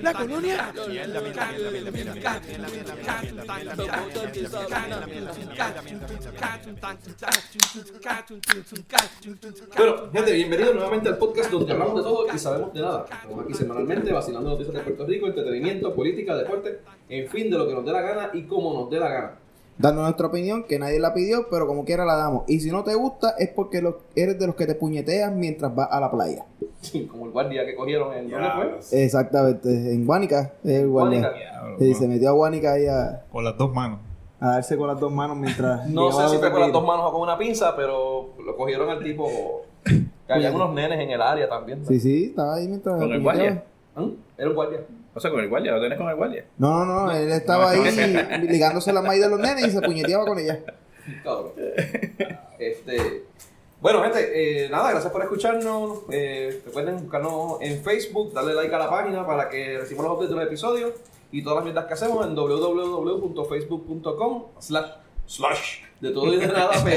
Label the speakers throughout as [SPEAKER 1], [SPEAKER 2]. [SPEAKER 1] La colonia.
[SPEAKER 2] Bueno, gente, bienvenidos nuevamente al podcast donde hablamos de todo y sabemos de nada. Estamos aquí semanalmente vacilando noticias de Puerto Rico, entretenimiento, política, deporte, en fin, de lo que nos dé la gana y como nos dé la gana.
[SPEAKER 3] dando nuestra opinión que nadie la pidió, pero como quiera la damos. Y si no te gusta es porque lo- eres de los que te puñeteas mientras vas a la playa.
[SPEAKER 2] Como el guardia que cogieron en... ¿Dónde fue?
[SPEAKER 3] Exactamente, en Guánica es el guardia.
[SPEAKER 4] Eh,
[SPEAKER 2] Guánica.
[SPEAKER 3] Sí, se metió a Guánica ahí a,
[SPEAKER 4] Con las dos manos.
[SPEAKER 3] a darse con las dos manos mientras.
[SPEAKER 2] No
[SPEAKER 3] llevaba
[SPEAKER 2] sé si
[SPEAKER 3] la
[SPEAKER 2] fue con las
[SPEAKER 3] botella.
[SPEAKER 2] dos manos o con una pinza, pero lo cogieron al tipo... Que había unos nenes en el área también. ¿no?
[SPEAKER 3] Sí, sí, estaba ahí mientras.
[SPEAKER 5] ¿Con el
[SPEAKER 3] puñeteaba.
[SPEAKER 5] guardia?
[SPEAKER 2] ¿Ah? Era un guardia.
[SPEAKER 5] O sea, con el guardia, lo tenés con el guardia.
[SPEAKER 3] No, no, no, él estaba ahí ligándose las maíz de los nenes y se puñeteaba con ella.
[SPEAKER 2] Cabrón. Este. Bueno, gente, eh, nada, gracias por escucharnos. Eh, recuerden buscarnos en Facebook, darle like a la página para que recibamos los updates de los episodios y todas las mierdas que hacemos en www.facebook.com slash slash de todo y de nada PR.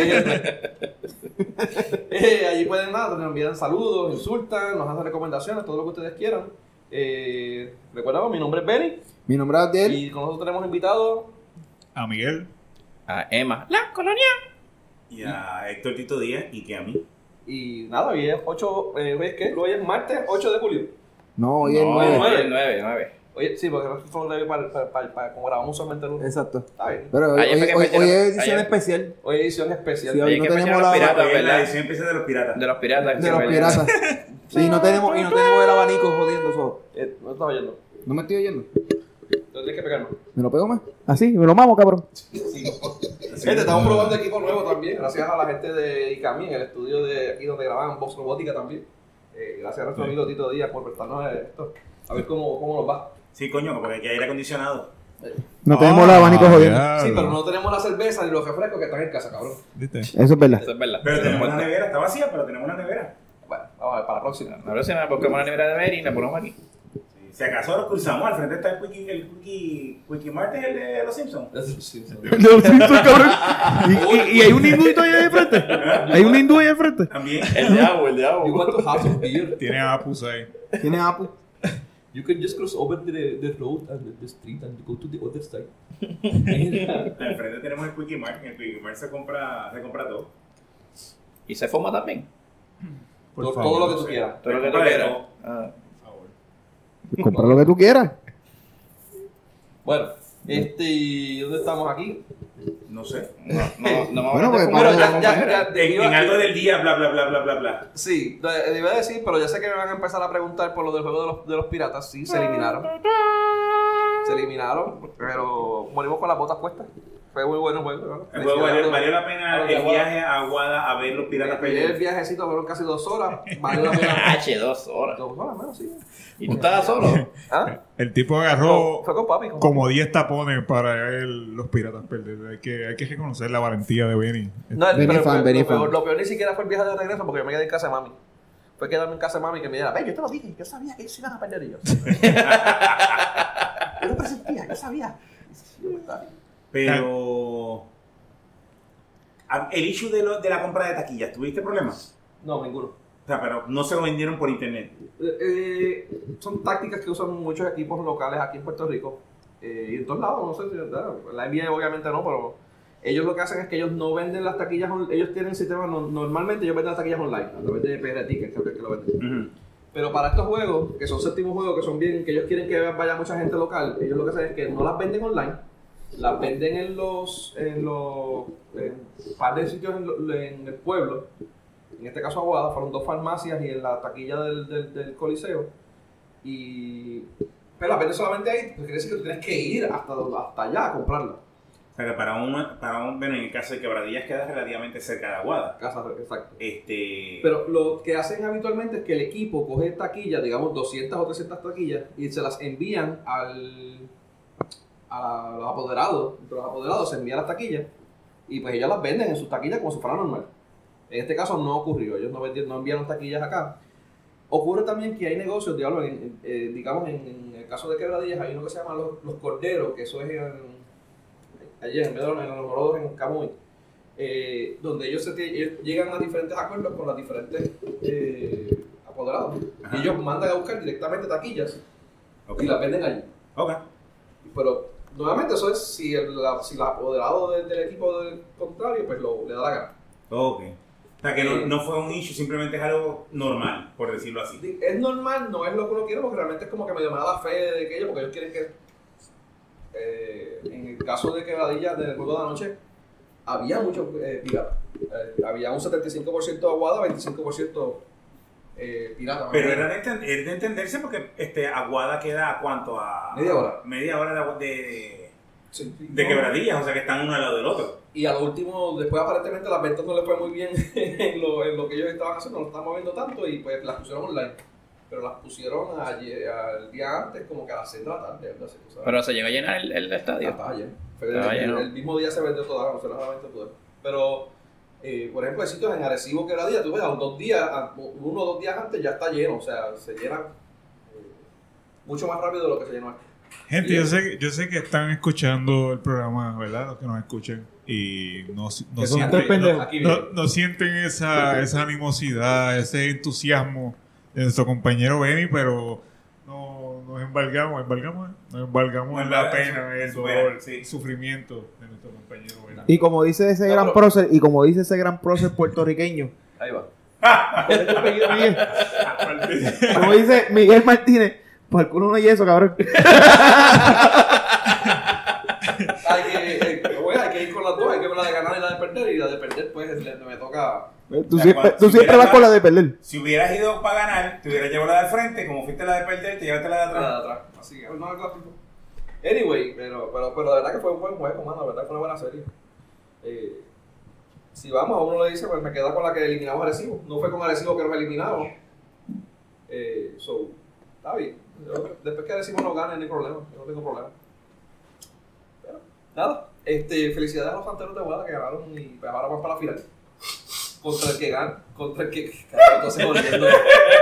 [SPEAKER 2] Eh, allí pueden nada, nos envían saludos, insultan, nos hacen recomendaciones, todo lo que ustedes quieran. Eh, recuerden, mi nombre es Benny
[SPEAKER 3] Mi nombre es Abdiel.
[SPEAKER 2] y con nosotros tenemos invitados
[SPEAKER 4] A Miguel.
[SPEAKER 5] A Emma. La colonia.
[SPEAKER 6] Y a Héctor Tito Díaz y que a mí.
[SPEAKER 2] y nada, hoy es 8, eh, hoy es que hoy es martes 8 de julio.
[SPEAKER 3] No, hoy es
[SPEAKER 5] no,
[SPEAKER 3] nueve.
[SPEAKER 2] nueve.
[SPEAKER 5] el 9, 9.
[SPEAKER 2] Oye, sí, porque nosotros fue un leve para, para, para, para- como grabamos usualmente el lunes.
[SPEAKER 3] Exacto.
[SPEAKER 2] Está bien.
[SPEAKER 3] Pero hoy,
[SPEAKER 5] Ayer fue
[SPEAKER 3] hoy-
[SPEAKER 5] que
[SPEAKER 3] hoy-
[SPEAKER 5] metieron-
[SPEAKER 3] hoy es edición
[SPEAKER 5] ayer.
[SPEAKER 3] especial
[SPEAKER 2] Hoy es edición especial.
[SPEAKER 3] Sí, hoy no tenemos la-
[SPEAKER 5] los piratas,
[SPEAKER 6] Oye, la
[SPEAKER 5] ¿verdad?
[SPEAKER 6] edición empieza de los piratas.
[SPEAKER 5] De los piratas.
[SPEAKER 3] de
[SPEAKER 5] que
[SPEAKER 3] los
[SPEAKER 5] bailan.
[SPEAKER 3] piratas. Y no tenemos, y no tenemos el abanico jodiendo eso.
[SPEAKER 2] Eh, no estaba oyendo.
[SPEAKER 3] No me estoy oyendo.
[SPEAKER 2] Entonces tienes que pegarnos.
[SPEAKER 3] ¿Me lo pego más? Así, me lo mamo, cabrón.
[SPEAKER 2] Gente, estamos probando equipo nuevo también, gracias a la gente de ICAMI, el estudio de aquí donde grababan Vox Robótica también. Eh, gracias a nuestro
[SPEAKER 4] Sí.
[SPEAKER 2] amigo Tito Díaz por prestarnos esto. A ver cómo, cómo nos va.
[SPEAKER 6] Sí, coño, porque aquí hay aire acondicionado.
[SPEAKER 3] No tenemos
[SPEAKER 4] Ah,
[SPEAKER 3] el abanico jodiendo.
[SPEAKER 2] Sí, pero no tenemos la cerveza ni los refrescos que están en casa, cabrón.
[SPEAKER 4] ¿Viste?
[SPEAKER 3] Eso es verdad.
[SPEAKER 5] Eso es verdad.
[SPEAKER 6] Pero
[SPEAKER 5] Eso es
[SPEAKER 6] tenemos una
[SPEAKER 5] verdad.
[SPEAKER 6] nevera, está vacía, pero tenemos una nevera.
[SPEAKER 2] Bueno, vamos a ver, para la próxima.
[SPEAKER 5] La próxima buscamos la nevera de ver y la ponemos aquí.
[SPEAKER 6] Sí, Si acaso los cruzamos, al frente está el Quickie, el Quickie, Quickie Mart, es el de los Simpsons.
[SPEAKER 2] Sí, sí.
[SPEAKER 4] No, sí, soy cabrón. ¿Y, y, y hay un hindú ahí al frente. Hay un hindú ahí al frente.
[SPEAKER 6] También.
[SPEAKER 5] El diablo, el
[SPEAKER 2] You
[SPEAKER 5] diablo.
[SPEAKER 2] want to have some beer?
[SPEAKER 4] Tiene apus ahí.
[SPEAKER 3] Tiene Apu.
[SPEAKER 2] You can just cross over the, the road and the, the street and go to the other side.
[SPEAKER 6] Al frente tenemos el Quickie Mart, en el Quickie Mart se compra, se compra todo.
[SPEAKER 5] Y se fuma también.
[SPEAKER 4] Por
[SPEAKER 2] todo,
[SPEAKER 4] favor.
[SPEAKER 2] todo lo que tú quieras.
[SPEAKER 5] Todo lo que tú
[SPEAKER 6] Vale,
[SPEAKER 5] quieras.
[SPEAKER 6] no.
[SPEAKER 5] Ah.
[SPEAKER 3] Compra lo que tú quieras.
[SPEAKER 2] Bueno, este, ¿dónde estamos aquí?
[SPEAKER 6] No sé.
[SPEAKER 5] No, no, no.
[SPEAKER 3] Bueno,
[SPEAKER 5] no te
[SPEAKER 3] pues,
[SPEAKER 5] fumes.
[SPEAKER 2] Bueno, ya,
[SPEAKER 3] Vamos,
[SPEAKER 2] ya,
[SPEAKER 3] compañero.
[SPEAKER 2] ya, te
[SPEAKER 6] En,
[SPEAKER 2] iba-
[SPEAKER 6] en algo del día, bla, bla, bla, bla, bla, bla.
[SPEAKER 2] Sí, de- debía decir, pero ya sé que me van a empezar a preguntar por lo del juego de los, de los piratas. Sí, se eliminaron. Se eliminaron, pero morimos con las botas puestas. Fue muy bueno el juego. ¿no?
[SPEAKER 6] El juego valió, valió la
[SPEAKER 2] A
[SPEAKER 6] pena
[SPEAKER 2] los de
[SPEAKER 6] el
[SPEAKER 2] Aguada.
[SPEAKER 6] viaje a Aguada a ver los piratas
[SPEAKER 2] Peleé el
[SPEAKER 6] pelear.
[SPEAKER 2] viajecito, fueron casi dos horas. Valió la pena.
[SPEAKER 5] H, dos horas.
[SPEAKER 2] dos horas, menos, sí.
[SPEAKER 5] Y tú estabas solo.
[SPEAKER 2] ¿Ah?
[SPEAKER 4] El tipo
[SPEAKER 2] Fue-
[SPEAKER 4] agarró
[SPEAKER 2] Fue con papi. con-
[SPEAKER 4] como 10 tapones para el- los piratas perder. Hay que, hay que reconocer la valentía de Benny.
[SPEAKER 2] No, el-
[SPEAKER 3] Vení
[SPEAKER 2] pero,
[SPEAKER 3] fan,
[SPEAKER 2] pero-
[SPEAKER 3] vení
[SPEAKER 2] lo, peor,
[SPEAKER 3] fan.
[SPEAKER 2] lo peor ni siquiera fue el viaje de regreso porque yo me quedé en casa de mami. Fue quedarme en casa de mami que me dijera, ve, yo te lo dije, yo sabía que ellos iban a perder ellos. yo lo presentía, yo sabía. Yo, "Está bien".
[SPEAKER 6] Pero. ah, El issue de, lo- de la compra de taquillas, ¿tuviste problemas?
[SPEAKER 2] No, ninguno.
[SPEAKER 6] O sea, pero no se lo vendieron por internet.
[SPEAKER 2] Eh, eh, son tácticas que usan muchos equipos locales aquí en Puerto Rico eh, y en todos lados, no sé si ¿verdad? la NBA obviamente no, pero ellos lo que hacen es que ellos no venden las taquillas, on- ellos tienen sistemas, no- normalmente ellos venden las taquillas online, a través de PR Ticket, creo que, que lo venden.
[SPEAKER 6] Ujú.
[SPEAKER 2] Pero para estos juegos, que son séptimos juegos, que son bien, que ellos quieren que vaya mucha gente local, ellos lo que hacen es que no las venden online, las venden en los, en los, en un par de sitios en, lo- en el pueblo, en este caso Aguada, fueron dos farmacias y en la taquilla del, del, del Coliseo, y, pero las venden solamente ahí, pues quiere decir que tú tienes que ir hasta, hasta allá a comprarlas.
[SPEAKER 6] O sea, que para un, para un, bueno, en el caso de Quebradillas queda relativamente cerca de Aguada.
[SPEAKER 2] Casa, exacto.
[SPEAKER 6] Este,
[SPEAKER 2] Pero lo que hacen habitualmente es que el equipo coge taquillas, digamos 200 o 300 taquillas, y se las envían al, a los apoderados. Entre los apoderados se envían las taquillas y pues ellos las venden en sus taquillas como si fuera normal. En este caso no ocurrió, ellos no, vendieron, no enviaron taquillas acá. Ocurre también que hay negocios, diablo, en- en- eh, digamos en, en el caso de Quebradillas hay uno que se llama Los, Los Corderos, que eso es en, allí en Medellín, en los Morodos, en Camuy eh, donde ellos, se tie- ellos llegan a diferentes acuerdos con las diferentes eh, apoderados apoderados.
[SPEAKER 6] Ajá.
[SPEAKER 2] Y ellos mandan a buscar directamente taquillas
[SPEAKER 6] Ok.
[SPEAKER 2] y las venden allí.
[SPEAKER 6] Ok.
[SPEAKER 2] Pero nuevamente eso es si el, la- si el apoderado del, del equipo del contrario, pues lo, le da la gana.
[SPEAKER 6] Ok. O sea, que no, no fue un issue, simplemente es algo normal, por decirlo así.
[SPEAKER 2] Di- Es normal, no es lo que uno quiere, porque realmente es como que medio me da la fe de que ellos, porque ellos quieren que, eh, en el caso de Quebradilla, del juego de la noche, había muchos eh, piratas. Eh, había un 75% aguada, 25% eh, pirata.
[SPEAKER 6] Pero era de, enten- es de entenderse porque este, Aguada queda a cuánto? A,
[SPEAKER 2] Media hora.
[SPEAKER 6] Media hora de, Agu- de,
[SPEAKER 2] Sí, sí,
[SPEAKER 6] de
[SPEAKER 2] no.
[SPEAKER 6] quebradillas, o sea que están uno al lado del otro.
[SPEAKER 2] Y a lo último, después aparentemente las ventas no les fue muy bien en lo, en lo que ellos estaban haciendo, no estaban moviendo tanto y pues las pusieron online. Pero las pusieron ayer, al día antes, como que a las 6 de la tarde, algo así, tú sabes.
[SPEAKER 5] Pero se llegó a llenar el, el estadio.
[SPEAKER 2] Hasta ayer. Fue
[SPEAKER 5] Estaba
[SPEAKER 2] el,
[SPEAKER 5] lleno.
[SPEAKER 2] el mismo día se vendió toda, no se las vendió toda. Pero, eh, por ejemplo, hay sitios en Arecibo que era día, tú ves, a los dos días, a- uno o dos días antes ya está lleno, o sea, se llena eh, mucho más rápido de lo que se llenó aquí.
[SPEAKER 4] Gente, yo sé, yo sé que están escuchando el programa, ¿verdad? Los que nos escuchan. Y no, si- no
[SPEAKER 1] Que son
[SPEAKER 4] sienten,
[SPEAKER 1] tres pendejos.
[SPEAKER 4] no-
[SPEAKER 2] Aquí
[SPEAKER 4] no-
[SPEAKER 2] viene.
[SPEAKER 4] no sienten esa, esa animosidad, ese entusiasmo de nuestro compañero Benny, pero no, nos embargamos, embargamos, eh, nos embargamos en la
[SPEAKER 6] Embargamos
[SPEAKER 4] pena,
[SPEAKER 6] en
[SPEAKER 4] el
[SPEAKER 6] su
[SPEAKER 4] dolor,
[SPEAKER 6] pena, sí.
[SPEAKER 4] el sufrimiento de nuestro compañero Benny.
[SPEAKER 1] Y como dice ese
[SPEAKER 2] No,
[SPEAKER 1] gran
[SPEAKER 2] pero-
[SPEAKER 1] prócer, y como dice ese gran prócer puertorriqueño,
[SPEAKER 2] Ahí va.
[SPEAKER 1] Miguel- como dice Miguel Martínez, por el culo no hay eso, cabrón.
[SPEAKER 2] hay que, eh, bueno, hay que ir con las dos, hay que ver la de ganar y la de perder, y la de perder pues le- me toca...
[SPEAKER 1] Tú
[SPEAKER 6] Ya,
[SPEAKER 1] siempre,
[SPEAKER 6] cuando-
[SPEAKER 1] tú
[SPEAKER 6] si
[SPEAKER 1] siempre
[SPEAKER 6] hubiera
[SPEAKER 1] vas con la
[SPEAKER 6] ganado-
[SPEAKER 1] de perder.
[SPEAKER 6] Si hubieras ido para ganar, te hubieras llevado la de frente, como fuiste la de perder, te llevaste la de
[SPEAKER 2] la de
[SPEAKER 6] atrás.
[SPEAKER 2] atrás. Así que no es clásico. Anyway, pero, pero, pero la verdad que fue un buen juego, mano. La verdad que fue una buena serie. Eh, si vamos, a uno le dice, pues me queda con la que eliminamos a Arecibo. No fue con Arecibo que nos eliminamos. Eh, so, está bien. Yo- después que Arecibo no gane, no hay problema. Yo no tengo problema. Pero, nada. Este, felicidades a los fanteros de Guada que ganaron y pues ahora van para la final. Contra el que gana, contra el que. Entonces, volviendo.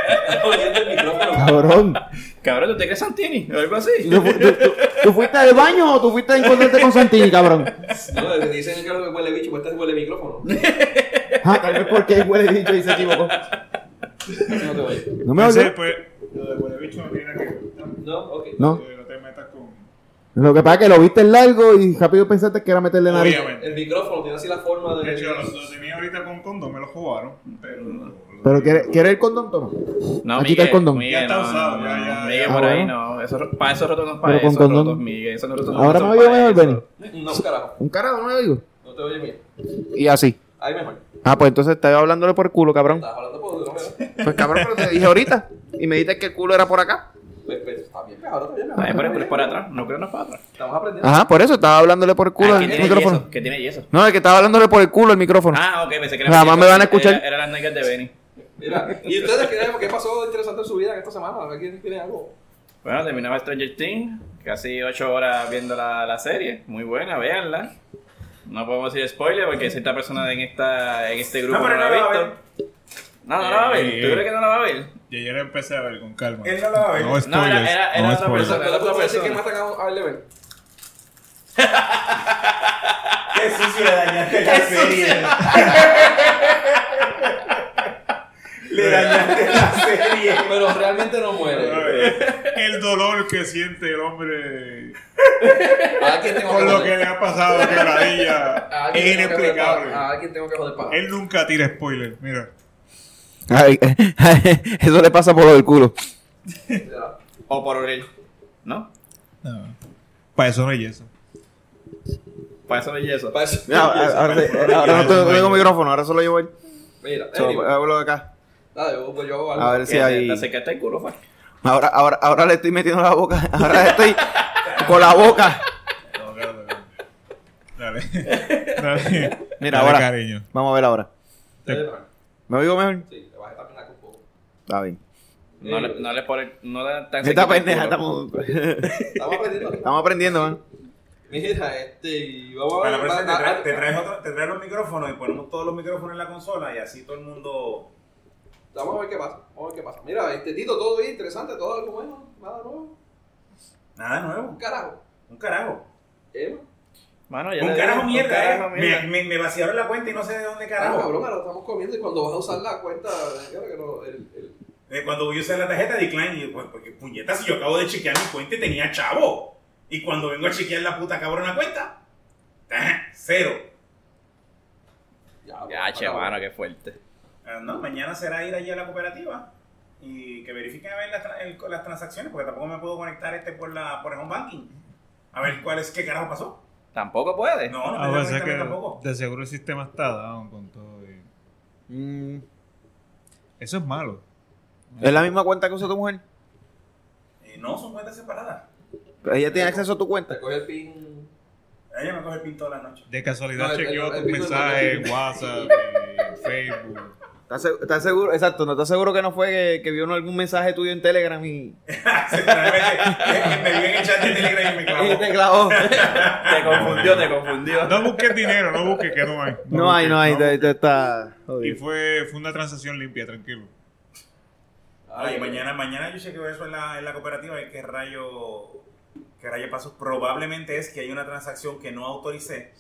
[SPEAKER 2] volviendo el micrófono.
[SPEAKER 1] Cabrón.
[SPEAKER 5] Cabrón, ¿tú te crees Santini? O algo así.
[SPEAKER 1] ¿Tú, fu- tú- tú- tú fuiste al baño o tú fuiste a encontrarte con Santini, cabrón?
[SPEAKER 2] No, le dicen que lo que huele bicho, pues este huele micrófono.
[SPEAKER 1] Ah, tal vez porque huele bicho y se equivocó.
[SPEAKER 2] No te voy.
[SPEAKER 1] No me
[SPEAKER 4] Ese,
[SPEAKER 1] olvides.
[SPEAKER 4] pues, lo de Buena Bicho no tiene nada que ver. ¿no?
[SPEAKER 2] No, ok.
[SPEAKER 1] No.
[SPEAKER 4] Eh, No te metas con...
[SPEAKER 1] Lo que pasa es que lo viste largo y rápido pensaste que era meterle nariz.
[SPEAKER 4] Obviamente.
[SPEAKER 2] El micrófono tiene así la forma de.
[SPEAKER 4] De hecho, lo, lo tenía ahorita con condón, me lo jugaron, pero... lo-
[SPEAKER 1] Pero quiere, quiere el condón, Tono.
[SPEAKER 5] No,
[SPEAKER 1] Aquí está el condón.
[SPEAKER 5] Miguel,
[SPEAKER 4] Ya está
[SPEAKER 5] no,
[SPEAKER 4] usado,
[SPEAKER 5] no,
[SPEAKER 4] ya,
[SPEAKER 5] no,
[SPEAKER 4] ya, ya.
[SPEAKER 5] Miguel,
[SPEAKER 1] Ah,
[SPEAKER 5] por ahí
[SPEAKER 1] bueno.
[SPEAKER 5] no. Eso, para esos rotos no para
[SPEAKER 1] Pero con
[SPEAKER 5] esos
[SPEAKER 1] condón.
[SPEAKER 5] rotos, Miguel. Esos rotos no
[SPEAKER 1] Ahora
[SPEAKER 5] son
[SPEAKER 1] me oigo
[SPEAKER 5] para
[SPEAKER 1] mejor,
[SPEAKER 5] eso.
[SPEAKER 1] Benny.
[SPEAKER 2] No, carajo.
[SPEAKER 1] Un carajo, no me oigo.
[SPEAKER 2] No te oye bien.
[SPEAKER 1] Y así.
[SPEAKER 2] Ahí mejor.
[SPEAKER 1] Ah, pues entonces estaba hablándole por el culo, cabrón.
[SPEAKER 2] Estás hablando por no me
[SPEAKER 1] Pues cabrón, pero te dije ahorita. Y me dijiste que el culo era por acá.
[SPEAKER 2] Pues, pues, está bien, pues, ahora está bien.
[SPEAKER 5] Está bien, Ah, pero- pero es por atrás. No creo que no es para atrás.
[SPEAKER 2] Estamos aprendiendo.
[SPEAKER 1] Ajá, por eso estaba hablándole por el culo
[SPEAKER 5] Ah,
[SPEAKER 1] el
[SPEAKER 5] que tiene
[SPEAKER 1] micrófono.
[SPEAKER 5] yeso. Que tiene yeso.
[SPEAKER 1] No, el que estaba hablándole por el culo el micrófono.
[SPEAKER 5] Ah, ok, pensé que era.
[SPEAKER 1] Nada más me van a escuchar.
[SPEAKER 5] Era, era las nalgas de Benny.
[SPEAKER 2] Mira, ¿y ustedes qué, qué pasó de interesante en su vida en esta semana? A ver quién tiene algo.
[SPEAKER 5] Bueno, terminaba Stranger Things, casi 8 horas viendo la, la serie, muy buena, véanla. No podemos decir spoiler
[SPEAKER 1] Mm.
[SPEAKER 5] porque cierta persona en esta en este grupo
[SPEAKER 6] No,
[SPEAKER 5] no,
[SPEAKER 6] pero
[SPEAKER 5] la ha
[SPEAKER 6] no la va a
[SPEAKER 5] visto. No, no la va a ver.
[SPEAKER 4] Eh.
[SPEAKER 5] ¿Tú crees que no la va a ver?
[SPEAKER 4] Y ayer empecé a ver con calma.
[SPEAKER 6] Él no la va a ver.
[SPEAKER 4] No, spoilers,
[SPEAKER 5] No, era- era- era
[SPEAKER 4] no
[SPEAKER 5] otra
[SPEAKER 4] spoilers.
[SPEAKER 5] persona.
[SPEAKER 2] Pero tú puedes decir
[SPEAKER 5] persona.
[SPEAKER 2] que matan a, a Eleven. Ah.
[SPEAKER 6] Qué sucio le dañaste la serie. le dañaste la serie.
[SPEAKER 2] Pero realmente no muere.
[SPEAKER 4] El dolor que siente el hombre
[SPEAKER 2] A alguien tengo que
[SPEAKER 4] por lo que
[SPEAKER 2] joder.
[SPEAKER 4] le ha pasado a Quebradilla
[SPEAKER 5] Ah,
[SPEAKER 2] A
[SPEAKER 4] es
[SPEAKER 2] alguien tengo que joder
[SPEAKER 4] inexplicable.
[SPEAKER 2] para- A alguien tengo que joder para.
[SPEAKER 4] Él nunca tira spoiler, mira.
[SPEAKER 1] Ay, eso le pasa por lo del culo.
[SPEAKER 2] Ya.
[SPEAKER 5] O por Orel. ¿No?
[SPEAKER 4] Para eso no hay eso.
[SPEAKER 5] Para eso no es eso.
[SPEAKER 2] Para eso.
[SPEAKER 1] ahora, ahora no te- no tengo micrófono, ahora solo llevo el.
[SPEAKER 2] Mira,
[SPEAKER 1] solo
[SPEAKER 2] anyway.
[SPEAKER 1] hablo de acá.
[SPEAKER 2] Nada, yo, yo hago algo.
[SPEAKER 1] eh, A ver si
[SPEAKER 5] Que te-
[SPEAKER 1] hay.
[SPEAKER 5] Te acercaste el culo, pues. fue.
[SPEAKER 1] Ahora, ahora, ahora le estoy metiendo la boca. Ahora estoy con la boca.
[SPEAKER 4] Dale. Dale.
[SPEAKER 1] Mira,
[SPEAKER 4] Dale,
[SPEAKER 1] ahora.
[SPEAKER 4] cariño.
[SPEAKER 1] Vamos a ver ahora.
[SPEAKER 2] Dale, dale.
[SPEAKER 1] ¿Me oigo mejor?
[SPEAKER 2] Sí, le bajé también la un poco.
[SPEAKER 1] Está bien.
[SPEAKER 5] No le, no le pones. No le tan
[SPEAKER 1] Esta
[SPEAKER 5] cerquita el
[SPEAKER 1] pendeja
[SPEAKER 5] culo.
[SPEAKER 1] estamos, estamos
[SPEAKER 2] Estamos aprendiendo. aquí.
[SPEAKER 1] aprendiendo, man.
[SPEAKER 2] Mira, este, y vamos
[SPEAKER 6] Para
[SPEAKER 2] a
[SPEAKER 6] la
[SPEAKER 2] ver.
[SPEAKER 6] próxima te,
[SPEAKER 2] va-
[SPEAKER 6] tra- te traes otro- te traes los micrófonos y ponemos todos los micrófonos en la consola y así todo el mundo.
[SPEAKER 2] Vamos a ver qué pasa. Vamos a ver qué pasa. Mira, este Tito, todo bien interesante, todo algo bueno, nada nuevo.
[SPEAKER 6] Nada nuevo.
[SPEAKER 2] Un carajo.
[SPEAKER 6] Un carajo.
[SPEAKER 2] Emma.
[SPEAKER 5] Mano, ya
[SPEAKER 6] Un
[SPEAKER 5] le-
[SPEAKER 6] carajo
[SPEAKER 5] un
[SPEAKER 6] mierda,
[SPEAKER 5] carajo
[SPEAKER 6] eh.
[SPEAKER 5] mierda.
[SPEAKER 6] Me, me- me vaciaron la cuenta y no sé de dónde
[SPEAKER 2] Ah,
[SPEAKER 6] carajo.
[SPEAKER 2] cabrón, ahora estamos comiendo y cuando vas a usar la cuenta, claro que no, el, el,
[SPEAKER 6] Eh, cuando voy a usar la tarjeta, decline. Y yo, pues, porque puñeta, si yo acabo de chequear mi cuenta y tenía chavo. Y cuando vengo a chequear la puta cabrona cuenta, ¡ah! cero.
[SPEAKER 5] Ya, che, mano, qué fuerte.
[SPEAKER 6] Ah, no, mañana será ir allí a la cooperativa y que verifiquen a ver las, tra- el- las transacciones, porque tampoco me puedo conectar este por la por el home banking. A ver cuál es, qué carajo pasó.
[SPEAKER 5] Tampoco puede.
[SPEAKER 6] No, no
[SPEAKER 4] Ah,
[SPEAKER 6] me puedo
[SPEAKER 4] pues, es
[SPEAKER 6] conectar
[SPEAKER 4] que
[SPEAKER 6] tampoco.
[SPEAKER 4] de seguro el sistema está down con todo. y-
[SPEAKER 1] Mm,
[SPEAKER 4] Eso es malo.
[SPEAKER 1] ¿Es la misma cuenta que usa tu mujer?
[SPEAKER 6] Eh, no, son cuentas separadas.
[SPEAKER 1] ¿Ella tiene acceso a tu cuenta?
[SPEAKER 2] Te coge el pin.
[SPEAKER 6] Ella me coge el pin toda la noche.
[SPEAKER 4] De casualidad
[SPEAKER 2] No, el-
[SPEAKER 4] chequeó
[SPEAKER 2] el- el
[SPEAKER 4] tus
[SPEAKER 2] Bitcoin no
[SPEAKER 4] mensajes
[SPEAKER 2] tiene-
[SPEAKER 4] en WhatsApp, en Facebook.
[SPEAKER 1] ¿Estás seg- estás seguro? Exacto, ¿no estás seguro que no fue que, que vio algún mensaje tuyo en Telegram y,
[SPEAKER 6] Seguramente, me viene en el chat de Telegram y me
[SPEAKER 1] y te clavó?
[SPEAKER 6] clavó.
[SPEAKER 5] Te confundió, te confundió.
[SPEAKER 4] No busques dinero, no busques que no hay.
[SPEAKER 1] No hay, no hay,
[SPEAKER 4] busques,
[SPEAKER 1] te, te está
[SPEAKER 4] Y
[SPEAKER 1] jodido.
[SPEAKER 4] fue, fue una transacción limpia, tranquilo.
[SPEAKER 6] Oye,
[SPEAKER 2] Ah,
[SPEAKER 6] mañana, mañana yo chequeo eso en la, en la cooperativa y qué rayo, qué rayo pasó. Probablemente es que hay una transacción que no autoricé.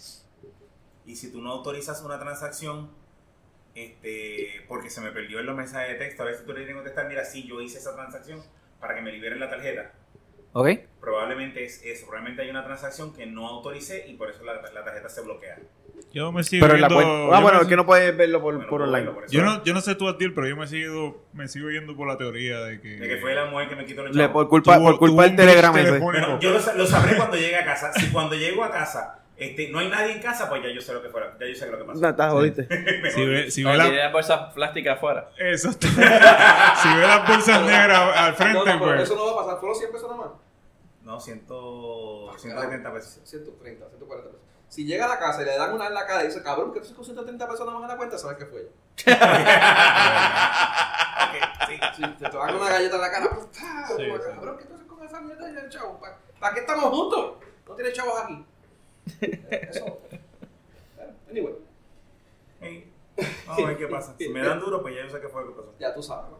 [SPEAKER 6] Y si tú no autorizas una transacción, este, porque se me perdió en los mensajes de texto, a veces tú le tienes que contestar, mira, sí, yo hice esa transacción para que me liberen la tarjeta.
[SPEAKER 1] ¿Ok?
[SPEAKER 6] Probablemente es eso, probablemente hay una transacción que no autoricé y por eso la, la tarjeta se bloquea.
[SPEAKER 4] Yo me sigo
[SPEAKER 1] Pero en la
[SPEAKER 4] yendo-
[SPEAKER 1] cuenta... Ah,
[SPEAKER 4] yo
[SPEAKER 1] bueno,
[SPEAKER 4] me
[SPEAKER 1] es que no puedes verlo por,
[SPEAKER 6] Bueno,
[SPEAKER 1] por
[SPEAKER 6] puedo
[SPEAKER 1] online.
[SPEAKER 6] verlo por eso.
[SPEAKER 4] Yo no, yo no sé tú, Adil, pero yo me sigo, me sigo yendo por la teoría de que...
[SPEAKER 6] De que fue la mujer que me quitó los
[SPEAKER 1] Le-
[SPEAKER 6] chavos.
[SPEAKER 1] por culpa,
[SPEAKER 4] Tuvo-
[SPEAKER 1] por
[SPEAKER 4] tuvo
[SPEAKER 1] culpa del
[SPEAKER 4] un glitch
[SPEAKER 1] Telegram. ese.
[SPEAKER 4] telefónico.
[SPEAKER 6] Bueno, yo lo, sa- lo sabré cuando llegue a casa. Si cuando llego a casa este, no hay nadie en casa, pues ya yo sé lo que fue, ya yo sé lo que pasó.
[SPEAKER 1] No, estás jodiste.
[SPEAKER 4] Si ve, si
[SPEAKER 5] No,
[SPEAKER 4] ve la-
[SPEAKER 5] tiene las bolsas plásticas afuera.
[SPEAKER 4] Eso está- si ve las bolsas negras al
[SPEAKER 2] No, no,
[SPEAKER 4] frente,
[SPEAKER 2] pero
[SPEAKER 4] pues...
[SPEAKER 2] eso no va a pasar. Fueron 100 pesos nada más.
[SPEAKER 6] No, ciento, 170 pesos.
[SPEAKER 2] 130, 140 pesos. Si llega a la casa y le dan una en la cara y dice, cabrón, ¿qué tú haces con 130 pesos nada más en la cuenta? ¿Sabes qué fue ella?
[SPEAKER 6] Ok, sí.
[SPEAKER 2] Si te te van con una galleta en la cara, pues, ¡pah!
[SPEAKER 4] Sí,
[SPEAKER 2] Como,
[SPEAKER 4] sí.
[SPEAKER 2] cabrón, ¿qué tú haces con esa mierda y el chavo? ¿Para, qué estamos juntos? No tienes chavos aquí. Eh, Eso. Eh, Anyway,
[SPEAKER 6] Sí. Vamos a ver qué pasa. Si me dan duro, pues ya yo sé qué fue lo que pasó.
[SPEAKER 2] ya tú sabes, ¿no?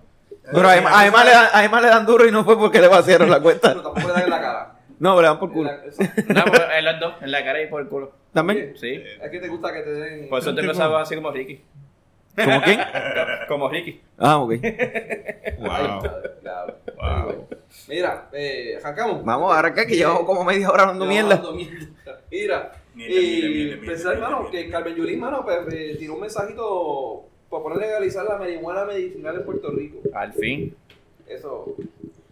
[SPEAKER 1] Pero además, además le dan, además le dan duro y no fue porque le vaciaron la
[SPEAKER 2] Pero
[SPEAKER 1] cuenta.
[SPEAKER 2] tampoco le dan en la cara.
[SPEAKER 1] No, le dan por culo.
[SPEAKER 2] En la- exacto.
[SPEAKER 5] No, pero en las dos, en la cara y por el culo.
[SPEAKER 1] ¿También?
[SPEAKER 5] Sí.
[SPEAKER 6] Eh,
[SPEAKER 2] Es que te gusta que te den.
[SPEAKER 5] Por eso tengo esa voz así como Ricky.
[SPEAKER 1] ¿Cómo quién?
[SPEAKER 5] Como Ricky.
[SPEAKER 1] Ah, ok.
[SPEAKER 2] Ay,
[SPEAKER 4] Wow.
[SPEAKER 2] madre, claro. Anyway. Mira, eh, arrancamos.
[SPEAKER 1] Vamos, ahora que que llevamos como media hora hablando
[SPEAKER 2] Llevamos
[SPEAKER 1] mierda.
[SPEAKER 2] dando mierda. Mira.
[SPEAKER 6] Mierda, mierda,
[SPEAKER 2] Y
[SPEAKER 6] mierda, mierda,
[SPEAKER 2] pensar,
[SPEAKER 6] mierda,
[SPEAKER 2] hermano, que
[SPEAKER 6] mierda.
[SPEAKER 2] Carmen Yulín, mano, pues, eh, tiró un mensajito para poner legalizar la marihuana medicinal en Puerto Rico.
[SPEAKER 5] Al fin.
[SPEAKER 2] Eso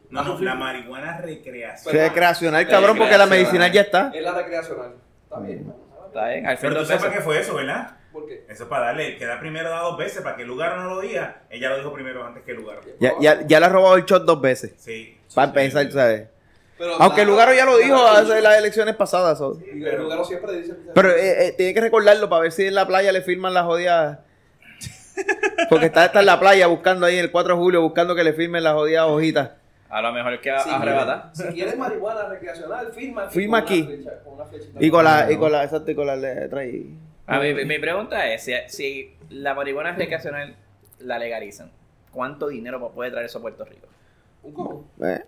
[SPEAKER 6] No, no, la marihuana recreación.
[SPEAKER 1] Recreacional, cabrón, porque la medicinal ya está.
[SPEAKER 2] es la recreacional. Está bien, mano.
[SPEAKER 5] Está bien. Al fin
[SPEAKER 6] Pero tú
[SPEAKER 5] dos
[SPEAKER 6] sabes para
[SPEAKER 5] veces.
[SPEAKER 6] qué fue eso, ¿verdad?
[SPEAKER 2] ¿Por qué?
[SPEAKER 6] Eso es para darle, que da primero da dos veces, para que el lugar no lo diga. Ella lo dijo primero antes que el lugar.
[SPEAKER 1] Ya, ya, ya le ha robado el shot dos veces.
[SPEAKER 6] Sí.
[SPEAKER 1] Para empezar, ¿sabes?
[SPEAKER 2] Pero
[SPEAKER 1] Aunque
[SPEAKER 2] nada-
[SPEAKER 1] Lugaro ya lo dijo
[SPEAKER 2] nada-
[SPEAKER 1] hace las elecciones pasadas. so.
[SPEAKER 2] Y el Lugaro siempre dice.
[SPEAKER 1] Pero eh, eh, tiene que recordarlo para ver si en la playa le firman las jodidas. Porque está, está en la playa buscando ahí el 4 de julio, buscando que le firmen las jodidas hojitas.
[SPEAKER 5] A lo mejor que a-
[SPEAKER 2] Sí.
[SPEAKER 5] arrebatar.
[SPEAKER 2] si quieres marihuana recreacional, firma
[SPEAKER 1] Firma
[SPEAKER 2] con una
[SPEAKER 1] aquí.
[SPEAKER 2] flecha- con una flechita.
[SPEAKER 1] Y con la, y con la, exacto, y con la letra y-
[SPEAKER 5] A mí, mi- mi pregunta es: si, si la marihuana recreacional la legalizan, ¿cuánto dinero puede traer eso a Puerto Rico?
[SPEAKER 2] Un cojo.
[SPEAKER 1] ¿eh?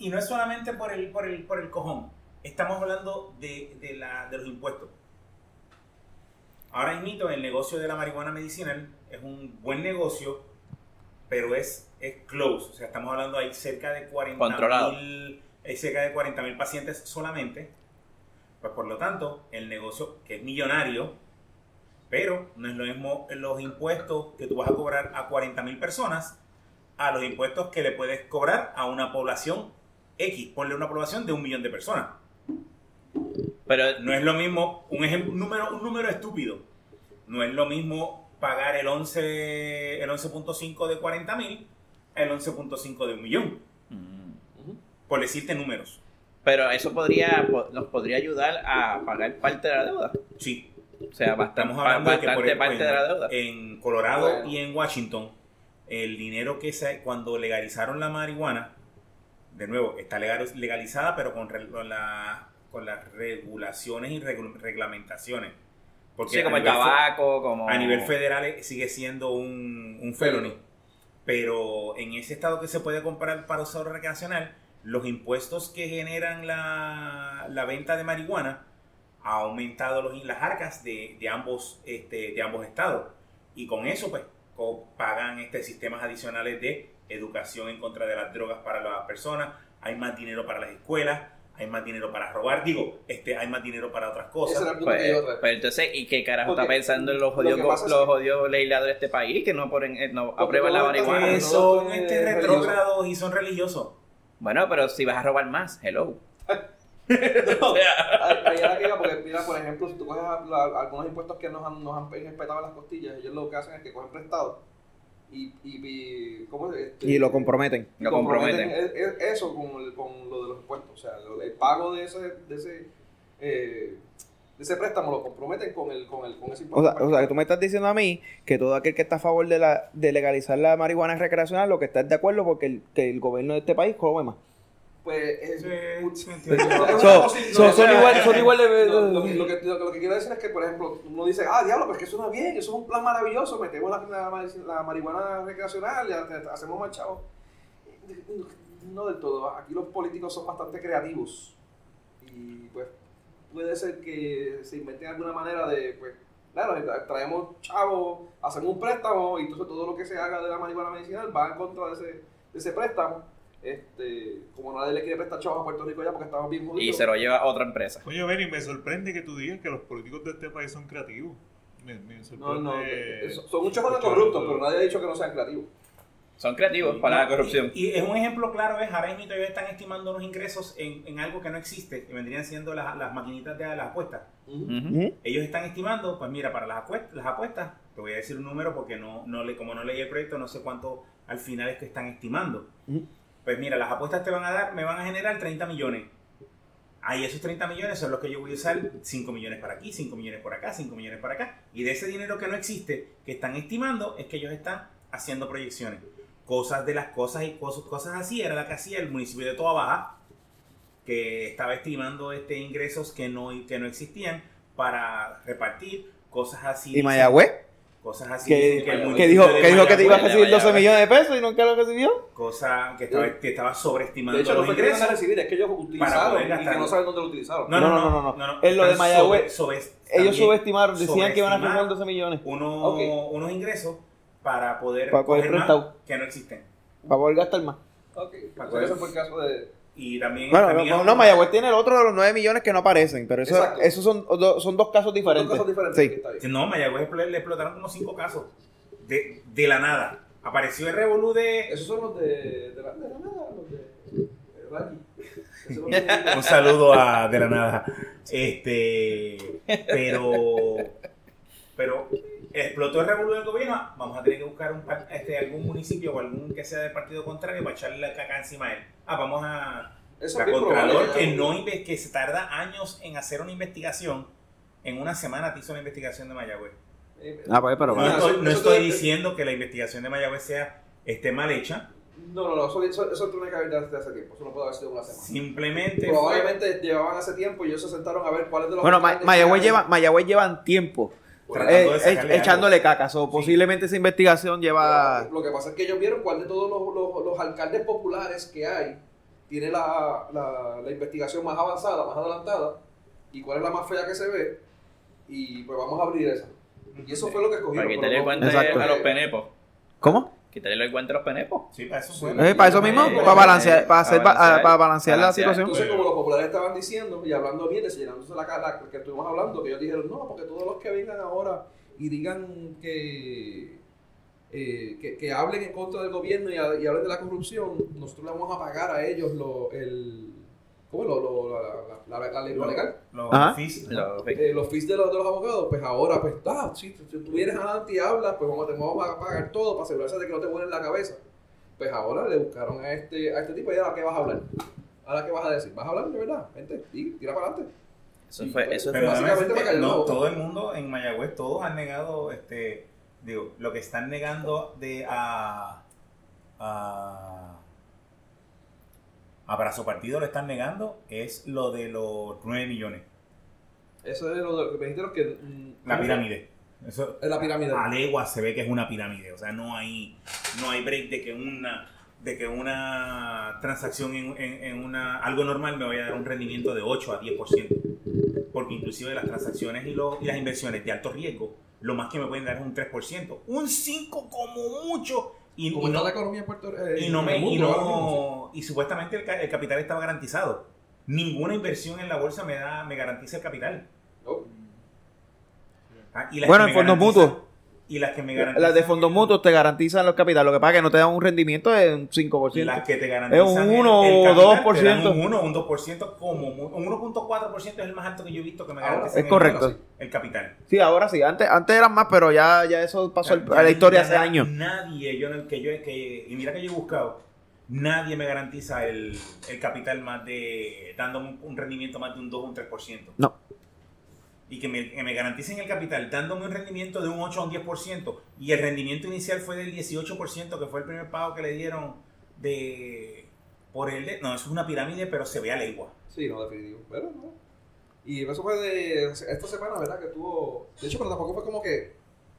[SPEAKER 6] Y no es solamente por el, por el, por el cojón. Estamos hablando de, de la, de los impuestos. Ahora mismo el negocio de la marihuana medicinal es un buen negocio, pero es, es close. O sea, estamos hablando hay cerca de 40
[SPEAKER 5] Controlado.
[SPEAKER 6] mil hay cerca de 40 mil pacientes solamente. Pues por lo tanto, el negocio que es millonario, pero no es lo mismo los impuestos que tú vas a cobrar a 40 mil personas a los impuestos que le puedes cobrar a una población X. Ponle una población de un millón de personas.
[SPEAKER 5] Pero
[SPEAKER 6] No es lo mismo, un ejemplo, un número, un número estúpido. No es lo mismo pagar el 11, el 11.5 de 40 mil, el 11.5 de un millón,
[SPEAKER 5] Mm.
[SPEAKER 6] por decirte números.
[SPEAKER 5] Pero eso podría po- nos podría ayudar a pagar parte de la deuda.
[SPEAKER 6] Sí,
[SPEAKER 5] O sea, bastante,
[SPEAKER 6] estamos hablando de que por
[SPEAKER 5] bastante
[SPEAKER 6] eh, ejemplo,
[SPEAKER 5] parte de la deuda.
[SPEAKER 6] en, en Colorado
[SPEAKER 2] Bueno.
[SPEAKER 6] y en Washington, el dinero que se, cuando legalizaron la marihuana, de nuevo, está legal- legalizada, pero con, re- con la- con las regulaciones y regl- reglamentaciones. Porque
[SPEAKER 5] Sí, como
[SPEAKER 6] a
[SPEAKER 5] el
[SPEAKER 6] nivel fe-
[SPEAKER 5] tabaco, como...
[SPEAKER 6] A nivel federal eh, sigue siendo un, un felony. Pero en ese estado que se puede comprar para uso recreacional, los impuestos que generan la, la venta de marihuana ha aumentado los, las arcas de, de ambos, este, de ambos estados. Y con eso, pues, co- pagan este, sistemas adicionales de educación en contra de las drogas para las personas, hay más dinero para las escuelas, hay más dinero para robar, digo, este, hay más dinero para otras
[SPEAKER 2] Ese era el punto
[SPEAKER 6] cosas.
[SPEAKER 2] que
[SPEAKER 5] Pues,
[SPEAKER 2] yo traía.
[SPEAKER 5] pues entonces, ¿y qué carajo
[SPEAKER 2] Porque
[SPEAKER 5] está pensando en los
[SPEAKER 2] lo
[SPEAKER 5] jodidos,
[SPEAKER 2] que
[SPEAKER 5] go-
[SPEAKER 2] pasa es
[SPEAKER 5] los
[SPEAKER 2] que-
[SPEAKER 5] jodidos legisladores de este país que no ponen, eh, no aprueban la
[SPEAKER 2] todo está-
[SPEAKER 5] marihuana?
[SPEAKER 6] Que
[SPEAKER 2] Bueno,
[SPEAKER 6] son
[SPEAKER 2] no,
[SPEAKER 6] este
[SPEAKER 2] eh,
[SPEAKER 6] retrógrados y son religiosos.
[SPEAKER 5] Bueno, pero si vas a robar más, hello.
[SPEAKER 2] No, ahí- ahí era que iba, porque mira, por ejemplo, si tú coges a- la- algunos impuestos que nos han, nos han respetado las costillas, ellos lo que hacen es que cogen prestado y, y, y- ¿cómo es? Este,
[SPEAKER 1] Y lo comprometen.
[SPEAKER 5] Lo comprometen.
[SPEAKER 2] e- e- eso con, el- con lo de los impuestos. O sea, lo- el pago de ese, de ese, eh, de ese préstamo lo comprometen con, el, con, el, con ese
[SPEAKER 1] O
[SPEAKER 2] impuesto.
[SPEAKER 1] sea, o sea, que tú me estás diciendo a mí que todo aquel que está a favor de, la, de legalizar la marihuana recreacional, lo que está es de acuerdo porque el, que el gobierno de este país come más.
[SPEAKER 2] pues es,
[SPEAKER 1] So, so, son igual, son igual de...
[SPEAKER 2] No, lo, que- lo que, lo que- lo que quiero decir es que, por ejemplo, uno dice, ah, diablo, pues que eso no es bien, eso es un plan maravilloso, metemos la, la, ma- la marihuana recreacional, ya te- te hacemos más chavos. No del todo, aquí los políticos son bastante creativos y pues puede ser que se inventen alguna manera de, pues, claro, tra- traemos chavos, hacemos un préstamo y entonces todo lo que se haga de la marihuana medicinal va en contra de ese, de ese préstamo. Este, como nadie le quiere prestar chavos a Puerto Rico ya porque estamos bien jodidos.
[SPEAKER 5] Y se lo lleva a otra empresa.
[SPEAKER 4] Oye, Benny, me sorprende que tú digas que los políticos de este país son creativos. Me, me
[SPEAKER 2] No,
[SPEAKER 4] sorprende.
[SPEAKER 2] no, eh, son- son muchos jóvenes corruptos, pero nadie ha dicho que no sean creativos.
[SPEAKER 5] Son creativos para la corrupción.
[SPEAKER 6] Y, y es un ejemplo claro, es ahora mismo ellos están estimando los ingresos en, en algo que no existe, que vendrían siendo las, las maquinitas de las apuestas.
[SPEAKER 5] Ujú.
[SPEAKER 6] Ellos están estimando, pues mira, para las apuestas, las apuestas, te voy a decir un número porque no, no le, como no leí el proyecto, no sé cuánto al final es que están estimando.
[SPEAKER 1] Ujú.
[SPEAKER 6] Pues mira, las apuestas te van a dar, me van a generar 30 millones. Ahí esos 30 millones son los que yo voy a usar, 5 millones para aquí, 5 millones por acá, 5 millones para acá. Y de ese dinero que no existe, que están estimando, es que ellos están haciendo proyecciones. Cosas de las cosas y cosas, cosas así era la que hacía el municipio de Toa Baja, que estaba estimando este ingresos que no, que no existían para repartir cosas así.
[SPEAKER 1] Y Mayagüez,
[SPEAKER 6] Cosas así.
[SPEAKER 1] que,
[SPEAKER 6] dicen el
[SPEAKER 1] que
[SPEAKER 6] municipio
[SPEAKER 1] dijo,
[SPEAKER 6] de
[SPEAKER 1] que, dijo que te iba a
[SPEAKER 6] Mayagüez,
[SPEAKER 1] recibir 12
[SPEAKER 5] Mayagüez.
[SPEAKER 1] millones de pesos y nunca lo recibió.
[SPEAKER 6] Cosa que
[SPEAKER 1] Eh,
[SPEAKER 6] estaba, que estaba sobreestimando
[SPEAKER 2] De hecho, no
[SPEAKER 6] los
[SPEAKER 2] fue que no
[SPEAKER 6] ingresos.
[SPEAKER 2] van a recibir, es que ellos utilizaron
[SPEAKER 6] poder
[SPEAKER 2] y que
[SPEAKER 6] gastarlo.
[SPEAKER 2] no saben dónde lo utilizaron.
[SPEAKER 1] No, no, no, no, En lo de
[SPEAKER 6] están
[SPEAKER 1] Mayagüez,
[SPEAKER 6] sobre- sobre-
[SPEAKER 1] Ellos
[SPEAKER 6] también
[SPEAKER 1] subestimaron, decían que iban a
[SPEAKER 6] sobreestimar
[SPEAKER 1] recibir 12 millones
[SPEAKER 6] uno-
[SPEAKER 2] Ok.
[SPEAKER 6] unos ingresos para poder
[SPEAKER 1] Para coger
[SPEAKER 6] más
[SPEAKER 1] prestado.
[SPEAKER 6] que no existen.
[SPEAKER 1] para poder gastar más.
[SPEAKER 2] Ok,
[SPEAKER 6] Para
[SPEAKER 2] pues
[SPEAKER 6] poder-
[SPEAKER 2] ese fue el caso de...
[SPEAKER 6] Y también.
[SPEAKER 1] Bueno,
[SPEAKER 6] también
[SPEAKER 1] no, no, Mayagüez tiene el otro de los 9 millones que no aparecen, pero eso,
[SPEAKER 2] Exacto.
[SPEAKER 1] esos son, do- son dos casos
[SPEAKER 2] Son
[SPEAKER 1] diferentes.
[SPEAKER 2] casos diferentes.
[SPEAKER 1] Sí.
[SPEAKER 2] está bien.
[SPEAKER 6] No, Mayagüez expl- le explotaron como cinco casos. De, de la nada. Apareció el revolú de.
[SPEAKER 2] Esos son los de... de la de la nada, los de... de Raji. Esos son los de-
[SPEAKER 6] Un saludo a De la Nada. Este, pero, pero explotó el revuelo del gobierno. Vamos a tener que buscar un, par- este, algún municipio o algún que sea del partido contrario para echarle la caca encima a él. Ah, vamos a
[SPEAKER 2] Eso
[SPEAKER 6] la
[SPEAKER 2] es bien probable,
[SPEAKER 6] contralor que
[SPEAKER 2] ya.
[SPEAKER 6] no inve- que se tarda años en hacer una investigación. En una semana te hizo la investigación de Mayagüez.
[SPEAKER 2] Eh,
[SPEAKER 1] Ah, pues, pero
[SPEAKER 6] No
[SPEAKER 1] bueno.
[SPEAKER 6] estoy,
[SPEAKER 2] eso-
[SPEAKER 6] no
[SPEAKER 2] eso
[SPEAKER 6] estoy
[SPEAKER 2] te-
[SPEAKER 6] diciendo que la investigación de Mayagüez sea esté mal hecha.
[SPEAKER 2] No, no, no, eso, eso, eso tiene que haber desde hace tiempo, eso no puede haber sido una semana.
[SPEAKER 6] Simplemente fue-
[SPEAKER 2] Probablemente llevaban hace tiempo y ellos se sentaron a ver cuáles de los...
[SPEAKER 1] Bueno, Ma- Mayagüez lleva, Mayagüez llevan tiempo
[SPEAKER 2] Bueno,
[SPEAKER 1] eh,
[SPEAKER 6] Tratando de
[SPEAKER 1] eh,
[SPEAKER 6] sacarle algo.
[SPEAKER 1] echándole cacas o
[SPEAKER 6] Sí.
[SPEAKER 1] posiblemente esa investigación lleva...
[SPEAKER 2] Lo que pasa es que ellos vieron cuál de todos los, los- los alcaldes populares que hay tiene la, la- la investigación más avanzada, más adelantada, y cuál es la más fea que se ve, y pues vamos a abrir esa. Y eso fue lo que escogieron.
[SPEAKER 5] Para
[SPEAKER 2] pero
[SPEAKER 5] quitarle el
[SPEAKER 2] no-
[SPEAKER 5] guante
[SPEAKER 1] Exacto.
[SPEAKER 5] a los penepos.
[SPEAKER 1] ¿Cómo?
[SPEAKER 5] Quitarle el guante a los penepos.
[SPEAKER 6] Sí, para eso
[SPEAKER 2] Sí.
[SPEAKER 6] fue.
[SPEAKER 1] Eh, para eso mismo,
[SPEAKER 5] Eh,
[SPEAKER 1] para balancear, para
[SPEAKER 5] para
[SPEAKER 1] hacer, ba-
[SPEAKER 5] balancear,
[SPEAKER 1] ah, para balancear la
[SPEAKER 5] balancear.
[SPEAKER 1] situación.
[SPEAKER 2] Entonces, como los populares estaban diciendo y hablando bien, se llenándose la cara, que estuvimos hablando, que ellos dijeron, no, porque todos los que vengan ahora y digan que, eh, que, que hablen en contra del gobierno y, ha- y hablen de la corrupción, nosotros le vamos a pagar a ellos lo, el, ¿cómo? Lo, lo- la, la, la- la lengua legal.
[SPEAKER 6] Los
[SPEAKER 1] Ajá.
[SPEAKER 6] oficios.
[SPEAKER 5] Los-
[SPEAKER 2] Eh, los fees de los, de los abogados, pues ahora, pues está, si, tú- si tú vienes adelante y hablas, pues vamos, te vamos a pagar todo para asegurarse de que no te vuelen la cabeza. Pues ahora le buscaron a este, a este tipo y ahora qué vas a hablar. Ahora qué vas a decir, vas a hablar de verdad, gente, Di, tira para adelante.
[SPEAKER 5] Eso fue,
[SPEAKER 2] pues,
[SPEAKER 5] eso
[SPEAKER 6] Pero
[SPEAKER 5] fue.
[SPEAKER 6] déjame
[SPEAKER 2] Básicamente
[SPEAKER 6] decirte,
[SPEAKER 2] para que
[SPEAKER 6] no,
[SPEAKER 2] no-
[SPEAKER 6] todo el mundo en Mayagüez, todos han negado, este, digo, lo que están negando de a, a, a para su partido lo están negando es lo de los 9 millones,
[SPEAKER 2] Eso es lo de- me dijiste lo que mm,
[SPEAKER 6] la pirámide. Ah, Eso
[SPEAKER 2] Es la pirámide.
[SPEAKER 6] a legua se ve que es una pirámide, o sea, no hay no hay break de que una de que una transacción en, en- en una algo normal me vaya a dar un rendimiento de 8 a 10%. Porque inclusive las transacciones y, lo- y las inversiones de alto riesgo, lo más que me pueden dar es un 3%, un 5 como mucho Y,
[SPEAKER 2] Como
[SPEAKER 6] y
[SPEAKER 2] está
[SPEAKER 6] no,
[SPEAKER 2] la economía en Puerto Rico.
[SPEAKER 6] y no me.
[SPEAKER 2] en el
[SPEAKER 6] Y,
[SPEAKER 2] mundo ahora mismo,
[SPEAKER 6] no- y supuestamente el, ca- el capital estaba garantizado. Ninguna inversión en la bolsa me da me garantiza el capital.
[SPEAKER 2] No.
[SPEAKER 6] Ah, y las
[SPEAKER 1] Bueno,
[SPEAKER 6] que
[SPEAKER 1] en
[SPEAKER 6] me
[SPEAKER 1] fondos
[SPEAKER 6] garantizan-
[SPEAKER 1] mutuos.
[SPEAKER 6] Y las que me garantizan.
[SPEAKER 1] Las de fondos mutuos te garantizan los capitales. Lo que pasa es que no te dan un rendimiento de un 5%.
[SPEAKER 6] Las que te garantizan
[SPEAKER 1] Es un
[SPEAKER 6] el- el
[SPEAKER 1] uno o
[SPEAKER 6] capital,
[SPEAKER 1] dos
[SPEAKER 6] te
[SPEAKER 1] por
[SPEAKER 6] dan
[SPEAKER 1] ciento.
[SPEAKER 6] Un 1 un 2% como mu- un 1.4% es el más alto que yo he visto que me
[SPEAKER 2] Ahora,
[SPEAKER 6] garantiza
[SPEAKER 1] es correcto.
[SPEAKER 6] el capital.
[SPEAKER 1] Sí, ahora sí. Antes, antes eran más, pero ya, ya eso pasó
[SPEAKER 6] Ya-
[SPEAKER 1] el-
[SPEAKER 6] ya
[SPEAKER 1] a la historia
[SPEAKER 6] na-
[SPEAKER 1] hace años.
[SPEAKER 6] Nadie, yo no- que yo que y mira que yo he buscado, nadie me garantiza el, el capital más de dándome un, un rendimiento más de un 2 o un 3%.
[SPEAKER 1] No.
[SPEAKER 6] Y que me, que me garanticen el capital dándome un rendimiento de un 8 o un 10% y el rendimiento inicial fue del 18% que fue el primer pago que le dieron de por el de- no, eso es una pirámide, pero se ve a legua.
[SPEAKER 2] Sí, no, definitivo. Pero no. Y eso fue de esta semana, ¿verdad? Que tuvo. De hecho, pero tampoco fue como que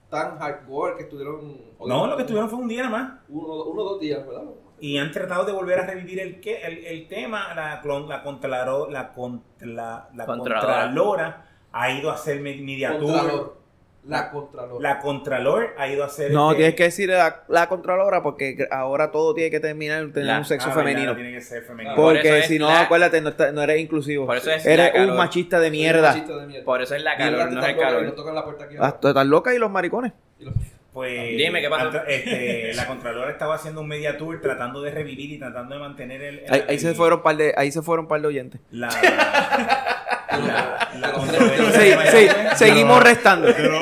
[SPEAKER 2] tan hardcore que estuvieron. o
[SPEAKER 6] No,
[SPEAKER 2] de-
[SPEAKER 6] lo que tuvieron fue un día nada más.
[SPEAKER 2] Uno uno o dos días, ¿verdad?
[SPEAKER 6] y han tratado de volver a revivir el que el, el tema la clon- la contraloro- la, con- la-
[SPEAKER 5] Contralora.
[SPEAKER 6] la contralora ha ido a hacer me- media tour
[SPEAKER 2] Contralor. La Contralor.
[SPEAKER 6] la contralor ha ido a hacer
[SPEAKER 1] No,
[SPEAKER 6] este-
[SPEAKER 1] tienes que decir la, la contralora porque gr- ahora todo tiene que terminar en tener
[SPEAKER 5] La-
[SPEAKER 1] un
[SPEAKER 6] Ah,
[SPEAKER 1] sexo
[SPEAKER 6] verdad,
[SPEAKER 1] femenino.
[SPEAKER 6] tiene que ser femenino.
[SPEAKER 5] Por
[SPEAKER 1] porque
[SPEAKER 5] eso es
[SPEAKER 1] si no,
[SPEAKER 5] la-
[SPEAKER 1] acuérdate, no, está- no eres inclusivo.
[SPEAKER 5] Por eso es la
[SPEAKER 1] eres un
[SPEAKER 5] calor.
[SPEAKER 1] machista
[SPEAKER 2] Soy
[SPEAKER 1] de
[SPEAKER 2] un
[SPEAKER 1] mierda.
[SPEAKER 2] machista de mierda.
[SPEAKER 5] Por eso es la
[SPEAKER 2] Mierda,
[SPEAKER 5] calor,
[SPEAKER 2] te
[SPEAKER 5] no es el
[SPEAKER 2] tocan-
[SPEAKER 5] calor.
[SPEAKER 2] nos tocan la puerta aquí
[SPEAKER 1] Ah,
[SPEAKER 2] ahora.
[SPEAKER 1] tú Estás loca y los maricones.
[SPEAKER 2] Y los-
[SPEAKER 6] Pues,
[SPEAKER 5] Dime, ¿qué pasó?
[SPEAKER 6] atra- este, la contralora estaba haciendo un media tour tratando de revivir y tratando de mantener el, el-
[SPEAKER 1] Ahí, ahí se fueron par de, ahí se fueron par de oyentes.
[SPEAKER 6] la la, la controversia
[SPEAKER 1] Sí,
[SPEAKER 6] de
[SPEAKER 1] sí,
[SPEAKER 6] Mayagüez.
[SPEAKER 1] seguimos restando.
[SPEAKER 4] Pero,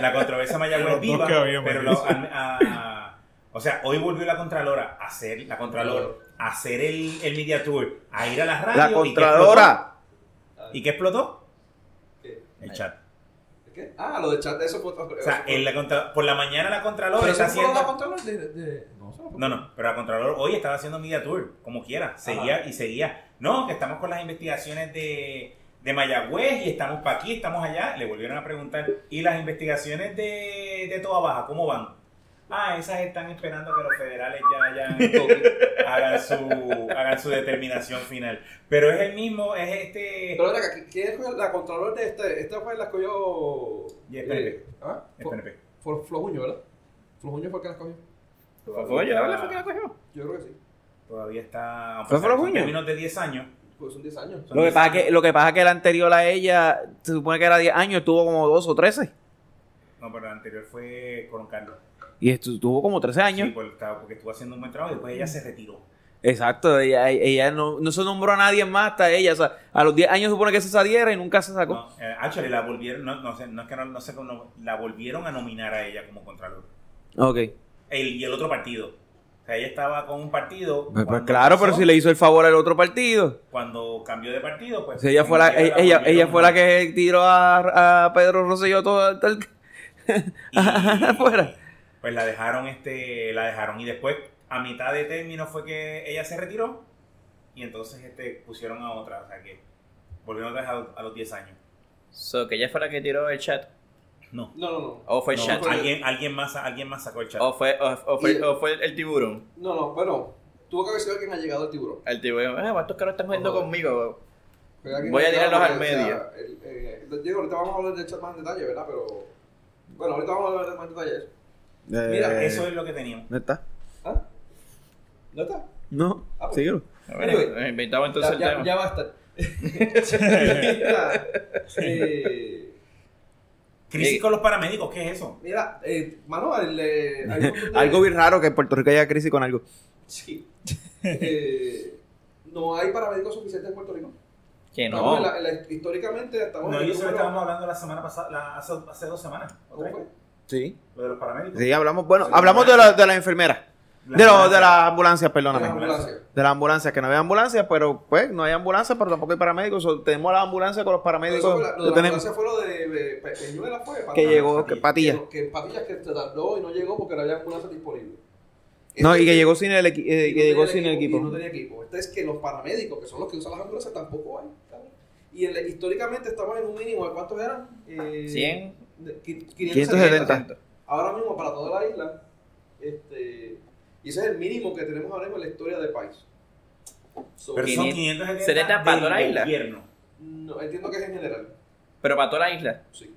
[SPEAKER 6] la controversia
[SPEAKER 4] Los
[SPEAKER 6] Mayagüez
[SPEAKER 4] dos
[SPEAKER 6] viva,
[SPEAKER 4] que había,
[SPEAKER 6] pero
[SPEAKER 4] Mayagüez.
[SPEAKER 6] la- a- a- o sea, hoy volvió la Contralora a hacer, la Contralor, a hacer el, el media tour, a ir a las radios.
[SPEAKER 1] La
[SPEAKER 6] ¿y qué
[SPEAKER 1] contralora.
[SPEAKER 6] explotó? ¿Y qué explotó?
[SPEAKER 2] ¿Qué?
[SPEAKER 6] El chat.
[SPEAKER 2] ¿Qué? Ah, lo de chat, eso fue otra
[SPEAKER 6] O sea, en la contra- por la mañana la Contralor
[SPEAKER 2] Pero
[SPEAKER 6] está
[SPEAKER 2] eso fue
[SPEAKER 6] haciendo...
[SPEAKER 2] la Contralor de. de- No, eso fue-
[SPEAKER 6] No, no, pero la Contralor hoy estaba haciendo media tour, como quiera, seguía y seguía. No, que estamos con las investigaciones de, de Mayagüez y estamos para aquí, estamos allá. Le volvieron a preguntar, ¿y las investigaciones de, de Toda Baja, cómo van? Ah, esas están esperando que los federales ya, ya hagan, su, hagan su determinación final. Pero es el mismo, es este...
[SPEAKER 2] Pero ven acá, ¿qui- ¿quién fue la Contralor de este? Esta fue la escogió.
[SPEAKER 6] Y el PNP.
[SPEAKER 2] eh, ¿Ah?
[SPEAKER 6] el
[SPEAKER 2] Fue-
[SPEAKER 6] PNP.
[SPEAKER 2] Fue Flojuño, ¿verdad? Flojuño fue el que la escogió.
[SPEAKER 1] pues,
[SPEAKER 5] Fue- fue yo, ¿verdad? Fue que la cogió.
[SPEAKER 2] Yo creo que sí.
[SPEAKER 6] Todavía está...
[SPEAKER 1] ¿Fue
[SPEAKER 6] o sea,
[SPEAKER 1] Frojuño?
[SPEAKER 6] en términos de 10 años.
[SPEAKER 2] Pues son 10 años.
[SPEAKER 6] son
[SPEAKER 1] Lo que
[SPEAKER 6] 10
[SPEAKER 1] pasa
[SPEAKER 6] años.
[SPEAKER 1] que, lo que pasa es que el anterior a ella, se supone que era 10 años, tuvo como 2 o 13.
[SPEAKER 6] No, pero el anterior fue con Carlos.
[SPEAKER 1] Y estu- tuvo como 13 años.
[SPEAKER 6] Sí, por- estaba- porque estuvo haciendo un buen trabajo y después ella se retiró.
[SPEAKER 1] Exacto, ella, ella no, no se nombró a nadie más hasta ella. O sea, a los 10 años supone que se saliera y nunca se sacó.
[SPEAKER 6] No, eh, actually, la volvieron, no, no sé, no es que no, no sé cómo, la volvieron a nominar a ella como contralor.
[SPEAKER 1] Ok.
[SPEAKER 6] El, y el otro partido. O sea, ella estaba con un partido.
[SPEAKER 1] Pues, pues,
[SPEAKER 6] cuando
[SPEAKER 1] claro, pero
[SPEAKER 6] pasó,
[SPEAKER 1] si le hizo el favor al otro partido.
[SPEAKER 6] Cuando cambió de partido, pues.
[SPEAKER 1] Si ella fue la,
[SPEAKER 6] como
[SPEAKER 1] ella,
[SPEAKER 6] quiera,
[SPEAKER 1] ella,
[SPEAKER 6] volvieron
[SPEAKER 1] fue la que tiró a, a Pedro Rosselló todo al- tal-
[SPEAKER 6] y-
[SPEAKER 1] afuera.
[SPEAKER 6] Pues la dejaron, este, la dejaron. Y después, a mitad de término, fue que ella se retiró. Y entonces este, pusieron a otra. O sea que volvieron otra vez a, a los 10 años.
[SPEAKER 5] So, que ella fue la que tiró el chat.
[SPEAKER 6] No.
[SPEAKER 2] No, no, no.
[SPEAKER 5] O fue el
[SPEAKER 6] No,
[SPEAKER 5] chat.
[SPEAKER 6] alguien, alguien, más, alguien más sacó el chat.
[SPEAKER 5] O fue, o, o
[SPEAKER 2] Y-
[SPEAKER 5] fue, o fue el tiburón.
[SPEAKER 2] No, no, bueno. Tuvo que haber sido alguien ha llegado al tiburón.
[SPEAKER 5] El tiburón. Eh, estos caros están jugando
[SPEAKER 2] Ojo.
[SPEAKER 5] conmigo.
[SPEAKER 2] Fue alguien
[SPEAKER 5] Voy a
[SPEAKER 2] ha llegado
[SPEAKER 5] tirarlos
[SPEAKER 2] porque,
[SPEAKER 5] al
[SPEAKER 2] o sea, el- eh, Diego, ahorita vamos a hablar de chat más en detalle, ¿verdad? Pero. Bueno, ahorita vamos a hablar de más en detalle. de eso.
[SPEAKER 6] Mira,
[SPEAKER 1] Eh,
[SPEAKER 6] eso es lo que teníamos.
[SPEAKER 1] ¿No está?
[SPEAKER 2] ¿Ah? ¿No está?
[SPEAKER 1] No,
[SPEAKER 2] Ah, pues.
[SPEAKER 1] síguelo.
[SPEAKER 5] A ver, eh,
[SPEAKER 2] Anyway,
[SPEAKER 5] inventamos entonces
[SPEAKER 2] Ya,
[SPEAKER 5] el
[SPEAKER 2] ya,
[SPEAKER 5] tema.
[SPEAKER 2] ya basta. Mira, eh,
[SPEAKER 6] Crisis
[SPEAKER 5] Sí.
[SPEAKER 6] con los paramédicos, ¿qué es eso?
[SPEAKER 2] mira, eh, mano, el, eh, hay un montón de-
[SPEAKER 1] Algo bien raro que en Puerto Rico haya crisis con algo.
[SPEAKER 2] Sí. Eh, no hay paramédicos suficientes en Puerto Rico.
[SPEAKER 5] Que
[SPEAKER 2] Estamos en
[SPEAKER 5] no.
[SPEAKER 2] la- en la- históricamente
[SPEAKER 4] Ah,
[SPEAKER 2] estamos
[SPEAKER 6] No,
[SPEAKER 2] en
[SPEAKER 6] y
[SPEAKER 2] el
[SPEAKER 6] eso lo
[SPEAKER 2] número-
[SPEAKER 6] estábamos hablando la semana pasada, la- hace, hace dos semanas, o
[SPEAKER 2] ¿Cómo
[SPEAKER 6] tres,
[SPEAKER 2] fue?
[SPEAKER 1] Sí.
[SPEAKER 6] lo de los paramédicos.
[SPEAKER 1] Sí, hablamos, bueno, hablamos de, la- de las enfermeras. De, lo- de las ambulancias,
[SPEAKER 2] En la
[SPEAKER 1] perdóname.
[SPEAKER 2] ambulancia.
[SPEAKER 1] De las ambulancias, que no había ambulancias, pero pues no hay ambulancias, pero tampoco hay paramédicos. O tenemos la ambulancia con los
[SPEAKER 2] Pero
[SPEAKER 1] paramédicos.
[SPEAKER 2] eso fue la- lo de
[SPEAKER 1] que
[SPEAKER 2] la
[SPEAKER 1] tenemos.
[SPEAKER 2] ambulancia fue lo de, de Pe- Peñuela fue.
[SPEAKER 1] que
[SPEAKER 2] Patilla.
[SPEAKER 1] llegó, que
[SPEAKER 2] Que,
[SPEAKER 1] patillas.
[SPEAKER 2] lo- que Patillas que se tardó y no llegó porque no había ambulancia disponible.
[SPEAKER 1] No,
[SPEAKER 2] Este-
[SPEAKER 1] y que llegó sin el, equi- eh,
[SPEAKER 2] y
[SPEAKER 1] que
[SPEAKER 2] no
[SPEAKER 1] llegó
[SPEAKER 2] tenía
[SPEAKER 1] sin el
[SPEAKER 2] y no
[SPEAKER 1] equipo.
[SPEAKER 2] tenía equipo. Este es que los paramédicos, que son los que usan las ambulancias, tampoco hay. cabrón. Y en la- históricamente estamos en un mínimo de cuántos eran? Eh,
[SPEAKER 5] 100.
[SPEAKER 2] de- qui-
[SPEAKER 1] 570.
[SPEAKER 2] Ahora mismo para toda la isla. Este, y ese es el mínimo que tenemos ahora mismo en la historia del país. So,
[SPEAKER 6] Pero son
[SPEAKER 5] 570
[SPEAKER 6] 570
[SPEAKER 5] para
[SPEAKER 6] del
[SPEAKER 5] toda la isla.
[SPEAKER 6] gobierno.
[SPEAKER 2] no, entiendo que es en general.
[SPEAKER 5] Pero para toda la isla.
[SPEAKER 2] Sí.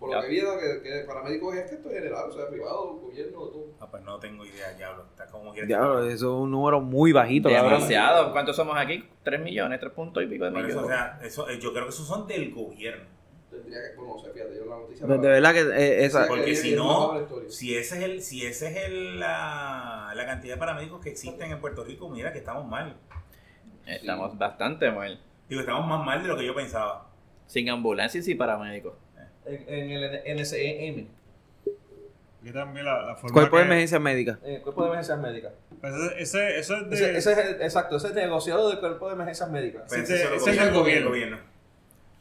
[SPEAKER 2] Por lo que vi, era que, que paramédicos es que esto es general, o sea, privado, gobierno, todo.
[SPEAKER 6] Ah, pues no tengo idea, diablo. Está como que.
[SPEAKER 1] Diablo, eso es un número muy bajito,
[SPEAKER 5] De
[SPEAKER 1] cabrón.
[SPEAKER 5] bronceado. ¿Cuántos somos aquí? 3 millones, 3 puntos y pico de
[SPEAKER 6] Por eso,
[SPEAKER 5] millones.
[SPEAKER 6] o sea, eso, eh, yo creo que esos son del gobierno.
[SPEAKER 2] Tendría que, bueno, no sé, fíjate, yo la noticia.
[SPEAKER 1] De de verdad que eh, esa.
[SPEAKER 2] Sí.
[SPEAKER 6] Porque
[SPEAKER 2] Eh,
[SPEAKER 6] si
[SPEAKER 2] eh, vamos a
[SPEAKER 6] no,
[SPEAKER 2] la historia.
[SPEAKER 6] si ese es el, si ese es el, la, la cantidad de paramédicos que existen en Puerto Rico, mira que estamos mal.
[SPEAKER 5] Estamos bastante mal.
[SPEAKER 6] Digo, estamos más mal de lo que yo pensaba.
[SPEAKER 5] Sin ambulancias y paramédicos.
[SPEAKER 2] En, en el NSEM,
[SPEAKER 4] Yo también la, la forma
[SPEAKER 1] Cuerpo de
[SPEAKER 4] que-
[SPEAKER 1] emergencia médica.
[SPEAKER 2] en el Cuerpo de Emergencias Médicas.
[SPEAKER 4] Pues ese- ese, eso es de...
[SPEAKER 2] Ese, ese es el- exacto, ese es el negociado del Cuerpo de Emergencias Médicas.
[SPEAKER 6] Pero
[SPEAKER 4] Ese-
[SPEAKER 6] eso
[SPEAKER 4] ese es
[SPEAKER 6] lo
[SPEAKER 4] el
[SPEAKER 6] gobierna
[SPEAKER 4] gobierno.
[SPEAKER 6] gobierno.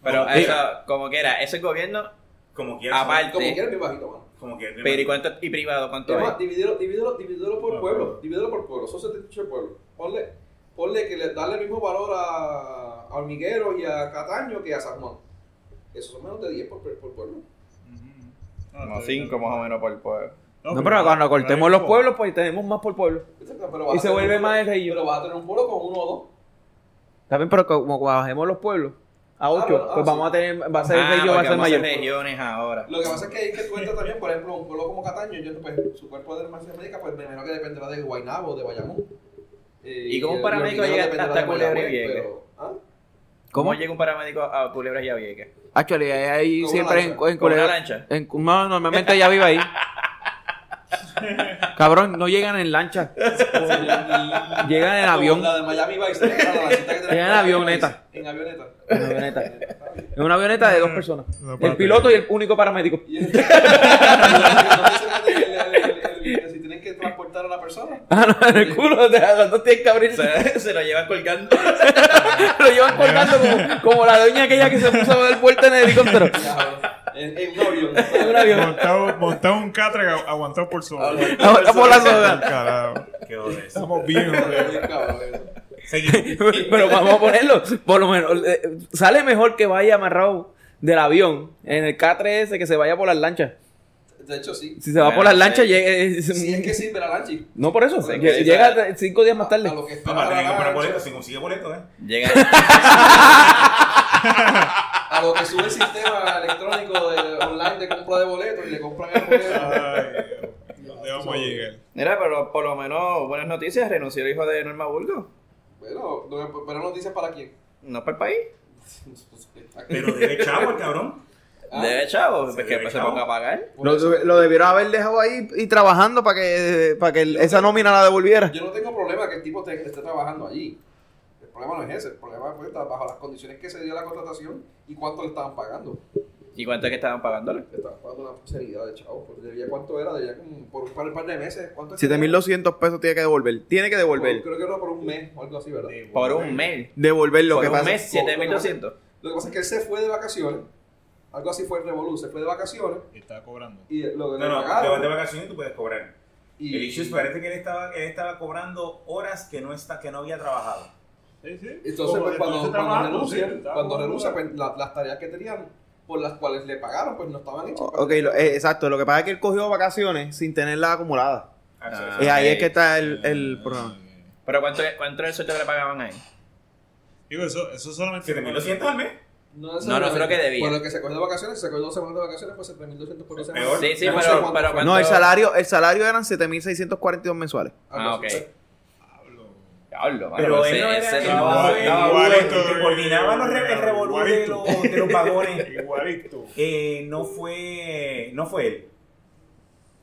[SPEAKER 5] Pero
[SPEAKER 1] Mira.
[SPEAKER 5] eso, como quiera, ese gobierno,
[SPEAKER 6] Como quiera.
[SPEAKER 5] Aparte.
[SPEAKER 6] son-
[SPEAKER 2] Como quieras, bien bajito, mano.
[SPEAKER 6] Como quiera.
[SPEAKER 5] pero ¿y cuánto y privado cuánto
[SPEAKER 2] Además,
[SPEAKER 5] es?
[SPEAKER 2] divídelo, divídelo, divídelo por
[SPEAKER 4] Ah,
[SPEAKER 2] pueblo,
[SPEAKER 4] bueno.
[SPEAKER 2] divídelo por pueblo, son 78 pueblos. Ponle, ponle que le darle el mismo valor a, a Hormigueros y a Cataño que a San Juan. Esos son menos de 10 por, por pueblo.
[SPEAKER 4] Ujú. No,
[SPEAKER 5] Como
[SPEAKER 4] está bien,
[SPEAKER 5] 5
[SPEAKER 4] está
[SPEAKER 5] más o
[SPEAKER 4] bien.
[SPEAKER 5] menos por pueblo.
[SPEAKER 1] No, pero cuando cortemos los pueblos, pues tenemos más por pueblo.
[SPEAKER 2] Pero vas
[SPEAKER 1] Y
[SPEAKER 2] a
[SPEAKER 1] se
[SPEAKER 2] tener
[SPEAKER 1] vuelve
[SPEAKER 2] un-
[SPEAKER 1] más el reguillo.
[SPEAKER 2] Pero vas a tener un pueblo con uno o dos.
[SPEAKER 1] También, pero como bajemos los pueblos a
[SPEAKER 2] Ah,
[SPEAKER 1] 8,
[SPEAKER 2] bueno, ah,
[SPEAKER 1] pues
[SPEAKER 2] sí.
[SPEAKER 1] vamos a tener. Va a ser
[SPEAKER 5] Ah,
[SPEAKER 1] el
[SPEAKER 5] porque
[SPEAKER 1] región, va a
[SPEAKER 5] vamos
[SPEAKER 1] ser
[SPEAKER 5] a hacer
[SPEAKER 1] mayor.
[SPEAKER 5] regiones ahora.
[SPEAKER 2] Lo que pasa es que hay que cuenta también, por ejemplo, un pueblo como Cataño, yo, pues, su cuerpo de emergencia médica, pues me imagino que dependerá de Guaynabo o de Bayamón. Eh,
[SPEAKER 5] ¿Y cómo un
[SPEAKER 2] el-
[SPEAKER 5] paramédico
[SPEAKER 2] el
[SPEAKER 5] llega
[SPEAKER 2] hormiguero dependerá
[SPEAKER 5] hasta
[SPEAKER 2] de
[SPEAKER 5] Culebra y
[SPEAKER 2] Mayagüez,
[SPEAKER 5] Vieques?
[SPEAKER 2] pero- ¿Ah?
[SPEAKER 5] ¿Cómo llega un paramédico a Culebras y a Vieques?
[SPEAKER 1] Actually, ahí, ahí
[SPEAKER 2] Con
[SPEAKER 1] siempre
[SPEAKER 2] una
[SPEAKER 1] en,
[SPEAKER 2] lancha.
[SPEAKER 1] en
[SPEAKER 5] ¿Con una
[SPEAKER 1] Culebra-
[SPEAKER 5] lancha?
[SPEAKER 1] en- no, normalmente ella vive ahí. Cabrón, no llegan en lancha. Llegan en avión.
[SPEAKER 2] La de Miami Vice. la de la lanchita que tenemos
[SPEAKER 1] Llega en
[SPEAKER 2] Miami
[SPEAKER 1] avioneta.
[SPEAKER 2] Vice. En avioneta.
[SPEAKER 1] En avioneta.
[SPEAKER 2] Está bien.
[SPEAKER 1] En una avioneta de dos personas.
[SPEAKER 4] No,
[SPEAKER 1] El
[SPEAKER 4] espérate.
[SPEAKER 1] piloto y el único paramédico.
[SPEAKER 2] Y el- el- el- el- Si tienen que transportar a la persona.
[SPEAKER 1] Ah, no, en el culo. de las dos tienen que abrir.
[SPEAKER 5] Se, se lo llevan colgando.
[SPEAKER 1] Lo llevan colgando como, como la doña aquella que se puso a dar vuelta en el helicóptero.
[SPEAKER 2] Ya, En en un avión.
[SPEAKER 1] En un avión.
[SPEAKER 4] Montado, montado un catre agu- aguantado por sol.
[SPEAKER 1] Ahora por la soga.
[SPEAKER 4] Carajo.
[SPEAKER 6] Qué joder.
[SPEAKER 4] Estamos bien, joder.
[SPEAKER 2] Cabrón, eso.
[SPEAKER 6] Seguimos.
[SPEAKER 1] Pero vamos a ponerlo. Por lo menos, eh, sale mejor que vaya amarrado del avión en el K3S que se vaya por las lanchas.
[SPEAKER 2] De hecho, sí.
[SPEAKER 1] Si se va
[SPEAKER 5] Bueno,
[SPEAKER 1] por las
[SPEAKER 5] sí.
[SPEAKER 1] lanchas, llega. eh,
[SPEAKER 2] Si es que sirve la lanchi.
[SPEAKER 1] No por eso.
[SPEAKER 5] Sí,
[SPEAKER 1] lle-
[SPEAKER 5] sí,
[SPEAKER 1] llega
[SPEAKER 5] sí.
[SPEAKER 1] tre- cinco días más tarde.
[SPEAKER 2] A lo que
[SPEAKER 6] Vamos a
[SPEAKER 2] espera
[SPEAKER 6] tener que
[SPEAKER 2] la
[SPEAKER 6] comprar boletos.
[SPEAKER 2] lancha,
[SPEAKER 6] Si consigue boletos, ¿eh?
[SPEAKER 5] Llega.
[SPEAKER 2] a lo que sube el sistema electrónico de- online de compra de boletos y le compran el boleto.
[SPEAKER 4] Ay, ¿Dónde vamos a llegar?
[SPEAKER 5] Mira, pero por lo menos, buenas noticias, renunció el hijo de Norma Burgo.
[SPEAKER 2] Bueno, no- pero noticias para quién.
[SPEAKER 5] No es para el país.
[SPEAKER 6] Pero debe chavo el cabrón.
[SPEAKER 2] Ah,
[SPEAKER 5] Debe, chavo,
[SPEAKER 6] Se
[SPEAKER 5] pues que
[SPEAKER 6] debe,
[SPEAKER 5] se
[SPEAKER 6] chavo.
[SPEAKER 5] ponga a pagar.
[SPEAKER 2] por eso.
[SPEAKER 1] debieron haber dejado ahí y trabajando para que, para que esa nómina la devolviera.
[SPEAKER 2] Yo no tengo problema que el tipo te- esté trabajando allí. El problema no es ese, el problema fue estar bajo las condiciones que se dio la contratación y cuánto le estaban pagando.
[SPEAKER 5] ¿Y cuánto es que estaban pagándole?
[SPEAKER 2] Le estaban pagando una seriedad de chavos. Pues debía cuánto era, debía como por un par, un par de meses. ¿Cuánto es que era?
[SPEAKER 1] 7.200 pesos tiene que devolver. Tiene que
[SPEAKER 2] Por-
[SPEAKER 1] devolver.
[SPEAKER 2] Creo que era por un mes o algo así, ¿verdad?
[SPEAKER 5] Por un mes.
[SPEAKER 1] Devolver lo
[SPEAKER 5] Por
[SPEAKER 1] que
[SPEAKER 5] un
[SPEAKER 1] pasa.
[SPEAKER 5] mes, 7200.
[SPEAKER 2] Lo que pasa es que él se fue de vacaciones. Algo así fue el Revolú, se fue de vacaciones
[SPEAKER 4] Y Está cobrando.
[SPEAKER 2] y lo
[SPEAKER 6] No,
[SPEAKER 2] que le
[SPEAKER 6] no, te vas de
[SPEAKER 2] pagaron.
[SPEAKER 6] vacaciones y tú puedes cobrar.
[SPEAKER 2] y-
[SPEAKER 6] El issue es, parece que él estaba, él estaba cobrando horas que no, está, que no había trabajado.
[SPEAKER 4] Sí, sí.
[SPEAKER 2] Entonces,
[SPEAKER 4] Como
[SPEAKER 2] pues, cuando, cuando
[SPEAKER 4] estoy trabajando,
[SPEAKER 2] renuncia,
[SPEAKER 4] sí, está
[SPEAKER 2] cuando
[SPEAKER 4] cobrando
[SPEAKER 2] renuncia,
[SPEAKER 4] horas.
[SPEAKER 2] pues la- las tareas que tenían por las cuales le pagaron, pues no estaban hechas.
[SPEAKER 1] O- Ok, lo- eh, exacto. Lo que pasa es que él cogió vacaciones sin tenerla acumulada.
[SPEAKER 5] Ah.
[SPEAKER 1] Y ahí
[SPEAKER 5] ok.
[SPEAKER 1] es que está el, el problema.
[SPEAKER 5] Pero ¿cuánto, cuánto era el sueldo que le pagaban ahí?
[SPEAKER 4] Digo, eso, eso solamente...
[SPEAKER 6] 7.200 al mes.
[SPEAKER 2] No,
[SPEAKER 5] no, eso es lo que debía.
[SPEAKER 2] Por lo que se cogió de vacaciones, se cogió dos semanas de vacaciones, pues 7.200 por semana.
[SPEAKER 6] Peor.
[SPEAKER 5] Sí, sí,
[SPEAKER 2] No sé
[SPEAKER 5] pero,
[SPEAKER 2] cuánto
[SPEAKER 5] pero
[SPEAKER 2] fue.
[SPEAKER 5] ¿cuánto?
[SPEAKER 1] No, el salario, el salario eran 7.642 mensuales.
[SPEAKER 5] Ah, ok.
[SPEAKER 2] Algo así.
[SPEAKER 4] Pablo.
[SPEAKER 5] Diablo, mano, pues,
[SPEAKER 6] Pero
[SPEAKER 5] ese-
[SPEAKER 6] él no era
[SPEAKER 5] ese
[SPEAKER 6] el
[SPEAKER 5] trabajo
[SPEAKER 4] igual-
[SPEAKER 5] estaba
[SPEAKER 4] igual-
[SPEAKER 5] bueno.
[SPEAKER 4] igualito,
[SPEAKER 6] que coordinaba los re- el revolú de
[SPEAKER 4] igualito.
[SPEAKER 6] los- de los vagones.
[SPEAKER 4] Igualito.
[SPEAKER 6] Eh, no fue no fue él,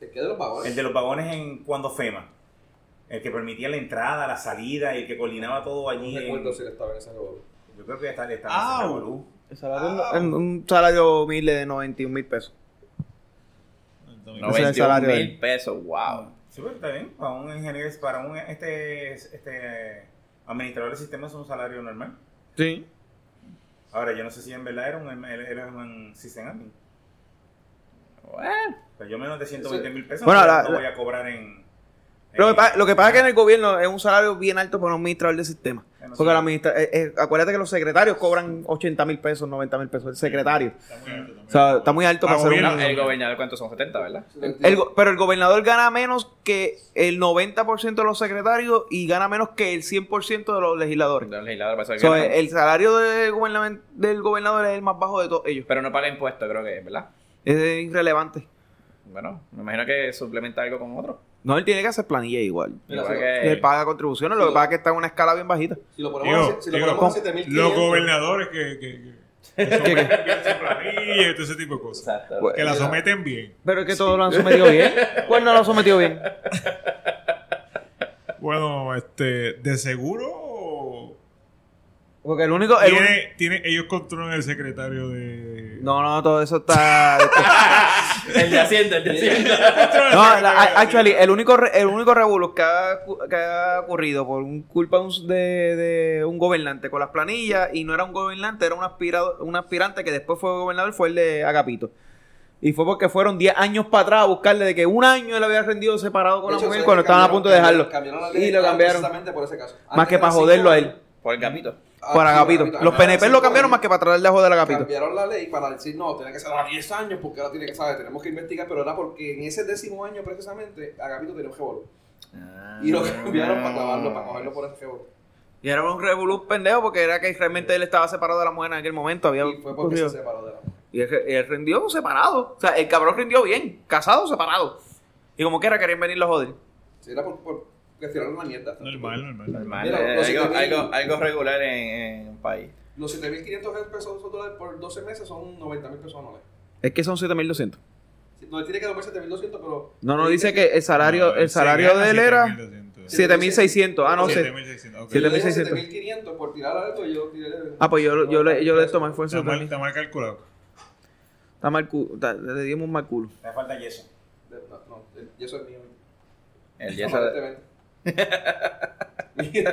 [SPEAKER 2] ¿El qué de los vagones?
[SPEAKER 6] el de los vagones en cuando FEMA, el que permitía la entrada, la salida y el que coordinaba todo allí.
[SPEAKER 2] No
[SPEAKER 6] en-
[SPEAKER 2] recuerdo si él estaba en ese revolú.
[SPEAKER 6] Yo creo que ya está, está
[SPEAKER 4] Au.
[SPEAKER 6] en Revolú.
[SPEAKER 1] El salario, un, Ah. un salario humilde de 91 mil pesos. Ese es el
[SPEAKER 5] 91
[SPEAKER 1] salario de
[SPEAKER 5] mil
[SPEAKER 1] él.
[SPEAKER 5] pesos, wow.
[SPEAKER 6] Sí, pero está bien, para un ingeniero, para un este, este administrador de sistemas es un salario normal.
[SPEAKER 1] Sí.
[SPEAKER 6] Ahora, yo no sé si en verdad era un, él- él era un system admin.
[SPEAKER 5] Bueno,
[SPEAKER 6] Pero yo menos de 120 mil pesos
[SPEAKER 1] Bueno,
[SPEAKER 6] no,
[SPEAKER 1] la-
[SPEAKER 6] no
[SPEAKER 1] la-
[SPEAKER 6] voy a cobrar en...
[SPEAKER 1] Lo que,
[SPEAKER 6] eh,
[SPEAKER 1] pa- lo que pasa es que en el gobierno es un salario bien alto para un administrador del sistema.
[SPEAKER 6] Bueno,
[SPEAKER 1] Porque
[SPEAKER 6] sí.
[SPEAKER 1] la administra- eh, eh, acuérdate que los secretarios cobran 80 mil pesos, 90 mil pesos. El secretario. O sea, está muy alto para
[SPEAKER 4] Ah,
[SPEAKER 1] ser un...
[SPEAKER 4] gobierno.
[SPEAKER 5] no, el gobernador, ¿cuántos son? 70, ¿verdad?
[SPEAKER 1] el go- pero el gobernador gana menos que el 90% de los secretarios y gana menos que el 100% de los legisladores.
[SPEAKER 5] Los legisladores, para eso
[SPEAKER 1] So,
[SPEAKER 5] que ganan.
[SPEAKER 1] el salario del, gobernamen- del gobernador es el más bajo de todos ellos.
[SPEAKER 5] Pero no paga impuestos, creo que, ¿verdad?
[SPEAKER 1] Es irrelevante.
[SPEAKER 5] Bueno, me imagino que suplementa algo con otro.
[SPEAKER 1] No, él tiene que hacer planilla igual.
[SPEAKER 2] Mira,
[SPEAKER 5] Igual
[SPEAKER 2] si,
[SPEAKER 5] que-
[SPEAKER 1] Él paga contribuciones, lo que
[SPEAKER 2] Sí.
[SPEAKER 1] pasa es que está en una escala bien bajita.
[SPEAKER 2] lo, si lo
[SPEAKER 4] Digo,
[SPEAKER 2] ponemos a- si lo
[SPEAKER 4] digo,
[SPEAKER 2] ponemos a
[SPEAKER 4] con-
[SPEAKER 2] 7500.
[SPEAKER 4] Los gobernadores que, que, que, que someten bien su planilla y todo ese tipo de cosas.
[SPEAKER 5] Exacto.
[SPEAKER 1] Bueno.
[SPEAKER 4] Que la someten bien.
[SPEAKER 1] Pero es que todos lo han sometido bien. ¿Cuál no lo ha sometido bien?
[SPEAKER 4] Bueno, este, de seguro
[SPEAKER 1] Porque el único. El único-
[SPEAKER 4] tiene, tiene, ellos controlan el secretario de.
[SPEAKER 1] No, no, todo eso está. este.
[SPEAKER 5] el de Hacienda, el de Hacienda.
[SPEAKER 4] Controlan el
[SPEAKER 1] No,
[SPEAKER 4] secretario
[SPEAKER 1] la-
[SPEAKER 4] de-
[SPEAKER 1] actually, el único, re- el único revuelo que ha, cu- que ha ocurrido por un culpa de, un- de- de un gobernante con las planillas, y no era un gobernante, era un, aspirado, un aspirante que después fue gobernador, fue el de Agapito. Y fue porque fueron 10 años para atrás a buscarle de que un año él había rendido separado con
[SPEAKER 2] De
[SPEAKER 1] la
[SPEAKER 2] hecho,
[SPEAKER 1] mujer
[SPEAKER 2] ¿sabes
[SPEAKER 1] cuando
[SPEAKER 2] qué?
[SPEAKER 1] estaban a
[SPEAKER 2] Cambiaron-
[SPEAKER 1] punto de dejarlo.
[SPEAKER 2] cambiaron la ley
[SPEAKER 1] Y lo cambiaron.
[SPEAKER 2] Precisamente por ese caso.
[SPEAKER 1] Más
[SPEAKER 2] Antes
[SPEAKER 1] que
[SPEAKER 2] era
[SPEAKER 1] para
[SPEAKER 2] cinco
[SPEAKER 1] joderlo a
[SPEAKER 2] años.
[SPEAKER 1] él.
[SPEAKER 5] Por el capito.
[SPEAKER 2] Ah,
[SPEAKER 1] Para
[SPEAKER 2] sí,
[SPEAKER 1] Agapito.
[SPEAKER 2] Agapito.
[SPEAKER 1] Los
[SPEAKER 2] Ah,
[SPEAKER 1] PNP lo
[SPEAKER 2] cinco
[SPEAKER 1] cambiaron
[SPEAKER 2] años.
[SPEAKER 1] más que para tratar de joder a Agapito.
[SPEAKER 2] Cambiaron la ley para decir, no, tiene que ser a 10 años porque ahora tiene que saber, tenemos que investigar, pero era porque en ese décimo año precisamente Agapito tenía un jebolo. Y lo cambiaron para clavarlo, para cogerlo por ese jebolo.
[SPEAKER 1] Y era un revolú pendejo porque era que realmente él estaba separado de la mujer en aquel momento. Había
[SPEAKER 2] Y fue porque
[SPEAKER 1] ocurrido.
[SPEAKER 2] se separó de la
[SPEAKER 1] Y él, él rindió separado. O sea, el cabrón rindió bien. Casado, separado. Y como quiera querían venirlo a joder.
[SPEAKER 2] Sí, era por, por que tiraron la mierda.
[SPEAKER 4] Normal, normal.
[SPEAKER 5] Normal,
[SPEAKER 2] Mira,
[SPEAKER 5] eh,
[SPEAKER 2] los
[SPEAKER 5] algo,
[SPEAKER 2] 7.000.
[SPEAKER 5] algo, algo regular en, en un país.
[SPEAKER 2] Los 7.500 pesos dólares por 12 meses son 90.000 pesos anuales.
[SPEAKER 1] Es que son 7200.
[SPEAKER 2] Sí, No, él tiene que tomar 7.200, pero...
[SPEAKER 1] No, no dice que el
[SPEAKER 4] No,
[SPEAKER 1] salario,
[SPEAKER 4] él
[SPEAKER 1] el
[SPEAKER 4] se
[SPEAKER 1] salario
[SPEAKER 4] gana
[SPEAKER 1] de él era
[SPEAKER 4] 7.200.
[SPEAKER 1] 7600. Ah, no sé.
[SPEAKER 4] 7.600, ok.
[SPEAKER 2] Si le
[SPEAKER 1] siete-
[SPEAKER 2] dije
[SPEAKER 1] 7.600.
[SPEAKER 2] 7.500 por tirar algo, yo tiré...
[SPEAKER 1] Ah, pues yo, yo, le, yo le tomé fuerza.
[SPEAKER 4] Está mal,
[SPEAKER 1] Está
[SPEAKER 4] está mal calculado.
[SPEAKER 1] mal cu- está- le dimos un mal culo.
[SPEAKER 6] Me falta yeso.
[SPEAKER 2] No, no, eh, y eso es mío.
[SPEAKER 5] El yeso de-
[SPEAKER 2] Aparentemente.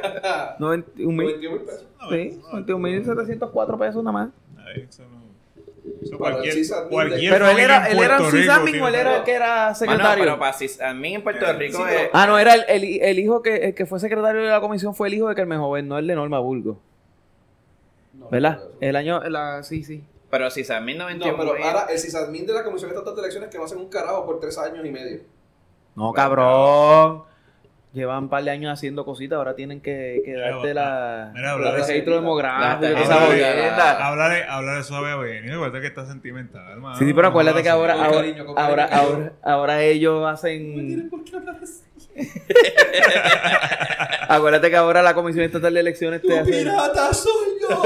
[SPEAKER 1] 91 mil.
[SPEAKER 2] 91.000 pesos.
[SPEAKER 4] No,
[SPEAKER 1] Sí,
[SPEAKER 4] no,
[SPEAKER 1] 21.704 pesos nada más.
[SPEAKER 4] no, eso no- eso
[SPEAKER 2] Para
[SPEAKER 4] cualquier-
[SPEAKER 2] el CISADMIN de-
[SPEAKER 4] cualquier
[SPEAKER 1] Pero él
[SPEAKER 4] familia
[SPEAKER 1] era,
[SPEAKER 4] en
[SPEAKER 1] él era un
[SPEAKER 4] Puerto Rico
[SPEAKER 1] sysadmin
[SPEAKER 4] tiene-
[SPEAKER 1] o él era el que era
[SPEAKER 5] Mano,
[SPEAKER 1] secretario.
[SPEAKER 5] pero para sis- a mí en Puerto
[SPEAKER 6] Sí,
[SPEAKER 5] Rico
[SPEAKER 2] pero-
[SPEAKER 5] es-
[SPEAKER 1] Ah, no, era el, el- el hijo que, el que fue secretario de la comisión fue el hijo de Carmen Joven, no el de Norma Burgo.
[SPEAKER 2] No,
[SPEAKER 1] ¿Verdad?
[SPEAKER 2] no, no, no.
[SPEAKER 1] El año, la, sí, sí.
[SPEAKER 5] Pero si a mí no
[SPEAKER 2] No, pero ahora eh, el sysadmin de la Comisión Estatal de Elecciones que no hacen un carajo por tres años y medio.
[SPEAKER 1] No, cabrón. Llevan un par de años haciendo cositas, ahora tienen que, que
[SPEAKER 4] Mira,
[SPEAKER 1] darte la,
[SPEAKER 4] mira,
[SPEAKER 1] el
[SPEAKER 4] hablar de- Ah,
[SPEAKER 1] registro demográfico.
[SPEAKER 5] la-
[SPEAKER 1] y
[SPEAKER 5] esa
[SPEAKER 1] esa
[SPEAKER 5] bollera.
[SPEAKER 1] jodienda.
[SPEAKER 4] Háblale, háblale suave a Benny, recuerda que está sentimental, mano.
[SPEAKER 1] Sí, sí, pero acuérdate
[SPEAKER 4] Ah,
[SPEAKER 1] que ahora,
[SPEAKER 2] Con
[SPEAKER 1] ahora,
[SPEAKER 2] cariño, con
[SPEAKER 1] ahora,
[SPEAKER 2] cariño.
[SPEAKER 1] ahora, ahora ellos hacen.
[SPEAKER 2] por qué hablar así.
[SPEAKER 1] Acuérdate que ahora la Comisión Estatal de Elecciones te hace.
[SPEAKER 2] soy yo!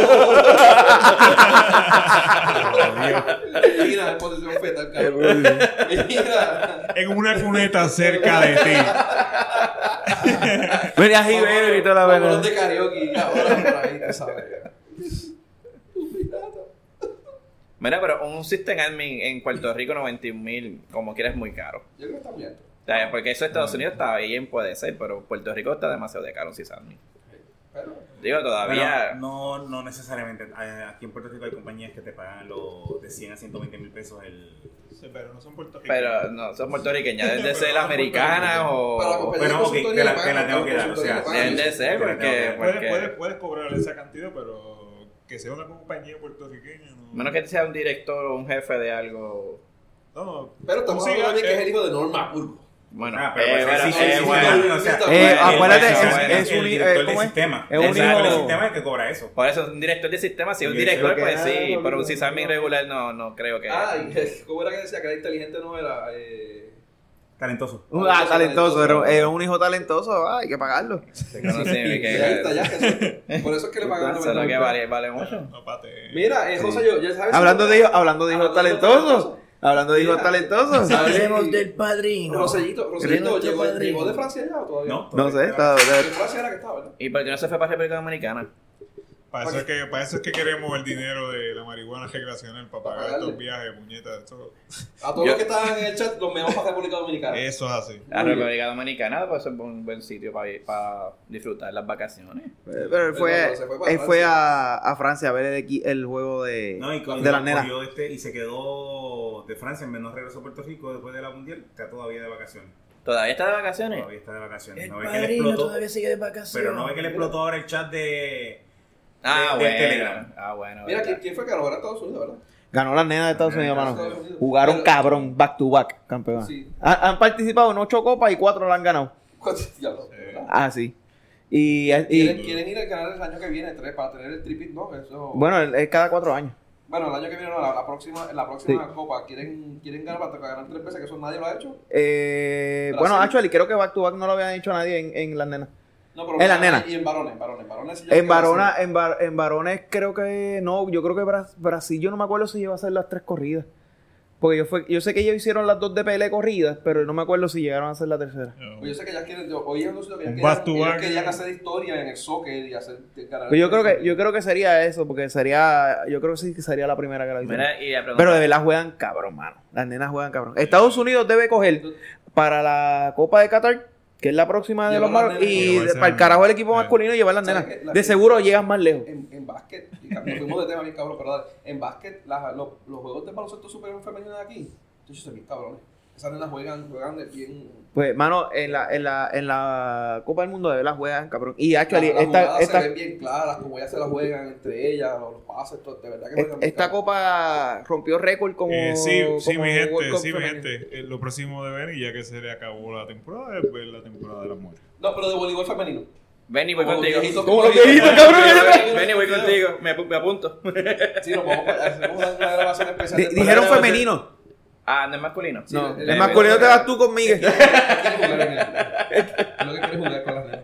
[SPEAKER 2] Mira, en posición fetal, cabrón. Mira.
[SPEAKER 4] En una cuneta cerca de ti.
[SPEAKER 1] Ven a Jiménez y toda la
[SPEAKER 2] Vámonos
[SPEAKER 1] verdad.
[SPEAKER 2] de karaoke, ahora por ahí, tú sabes. Tu pirata.
[SPEAKER 5] Mira, pero un system admin en Puerto Rico 91 mil, como quieras, es muy caro.
[SPEAKER 2] Yo creo que está muy alto.
[SPEAKER 5] O sea, porque eso en
[SPEAKER 6] Ah.
[SPEAKER 5] Estados Unidos está bien, puede ser, pero Puerto Rico está demasiado de caro un sysadmin.
[SPEAKER 2] Pero,
[SPEAKER 5] Digo, todavía...
[SPEAKER 6] Bueno, no, no necesariamente. Eh, Aquí en Puerto Rico hay compañías que te pagan los de 100 a 120 mil pesos el.
[SPEAKER 4] Pero no son Puerto
[SPEAKER 5] Pero no, son puertorriqueñas, deben de
[SPEAKER 4] Pero
[SPEAKER 5] ser
[SPEAKER 4] no son
[SPEAKER 5] americanas
[SPEAKER 2] Para
[SPEAKER 5] o...
[SPEAKER 2] acompañar-
[SPEAKER 6] Bueno, ok, te la, te la tengo que dar. O sea,
[SPEAKER 5] Deben de ser,
[SPEAKER 6] te la tengo que dar.
[SPEAKER 5] porque-
[SPEAKER 4] Puedes, puedes, puedes cobrar esa cantidad, pero que sea una compañía puertorriqueña. No,
[SPEAKER 5] Menos que sea un director o un jefe de algo...
[SPEAKER 4] No, no.
[SPEAKER 2] pero estamos
[SPEAKER 4] Sí,
[SPEAKER 2] hablando de que
[SPEAKER 4] eh,
[SPEAKER 2] es el hijo de Norma Burgo.
[SPEAKER 5] Bueno,
[SPEAKER 6] Ah, pero
[SPEAKER 5] eh,
[SPEAKER 6] pues,
[SPEAKER 5] bueno,
[SPEAKER 6] sí, sí,
[SPEAKER 5] eh,
[SPEAKER 6] sí,
[SPEAKER 5] bueno.
[SPEAKER 6] sí, o sea, pues,
[SPEAKER 1] Eh,
[SPEAKER 6] el-
[SPEAKER 1] acuérdate,
[SPEAKER 6] el-
[SPEAKER 1] es-
[SPEAKER 6] el-
[SPEAKER 1] es
[SPEAKER 6] el
[SPEAKER 1] un- eh,
[SPEAKER 6] director del
[SPEAKER 1] ¿cómo es?
[SPEAKER 6] sistema.
[SPEAKER 1] Es un
[SPEAKER 6] El director del
[SPEAKER 5] hijo-
[SPEAKER 6] sistema es el que cobra eso.
[SPEAKER 5] Por eso, un director de sistema, si es un
[SPEAKER 6] Sí, creo
[SPEAKER 5] director,
[SPEAKER 6] que-
[SPEAKER 5] pues
[SPEAKER 1] ah,
[SPEAKER 5] sí,
[SPEAKER 1] no,
[SPEAKER 5] pero un
[SPEAKER 1] no,
[SPEAKER 5] sysadmin
[SPEAKER 1] no.
[SPEAKER 5] regular no, no creo que...
[SPEAKER 2] Ay, ¿cómo era que decía que era inteligente? No era. Eh,
[SPEAKER 6] Talentoso.
[SPEAKER 1] Ah, talentoso, era, era un hijo talentoso, ah, hay que pagarlo.
[SPEAKER 5] que no sé, que-
[SPEAKER 2] de ahí está ya, eso. Por eso es que le pagaron.
[SPEAKER 5] Eso es lo
[SPEAKER 2] 90
[SPEAKER 5] que vale, vale mucho.
[SPEAKER 4] No, pate.
[SPEAKER 2] Mira, eh, José, yo, ya sabes.
[SPEAKER 1] Hablando de hijos, hablando de hijos
[SPEAKER 2] Hablando de hijos
[SPEAKER 1] talentosos.
[SPEAKER 2] talentosos.
[SPEAKER 1] Hablando de hijos
[SPEAKER 2] Mira.
[SPEAKER 1] talentosos.
[SPEAKER 2] Hablemos del
[SPEAKER 7] padrino.
[SPEAKER 2] Rosellito, Rosellito llegó, llegó de Francia ya o todavía.
[SPEAKER 6] No,
[SPEAKER 1] No sé, está,
[SPEAKER 2] De
[SPEAKER 1] está-
[SPEAKER 2] Francia era que estaba, ¿verdad?
[SPEAKER 5] ¿Y por qué no se fue para República Dominicana?
[SPEAKER 4] Para eso, es que, para eso es que queremos el dinero de la marihuana recreacional, para
[SPEAKER 2] Para
[SPEAKER 4] pagar
[SPEAKER 2] pagarle.
[SPEAKER 4] estos viajes, puñetas. Eso,
[SPEAKER 2] A todos
[SPEAKER 5] Yo-
[SPEAKER 2] los que estaban en el chat, los mejores para República Dominicana.
[SPEAKER 4] eso es así.
[SPEAKER 5] La República Dominicana puede ser pues, un buen sitio para, ir- para disfrutar las vacaciones.
[SPEAKER 1] Pero él fue,
[SPEAKER 2] Pero se fue para
[SPEAKER 1] él fue a, a Francia a ver el, equi- el juego de,
[SPEAKER 6] No, y cuando
[SPEAKER 1] de la
[SPEAKER 6] lo
[SPEAKER 1] nena.
[SPEAKER 6] cogió este y se quedó de Francia, en menos regresó a Puerto Rico después de la mundial, está todavía de vacaciones.
[SPEAKER 5] ¿Todavía está de vacaciones?
[SPEAKER 6] Todavía está de vacaciones.
[SPEAKER 7] El
[SPEAKER 6] no ve que le
[SPEAKER 7] padrino
[SPEAKER 6] explotó,
[SPEAKER 7] todavía sigue de vacaciones.
[SPEAKER 6] pero no ve que le explotó ahora el chat de.
[SPEAKER 5] Ah,
[SPEAKER 6] de- de
[SPEAKER 5] bueno.
[SPEAKER 6] Telegram.
[SPEAKER 5] Ah, bueno.
[SPEAKER 2] Mira, ¿quién,
[SPEAKER 5] ¿verdad?
[SPEAKER 2] quién fue que ganó? Era Estados Unidos, ¿verdad?
[SPEAKER 1] Ganó la nena de Estados Unidos,
[SPEAKER 2] Estados
[SPEAKER 1] hermano.
[SPEAKER 2] Unidos.
[SPEAKER 1] Jugaron
[SPEAKER 2] Pero-
[SPEAKER 1] cabrón, back to back, campeón.
[SPEAKER 2] Sí.
[SPEAKER 1] Han, han participado en ocho copas y cuatro la han ganado.
[SPEAKER 2] ¿Cuántos diablos?
[SPEAKER 1] Ah, sí. Y, eh, y-
[SPEAKER 2] ¿Quieren, quieren ir a ganar el año que viene, tres, para tener el tripit, ¿no? Eso.
[SPEAKER 1] bueno, es cada cuatro años.
[SPEAKER 2] Bueno, el año que viene no, la, la próxima, la próxima copa quieren, quieren ganar para ganar tres veces, que eso nadie lo ha hecho.
[SPEAKER 1] Eh,
[SPEAKER 2] Brasil.
[SPEAKER 1] bueno, actually, creo que back to back no lo había dicho nadie en, en las nenas.
[SPEAKER 2] No, pero
[SPEAKER 1] En la nena.
[SPEAKER 2] Y en varones, en varones, en varones. sí ya
[SPEAKER 1] En
[SPEAKER 2] que va a ser.
[SPEAKER 1] varona, en, var- en varones creo que no, yo creo que Bra- Brasil, yo no me acuerdo si iba a hacer las tres corridas. Porque yo fue, yo sé que ellos hicieron las dos de Pelé corridas, pero no me acuerdo si llegaron a hacer la tercera.
[SPEAKER 4] Eh,
[SPEAKER 2] Pues yo sé que ellas quieren, yo- hoy he anunciado que
[SPEAKER 4] Un
[SPEAKER 2] ellas
[SPEAKER 4] back to
[SPEAKER 2] querían, ellas
[SPEAKER 4] back.
[SPEAKER 2] querían hacer historia en el soccer y hacer ganar.
[SPEAKER 1] Pero Pues yo creo que, yo creo que sería eso, porque sería, yo creo que sí que sería la primera que la hicieron.
[SPEAKER 5] Mira, y la pregunta.
[SPEAKER 1] Pero de verdad juegan cabrón, mano. Las nenas juegan cabrón. Estados Unidos debe coger para la Copa de Qatar, que es la próxima de
[SPEAKER 2] Llevar
[SPEAKER 1] los
[SPEAKER 2] las
[SPEAKER 1] malos,
[SPEAKER 2] nenas.
[SPEAKER 1] y
[SPEAKER 4] Llevar
[SPEAKER 1] de-
[SPEAKER 4] esas
[SPEAKER 1] para el
[SPEAKER 4] nenas.
[SPEAKER 1] carajo el equipo
[SPEAKER 4] Sí.
[SPEAKER 1] masculino y llevar las
[SPEAKER 2] ¿Sabes
[SPEAKER 1] nenas.
[SPEAKER 2] qué? La-
[SPEAKER 1] De seguro llegas más lejos.
[SPEAKER 2] En, en básquet, y nos fuimos de tema bien cabrón, pero dale. En básquet, las- los, los juegos de baloncesto superior femenino de aquí, yo sé bien cabrones. Esas nenas juegan, juegan de bien.
[SPEAKER 1] Pues, mano, en la, en la, en la Copa del Mundo de verdad juegan cabrón. Y
[SPEAKER 2] Las
[SPEAKER 1] actually,
[SPEAKER 2] las
[SPEAKER 1] esta,
[SPEAKER 2] jugadas
[SPEAKER 1] esta,
[SPEAKER 2] Ah, se ven bien claras, como ellas se las juegan entre ellas, los, los pases, todo, de verdad que
[SPEAKER 1] esta,
[SPEAKER 2] juegan bien cabrón.
[SPEAKER 1] Copa rompió récord como.
[SPEAKER 4] Eh, sí, sí,
[SPEAKER 1] como
[SPEAKER 4] mi
[SPEAKER 1] World
[SPEAKER 4] gente,
[SPEAKER 1] Cup
[SPEAKER 4] sí, mi
[SPEAKER 1] femenino.
[SPEAKER 4] gente. Eh, lo próximo de ver, y ya que se le acabó la temporada, es ver la temporada de las mujeres.
[SPEAKER 2] No, pero de voleibol femenino.
[SPEAKER 5] Ven y voy
[SPEAKER 2] Como los
[SPEAKER 5] contigo.
[SPEAKER 2] viejitos-
[SPEAKER 1] Como los viejitos, cabrón.
[SPEAKER 5] Ven y voy contigo. Me, apu- me apunto.
[SPEAKER 2] Sí, nos vamos a hacer una una grabación especial.
[SPEAKER 1] Di-
[SPEAKER 2] de-
[SPEAKER 1] dijeron
[SPEAKER 5] Pero-
[SPEAKER 1] femenino.
[SPEAKER 5] Ah, no es masculino.
[SPEAKER 2] Sí,
[SPEAKER 1] no,
[SPEAKER 2] el-
[SPEAKER 1] el
[SPEAKER 2] el-
[SPEAKER 1] masculino
[SPEAKER 2] el-
[SPEAKER 1] te vas tú con Miguel.
[SPEAKER 2] Es lo que quieres jugar con las nenas.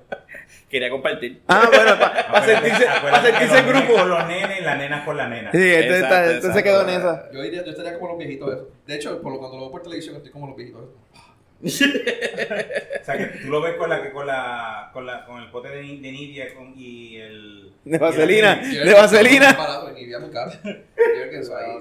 [SPEAKER 5] Quería compartir.
[SPEAKER 1] ah, bueno, para
[SPEAKER 6] Acuérdate-
[SPEAKER 1] sentirse, pa'
[SPEAKER 6] acuérdate que
[SPEAKER 1] sentirse en
[SPEAKER 6] los nenes
[SPEAKER 1] grupo.
[SPEAKER 6] Con los nenes, las nenas con las nenas.
[SPEAKER 1] Sí, entonces,
[SPEAKER 5] Exacto,
[SPEAKER 1] este está- entonces se quedó en
[SPEAKER 5] exacto.
[SPEAKER 1] esa.
[SPEAKER 2] Yo diría, yo estaría como los viejitos esos. De hecho, por lo, cuando lo veo por televisión, estoy como los viejitos esos.
[SPEAKER 6] O sea, que tú lo ves con la que con la con la con el pote de, ni- de Nivea con, y el
[SPEAKER 1] De vaselina.
[SPEAKER 6] y
[SPEAKER 1] ¿De vaselina?
[SPEAKER 2] Más barato, ni Nivea muy caro. Yo que eso ahí.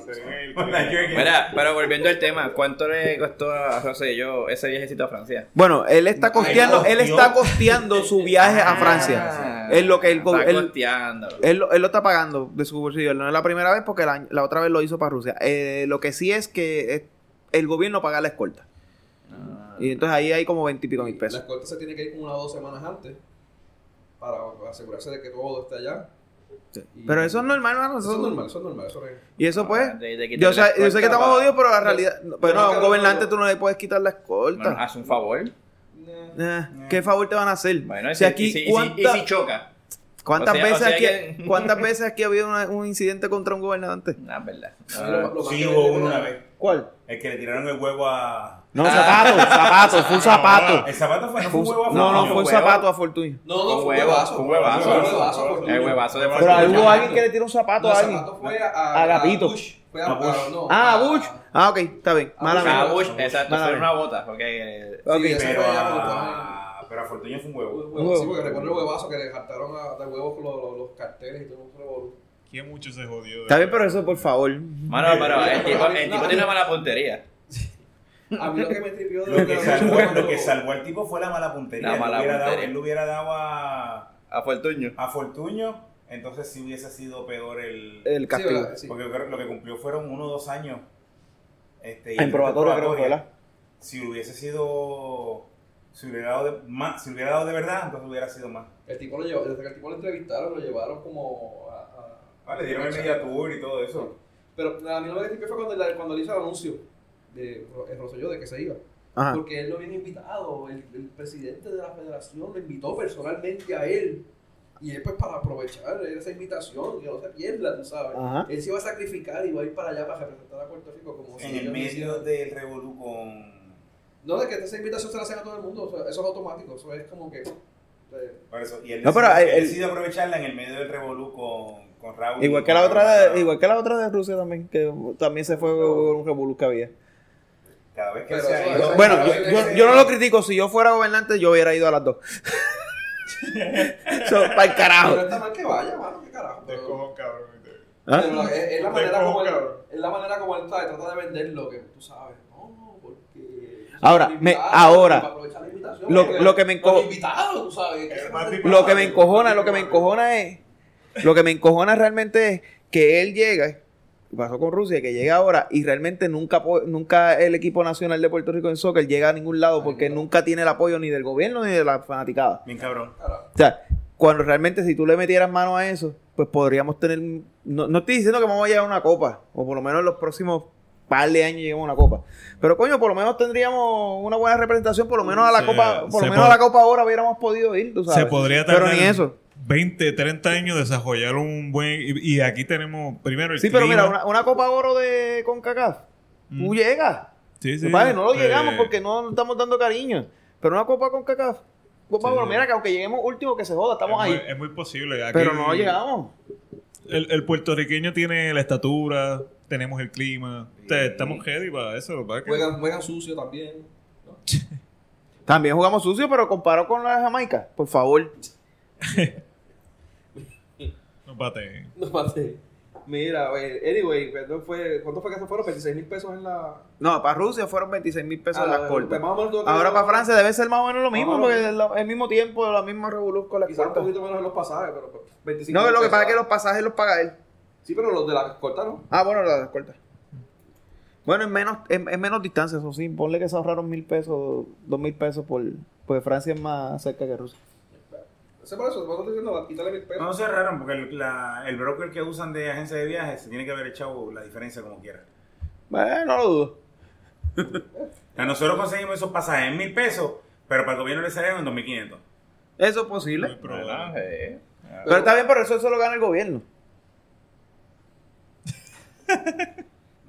[SPEAKER 6] el- con la Jergens.
[SPEAKER 5] Mira, pero volviendo al tema, ¿cuánto le costó a José y yo ese viajecito a Francia?
[SPEAKER 1] Bueno, él está costeando,
[SPEAKER 6] Dios,
[SPEAKER 1] él está
[SPEAKER 6] Dios.
[SPEAKER 1] costeando su viaje a Francia.
[SPEAKER 5] Ah,
[SPEAKER 1] Es lo que el go-
[SPEAKER 5] Está
[SPEAKER 1] él,
[SPEAKER 5] costeando.
[SPEAKER 1] él lo- él lo está pagando de su bolsillo. No es la primera vez porque la, la otra vez lo hizo para Rusia. Eh, lo que sí es que eh, el gobierno paga la escolta.
[SPEAKER 5] Ah.
[SPEAKER 1] Y entonces ahí hay como veintipico mil
[SPEAKER 2] La
[SPEAKER 1] pesos.
[SPEAKER 2] escolta se tiene que ir como una o dos semanas antes para asegurarse de que todo esté allá. Y-
[SPEAKER 1] Pero eso es normal, mano.
[SPEAKER 2] Eso
[SPEAKER 1] Eso
[SPEAKER 2] es normal, eso es normal. Eso es...
[SPEAKER 1] Y eso pues.
[SPEAKER 5] Ah, de- de quitarle
[SPEAKER 1] Yo sé,
[SPEAKER 5] la
[SPEAKER 1] yo sé
[SPEAKER 5] escolta
[SPEAKER 1] que estamos
[SPEAKER 5] para-
[SPEAKER 1] jodidos, pero la realidad. Pero a un
[SPEAKER 2] no,
[SPEAKER 1] gobernante
[SPEAKER 2] no.
[SPEAKER 1] tú no le puedes quitar la
[SPEAKER 5] Bueno,
[SPEAKER 1] escolta.
[SPEAKER 5] haz un favor.
[SPEAKER 2] Nah.
[SPEAKER 1] Eh, ¿Qué favor te van a hacer?
[SPEAKER 5] Bueno, y
[SPEAKER 1] Si aquí.
[SPEAKER 5] y si, y si-
[SPEAKER 1] ¿cuánta-
[SPEAKER 5] y si choca.
[SPEAKER 1] ¿Cuántas
[SPEAKER 5] O sea- o
[SPEAKER 1] veces
[SPEAKER 5] sea
[SPEAKER 1] aquí,
[SPEAKER 5] que-
[SPEAKER 1] cuántas veces aquí ha habido una- un incidente contra un gobernante?
[SPEAKER 5] No, es Ah, verdad.
[SPEAKER 2] Sí, lo- lo más
[SPEAKER 6] Ah, Sí,
[SPEAKER 2] que
[SPEAKER 6] hubo
[SPEAKER 2] me-
[SPEAKER 6] uno una vez.
[SPEAKER 1] ¿Cuál?
[SPEAKER 6] El que le tiraron el huevo a.
[SPEAKER 5] Ah.
[SPEAKER 6] Ah,
[SPEAKER 1] No, zapatos, zapatos, fue un zapato.
[SPEAKER 6] El zapato fue, no fue un huevo a
[SPEAKER 1] No, no, fue un
[SPEAKER 5] huevo.
[SPEAKER 1] zapato a Fortuny.
[SPEAKER 2] No, no,
[SPEAKER 5] Un
[SPEAKER 2] fue
[SPEAKER 5] huevo,
[SPEAKER 2] huevazo.
[SPEAKER 5] un huevazo.
[SPEAKER 2] Fue huevazo.
[SPEAKER 6] El
[SPEAKER 2] Fortunio.
[SPEAKER 5] El huevazo de
[SPEAKER 1] Pero
[SPEAKER 5] Fortunio.
[SPEAKER 1] hubo alguien que le tiró un
[SPEAKER 2] No,
[SPEAKER 1] zapato a
[SPEAKER 2] el
[SPEAKER 1] alguien.
[SPEAKER 2] zapato fue a,
[SPEAKER 1] A Gapito.
[SPEAKER 2] Bush. Fue a,
[SPEAKER 6] A Bush.
[SPEAKER 2] no,
[SPEAKER 1] Ah, a
[SPEAKER 2] a-
[SPEAKER 1] Bush. Ah, ok, está bien. Mala
[SPEAKER 2] Bush.
[SPEAKER 5] Ah,
[SPEAKER 1] mía.
[SPEAKER 2] Ah,
[SPEAKER 5] Bush, exacto,
[SPEAKER 1] Mala
[SPEAKER 5] fue
[SPEAKER 1] mía.
[SPEAKER 5] una bota. Porque. eh,
[SPEAKER 1] Ok.
[SPEAKER 2] Sí, ese
[SPEAKER 6] Pero
[SPEAKER 2] fue allá por
[SPEAKER 6] a. Pero a Fortunio fue un huevo.
[SPEAKER 2] Huevo, Sí, porque recuerdo el huevazo que le jartaron a, de huevos con los, los, los carteles y todo un revolú.
[SPEAKER 4] Que mucho se jodió.
[SPEAKER 1] Está bien, pero eso, por favor.
[SPEAKER 5] Mano, pero el
[SPEAKER 4] Eh,
[SPEAKER 5] tipo, el tipo tiene una mala puntería.
[SPEAKER 2] A mí lo que me tripió de
[SPEAKER 6] Lo que,
[SPEAKER 2] de-
[SPEAKER 6] salvó,
[SPEAKER 2] cuando-
[SPEAKER 6] lo que salvó al tipo fue la mala puntería.
[SPEAKER 5] La mala
[SPEAKER 6] él, hubiera Dado,
[SPEAKER 5] puntería.
[SPEAKER 6] él le hubiera dado a,
[SPEAKER 5] A Fortuño.
[SPEAKER 6] a Fortunio, entonces sí hubiese sido peor el.
[SPEAKER 1] El
[SPEAKER 2] Sí,
[SPEAKER 1] castigo.
[SPEAKER 2] ¿verdad? Sí.
[SPEAKER 6] Porque yo creo- lo que cumplió fueron uno o dos años. Este, y
[SPEAKER 1] En probatoria creo que fue, ¿verdad?
[SPEAKER 6] Si hubiese sido. Si hubiera dado de, más, si hubiera dado de verdad, entonces hubiera sido más.
[SPEAKER 2] El tipo lo llevó, desde que el tipo lo entrevistaron, lo llevaron como a. a-
[SPEAKER 6] Ah, le dieron el
[SPEAKER 2] a-
[SPEAKER 6] media tour y todo eso.
[SPEAKER 2] Pero a mí lo que me tripió fue cuando, la- cuando le hizo el anuncio de Ro- el Rosselló de que se iba.
[SPEAKER 1] Ajá.
[SPEAKER 2] Porque él lo había invitado, el, el presidente de la federación lo invitó personalmente a él. Y él, pues, para aprovechar esa invitación, que no se pierda, tú sabes.
[SPEAKER 1] Ajá.
[SPEAKER 2] Él se iba a sacrificar y va a ir para allá para representar a Puerto Rico como si
[SPEAKER 6] En el
[SPEAKER 2] ellos
[SPEAKER 6] medio
[SPEAKER 2] hicieran-
[SPEAKER 6] del revolú con.
[SPEAKER 2] No, de que esa invitación se la hacen a todo el mundo, o sea, eso es automático, eso es como que... eh,
[SPEAKER 6] Por eso, y él
[SPEAKER 1] No,
[SPEAKER 6] decidió,
[SPEAKER 1] pero eh,
[SPEAKER 6] él
[SPEAKER 1] el-
[SPEAKER 6] decidió aprovecharla en el medio del revolú con, con Raúl. y
[SPEAKER 1] Igual que
[SPEAKER 6] con
[SPEAKER 1] la otra
[SPEAKER 6] Raúl.
[SPEAKER 1] de, igual que la otra de Rusia también, que también se fue un revolú que había.
[SPEAKER 6] Cada vez que
[SPEAKER 2] Pero
[SPEAKER 6] se ha
[SPEAKER 2] eso-
[SPEAKER 6] ido-
[SPEAKER 2] eso-
[SPEAKER 1] Bueno, yo, yo- yo no lo critico. Si yo fuera gobernante, yo hubiera ido a las dos. para el
[SPEAKER 2] Pero
[SPEAKER 1] carajo.
[SPEAKER 2] está mal que vaya, mano, qué carajo.
[SPEAKER 4] Te
[SPEAKER 2] Pero,
[SPEAKER 4] cojo, cabrón.
[SPEAKER 1] ¿Ah?
[SPEAKER 2] pero la- es, es la manera
[SPEAKER 4] Te
[SPEAKER 2] como él,
[SPEAKER 4] cojo,
[SPEAKER 2] es la manera como él sabe, trata de venderlo, que tú sabes, no, porque...
[SPEAKER 1] Ahora,
[SPEAKER 2] son
[SPEAKER 1] me-
[SPEAKER 2] invitados,
[SPEAKER 1] ahora,
[SPEAKER 2] para aprovechar la invitación,
[SPEAKER 1] lo-
[SPEAKER 2] porque
[SPEAKER 1] lo que me
[SPEAKER 2] son
[SPEAKER 1] enco-
[SPEAKER 2] invitados, tú sabes, que
[SPEAKER 4] Es
[SPEAKER 2] se
[SPEAKER 4] más
[SPEAKER 2] meten-
[SPEAKER 1] Lo que me encojona, lo que me encojona es. Lo que me encojona realmente es que él llega, pasó con Rusia, que llega ahora y realmente nunca, po- nunca el equipo nacional de Puerto Rico en soccer llega a ningún lado porque nunca tiene el apoyo ni del gobierno ni de la fanaticada.
[SPEAKER 6] Bien cabrón.
[SPEAKER 2] Carajo.
[SPEAKER 1] O sea, cuando realmente si tú le metieras mano a eso, pues podríamos tener. No, no estoy diciendo que vamos a llegar a una copa, o por lo menos en los próximos par de años lleguemos a una copa. Pero coño, por lo menos tendríamos una buena representación, por lo menos a la
[SPEAKER 4] Se-
[SPEAKER 1] copa, por
[SPEAKER 4] se
[SPEAKER 1] lo menos
[SPEAKER 4] pod-
[SPEAKER 1] a la copa ahora hubiéramos podido ir, tú sabes.
[SPEAKER 4] podría
[SPEAKER 1] Pero
[SPEAKER 4] tardar-
[SPEAKER 1] ni eso.
[SPEAKER 4] 20, 30 años desarrollar un buen. Y, y aquí tenemos primero el.
[SPEAKER 1] Sí, pero
[SPEAKER 4] clima.
[SPEAKER 1] mira, una, una Copa Oro de CONCACAF,
[SPEAKER 4] Mm.
[SPEAKER 1] tú llegas.
[SPEAKER 4] Sí, sí.
[SPEAKER 1] Vale, no lo
[SPEAKER 4] Eh,
[SPEAKER 1] llegamos porque no nos estamos dando cariño. Pero una Copa CONCACAF, Copa
[SPEAKER 4] Sí.
[SPEAKER 1] Oro, mira que aunque lleguemos último que se joda, estamos
[SPEAKER 4] es
[SPEAKER 1] ahí.
[SPEAKER 4] Muy, es muy posible. Aquí
[SPEAKER 1] pero no llegamos.
[SPEAKER 4] El, el puertorriqueño tiene la estatura, tenemos el clima. Te- estamos ready para eso. para que-
[SPEAKER 2] Juegan, juegan sucio también. ¿no?
[SPEAKER 1] También jugamos sucio, pero comparado con la de Jamaica, por favor.
[SPEAKER 4] No pateen.
[SPEAKER 2] No mate. Mira, eh, anyway, ¿cuánto fue, ¿cuánto fue que se fueron? 26 mil pesos en la.
[SPEAKER 1] No, para Rusia fueron 26 mil pesos
[SPEAKER 2] Ah,
[SPEAKER 1] las cortas.
[SPEAKER 2] pues más o menos todo lo que-
[SPEAKER 1] Ahora para Francia debe ser más o menos lo mismo,
[SPEAKER 2] Más o
[SPEAKER 1] porque
[SPEAKER 2] menos.
[SPEAKER 1] es la- el mismo tiempo, la misma revolución con las
[SPEAKER 2] Quizás un
[SPEAKER 1] cortas.
[SPEAKER 2] poquito menos en los pasajes, pero pues, 25
[SPEAKER 1] No,
[SPEAKER 2] mil
[SPEAKER 1] lo que
[SPEAKER 2] pesos.
[SPEAKER 1] pasa es que los pasajes los paga él.
[SPEAKER 2] Sí, pero los de la corta no.
[SPEAKER 1] Ah, bueno, las cortas. Bueno, es menos, es, es menos distancia, eso sí. Ponle que se ahorraron mil pesos, dos mil pesos por... Porque Francia es más cerca que Rusia.
[SPEAKER 2] Eso por eso, nosotros diciendo, quítale mil pesos.
[SPEAKER 6] No
[SPEAKER 1] Ah,
[SPEAKER 6] se ahorraron porque el, la- el broker que usan de agencia de viajes se tiene que haber echado la diferencia como quiera.
[SPEAKER 1] Bueno, no lo dudo.
[SPEAKER 6] O sea, nosotros conseguimos esos pasajes en mil pesos, pero para el gobierno le salieron en 2500.
[SPEAKER 1] Eso es posible.
[SPEAKER 4] Muy probable.
[SPEAKER 5] sí.
[SPEAKER 1] Pero está bien, pero eso, eso lo gana el gobierno.
[SPEAKER 6] No se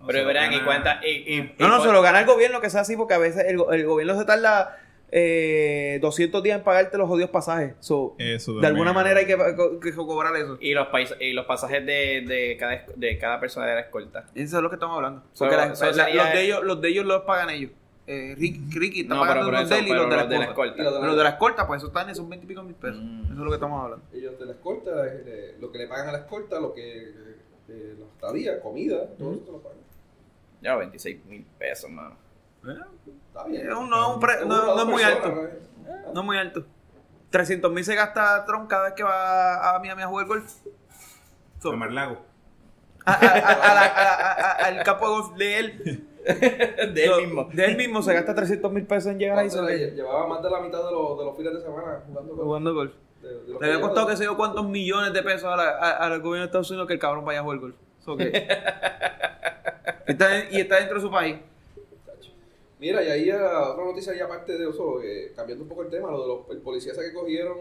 [SPEAKER 5] Pero
[SPEAKER 6] lo
[SPEAKER 5] verán, ¿y
[SPEAKER 6] gana-
[SPEAKER 5] cuántas? Y, y, y
[SPEAKER 1] No, no,
[SPEAKER 5] cuán-
[SPEAKER 1] se lo gana el gobierno, que sea así, porque a veces el, go- el gobierno se tarda eh, 200 días en pagarte los odios pasajes. So,
[SPEAKER 5] Eh,
[SPEAKER 4] Eso
[SPEAKER 1] de
[SPEAKER 4] también.
[SPEAKER 1] alguna manera hay que, co- que cobrar eso.
[SPEAKER 5] y los, pais- y los pasajes de, de, cada, esc- de cada persona de la escolta.
[SPEAKER 1] Eso es lo que estamos hablando.
[SPEAKER 5] So,
[SPEAKER 1] Porque la-
[SPEAKER 5] so
[SPEAKER 1] la-
[SPEAKER 5] sería-
[SPEAKER 1] los, de ellos, los de ellos los pagan ellos. Eh, Ricky, Ricky está
[SPEAKER 5] No, pero
[SPEAKER 1] pagando
[SPEAKER 5] por
[SPEAKER 1] los
[SPEAKER 5] eso,
[SPEAKER 1] de él y
[SPEAKER 5] pero
[SPEAKER 1] los de la escolta.
[SPEAKER 2] Y los de la-
[SPEAKER 1] Pero los de las cortas, pues eso están en esos 20 y pico mil pesos.
[SPEAKER 5] Mm.
[SPEAKER 1] Eso es lo que estamos hablando.
[SPEAKER 2] Ellos de la escolta, eh, le- lo que le pagan a la escolta, lo que. eh, la estadía, comida, todo eso se lo pagan.
[SPEAKER 5] Ya, 26 mil pesos, mano.
[SPEAKER 2] Está bien.
[SPEAKER 1] Es un- no, es un pre- no- no es muy alto. No es muy alto. 300 mil se gasta Trump cada vez que va a Miami a jugar golf. So,
[SPEAKER 6] Tomar lago.
[SPEAKER 1] a- a- a- a la- a- a- a- Al campo de golf de él.
[SPEAKER 5] De él
[SPEAKER 1] So,
[SPEAKER 5] mismo.
[SPEAKER 1] De él mismo se gasta 300 mil pesos en llegar ahí solo
[SPEAKER 2] Llevaba más de la mitad de los, de los fines de semana jugando. con-
[SPEAKER 1] jugando golf.
[SPEAKER 2] de- de los
[SPEAKER 1] Le había
[SPEAKER 2] que-
[SPEAKER 1] costado que sé yo cuántos millones de pesos a la- a- al gobierno de Estados Unidos que el cabrón vaya a jugar golf. So que- está en- y está dentro de su país.
[SPEAKER 2] Mira, y ahí ah, otra noticia, y aparte de eso, eh, cambiando un poco el tema, lo de los el policía ese que cogieron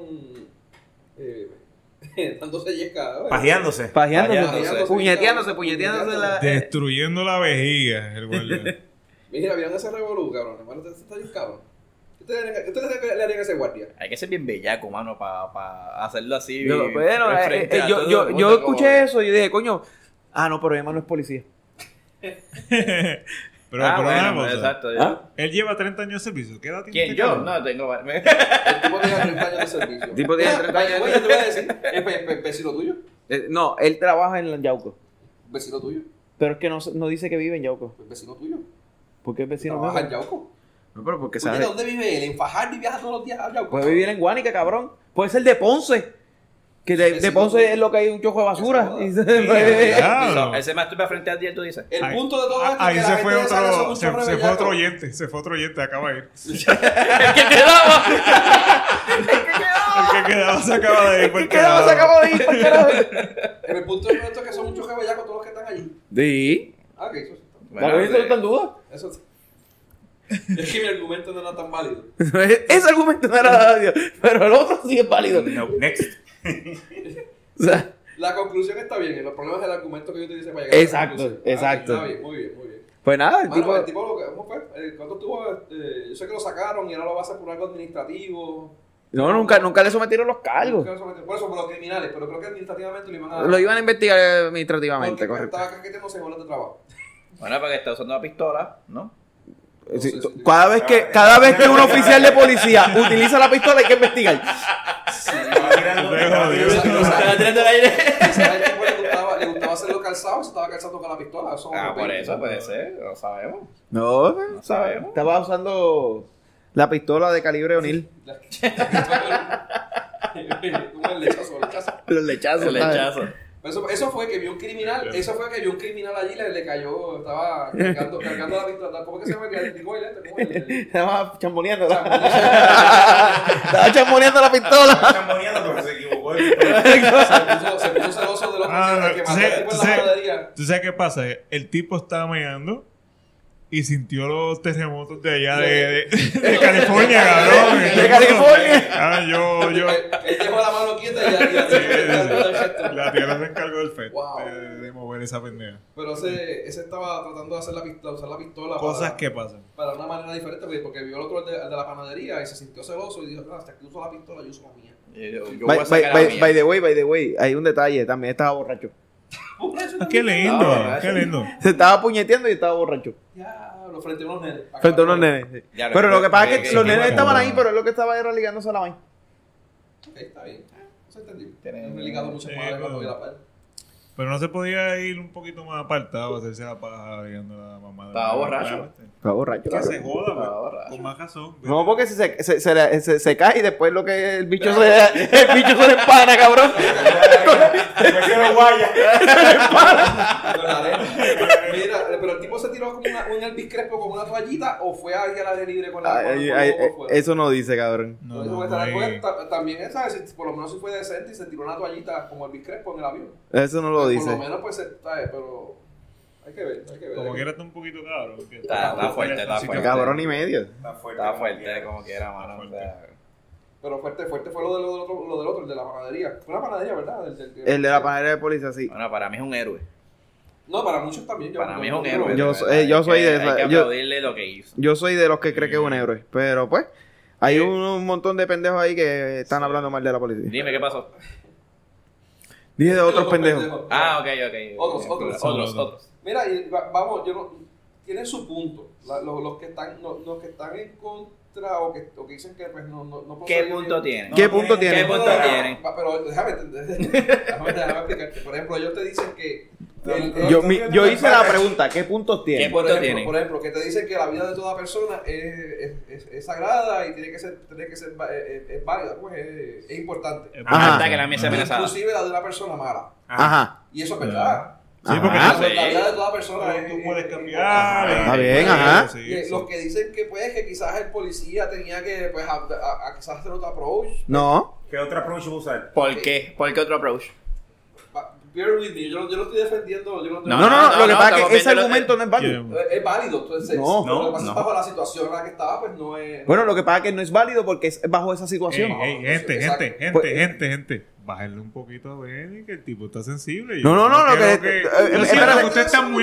[SPEAKER 2] eh, dándose yesca. ¿no?
[SPEAKER 6] Pajeándose.
[SPEAKER 2] Pajeándose.
[SPEAKER 1] Puñeteándose, puñeteándose la.
[SPEAKER 4] Destruyendo la vejiga, el guardia.
[SPEAKER 2] Mira, vieron ese revolú, cabrón. Hermano, este está bien cabrón. ¿Qué te harían- qué te harían- le harían a ese guardia?
[SPEAKER 5] Hay que ser bien bellaco, mano, para hacerlo así.
[SPEAKER 1] Yo,
[SPEAKER 5] y-
[SPEAKER 1] bueno, eh,
[SPEAKER 5] frente
[SPEAKER 1] eh,
[SPEAKER 5] a
[SPEAKER 1] yo,
[SPEAKER 5] todo
[SPEAKER 1] yo,
[SPEAKER 5] el
[SPEAKER 1] yo
[SPEAKER 5] mundo,
[SPEAKER 1] escuché eso y yo dije, coño, ah, no, pero Emma no es policía.
[SPEAKER 4] pero,
[SPEAKER 5] ah,
[SPEAKER 4] pero una
[SPEAKER 5] bueno,
[SPEAKER 4] cosa,
[SPEAKER 5] exacto.
[SPEAKER 1] ¿Ah?
[SPEAKER 4] Él lleva 30 años de servicio. ¿Qué edad tiene
[SPEAKER 5] ¿Quién?
[SPEAKER 4] este
[SPEAKER 5] ¿Yo?
[SPEAKER 4] cabrón?
[SPEAKER 5] No, tengo... varios.
[SPEAKER 2] El tipo tenía 30 años de servicio.
[SPEAKER 1] El tipo tiene 30 años.
[SPEAKER 2] Oye, yo te voy a decir, es ve- ve- vecino tuyo.
[SPEAKER 1] Eh, no, él trabaja en Yauco.
[SPEAKER 2] Vecino tuyo. pues
[SPEAKER 1] Pero es que no, no dice que vive en Yauco.
[SPEAKER 2] Vecino tuyo.
[SPEAKER 1] Porque es vecino
[SPEAKER 2] Trabaja en
[SPEAKER 1] mío.
[SPEAKER 2] Yauco.
[SPEAKER 1] No, pero porque
[SPEAKER 2] Oye, ¿de ¿Dónde vive él? En Fajardo y viaja todos los días a Yauco.
[SPEAKER 1] Puede vivir en Guánica, cabrón. Puede ser de Ponce. Que de, de Ponce es lo que hay un chojo de basura. Y se-
[SPEAKER 4] Claro.
[SPEAKER 5] Él se masturba frente a ti y tú dices...
[SPEAKER 2] El
[SPEAKER 4] Ahí-
[SPEAKER 2] punto de todo
[SPEAKER 4] ah,
[SPEAKER 2] esto
[SPEAKER 4] Ahí
[SPEAKER 2] es que
[SPEAKER 4] se
[SPEAKER 2] la
[SPEAKER 4] fue
[SPEAKER 2] gente de Saga son
[SPEAKER 4] otro,
[SPEAKER 2] un
[SPEAKER 4] se,
[SPEAKER 2] sobre
[SPEAKER 4] se fue
[SPEAKER 2] bellaco.
[SPEAKER 4] otro oyente, se fue otro oyente, acaba de ir.
[SPEAKER 5] ¡El que quedaba!
[SPEAKER 4] El que quedaba se acaba de ir. pues, por
[SPEAKER 1] ¿Qué quedaba? Se
[SPEAKER 4] carajo.
[SPEAKER 1] acabó de ir, por carajo.
[SPEAKER 2] El punto de todo esto es que son muchos cabellacos todos los que están allí.
[SPEAKER 1] Sí.
[SPEAKER 2] Ah, que eso sí.
[SPEAKER 1] La
[SPEAKER 5] Bueno,
[SPEAKER 1] cabeza no está en
[SPEAKER 5] de-
[SPEAKER 1] duda.
[SPEAKER 2] Eso sí. Es que mi argumento no era tan válido.
[SPEAKER 1] Ese argumento no era válido. Pero el otro sí es válido.
[SPEAKER 2] Mm.
[SPEAKER 6] No, next.
[SPEAKER 1] O sea,
[SPEAKER 2] La conclusión está bien, el problema es el argumento que yo utilicé para llegar
[SPEAKER 1] Exacto,
[SPEAKER 2] a la conclusión. Ah,
[SPEAKER 1] exacto.
[SPEAKER 2] Está bien, muy bien, muy bien.
[SPEAKER 1] pues nada, el
[SPEAKER 2] Mano,
[SPEAKER 1] tipo.
[SPEAKER 2] el tipo, lo que- ¿cómo fue? Eh, ¿Cuánto tuvo? Este, yo sé que lo sacaron y ahora lo va a hacer por algo administrativo.
[SPEAKER 1] No, nunca, nunca le sometieron los cargos.
[SPEAKER 2] Nunca lo sometieron. Por eso, por los criminales, pero creo que administrativamente lo iban a...
[SPEAKER 1] Lo iban a investigar administrativamente,
[SPEAKER 2] porque
[SPEAKER 1] correcto.
[SPEAKER 2] Estaba caqueteando seis horas de trabajo.
[SPEAKER 5] Bueno, porque está usando la pistola, ¿no?
[SPEAKER 1] Sí,
[SPEAKER 2] Entonces,
[SPEAKER 1] tú- cada vez que cada vez que un oficial de policía utiliza la pistola hay que investigar.
[SPEAKER 6] Estaba tirando- estaba
[SPEAKER 4] Te
[SPEAKER 2] jodió.
[SPEAKER 6] tirando-
[SPEAKER 5] Estaba tirando el aire.
[SPEAKER 2] Quizás al tipo le gustaba, le gustaba hacerlo calzado y se estaba calzando con la pistola. Eso
[SPEAKER 5] Ah,
[SPEAKER 2] no
[SPEAKER 5] por
[SPEAKER 2] pega.
[SPEAKER 5] eso puede ser, lo sabemos.
[SPEAKER 1] No,
[SPEAKER 2] Ah.
[SPEAKER 5] No sabemos.
[SPEAKER 1] Estaba usando la pistola de calibre O'Neill.
[SPEAKER 2] La- Como el lechazo, el lechazo.
[SPEAKER 1] Los lechazos.
[SPEAKER 5] El
[SPEAKER 1] ¿sabes?
[SPEAKER 5] hechazo.
[SPEAKER 2] Eso, eso fue que vio un criminal, eso fue que vio un criminal allí, le, le cayó, estaba cargando, cargando la pistola. ¿Cómo es que se llama? El Digo, el este, ¿cómo es? El-
[SPEAKER 1] Estaba chamboneando.
[SPEAKER 2] el-
[SPEAKER 1] la- Estaba chamboneando la pistola.
[SPEAKER 6] estaba chamoneando, pero se equivocó. el-
[SPEAKER 2] Se puso- se puso celoso de los
[SPEAKER 4] Ah,
[SPEAKER 2] criminales que mató
[SPEAKER 4] sí,
[SPEAKER 2] al tipo en la
[SPEAKER 4] sí.
[SPEAKER 2] panadería.
[SPEAKER 4] ¿Tú sabes qué pasa? El tipo estaba meando y sintió los terremotos de allá de, de- de California, cabrón.
[SPEAKER 1] De California.
[SPEAKER 4] Ah, yo, yo.
[SPEAKER 2] Él él dejó la mano quieta y ya- ya- ya-
[SPEAKER 4] La tierra se encargó del FED
[SPEAKER 2] Wow.
[SPEAKER 4] de, de mover esa pendeja.
[SPEAKER 2] Pero ese, ese estaba tratando de hacer la pistola, usar la pistola
[SPEAKER 4] Cosas
[SPEAKER 2] para,
[SPEAKER 4] que pasan.
[SPEAKER 2] para una manera diferente, porque- porque vio al otro, al de, al de la panadería, y se sintió celoso y dijo, no, hasta que uso la pistola, yo uso la mía.
[SPEAKER 5] Yo, yo voy
[SPEAKER 1] By,
[SPEAKER 5] a sacar
[SPEAKER 1] by-
[SPEAKER 5] la
[SPEAKER 1] by-
[SPEAKER 5] mía.
[SPEAKER 1] by the way, by the way, hay un detalle también. Estaba borracho.
[SPEAKER 4] Ah, qué lindo,
[SPEAKER 5] No,
[SPEAKER 4] qué lindo.
[SPEAKER 1] Se estaba puñeteando y estaba borracho.
[SPEAKER 2] Ya, lo frente a unos nenes.
[SPEAKER 1] Frente a unos nenes. sí.
[SPEAKER 5] Ya,
[SPEAKER 1] Pero lo que pasa es
[SPEAKER 5] que-
[SPEAKER 1] que los
[SPEAKER 5] que-
[SPEAKER 1] nenes
[SPEAKER 5] que-
[SPEAKER 1] estaban ahí, pero él lo que estaba era ligándose a la vaina.
[SPEAKER 2] Ok, Eh, está bien. Eso entendí.
[SPEAKER 5] Tiene-
[SPEAKER 2] Me he ligado muchas
[SPEAKER 4] Sí,
[SPEAKER 2] madres cuando
[SPEAKER 4] pero-
[SPEAKER 2] vi la par.
[SPEAKER 4] Pero no se podía ir un poquito más apartado, hacerse la paja viendo la mamá de
[SPEAKER 5] Estaba borracho.
[SPEAKER 1] Estaba borracho.
[SPEAKER 4] Que
[SPEAKER 1] cabrón.
[SPEAKER 4] se joda,
[SPEAKER 5] Estaba
[SPEAKER 4] güey.
[SPEAKER 5] borracho.
[SPEAKER 4] Con más razón. güey.
[SPEAKER 1] No, porque si se, se, se, la- se- se cae y después lo que el bicho se el bicho se le empana, cabrón.
[SPEAKER 6] Me quiero guaya.
[SPEAKER 2] Con la arena. Mira, pero el tipo se tiró como una, un Elvis Crespo con una toallita o fue ahí al aire libre con la con-
[SPEAKER 1] Ay,
[SPEAKER 2] con-
[SPEAKER 1] ay,
[SPEAKER 2] con-
[SPEAKER 1] ay,
[SPEAKER 2] con-
[SPEAKER 1] eso no dice, cabrón.
[SPEAKER 4] No,
[SPEAKER 2] Entonces,
[SPEAKER 4] no,
[SPEAKER 2] porque estará- porque
[SPEAKER 4] güey.
[SPEAKER 2] ta- también esa, si- por lo menos si fue decente y se tiró una toallita como Elvis Crespo en el avión.
[SPEAKER 1] Eso no lo
[SPEAKER 2] Por lo
[SPEAKER 1] dice.
[SPEAKER 2] menos pues se- ¿sabes? pero hay que ver, hay que ver. hay
[SPEAKER 4] Como
[SPEAKER 2] que
[SPEAKER 4] quiera
[SPEAKER 2] ver.
[SPEAKER 4] está un poquito cabrón. porque
[SPEAKER 5] Está-
[SPEAKER 4] está-
[SPEAKER 5] está fuerte,
[SPEAKER 4] está
[SPEAKER 5] está
[SPEAKER 4] un sitio
[SPEAKER 5] fuerte.
[SPEAKER 1] Cabrón y medio.
[SPEAKER 6] Está fuerte.
[SPEAKER 5] Estaba fuerte,
[SPEAKER 6] quiera.
[SPEAKER 5] como quiera, mano. o sea,
[SPEAKER 2] Pero fuerte, fuerte fue lo del, otro, lo del otro, el de la panadería. Fue la panadería, ¿verdad? Del- del-
[SPEAKER 1] El de la panadería de policía, sí.
[SPEAKER 5] Bueno, para mí es un héroe.
[SPEAKER 2] No, para muchos también. yo-
[SPEAKER 5] Para mí es
[SPEAKER 2] yo-
[SPEAKER 5] un
[SPEAKER 2] yo-
[SPEAKER 5] héroe.
[SPEAKER 1] Yo
[SPEAKER 5] de
[SPEAKER 1] so-
[SPEAKER 5] verdad.
[SPEAKER 1] eh, yo
[SPEAKER 5] Hay
[SPEAKER 1] soy
[SPEAKER 5] que-
[SPEAKER 1] de esa-
[SPEAKER 5] Hay que
[SPEAKER 1] yo-
[SPEAKER 5] aplaudirle lo que hizo.
[SPEAKER 1] Yo soy de los que cree que es un héroe, pero pues hay un, un montón de pendejos ahí que están hablando mal de la policía.
[SPEAKER 5] Dime qué pasó.
[SPEAKER 1] Dije de otros pendejos.
[SPEAKER 5] Ah, ok, ok.
[SPEAKER 2] Otros, otros.
[SPEAKER 5] Otros, otros.
[SPEAKER 2] Mira, y va- vamos, yo no, tienen su punto. La- los, los que están, los, los que están en contra o que, o que dicen que pues, no, no, no
[SPEAKER 5] ¿Qué
[SPEAKER 2] procede
[SPEAKER 5] punto
[SPEAKER 2] bien.
[SPEAKER 5] tiene?
[SPEAKER 1] ¿Qué punto tiene?
[SPEAKER 5] ¿Qué punto tiene?
[SPEAKER 2] Va, Pero déjame, déjame, déjame explicarte. Por ejemplo, ellos te dicen que.
[SPEAKER 1] Yo, mi- yo hice la pregunta, ¿qué puntos
[SPEAKER 5] ¿Qué
[SPEAKER 1] tiene?
[SPEAKER 5] pu-
[SPEAKER 2] por
[SPEAKER 5] ¿Cuánto
[SPEAKER 2] ejemplo,
[SPEAKER 5] tiene?
[SPEAKER 2] por ejemplo, que te dicen que la vida de toda persona es, es- es- es sagrada y tiene que ser, tiene que ser va- es, es válida, pues es, es importante.
[SPEAKER 4] fuerte.
[SPEAKER 1] Ajá.
[SPEAKER 5] Hasta que la mía sea amenazada.
[SPEAKER 2] Inclusive la de una persona mala.
[SPEAKER 1] Ah. Ajá.
[SPEAKER 2] Y eso es verdad.
[SPEAKER 4] Sí, porque
[SPEAKER 5] Ah,
[SPEAKER 1] Ajá.
[SPEAKER 2] La-
[SPEAKER 5] pues.
[SPEAKER 2] La vida de toda persona
[SPEAKER 4] Pero
[SPEAKER 2] es,
[SPEAKER 4] tú puedes
[SPEAKER 2] es- es
[SPEAKER 4] cambiar.
[SPEAKER 6] Está
[SPEAKER 4] eh,
[SPEAKER 1] bien,
[SPEAKER 4] eh,
[SPEAKER 1] ajá.
[SPEAKER 4] sí,
[SPEAKER 2] Y
[SPEAKER 4] sí.
[SPEAKER 2] los que dicen que pues que quizás el policía tenía que pues a, a- a quizás hacer otro approach.
[SPEAKER 1] No.
[SPEAKER 6] ¿Qué otra approach voy a usar?
[SPEAKER 5] ¿Por qué? ¿Por qué otro approach?
[SPEAKER 2] Va- Bear with me, yo, yo lo estoy defendiendo. Yo no, estoy-
[SPEAKER 1] No, no, no,
[SPEAKER 5] no,
[SPEAKER 1] lo que
[SPEAKER 5] no,
[SPEAKER 1] pasa es
[SPEAKER 5] estamos
[SPEAKER 1] que ese
[SPEAKER 5] viendo lo-
[SPEAKER 1] argumento no es válido.
[SPEAKER 4] Quiero-
[SPEAKER 2] Eh, Es válido, entonces.
[SPEAKER 1] No,
[SPEAKER 2] lo que
[SPEAKER 6] no,
[SPEAKER 2] pasa es
[SPEAKER 5] no.
[SPEAKER 2] bajo la situación en la que estaba, pues no es.
[SPEAKER 1] Bueno, lo que pasa es que no es válido porque es bajo esa
[SPEAKER 4] Ey,
[SPEAKER 6] Eh,
[SPEAKER 1] situación.
[SPEAKER 4] ey, gente,
[SPEAKER 2] Exacto.
[SPEAKER 4] gente, gente,
[SPEAKER 1] Pues-
[SPEAKER 5] eh.
[SPEAKER 4] gente, gente. Bájenle un poquito a Benny, que el tipo está sensible.
[SPEAKER 1] No, no, no, lo
[SPEAKER 4] creo
[SPEAKER 1] que- eh,
[SPEAKER 4] yo
[SPEAKER 1] eh,
[SPEAKER 4] siento
[SPEAKER 1] espérate.
[SPEAKER 4] que usted está muy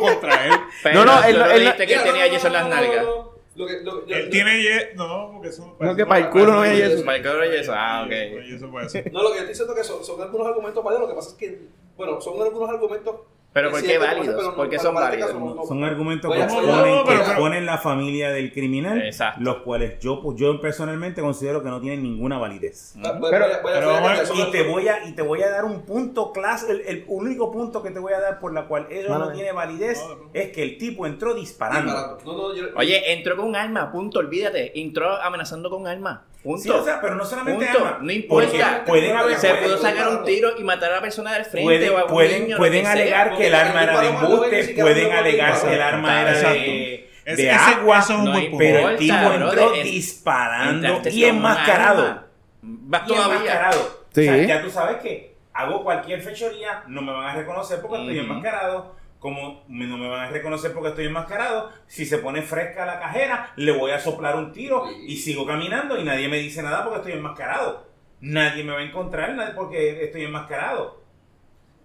[SPEAKER 4] contra él.
[SPEAKER 5] Pero
[SPEAKER 1] no,
[SPEAKER 5] tú
[SPEAKER 1] él- él-
[SPEAKER 5] dijiste Este que
[SPEAKER 2] Mira,
[SPEAKER 5] él tenía
[SPEAKER 2] no, no,
[SPEAKER 5] yeso en las
[SPEAKER 2] no, no,
[SPEAKER 5] nalgas.
[SPEAKER 2] no, no. Lo que, lo, que- yo-
[SPEAKER 4] Él tiene ye- No, porque eso...
[SPEAKER 1] No, que para el culo no hay yeso.
[SPEAKER 5] Para el culo no hay yeso, ah, ok.
[SPEAKER 4] Y pues, eso para eso.
[SPEAKER 2] No, lo que yo estoy diciendo es que son, son algunos argumentos válidos. Lo que pasa es que, bueno, son algunos argumentos.
[SPEAKER 5] Pero
[SPEAKER 2] que
[SPEAKER 5] ¿por
[SPEAKER 2] sí
[SPEAKER 5] qué
[SPEAKER 2] hay que
[SPEAKER 5] válidos?
[SPEAKER 2] pero no-
[SPEAKER 5] ¿Por qué
[SPEAKER 2] para-
[SPEAKER 5] son
[SPEAKER 2] para este
[SPEAKER 5] válidos?
[SPEAKER 2] caso no- no-
[SPEAKER 6] Son er- argumentos que
[SPEAKER 2] Oye,
[SPEAKER 6] exponen,
[SPEAKER 2] no, no,
[SPEAKER 6] que
[SPEAKER 4] pero-
[SPEAKER 6] exponen la familia del criminal,
[SPEAKER 5] Exacto.
[SPEAKER 6] los cuales yo, pues, yo personalmente considero que no tienen ninguna validez.
[SPEAKER 2] Va- voy-
[SPEAKER 1] Pero-
[SPEAKER 2] voy a- voy a
[SPEAKER 4] pero
[SPEAKER 2] hacer
[SPEAKER 4] vamos a-
[SPEAKER 2] aclaración.
[SPEAKER 6] Y te voy a, y te voy a dar un punto clase, el, el único punto que te voy a dar por la cual ellos no
[SPEAKER 1] Mala
[SPEAKER 6] tiene validez es que el tipo entró disparando.
[SPEAKER 2] Disparando. No, no, yo-
[SPEAKER 5] Oye, entró con un arma, punto, olvídate. Entró amenazando con un arma, punto.
[SPEAKER 6] Sí, o sea, pero no solamente
[SPEAKER 5] Punto.
[SPEAKER 6] arma.
[SPEAKER 5] No importa.
[SPEAKER 6] Porque pueden haber-
[SPEAKER 5] se
[SPEAKER 6] pueden-
[SPEAKER 5] pudo sacar un tiro y matar a la persona del frente
[SPEAKER 6] pueden,
[SPEAKER 5] o a un
[SPEAKER 6] pueden,
[SPEAKER 5] niño, lo
[SPEAKER 6] pueden
[SPEAKER 5] que
[SPEAKER 6] alegar
[SPEAKER 5] sea.
[SPEAKER 6] que el
[SPEAKER 2] Porque
[SPEAKER 6] arma era de
[SPEAKER 2] el tipo no puede ni
[SPEAKER 6] embuste,
[SPEAKER 2] siquiera
[SPEAKER 6] pueden
[SPEAKER 2] hablar con
[SPEAKER 6] alegar que el
[SPEAKER 2] ninguno.
[SPEAKER 6] arma era
[SPEAKER 4] Exacto.
[SPEAKER 6] de,
[SPEAKER 4] Es-
[SPEAKER 6] de
[SPEAKER 4] ese
[SPEAKER 6] agua,
[SPEAKER 4] hueso es un
[SPEAKER 5] no
[SPEAKER 4] buen punto.
[SPEAKER 6] pero el
[SPEAKER 5] importa,
[SPEAKER 6] tipo entró
[SPEAKER 5] brother, es-
[SPEAKER 6] disparando
[SPEAKER 5] Entraste
[SPEAKER 6] y
[SPEAKER 5] con un arma.
[SPEAKER 6] enmascarado.
[SPEAKER 5] Vas
[SPEAKER 6] Y
[SPEAKER 5] todavía.
[SPEAKER 6] enmascarado.
[SPEAKER 1] Sí.
[SPEAKER 6] O sea, ya tú sabes que hago cualquier fechoría, no me van a reconocer porque estoy
[SPEAKER 5] Ujú.
[SPEAKER 6] enmascarado. Como me- no me van a reconocer porque estoy enmascarado, si se pone fresca la cajera, le voy a soplar un tiro y sigo caminando y nadie me dice nada porque estoy enmascarado. Nadie me va a encontrar nadie- porque estoy enmascarado.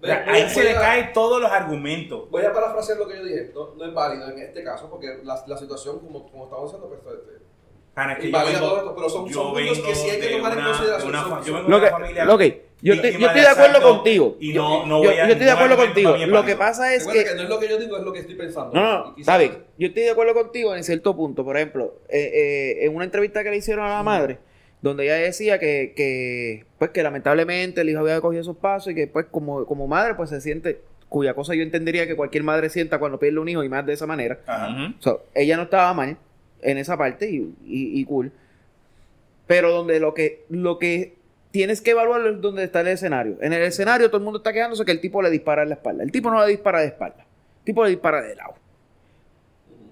[SPEAKER 6] O sea,
[SPEAKER 2] voy-
[SPEAKER 6] ahí
[SPEAKER 2] voy
[SPEAKER 6] se le
[SPEAKER 2] a-
[SPEAKER 6] caen todos los argumentos.
[SPEAKER 2] Voy a parafrasear lo que yo dije. No, no es válido en este caso porque la, la situación, como, como estamos diciendo, pues. este,
[SPEAKER 6] Para que yo
[SPEAKER 2] Invalida
[SPEAKER 6] vengo,
[SPEAKER 2] todo esto, pero son-
[SPEAKER 6] yo
[SPEAKER 2] son puntos
[SPEAKER 6] vengo
[SPEAKER 2] que sí hay que
[SPEAKER 6] de
[SPEAKER 2] tomar en
[SPEAKER 6] una-
[SPEAKER 2] consideración.
[SPEAKER 6] de una fa- yo vengo de
[SPEAKER 1] Lo
[SPEAKER 6] una
[SPEAKER 1] que,
[SPEAKER 6] familia
[SPEAKER 1] lo que- yo,
[SPEAKER 6] víctima
[SPEAKER 1] estoy, yo
[SPEAKER 6] de
[SPEAKER 1] estoy de acuerdo
[SPEAKER 6] asalto
[SPEAKER 1] contigo.
[SPEAKER 6] Y no,
[SPEAKER 1] Yo-
[SPEAKER 6] no
[SPEAKER 1] yo,
[SPEAKER 6] voy a-
[SPEAKER 1] yo estoy de
[SPEAKER 6] no
[SPEAKER 1] acuerdo
[SPEAKER 6] voy a argumentar
[SPEAKER 1] contigo.
[SPEAKER 6] mi
[SPEAKER 1] Lo que
[SPEAKER 6] válido.
[SPEAKER 1] pasa es
[SPEAKER 2] recuerda
[SPEAKER 1] que
[SPEAKER 2] que no es lo que yo digo, es lo que estoy pensando.
[SPEAKER 1] No, no,
[SPEAKER 2] Y
[SPEAKER 1] no.
[SPEAKER 2] quizás-
[SPEAKER 1] David, yo estoy de acuerdo contigo en cierto punto. Por ejemplo, eh, eh, en una entrevista que le hicieron a la madre, donde ella decía que, que, pues, que lamentablemente el hijo había cogido esos pasos y que, pues, como, como madre, pues se siente, cuya cosa yo entendería que cualquier madre sienta cuando pierde un hijo y más de esa manera.
[SPEAKER 6] Ajá.
[SPEAKER 5] Ujú.
[SPEAKER 1] O sea, ella no estaba mal en esa parte y, y- y cool. Pero donde lo que, lo que tienes que evaluar es donde está el escenario. En el escenario todo el mundo está quejándose que el tipo le dispara en la espalda. El tipo no le dispara de espalda. El tipo le dispara de lado.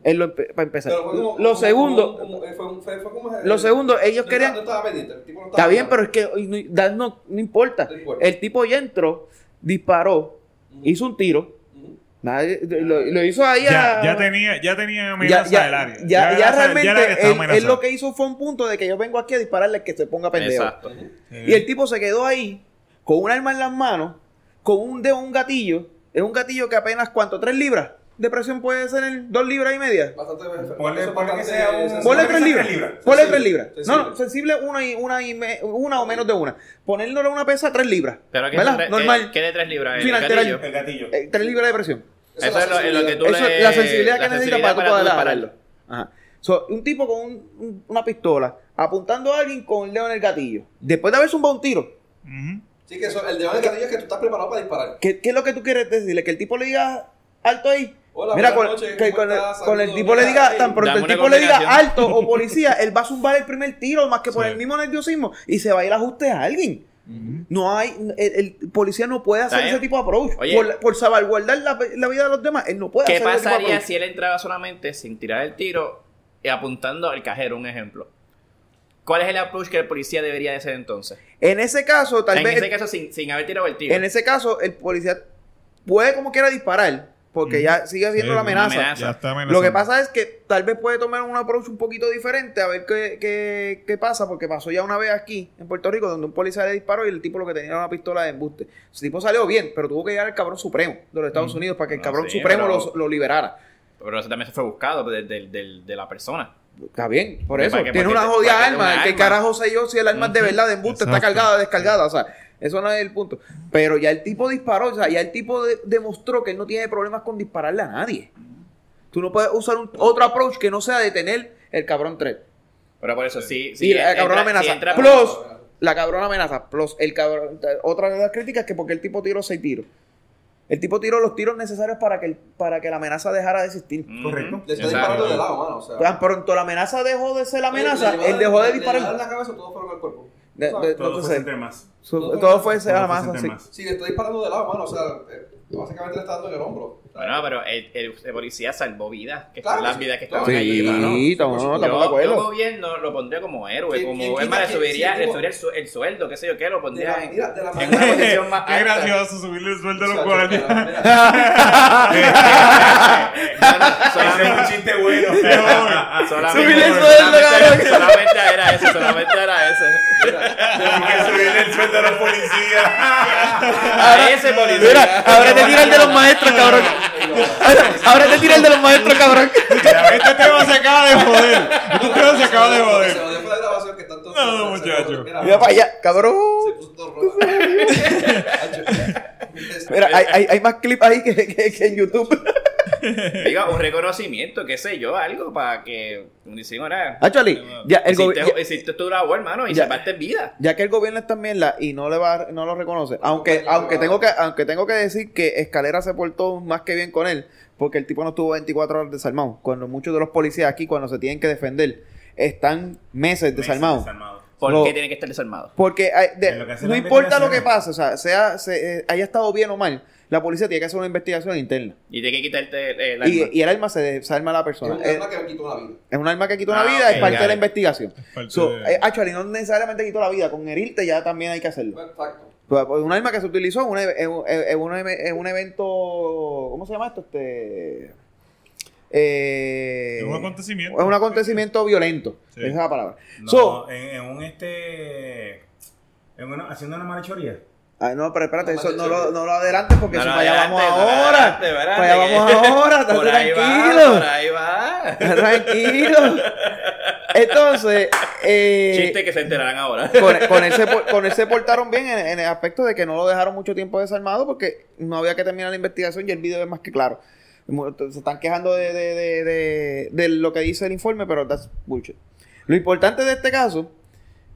[SPEAKER 1] Es lo empe- para empezar.
[SPEAKER 2] Pero fue como-
[SPEAKER 1] lo
[SPEAKER 2] como-
[SPEAKER 1] segundo,
[SPEAKER 2] como- como- eh, fue un- fue- fue como-
[SPEAKER 1] lo segundo, ellos
[SPEAKER 2] No
[SPEAKER 1] querían...
[SPEAKER 2] estaba- no estaba pendiente, el tipo no estaba
[SPEAKER 1] Está bien, pero
[SPEAKER 2] pendiente.
[SPEAKER 1] es que hoy no, Dan no, no importa.
[SPEAKER 2] No importa.
[SPEAKER 1] El tipo ya entró, disparó,
[SPEAKER 2] Ujú,
[SPEAKER 1] hizo un tiro,
[SPEAKER 2] ujú.
[SPEAKER 1] Nadie- lo, lo hizo ahí
[SPEAKER 4] Ya,
[SPEAKER 1] a-
[SPEAKER 4] ya tenía, ya tenía
[SPEAKER 1] ya,
[SPEAKER 4] amenaza
[SPEAKER 1] ya-
[SPEAKER 4] del área.
[SPEAKER 1] ya- ya
[SPEAKER 4] el área-
[SPEAKER 1] realmente
[SPEAKER 4] el área estaba
[SPEAKER 1] él, él
[SPEAKER 4] amenazada.
[SPEAKER 1] lo que hizo fue un punto de que yo vengo aquí a dispararle que se ponga pendejo.
[SPEAKER 5] Exacto.
[SPEAKER 1] Y el tipo se quedó ahí con un arma en las manos, con un de un gatillo. Es un gatillo que apenas, ¿cuánto? ¿Tres libras? De presión puede ser en dos libras y media.
[SPEAKER 2] Bastante.
[SPEAKER 6] Ponle-
[SPEAKER 2] eso es
[SPEAKER 6] ponle que
[SPEAKER 2] bastante
[SPEAKER 6] sea un-
[SPEAKER 2] sensible.
[SPEAKER 1] Ponle
[SPEAKER 6] Sensible.
[SPEAKER 1] tres libras.
[SPEAKER 6] Tres libras.
[SPEAKER 1] Ponle
[SPEAKER 2] Sensible.
[SPEAKER 1] tres libras. No, no,
[SPEAKER 2] Sensible.
[SPEAKER 1] sensible una, y, una, y me- una o menos de una. Ponerle una pesa, tres libras.
[SPEAKER 5] Pero que
[SPEAKER 1] ¿Verdad?
[SPEAKER 5] tres-
[SPEAKER 1] Normal.
[SPEAKER 5] eh, ¿Qué de tres libras? El
[SPEAKER 1] Final,
[SPEAKER 5] gatillo.
[SPEAKER 1] tres-
[SPEAKER 6] El gatillo.
[SPEAKER 1] Eh, tres libras de presión.
[SPEAKER 2] Esa
[SPEAKER 5] Eso es lo, es lo que tú
[SPEAKER 1] Eso
[SPEAKER 5] le-
[SPEAKER 1] es la sensibilidad que
[SPEAKER 5] la
[SPEAKER 1] necesitas
[SPEAKER 5] sensibilidad
[SPEAKER 1] para tú poder
[SPEAKER 5] tú
[SPEAKER 1] dispararlo. Ajá. So, un tipo con un- un- una pistola apuntando a alguien con el dedo en el gatillo. Después de haber zumbado un tiro.
[SPEAKER 4] Ujú.
[SPEAKER 2] Sí, que eso, el debate de gatillo es que tú estás preparado para disparar.
[SPEAKER 1] ¿Qué, qué es lo que tú quieres decirle? Que el tipo le diga alto ahí.
[SPEAKER 2] Hola,
[SPEAKER 1] Mira,
[SPEAKER 2] buenas
[SPEAKER 1] con,
[SPEAKER 2] noches,
[SPEAKER 1] que
[SPEAKER 2] ¿cómo
[SPEAKER 1] con el,
[SPEAKER 2] estás?
[SPEAKER 1] con el
[SPEAKER 2] Saludos,
[SPEAKER 1] tipo le
[SPEAKER 2] mira,
[SPEAKER 1] diga,
[SPEAKER 2] hey.
[SPEAKER 1] tan pronto
[SPEAKER 5] Dame
[SPEAKER 1] el
[SPEAKER 5] una
[SPEAKER 1] tipo le diga
[SPEAKER 5] combinación.
[SPEAKER 1] alto o policía, él va a zumbar el primer tiro, más que por
[SPEAKER 4] Sí.
[SPEAKER 1] el mismo nerviosismo, y se va a ir a ajuste a alguien. No hay, el, el policía no puede hacer
[SPEAKER 5] También-
[SPEAKER 1] ese tipo de approach.
[SPEAKER 5] Oye.
[SPEAKER 1] por, la- por salvaguardar la, la vida de los demás, él no puede
[SPEAKER 5] ¿Qué
[SPEAKER 1] hacer ese tipo de
[SPEAKER 5] pasaría
[SPEAKER 1] approach.
[SPEAKER 5] si él entraba solamente sin tirar el tiro y apuntando al cajero, un ejemplo? ¿Cuál es el approach que el policía debería de hacer entonces?
[SPEAKER 1] En ese caso, tal
[SPEAKER 5] en
[SPEAKER 1] vez.
[SPEAKER 5] ese caso, sin, sin haber tirado el tiro.
[SPEAKER 1] En ese caso, el policía puede como quiera disparar, porque
[SPEAKER 4] Ujú.
[SPEAKER 1] ya sigue haciendo
[SPEAKER 4] Sí,
[SPEAKER 1] la
[SPEAKER 4] una
[SPEAKER 1] amenaza.
[SPEAKER 5] amenaza.
[SPEAKER 4] Ya está amenazada.
[SPEAKER 1] Lo que pasa es que tal vez puede tomar un approach un poquito diferente a ver qué, qué, qué pasa, porque pasó ya una vez aquí, en Puerto Rico, donde un policía le disparó y el tipo lo que tenía era una pistola de embuste. Ese tipo salió bien, pero tuvo que llegar al cabrón supremo de los Estados Unidos para que el
[SPEAKER 5] Ah,
[SPEAKER 1] cabrón
[SPEAKER 5] sí,
[SPEAKER 1] supremo
[SPEAKER 5] pero-
[SPEAKER 1] los- lo, liberara.
[SPEAKER 5] Pero eso también se fue buscado de, de- de- de la persona.
[SPEAKER 1] Está bien, por
[SPEAKER 5] Para
[SPEAKER 1] eso.
[SPEAKER 5] que- para
[SPEAKER 1] Tiene
[SPEAKER 5] que
[SPEAKER 1] una
[SPEAKER 5] te-
[SPEAKER 1] jodida
[SPEAKER 5] para que te
[SPEAKER 1] arma.
[SPEAKER 5] una
[SPEAKER 1] ¿Qué
[SPEAKER 5] arma.
[SPEAKER 1] carajo sé yo si el arma es de verdad de embuste? Está
[SPEAKER 4] Exacto.
[SPEAKER 1] cargada, descargada. O sea, eso no es el punto. Pero ya el tipo disparó. O sea, ya el tipo de- demostró que él no tiene problemas con dispararle a nadie. Tú no puedes usar un- otro approach que no sea detener el cabrón 3.
[SPEAKER 5] Pero por eso, sí. eh,
[SPEAKER 1] y la
[SPEAKER 5] entra-
[SPEAKER 1] cabrona amenaza.
[SPEAKER 5] si entra-
[SPEAKER 1] plus, la cabrona amenaza. Plus, el cabrón. Otra de las críticas es que porque el tipo tiró seis tiros. El tipo tiró los tiros necesarios para que, el- para que la amenaza dejara de existir.
[SPEAKER 5] Ujú.
[SPEAKER 6] Correcto.
[SPEAKER 2] Mm, Le está
[SPEAKER 5] Exacto.
[SPEAKER 2] disparando de lado, mano. O sea,
[SPEAKER 1] Tan pronto la amenaza dejó de ser la amenaza,
[SPEAKER 2] Le llevaron-
[SPEAKER 1] él dejó de
[SPEAKER 2] le- Le
[SPEAKER 1] disparar.
[SPEAKER 2] llevaron la cabeza, todo fueron al cuerpo.
[SPEAKER 1] De- de-
[SPEAKER 2] Exacto.
[SPEAKER 1] no pues,
[SPEAKER 6] Todo fue
[SPEAKER 1] sé.
[SPEAKER 6] entre más.
[SPEAKER 1] Su-
[SPEAKER 2] Todo fue-
[SPEAKER 1] todo fue ser
[SPEAKER 6] Todo
[SPEAKER 1] la
[SPEAKER 6] fue
[SPEAKER 1] amenaza,
[SPEAKER 6] entre
[SPEAKER 1] sí.
[SPEAKER 6] más.
[SPEAKER 2] Sí, le está disparando de lado, mano. O sea, eh, básicamente le está dando en el hombro. O sea,
[SPEAKER 4] pues,
[SPEAKER 5] Bueno, pero el, el- el policía salvó vidas. Que
[SPEAKER 2] Claro,
[SPEAKER 5] son las
[SPEAKER 2] sí,
[SPEAKER 5] vidas que
[SPEAKER 2] claro.
[SPEAKER 5] estaban
[SPEAKER 1] Sí,
[SPEAKER 5] ahí. ¿no?
[SPEAKER 1] estamos- no,
[SPEAKER 5] Yo,
[SPEAKER 1] estamos de
[SPEAKER 5] yo
[SPEAKER 1] acuerdo.
[SPEAKER 5] gobierno lo pondría como héroe,
[SPEAKER 2] ¿Quién- quién
[SPEAKER 5] como
[SPEAKER 2] quita
[SPEAKER 5] es más, le
[SPEAKER 2] que-
[SPEAKER 5] subiría,
[SPEAKER 2] sí,
[SPEAKER 5] le
[SPEAKER 2] tipo-
[SPEAKER 5] subiría el, su- el sueldo, qué sé yo qué, lo
[SPEAKER 2] de la-
[SPEAKER 5] pondría en,
[SPEAKER 2] mira, de la
[SPEAKER 5] en una
[SPEAKER 2] manera.
[SPEAKER 5] posición más
[SPEAKER 4] Qué
[SPEAKER 5] alta.
[SPEAKER 4] gracioso subirle el sueldo a los
[SPEAKER 2] Chacho,
[SPEAKER 4] guardias.
[SPEAKER 2] mira, mira.
[SPEAKER 6] Ese es un chiste bueno.
[SPEAKER 5] Solamente,
[SPEAKER 1] Subirle el sueldo,
[SPEAKER 5] solamente,
[SPEAKER 1] cabrón.
[SPEAKER 5] solamente era ese, solamente era ese.
[SPEAKER 6] Porque subirle el sueldo a los policías.
[SPEAKER 1] Ah,
[SPEAKER 5] A ese policía.
[SPEAKER 1] Mira, ahora te tira el de los maestros, cabrón. Ahora te tira el de los maestros, cabrón.
[SPEAKER 4] Este tema se acaba de joder. Este tema se acaba de
[SPEAKER 2] Se
[SPEAKER 4] joder.
[SPEAKER 2] lo dio por la grabación que tanto.
[SPEAKER 4] No,
[SPEAKER 2] se- se-
[SPEAKER 4] muchacho.
[SPEAKER 2] se- mira,
[SPEAKER 1] Mira para allá, cabrón.
[SPEAKER 2] Se puso todo rojo. Chacho.
[SPEAKER 1] Mira, hay, hay, hay más clips ahí que, que- que en YouTube.
[SPEAKER 5] Digo, un reconocimiento, qué sé yo, algo para que dicen ahora.
[SPEAKER 1] Actually, ya el
[SPEAKER 5] hiciste,
[SPEAKER 1] gobierno.
[SPEAKER 5] hiciste tu labor, hermano, y
[SPEAKER 1] Ya.
[SPEAKER 5] salvaste vida.
[SPEAKER 1] Ya que el gobierno está en mierda y no le va no lo reconoce. Aunque, aunque tengo que, aunque tengo que decir que Escalera se portó más que bien con él, porque el tipo no estuvo 24 horas desarmado. Cuando muchos de los policías aquí, cuando se tienen que defender, están meses desarmados.
[SPEAKER 6] Desarmado.
[SPEAKER 5] ¿Por
[SPEAKER 1] No.
[SPEAKER 5] qué tiene que estar desarmado?
[SPEAKER 1] Porque hay- de-
[SPEAKER 6] Es lo que hace
[SPEAKER 1] no
[SPEAKER 6] la
[SPEAKER 1] importa lo que
[SPEAKER 6] investigación.
[SPEAKER 1] pase, o sea, sea se- eh, haya estado bien o mal, la policía tiene que hacer una investigación interna.
[SPEAKER 5] Y tiene que quitarte el, el
[SPEAKER 1] Y,
[SPEAKER 5] arma.
[SPEAKER 1] y el arma se desarma a la
[SPEAKER 2] Es
[SPEAKER 1] persona.
[SPEAKER 2] un
[SPEAKER 1] Eh,
[SPEAKER 2] arma que me quitó la vida.
[SPEAKER 1] Es un arma que quitó
[SPEAKER 5] Ah,
[SPEAKER 1] una vida,
[SPEAKER 5] ok,
[SPEAKER 1] es parte
[SPEAKER 5] ya,
[SPEAKER 1] de
[SPEAKER 5] ya.
[SPEAKER 1] la investigación.
[SPEAKER 4] Parte
[SPEAKER 1] So,
[SPEAKER 4] de-
[SPEAKER 1] eh, actually, no necesariamente quitó la vida, con herirte ya también hay que hacerlo.
[SPEAKER 2] Exacto.
[SPEAKER 1] Pues, pues, Un arma que se utilizó en un, e- en un- en un e- en un evento. ¿Cómo se llama esto? Este. eh,
[SPEAKER 4] Es un acontecimiento.
[SPEAKER 1] es un acontecimiento violento.
[SPEAKER 4] Sí.
[SPEAKER 1] Esa es la palabra.
[SPEAKER 6] No,
[SPEAKER 1] So-
[SPEAKER 6] en, en un este. En una, haciendo una malhechoría.
[SPEAKER 1] Ah, no, pero espérate,
[SPEAKER 2] No,
[SPEAKER 1] eso no
[SPEAKER 2] macho,
[SPEAKER 1] lo,
[SPEAKER 2] sí.
[SPEAKER 1] no lo adelantes porque
[SPEAKER 5] No,
[SPEAKER 1] si
[SPEAKER 5] no,
[SPEAKER 1] para allá vamos
[SPEAKER 5] adelante, no,
[SPEAKER 1] ahora.
[SPEAKER 5] adelante, adelante,
[SPEAKER 1] Para allá
[SPEAKER 5] que-
[SPEAKER 1] vamos ahora, estate
[SPEAKER 5] Por ahí va, por
[SPEAKER 1] tranquilo.
[SPEAKER 5] ahí va.
[SPEAKER 1] Tranquilo. Entonces, eh,
[SPEAKER 5] Chiste que se enterarán ahora.
[SPEAKER 1] con, con él se, por- con él se portaron bien en, en el aspecto de que no lo dejaron mucho tiempo desarmado porque no había que terminar la investigación y el video es más que claro. Mu- Se están quejando de, de- de- de- de lo que dice el informe, pero that's bullshit. Lo importante de este caso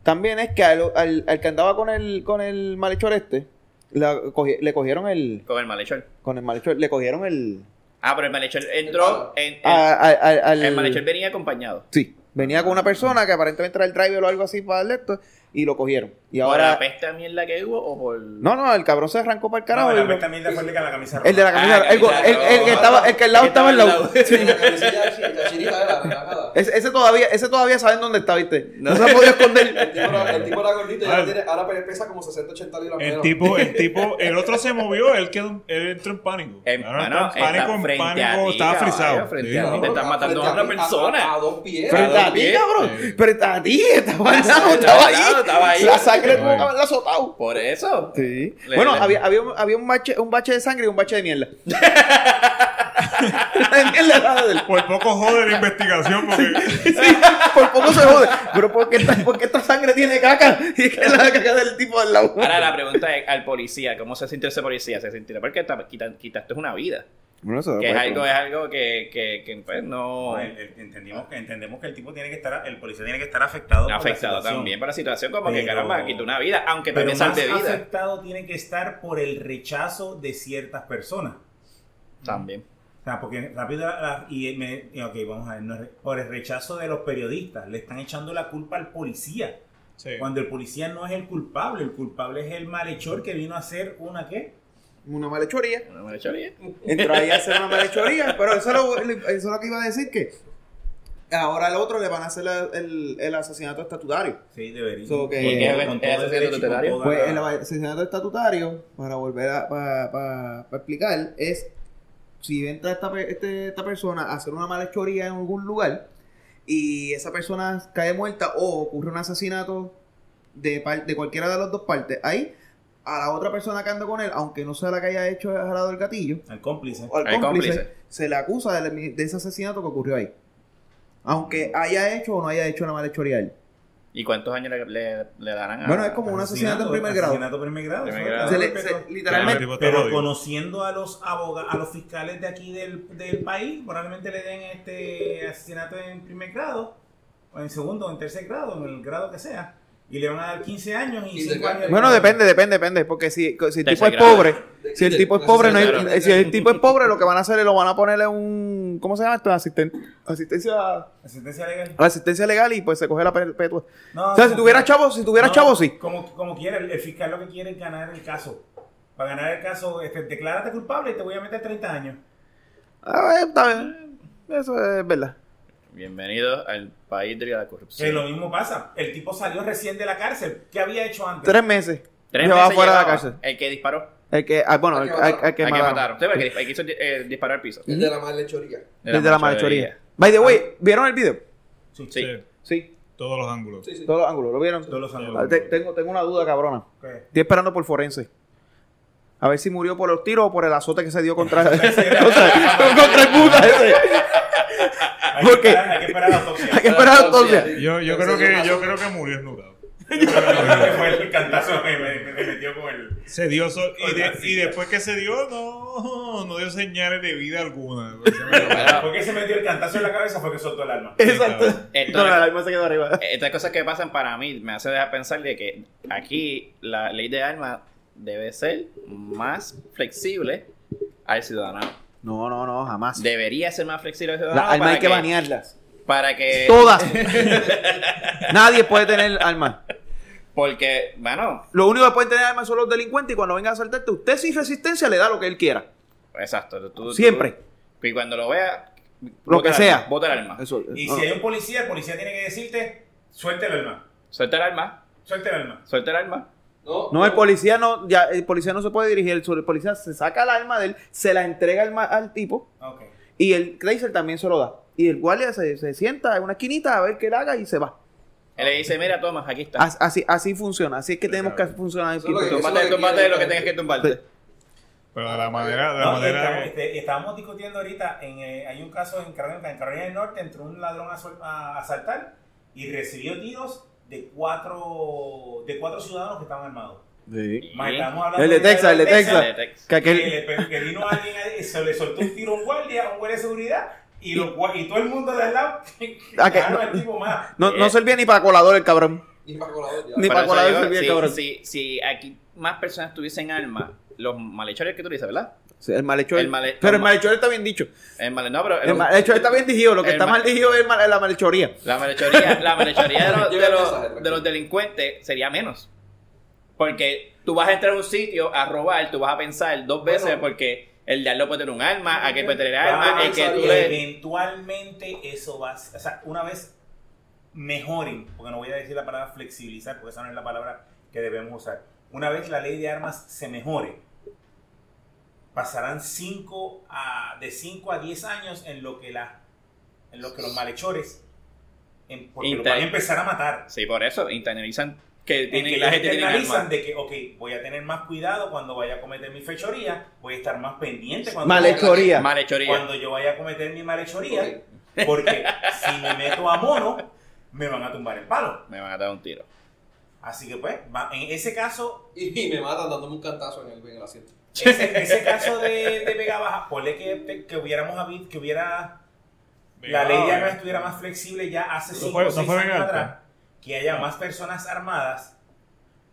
[SPEAKER 1] también es que al, al- al que andaba con el, con el malhechor este, la cogi- le cogieron el...
[SPEAKER 5] Con el malhechor.
[SPEAKER 1] Con el malhechor, le cogieron el...
[SPEAKER 5] Ah, pero el malhechor entró. En, en-
[SPEAKER 1] a- a- a- al-
[SPEAKER 5] el malhechor venía acompañado.
[SPEAKER 1] Sí, venía con una persona que aparentemente era el driver o algo así para darle esto. y lo cogieron. Y
[SPEAKER 5] ¿Por la
[SPEAKER 1] ahora...
[SPEAKER 5] peste a mierda que hubo o por.?
[SPEAKER 1] No, no, el cabrón se arrancó para el carajo.
[SPEAKER 6] No,
[SPEAKER 1] y
[SPEAKER 6] la
[SPEAKER 1] lo-
[SPEAKER 6] meta mierda fue el de la camisa roja.
[SPEAKER 1] el de la camisa,
[SPEAKER 5] Ah,
[SPEAKER 1] el, go- el- el que estaba, el que al lado estaba al lado.
[SPEAKER 2] Sí, la camisilla chi- la chinita era relajada.
[SPEAKER 1] Ese, ese todavía, ese todavía saben dónde está, ¿viste? No se ha podido esconder.
[SPEAKER 2] El tipo era- el tipo era gordito y ahora
[SPEAKER 4] Ah.
[SPEAKER 2] tiene- ahora pesa como 60, 80 libras
[SPEAKER 4] El
[SPEAKER 2] menos.
[SPEAKER 4] tipo, el tipo, el otro se movió, él quedó, él entró en pánico.
[SPEAKER 5] En,
[SPEAKER 4] Ahora
[SPEAKER 5] mano,
[SPEAKER 4] entró en pánico, en pánico, estaba frisado. Sí,
[SPEAKER 5] a ti, te
[SPEAKER 4] no,
[SPEAKER 5] estás matando a
[SPEAKER 2] Frente
[SPEAKER 5] una
[SPEAKER 2] mí,
[SPEAKER 5] persona.
[SPEAKER 2] A, a dos pies.
[SPEAKER 1] Frente
[SPEAKER 2] a
[SPEAKER 1] a
[SPEAKER 2] dos
[SPEAKER 1] ti,
[SPEAKER 5] bien.
[SPEAKER 1] cabrón.
[SPEAKER 4] Sí.
[SPEAKER 1] Frente a ti, estaba al lado,
[SPEAKER 5] Sí,
[SPEAKER 1] estaba
[SPEAKER 5] estaba
[SPEAKER 1] ahí.
[SPEAKER 5] al lado, estaba ahí.
[SPEAKER 1] La sangre tuvo
[SPEAKER 4] Bueno.
[SPEAKER 1] que haberla azotado.
[SPEAKER 5] Por eso.
[SPEAKER 1] Sí.
[SPEAKER 5] Le-
[SPEAKER 1] bueno,
[SPEAKER 5] le-
[SPEAKER 1] había, había, un- había un, bache, un bache de sangre y un bache de mierda. La mierda era de él.
[SPEAKER 4] Por poco jode la investigación porque
[SPEAKER 1] Sí, por poco se jode. Pero ¿por qué, esta, por qué esta sangre tiene caca? Y es que es la caca del tipo del lado.
[SPEAKER 5] Ahora la pregunta es al policía, ¿cómo se sintió ese policía? ¿Se sintió? Porque esta- quita- quitaste una vida.
[SPEAKER 1] Bueno, eso
[SPEAKER 5] Que es
[SPEAKER 1] puede
[SPEAKER 5] algo, es
[SPEAKER 1] preguntar.
[SPEAKER 5] algo que, que, que, pues, no...
[SPEAKER 6] No, el- el- entendimos, que, entendemos que el tipo tiene que estar, el policía tiene que estar afectado. por la
[SPEAKER 5] afectado
[SPEAKER 6] situación.
[SPEAKER 5] también para la situación, como que
[SPEAKER 6] Pero-
[SPEAKER 5] caramba, quitó una vida, aunque
[SPEAKER 6] Pero
[SPEAKER 5] también
[SPEAKER 6] más
[SPEAKER 5] salte vida.
[SPEAKER 6] afectado tiene que estar por el rechazo de ciertas personas.
[SPEAKER 5] También.
[SPEAKER 6] O sea, porque rápido, la- la- y me, y ok, vamos a ver, no es re- por el rechazo de los periodistas, le están echando la culpa al policía. Cuando el policía no es el culpable, el culpable es el malhechor que vino a hacer una qué.
[SPEAKER 3] Una malhechoría.
[SPEAKER 5] No me lo he hecho bien.
[SPEAKER 3] Entró ahí a hacer una malhechoría, pero eso es lo, eso es lo que iba a decir que ahora al otro le van a hacer la- el, el asesinato estatutario.
[SPEAKER 6] Sí, debería.
[SPEAKER 3] So que-
[SPEAKER 5] ¿Por qué es- es asesinato tutelario?
[SPEAKER 3] Pues el asesinato estatutario, para volver a pa- pa- pa explicar, es si entra esta, pe- este- esta persona a hacer una malhechoría en algún lugar y esa persona cae muerta o ocurre un asesinato de, par- de cualquiera de las dos partes, ahí a la otra persona que anda con él, aunque no sea la que haya hecho el jalado del gatillo,
[SPEAKER 6] al cómplice.
[SPEAKER 3] o al
[SPEAKER 5] Al
[SPEAKER 3] cómplice,
[SPEAKER 5] cómplice.
[SPEAKER 3] se le acusa de, de ese asesinato que ocurrió ahí. Aunque haya hecho o no haya hecho una malhechoría a él.
[SPEAKER 5] ¿Y cuántos años le, le- le darán a...?
[SPEAKER 3] Bueno, es como un asesinato en primer grado.
[SPEAKER 6] Asesinato en primer grado.
[SPEAKER 5] Primer
[SPEAKER 6] eso
[SPEAKER 5] grado.
[SPEAKER 6] es-
[SPEAKER 3] Se le-
[SPEAKER 6] pero-
[SPEAKER 3] se- literalmente
[SPEAKER 4] tipo está
[SPEAKER 6] Pero
[SPEAKER 4] jodido.
[SPEAKER 6] conociendo a los aboga- a los fiscales de aquí del, del país, probablemente le den este asesinato en primer grado, o en segundo, o en tercer grado, en el grado que sea, y le van a dar 15 años y
[SPEAKER 2] Y
[SPEAKER 6] 5
[SPEAKER 2] de-
[SPEAKER 6] años. de
[SPEAKER 1] Bueno,
[SPEAKER 6] prisión.
[SPEAKER 1] depende, depende, depende. Porque si, si el tipo
[SPEAKER 5] Tercer
[SPEAKER 1] es
[SPEAKER 5] grado.
[SPEAKER 1] pobre, si el tipo es pobre, no
[SPEAKER 5] Tercer
[SPEAKER 1] hay, eh, si el tipo es pobre, lo que van a hacer es lo van a ponerle un. ¿Cómo se llama esto? Asisten- asistencia.
[SPEAKER 6] La sentencia legal.
[SPEAKER 1] Asistencia legal y pues se coge la perpetua.
[SPEAKER 6] No,
[SPEAKER 1] o sea, si
[SPEAKER 6] como
[SPEAKER 1] tuviera
[SPEAKER 6] quiera-
[SPEAKER 1] chavo, si tuviera
[SPEAKER 6] no,
[SPEAKER 1] chavo, sí.
[SPEAKER 6] Como, como quiera, el, el fiscal lo que quiere es ganar el caso. Para ganar el caso, este, declárate culpable y te voy a meter 30 años.
[SPEAKER 1] Ah, eh, está bien. Eso es verdad.
[SPEAKER 5] Bienvenidos al país de la corrupción.
[SPEAKER 6] Que lo mismo pasa. El tipo salió recién de la cárcel. ¿Qué había hecho antes?
[SPEAKER 1] Tres meses.
[SPEAKER 5] Tres
[SPEAKER 1] llevaba
[SPEAKER 5] meses
[SPEAKER 1] fuera de la
[SPEAKER 5] llevaba
[SPEAKER 1] cárcel.
[SPEAKER 5] El que disparó.
[SPEAKER 1] El que, ah, bueno,
[SPEAKER 2] Al
[SPEAKER 1] el,
[SPEAKER 2] que
[SPEAKER 1] al-
[SPEAKER 2] mataron.
[SPEAKER 1] al que
[SPEAKER 5] el que
[SPEAKER 1] mataron.
[SPEAKER 5] mataron. Sí, porque el que hizo eh, disparar al piso.
[SPEAKER 2] El de la malhechoría.
[SPEAKER 1] Desde la malhechoría. By the way, ¿vieron el video?
[SPEAKER 6] Sí,
[SPEAKER 5] Sí.
[SPEAKER 1] Ah. Sí.
[SPEAKER 4] Todos los ángulos.
[SPEAKER 2] Sí, sí.
[SPEAKER 1] Todos los ángulos, ¿lo vieron?
[SPEAKER 6] Todos los
[SPEAKER 1] Ah,
[SPEAKER 6] ángulos.
[SPEAKER 1] te- tengo, tengo una duda, cabrona.
[SPEAKER 6] Ok.
[SPEAKER 1] Estoy esperando por forense. A ver si murió por los tiros o por el azote que se dio contra, contra, contra el puta ese.
[SPEAKER 6] Hay,
[SPEAKER 1] ¿Por
[SPEAKER 6] que
[SPEAKER 1] qué?
[SPEAKER 6] esperar, hay que esperar la autopsia.
[SPEAKER 1] Ah, Hay que esperar entonces.
[SPEAKER 4] Yo, yo creo que, yo creo que murió esnudado.
[SPEAKER 6] que fue el cantazo que me, me- me metió con el.
[SPEAKER 4] Se dio sol- y, de- y después que se dio, no, no dio señales de vida alguna. Se me-
[SPEAKER 1] Ah.
[SPEAKER 6] Porque se metió el cantazo en la cabeza fue que soltó el alma.
[SPEAKER 1] Exacto.
[SPEAKER 5] Esto-
[SPEAKER 1] No, no, la alma se quedó arriba.
[SPEAKER 5] Eh, Estas cosas que pasan para mí me hace dejar pensar de que aquí la ley de armas debe ser más flexible al ciudadano.
[SPEAKER 1] No, no, no, jamás.
[SPEAKER 5] Debería ser más flexible al ciudadano.
[SPEAKER 1] Las almas
[SPEAKER 5] para
[SPEAKER 1] hay que Eh. banearlas.
[SPEAKER 5] Para que.
[SPEAKER 1] Todas. Nadie puede tener almas.
[SPEAKER 5] Porque, bueno,
[SPEAKER 1] Lo único que pueden tener armas son los delincuentes y cuando vengan a asaltarte, usted sin resistencia le da lo que él quiera.
[SPEAKER 5] exacto. tú- tú-
[SPEAKER 1] Siempre.
[SPEAKER 5] tú- y cuando lo vea.
[SPEAKER 1] Lo
[SPEAKER 5] bota
[SPEAKER 1] que
[SPEAKER 5] el
[SPEAKER 1] sea.
[SPEAKER 5] arma, Bota el alma.
[SPEAKER 1] Eso,
[SPEAKER 6] Ah. Y
[SPEAKER 1] no,
[SPEAKER 6] si
[SPEAKER 1] no.
[SPEAKER 6] hay un policía, el policía tiene que decirte: suelta el alma.
[SPEAKER 5] Suelta el alma.
[SPEAKER 6] Suelta el alma.
[SPEAKER 5] Suelta el alma.
[SPEAKER 2] No,
[SPEAKER 1] No, el policía no, ya, el policía no se puede dirigir, el, el policía se saca el arma de él, se la entrega al, ma- al tipo
[SPEAKER 6] Ok.
[SPEAKER 1] y el Tracer también se lo da. Y el guardia se, se sienta en una esquinita a ver qué le haga y se va.
[SPEAKER 5] Él le dice: Mira, toma, aquí está.
[SPEAKER 1] As- Así, así funciona, así es que tenemos que funcionar.
[SPEAKER 2] Eso es lo que-
[SPEAKER 1] equipo.
[SPEAKER 2] eso
[SPEAKER 5] Tumbate, tumbate
[SPEAKER 2] quiere-
[SPEAKER 5] lo que tengas que tumbarte.
[SPEAKER 4] Pero de la manera, de la
[SPEAKER 6] No, y estamos,
[SPEAKER 4] manera.
[SPEAKER 6] este, estábamos discutiendo ahorita: en, eh, hay un caso en Carolina, en Carolina del Norte, entró un ladrón a, sol- a asaltar y recibió tiros de cuatro, de cuatro ciudadanos que estaban armados. Más estamos hablando
[SPEAKER 1] El de
[SPEAKER 6] ahorita
[SPEAKER 1] Texas, el de Texas.
[SPEAKER 5] El de Texas.
[SPEAKER 1] Que
[SPEAKER 6] que,
[SPEAKER 1] aquel-
[SPEAKER 6] le- que vino alguien ahí, se le soltó un tiro a un guardia, a un guardia de seguridad, y, los gua- y todo el mundo de al lado,
[SPEAKER 1] Ah, que-
[SPEAKER 6] ah, no, el tipo más.
[SPEAKER 1] no,
[SPEAKER 5] eh.
[SPEAKER 1] no servía ni para colador el cabrón.
[SPEAKER 2] Y para colador ya.
[SPEAKER 1] Ni
[SPEAKER 5] Para
[SPEAKER 1] para colador
[SPEAKER 5] eso
[SPEAKER 1] servía el
[SPEAKER 5] digo,
[SPEAKER 1] cabrón.
[SPEAKER 5] si, si, si aquí más personas tuviesen alma, los malhechores que tú dices, ¿verdad?
[SPEAKER 1] sea, el malhechor.
[SPEAKER 5] El male-
[SPEAKER 1] pero
[SPEAKER 5] no,
[SPEAKER 1] el
[SPEAKER 5] mal-
[SPEAKER 1] malhechor está bien dicho.
[SPEAKER 5] El male- no, pero
[SPEAKER 1] El malhechor está bien digido. Lo que
[SPEAKER 5] el
[SPEAKER 1] está
[SPEAKER 5] mal-
[SPEAKER 1] mal digido es mal- la malhechoría.
[SPEAKER 5] la malhechoría, la malhechoría de, los, de, los,
[SPEAKER 2] Llega
[SPEAKER 5] de los delincuentes sería menos. Porque tú vas a entrar a un sitio a robar, tú vas a pensar dos veces
[SPEAKER 2] Bueno.
[SPEAKER 5] porque el de al lado puede tener un arma, aquel puede tener
[SPEAKER 6] Vamos
[SPEAKER 5] arma,
[SPEAKER 6] a
[SPEAKER 5] el que
[SPEAKER 6] pensar
[SPEAKER 5] tú
[SPEAKER 6] y
[SPEAKER 5] le...
[SPEAKER 6] Eventualmente eso va a ser, o sea, una vez mejoren, porque no voy a decir la palabra flexibilizar, porque esa no es la palabra que debemos usar. Una vez la ley de armas se mejore, pasarán cinco a, de 5 a 10 años en lo que, la, en lo que los malhechores en- porque los
[SPEAKER 5] Inter-
[SPEAKER 6] van a empezar a matar.
[SPEAKER 5] Sí, por eso, internalizan que,
[SPEAKER 6] En
[SPEAKER 5] tienen,
[SPEAKER 6] que
[SPEAKER 5] la
[SPEAKER 6] ellos
[SPEAKER 5] gente tiene
[SPEAKER 6] internalizan
[SPEAKER 5] armas.
[SPEAKER 6] de que, ok, voy a tener más cuidado cuando vaya a cometer mi fechoría, voy a estar más pendiente cuando
[SPEAKER 1] Malhechoría.
[SPEAKER 5] Malhechoría.
[SPEAKER 6] cuando yo vaya a cometer mi malhechoría, porque si me meto a mono, me van a tumbar el palo.
[SPEAKER 5] Me van a dar un tiro.
[SPEAKER 6] Así que pues, va- en ese caso,
[SPEAKER 2] Y, y me matan dándome un cantazo en el, en el asiento.
[SPEAKER 6] ese, en ese caso de, de Vega Baja, ponle que, te- que hubiéramos habi- que hubiera la ley de armas estuviera más flexible ya hace
[SPEAKER 4] No
[SPEAKER 6] 5
[SPEAKER 4] fue-
[SPEAKER 6] o
[SPEAKER 4] no
[SPEAKER 6] 6
[SPEAKER 4] fue pues.
[SPEAKER 6] años
[SPEAKER 4] Vega Alta.
[SPEAKER 6] atrás, que haya más personas armadas,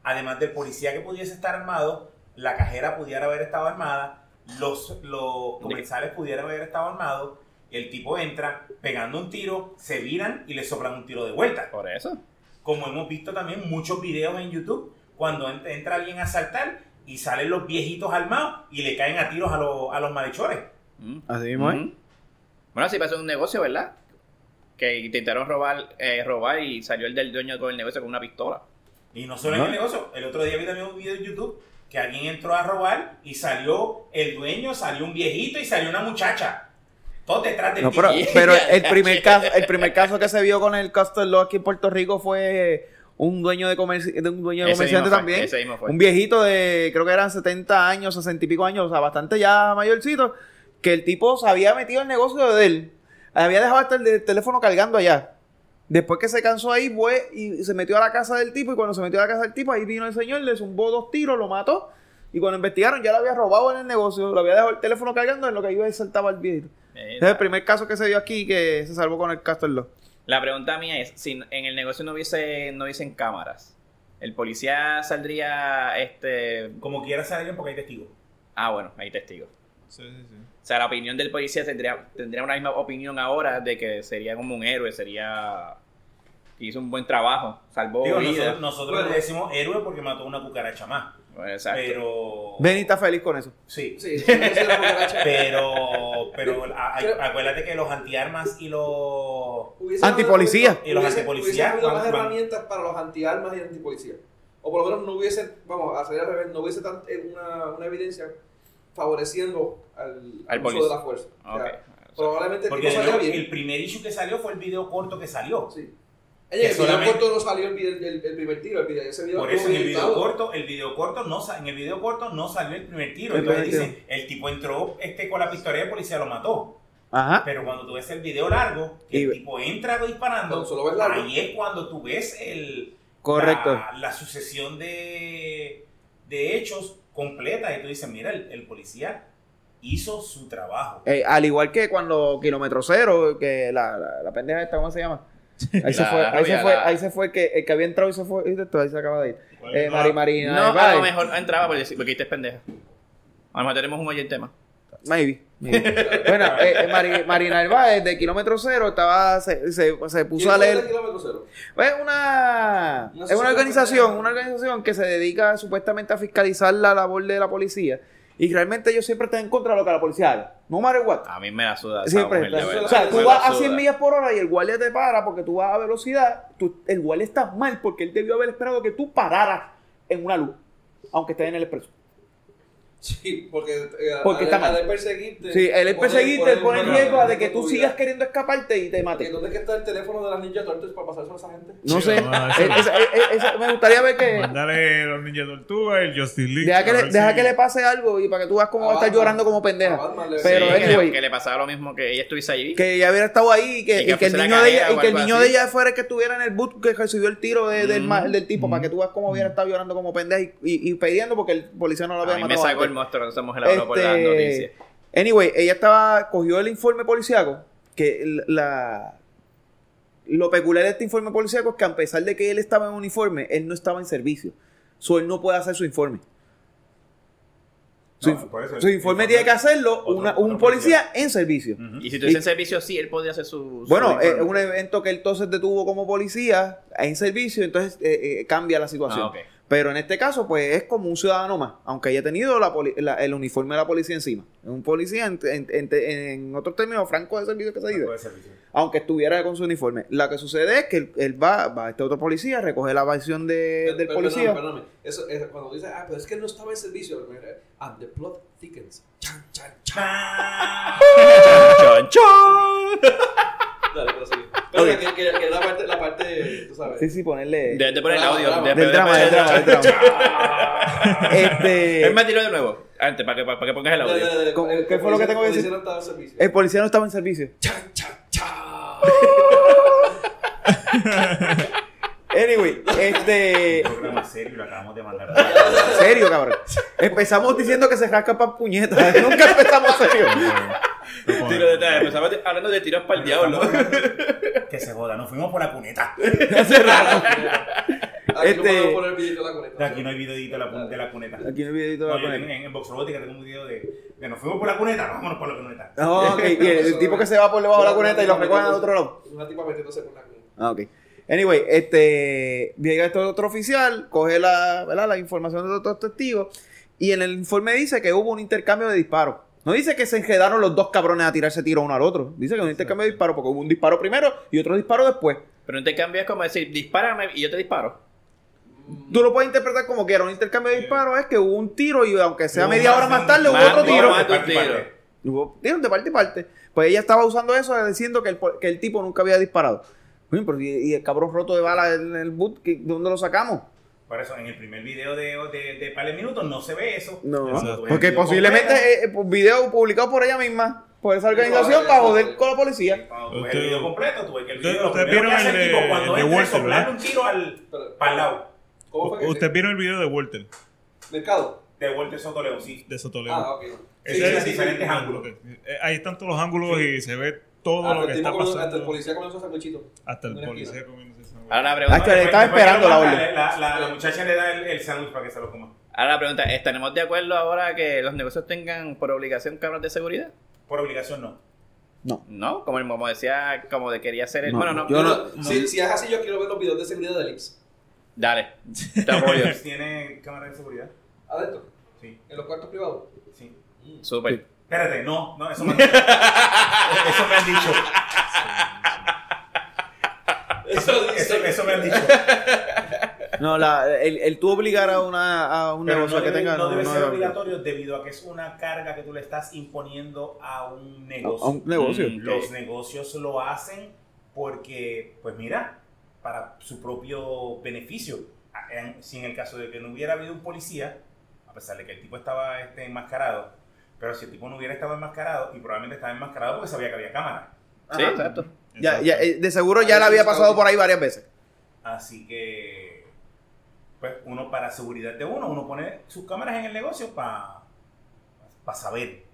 [SPEAKER 6] además del policía que pudiese estar armado, la cajera pudiera haber estado armada, los, los comensales pudieran haber estado armados, el tipo entra pegando un tiro, se viran y le soplan un tiro de vuelta.
[SPEAKER 5] Por eso.
[SPEAKER 6] Como hemos visto también muchos videos en YouTube, cuando ent- entra alguien a asaltar y salen los viejitos armados y le caen a tiros a, los- a los malhechores.
[SPEAKER 5] Mm.
[SPEAKER 1] Así mismo, ¿eh?
[SPEAKER 5] Ujú. Bueno, así pasó en un negocio, ¿verdad? Que intentaron robar, eh, robar y salió el del dueño de todo el negocio con una pistola.
[SPEAKER 6] Y no solo en el negocio, el otro día vi también un video en YouTube que alguien entró a robar y salió el dueño, salió un viejito y salió una muchacha. Todo detrás del
[SPEAKER 1] No,
[SPEAKER 6] tipo.
[SPEAKER 1] pero, pero el primer caso, el primer caso que se vio con el Custer Law aquí en Puerto Rico fue un dueño de, comerci- de un dueño de
[SPEAKER 5] Ese mismo
[SPEAKER 1] comerciante
[SPEAKER 5] fue,
[SPEAKER 1] también.
[SPEAKER 5] ese mismo fue.
[SPEAKER 1] Un viejito de, creo que eran 70 años, 60 y pico años, o sea, bastante ya mayorcito, que el tipo se había metido al negocio de él. Había dejado hasta el de- teléfono cargando allá. Después que se cansó ahí, fue y se metió a la casa del tipo. Y cuando se metió a la casa del tipo, ahí vino el señor, le zumbó dos tiros, lo mató. Y cuando investigaron, ya lo había robado en el negocio, lo había dejado el teléfono cargando, en lo que iba y saltaba el viejito.
[SPEAKER 5] Eh,
[SPEAKER 1] Ese es el primer caso que se dio aquí que se salvó con el Castor Law.
[SPEAKER 5] La pregunta mía es, si en el negocio no hubiese, no hubiesen cámaras, ¿el policía saldría, este...
[SPEAKER 6] Como quiera ser alguien porque hay testigos.
[SPEAKER 5] Ah, bueno, hay testigos.
[SPEAKER 4] Sí, sí, sí.
[SPEAKER 5] O sea, la opinión del policía tendría, tendría una misma opinión ahora de que sería como un héroe, sería... Hizo un buen trabajo, salvó
[SPEAKER 6] Digo,
[SPEAKER 5] vidas.
[SPEAKER 6] nosotros, nosotros
[SPEAKER 2] Oh, Bueno.
[SPEAKER 6] le decimos héroe porque mató una cucaracha más.
[SPEAKER 5] Bueno, exacto.
[SPEAKER 6] Pero.
[SPEAKER 1] Oh. Benny está feliz con eso.
[SPEAKER 6] Sí.
[SPEAKER 2] Sí, sí, sí, la cucaracha.
[SPEAKER 6] Pero. Pero a-
[SPEAKER 2] Creo-
[SPEAKER 6] a- acuérdate que los antiarmas y los.
[SPEAKER 2] Hubiesen
[SPEAKER 1] Antipolicía.
[SPEAKER 2] habido-
[SPEAKER 6] Y los
[SPEAKER 2] hubiesen-
[SPEAKER 6] antipolicías,
[SPEAKER 2] hubiesen habido
[SPEAKER 6] van-
[SPEAKER 2] más
[SPEAKER 6] van-
[SPEAKER 2] herramientas para los antiarmas y antipolicías. O por lo menos no hubiese, vamos, a salir al revés, no hubiese tan, eh, una, una evidencia favoreciendo al,
[SPEAKER 5] Al
[SPEAKER 2] al
[SPEAKER 5] policía.
[SPEAKER 2] uso de la fuerza. O sea,
[SPEAKER 5] Ok.
[SPEAKER 2] probablemente el
[SPEAKER 6] Porque
[SPEAKER 2] Este tipo
[SPEAKER 6] de
[SPEAKER 2] salía
[SPEAKER 6] nuevo,
[SPEAKER 2] bien.
[SPEAKER 6] el primer issue que salió fue el video corto que salió.
[SPEAKER 2] Sí. Oye, el video
[SPEAKER 6] solamente-
[SPEAKER 2] corto no salió el, video- el- el primer tiro, el video, ese video
[SPEAKER 6] Por
[SPEAKER 2] estuvo
[SPEAKER 6] eso en el
[SPEAKER 2] editado.
[SPEAKER 6] video corto, el video corto no sa- en el video corto no salió el primer tiro.
[SPEAKER 1] El
[SPEAKER 6] Entonces
[SPEAKER 1] primer
[SPEAKER 6] dicen, el tipo entró este con la pistola y el policía lo mató.
[SPEAKER 1] Ajá.
[SPEAKER 6] Pero cuando tú ves el video largo, que
[SPEAKER 1] Y-
[SPEAKER 6] el tipo entra disparando,
[SPEAKER 2] Pero solo ves largo.
[SPEAKER 6] ahí es cuando tú ves el
[SPEAKER 1] Correcto.
[SPEAKER 6] la, la sucesión de, de hechos completa y tú dices, mira, el, el policía hizo su trabajo.
[SPEAKER 1] Eh, al igual que cuando Kilómetro Cero, que la, la, la pendeja esta, ¿cómo se llama? Ahí se
[SPEAKER 5] La
[SPEAKER 1] fue, ahí se
[SPEAKER 5] rubia,
[SPEAKER 1] fue,
[SPEAKER 5] la-
[SPEAKER 1] ahí se fue el que, el que había entrado y se fue, y de todo, ahí se acaba de ir.
[SPEAKER 4] ¿Cuál
[SPEAKER 1] Eh,
[SPEAKER 4] es la-
[SPEAKER 1] Mari Marina.
[SPEAKER 5] No,
[SPEAKER 1] Ibai.
[SPEAKER 5] a lo mejor entraba por decir, porque este es pendeja. A lo mejor tenemos un oyente más.
[SPEAKER 1] Maybe. maybe. bueno, eh, eh, Mari- Marina Herváez de Kilómetro Cero estaba, se, se, se
[SPEAKER 2] ¿Quién
[SPEAKER 1] puso a
[SPEAKER 2] fue el de
[SPEAKER 1] leer.
[SPEAKER 2] kilómetro cero?
[SPEAKER 1] Es una,
[SPEAKER 2] No
[SPEAKER 1] es
[SPEAKER 2] sé
[SPEAKER 1] una
[SPEAKER 2] si
[SPEAKER 1] organización,
[SPEAKER 2] lo-
[SPEAKER 1] una organización que se dedica supuestamente a fiscalizar la labor de la policía. Y realmente ellos siempre están en contra de lo que la policía haga. No matter what.
[SPEAKER 5] A mí me la suda. Ah, esa
[SPEAKER 1] Siempre
[SPEAKER 5] mujer, de
[SPEAKER 1] está.
[SPEAKER 5] verdad.
[SPEAKER 1] O sea, tú
[SPEAKER 5] Me
[SPEAKER 1] vas
[SPEAKER 5] la
[SPEAKER 1] a 100
[SPEAKER 5] suda.
[SPEAKER 1] millas por hora y el guardia te para porque tú vas a velocidad. tú- el guardia está mal porque él debió haber esperado que tú pararas en una luz, aunque estés en el expreso.
[SPEAKER 2] Sí, porque, eh,
[SPEAKER 1] Porque
[SPEAKER 2] al-
[SPEAKER 1] está mal.
[SPEAKER 2] al él perseguirte.
[SPEAKER 1] Sí, él es
[SPEAKER 2] pone-
[SPEAKER 1] perseguirte, él pone en riesgo de que
[SPEAKER 2] tu
[SPEAKER 1] tú
[SPEAKER 2] vida.
[SPEAKER 1] sigas queriendo escaparte y
[SPEAKER 2] Porque
[SPEAKER 1] te mate.
[SPEAKER 2] ¿Dónde es que está el teléfono de las Ninja Turtles para pasar por esa gente?
[SPEAKER 1] No sé.
[SPEAKER 4] Sí, no, eso-
[SPEAKER 1] Es- es- es- es- me gustaría ver que.
[SPEAKER 4] Mándale los Ninja Tortuga, el Justice League.
[SPEAKER 1] Deja que,
[SPEAKER 4] a
[SPEAKER 1] le,
[SPEAKER 4] ver
[SPEAKER 1] deja
[SPEAKER 4] si-
[SPEAKER 1] que le pase algo y para que tú veas cómo va a estar
[SPEAKER 2] Abajo.
[SPEAKER 1] llorando como
[SPEAKER 2] A
[SPEAKER 1] pendeja.
[SPEAKER 2] Batman le-
[SPEAKER 1] Pero
[SPEAKER 5] Sí, que,
[SPEAKER 1] anyway.
[SPEAKER 5] le, que le pasaba lo mismo que ella estuviese allí.
[SPEAKER 1] Que ella hubiera estado ahí y que,
[SPEAKER 5] Y que
[SPEAKER 1] y que el
[SPEAKER 5] fuese la
[SPEAKER 1] niño, de ella,
[SPEAKER 5] cajera
[SPEAKER 1] y
[SPEAKER 5] o
[SPEAKER 1] que el
[SPEAKER 5] algo
[SPEAKER 1] niño
[SPEAKER 5] así.
[SPEAKER 1] de ella fuera el que estuviera en el boot que recibió el tiro de- del,
[SPEAKER 5] Mm.
[SPEAKER 1] ma- del tipo para
[SPEAKER 4] Mm.
[SPEAKER 1] que tú veas cómo hubiera estado llorando como pendeja y, y- y pidiendo porque el policía no lo
[SPEAKER 5] a
[SPEAKER 1] había
[SPEAKER 5] mí me
[SPEAKER 1] matado.
[SPEAKER 5] sacó
[SPEAKER 1] antes.
[SPEAKER 5] el monstruo cuando esa mujer habló por las
[SPEAKER 1] Este,
[SPEAKER 5] noticias.
[SPEAKER 1] Anyway, ella estaba, cogió el informe policiaco, que el- la... Lo peculiar de este informe policiaco es que a pesar de que él estaba en uniforme, él no estaba en servicio. So, él no puede hacer su informe. Su,
[SPEAKER 6] No,
[SPEAKER 1] inf-
[SPEAKER 6] por eso,
[SPEAKER 1] su
[SPEAKER 6] el-
[SPEAKER 1] informe
[SPEAKER 6] el-
[SPEAKER 1] tiene que hacerlo
[SPEAKER 6] otro-
[SPEAKER 1] una-
[SPEAKER 6] otro Mm.
[SPEAKER 1] un policía en servicio.
[SPEAKER 6] Ujú.
[SPEAKER 5] Y si tuviese en servicio, sí, él podría hacer su. Ah, su
[SPEAKER 1] Bueno, eh, es
[SPEAKER 5] uniforme.
[SPEAKER 1] un evento que él entonces detuvo como policía en servicio, entonces eh, eh, cambia la situación.
[SPEAKER 5] Ah, ok.
[SPEAKER 1] Pero en este caso, pues es como un ciudadano más, aunque haya tenido la poli- la- el uniforme de la policía encima. Es un policía, en, en, en- en otros términos, franco de servicio que se dice,
[SPEAKER 6] Puede ser, sí.
[SPEAKER 1] aunque estuviera con su uniforme. Lo que sucede es que él, él va, va a este otro policía, recoge la versión de, del
[SPEAKER 2] Perdóname,
[SPEAKER 1] policía.
[SPEAKER 2] perdóname. Eso, es cuando dices, ah, pero es que no estaba en servicio. And the plot thickens. Chan, chan, chan.
[SPEAKER 5] Chon, chon.
[SPEAKER 2] Dale, prosigue. Pero que, que, que es la parte, la parte, tú sabes.
[SPEAKER 1] Sí, sí, ponerle.
[SPEAKER 5] Debes de poner el audio.
[SPEAKER 2] Del
[SPEAKER 5] debes-
[SPEAKER 1] del
[SPEAKER 5] debes
[SPEAKER 1] drama,
[SPEAKER 5] poner el
[SPEAKER 1] del drama, del drama.
[SPEAKER 5] Es
[SPEAKER 1] este,
[SPEAKER 5] más, dilo de nuevo. Antes, para que, para que pongas el
[SPEAKER 2] Dale,
[SPEAKER 5] audio.
[SPEAKER 2] dale, dale.
[SPEAKER 1] ¿Cómo-
[SPEAKER 2] El-
[SPEAKER 1] qué fue lo que tengo que
[SPEAKER 2] el
[SPEAKER 1] decir? Eh,
[SPEAKER 2] policía no estaba en servicio.
[SPEAKER 1] el policía no estaba en servicio.
[SPEAKER 2] Chan, chan, chan.
[SPEAKER 1] Anyway, este.
[SPEAKER 6] Un programa serio y lo acabamos de mandar.
[SPEAKER 1] Serio, cabrón. Empezamos diciendo que se rasca para puñetas. Nunca empezamos serio.
[SPEAKER 5] Tiro de tal. Empezamos de- hablando de tiros para el diablo.
[SPEAKER 6] Que se joda, nos fuimos por la cuneta.
[SPEAKER 1] Hace rato.
[SPEAKER 2] Aquí
[SPEAKER 1] Este-
[SPEAKER 2] no podemos poner el videito de la
[SPEAKER 6] De
[SPEAKER 2] conecta.
[SPEAKER 6] Aquí no hay videito de la, pun- de la cuneta.
[SPEAKER 1] Aquí en el videito
[SPEAKER 6] No,
[SPEAKER 1] va a
[SPEAKER 6] yo
[SPEAKER 1] poner.
[SPEAKER 6] tengo- en, en Box Robótica tengo un video de, de nos fuimos por la cuneta, vámonos por la cuneta.
[SPEAKER 1] No, ok, y el, el tipo que se va por debajo de la cuneta y lo recogen al otro lado.
[SPEAKER 2] Una tipa metiéndose con la cuneta.
[SPEAKER 1] Ah, ok. Anyway, este, llega este otro oficial, coge la, ¿verdad? la información de los otros testigos y en el informe dice que hubo un intercambio de disparos. No dice que se enredaron los dos cabrones a tirarse tiro uno al otro. Dice que hubo un intercambio de disparos porque hubo un disparo primero y otro disparo después.
[SPEAKER 5] Pero no te cambias como decir, dispárame y yo te disparo.
[SPEAKER 1] Tú lo puedes interpretar como quieras. Un intercambio de disparos es que hubo un tiro y aunque sea media hora más tarde hubo
[SPEAKER 5] más-
[SPEAKER 1] otro tiro.
[SPEAKER 5] más-
[SPEAKER 6] Parte y
[SPEAKER 5] tiro.
[SPEAKER 6] parte.
[SPEAKER 1] Hubo tiros de parte y parte. Pues ella estaba usando eso diciendo que el, po- que el tipo nunca había disparado. Oye, pero y, y el cabrón roto de bala en el boot, ¿qué- ¿dónde lo sacamos?
[SPEAKER 6] Por eso, en el primer video de, de, de Pale Minutos no se ve eso.
[SPEAKER 1] No,
[SPEAKER 6] Eso lo tuve en
[SPEAKER 1] porque
[SPEAKER 6] el video
[SPEAKER 1] posiblemente
[SPEAKER 6] completo.
[SPEAKER 1] eh, eh, pues, video publicado por ella misma, por esa organización,
[SPEAKER 2] No,
[SPEAKER 1] para
[SPEAKER 2] no,
[SPEAKER 1] joder
[SPEAKER 2] no.
[SPEAKER 1] con la policía.
[SPEAKER 6] Cuando tuve el video completo, tuve que el
[SPEAKER 4] Ustedes-
[SPEAKER 6] video. lo
[SPEAKER 4] ustedes
[SPEAKER 6] primero que
[SPEAKER 4] vieron
[SPEAKER 6] hace
[SPEAKER 4] el
[SPEAKER 6] el
[SPEAKER 4] de-
[SPEAKER 6] tipo cuando
[SPEAKER 4] de
[SPEAKER 6] entra es
[SPEAKER 4] Walter,
[SPEAKER 6] soplarle
[SPEAKER 4] ¿verdad?
[SPEAKER 6] un tiro al,
[SPEAKER 2] Pero-
[SPEAKER 6] para lado
[SPEAKER 2] ¿Cómo fue? que-
[SPEAKER 4] Ustedes vieron el video de Walter,
[SPEAKER 2] Mercado.
[SPEAKER 6] de Walter Soto León, sí.
[SPEAKER 4] de Sotoleo.
[SPEAKER 2] Ah, ok.
[SPEAKER 6] Ese
[SPEAKER 2] Sí, sí,
[SPEAKER 6] es el
[SPEAKER 2] sí, sí.
[SPEAKER 6] diferentes ángulos.
[SPEAKER 4] Eh, Ahí están todos los ángulos
[SPEAKER 6] Sí.
[SPEAKER 4] y se ve todo
[SPEAKER 2] Hasta
[SPEAKER 4] lo que
[SPEAKER 2] el
[SPEAKER 4] está
[SPEAKER 2] tipo comiendo- Hasta el
[SPEAKER 4] pasando.
[SPEAKER 2] policía comiendo su sandwichito.
[SPEAKER 4] Hasta el
[SPEAKER 2] Una
[SPEAKER 4] policía
[SPEAKER 2] esquina.
[SPEAKER 4] comiéndose esa
[SPEAKER 5] Ahora la
[SPEAKER 1] Ah,
[SPEAKER 5] pregunta,
[SPEAKER 1] espera. estaba esperando la orden.
[SPEAKER 6] La, la- la muchacha le da el, el sándwich para que se lo coma.
[SPEAKER 5] ahora la pregunta, ¿estaremos de acuerdo ahora que los negocios tengan por obligación cámaras de seguridad?
[SPEAKER 6] Por obligación, no.
[SPEAKER 5] No, como el momo decía, como de quería hacer el...
[SPEAKER 1] No,
[SPEAKER 5] bueno, no,
[SPEAKER 1] yo no-
[SPEAKER 2] Si, si es así, yo quiero ver los videos de seguridad de Elix.
[SPEAKER 5] Dale, te apoyo.
[SPEAKER 6] ¿Tiene cámara de seguridad?
[SPEAKER 2] Adentro,
[SPEAKER 6] Sí,
[SPEAKER 2] en los cuartos privados.
[SPEAKER 6] sí.
[SPEAKER 5] Súper.
[SPEAKER 6] Espérate, no, no, eso me han dicho. Eso me han dicho.
[SPEAKER 2] Eso
[SPEAKER 6] Eso, eso me han dicho.
[SPEAKER 1] No, la, el, el tú obligar a, una, a un
[SPEAKER 6] Pero
[SPEAKER 1] negocio
[SPEAKER 6] no
[SPEAKER 1] que
[SPEAKER 6] debe,
[SPEAKER 1] tenga.
[SPEAKER 6] no
[SPEAKER 1] no-
[SPEAKER 6] debe
[SPEAKER 1] no
[SPEAKER 6] ser
[SPEAKER 1] debe-
[SPEAKER 6] obligatorio debido a que es una carga que tú le estás imponiendo a un negocio.
[SPEAKER 1] a un negocio.
[SPEAKER 5] Mm.
[SPEAKER 6] Los
[SPEAKER 5] Ok.
[SPEAKER 6] negocios lo hacen porque, pues mira, para su propio beneficio. A- en- Si en el caso de que no hubiera habido un policía, a pesar de que el tipo estaba este, enmascarado, pero si el tipo no hubiera estado enmascarado, y probablemente estaba enmascarado porque sabía que había cámara.
[SPEAKER 5] Sí,
[SPEAKER 1] Ajá.
[SPEAKER 5] exacto.
[SPEAKER 1] Ya, ya, eh, de seguro ya la había pasado por ahí varias veces.
[SPEAKER 6] Así que, pues uno para seguridad de uno, uno pone sus cámaras en el negocio para saber